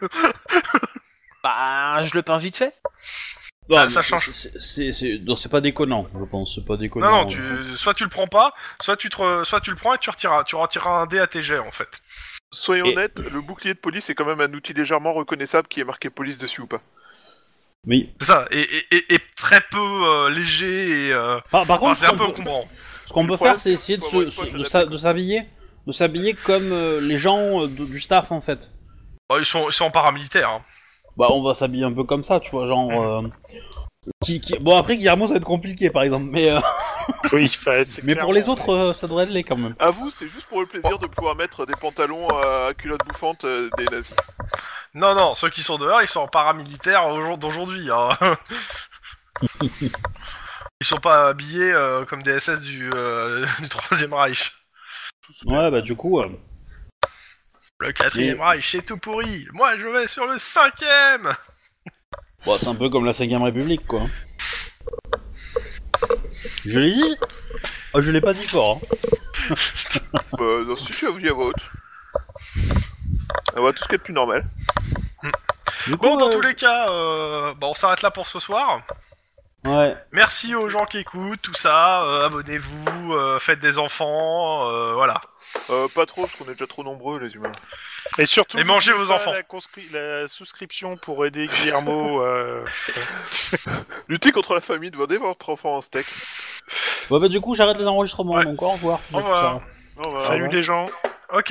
Speaker 1: Bah, je le peins vite fait.
Speaker 2: Non,
Speaker 3: Ah,
Speaker 2: mais
Speaker 3: ça
Speaker 2: Bah, c'est-
Speaker 3: change.
Speaker 2: c'est- C'est c'est- non, c'est pas déconnant, je pense. C'est pas déconnant.
Speaker 3: Non, non, tu, soit tu le prends pas, soit tu, te, re- soit tu le prends et tu retireras, tu retireras un dé à tes jets en fait.
Speaker 4: Soyons
Speaker 2: Et-
Speaker 4: honnêtes, le bouclier de police est quand même un outil légèrement reconnaissable qui est marqué police dessus ou pas.
Speaker 2: Oui.
Speaker 3: C'est ça, et, et- et- et très peu euh, léger et. euh,
Speaker 2: Par, par
Speaker 3: enfin,
Speaker 2: contre,
Speaker 3: c'est un peu
Speaker 2: on peut-
Speaker 3: encombrant.
Speaker 2: Ce qu'on
Speaker 4: Le
Speaker 2: peut
Speaker 4: problème,
Speaker 2: faire, c'est essayer de,
Speaker 4: faut
Speaker 2: se-
Speaker 4: avoir une
Speaker 2: se-
Speaker 4: poche
Speaker 2: de
Speaker 4: adaptée,
Speaker 2: sa-
Speaker 4: quoi.
Speaker 2: de s'habiller, de s'habiller comme euh, les gens euh, de- du staff en fait.
Speaker 3: Bah, ils, sont, ils sont en paramilitaire. hein.
Speaker 2: Bah, on va s'habiller un peu comme ça, tu vois, genre. euh, qui, qui- Bon, après Guillermo, ça va être compliqué, par exemple, mais euh,
Speaker 5: Oui, enfin, c'est
Speaker 2: mais pour les
Speaker 5: clairement-
Speaker 2: autres, euh, ça devrait aller quand même.
Speaker 4: À vous, c'est juste pour le plaisir de pouvoir mettre des pantalons à culotte bouffante euh, des nazis.
Speaker 3: Non, non, ceux qui sont dehors, ils sont en paramilitaire au jour- d'aujourd'hui. hein. ils sont pas habillés euh, comme des SS du, euh, du Troisième Reich.
Speaker 2: Ouais, bah, du coup. euh,
Speaker 3: Le Quatrième Reich, c'est tout pourri. Moi, je vais sur le cinquième.
Speaker 2: Bah, c'est un peu comme la 5ème République, quoi. Je l'ai dit Ah, Je l'ai pas dit fort. hein.
Speaker 4: Bah, non, si tu as voulu à voix haute. Ah bah, tout ce qui est de plus normal.
Speaker 2: Du coup,
Speaker 3: Bon, dans
Speaker 2: euh,
Speaker 3: tous les cas, euh, bah, on s'arrête là pour ce soir.
Speaker 2: Ouais.
Speaker 3: Merci aux gens qui écoutent, tout ça. euh, Abonnez-vous, euh, faites des enfants, euh, voilà.
Speaker 4: Euh, pas trop, parce qu'on est déjà trop nombreux, les humains.
Speaker 5: Et surtout,
Speaker 3: Et mangez
Speaker 5: n'oubliez
Speaker 3: vos
Speaker 5: pas
Speaker 3: enfants.
Speaker 5: La, conscri- la souscription pour aider Guillermo. euh,
Speaker 4: Lutter contre la famine, vendez votre enfant en steak.
Speaker 2: Bah, bah, du coup, j'arrête les enregistrements,
Speaker 3: Ouais.
Speaker 2: donc au revoir.
Speaker 3: Au revoir.
Speaker 4: Au revoir.
Speaker 5: Salut les gens.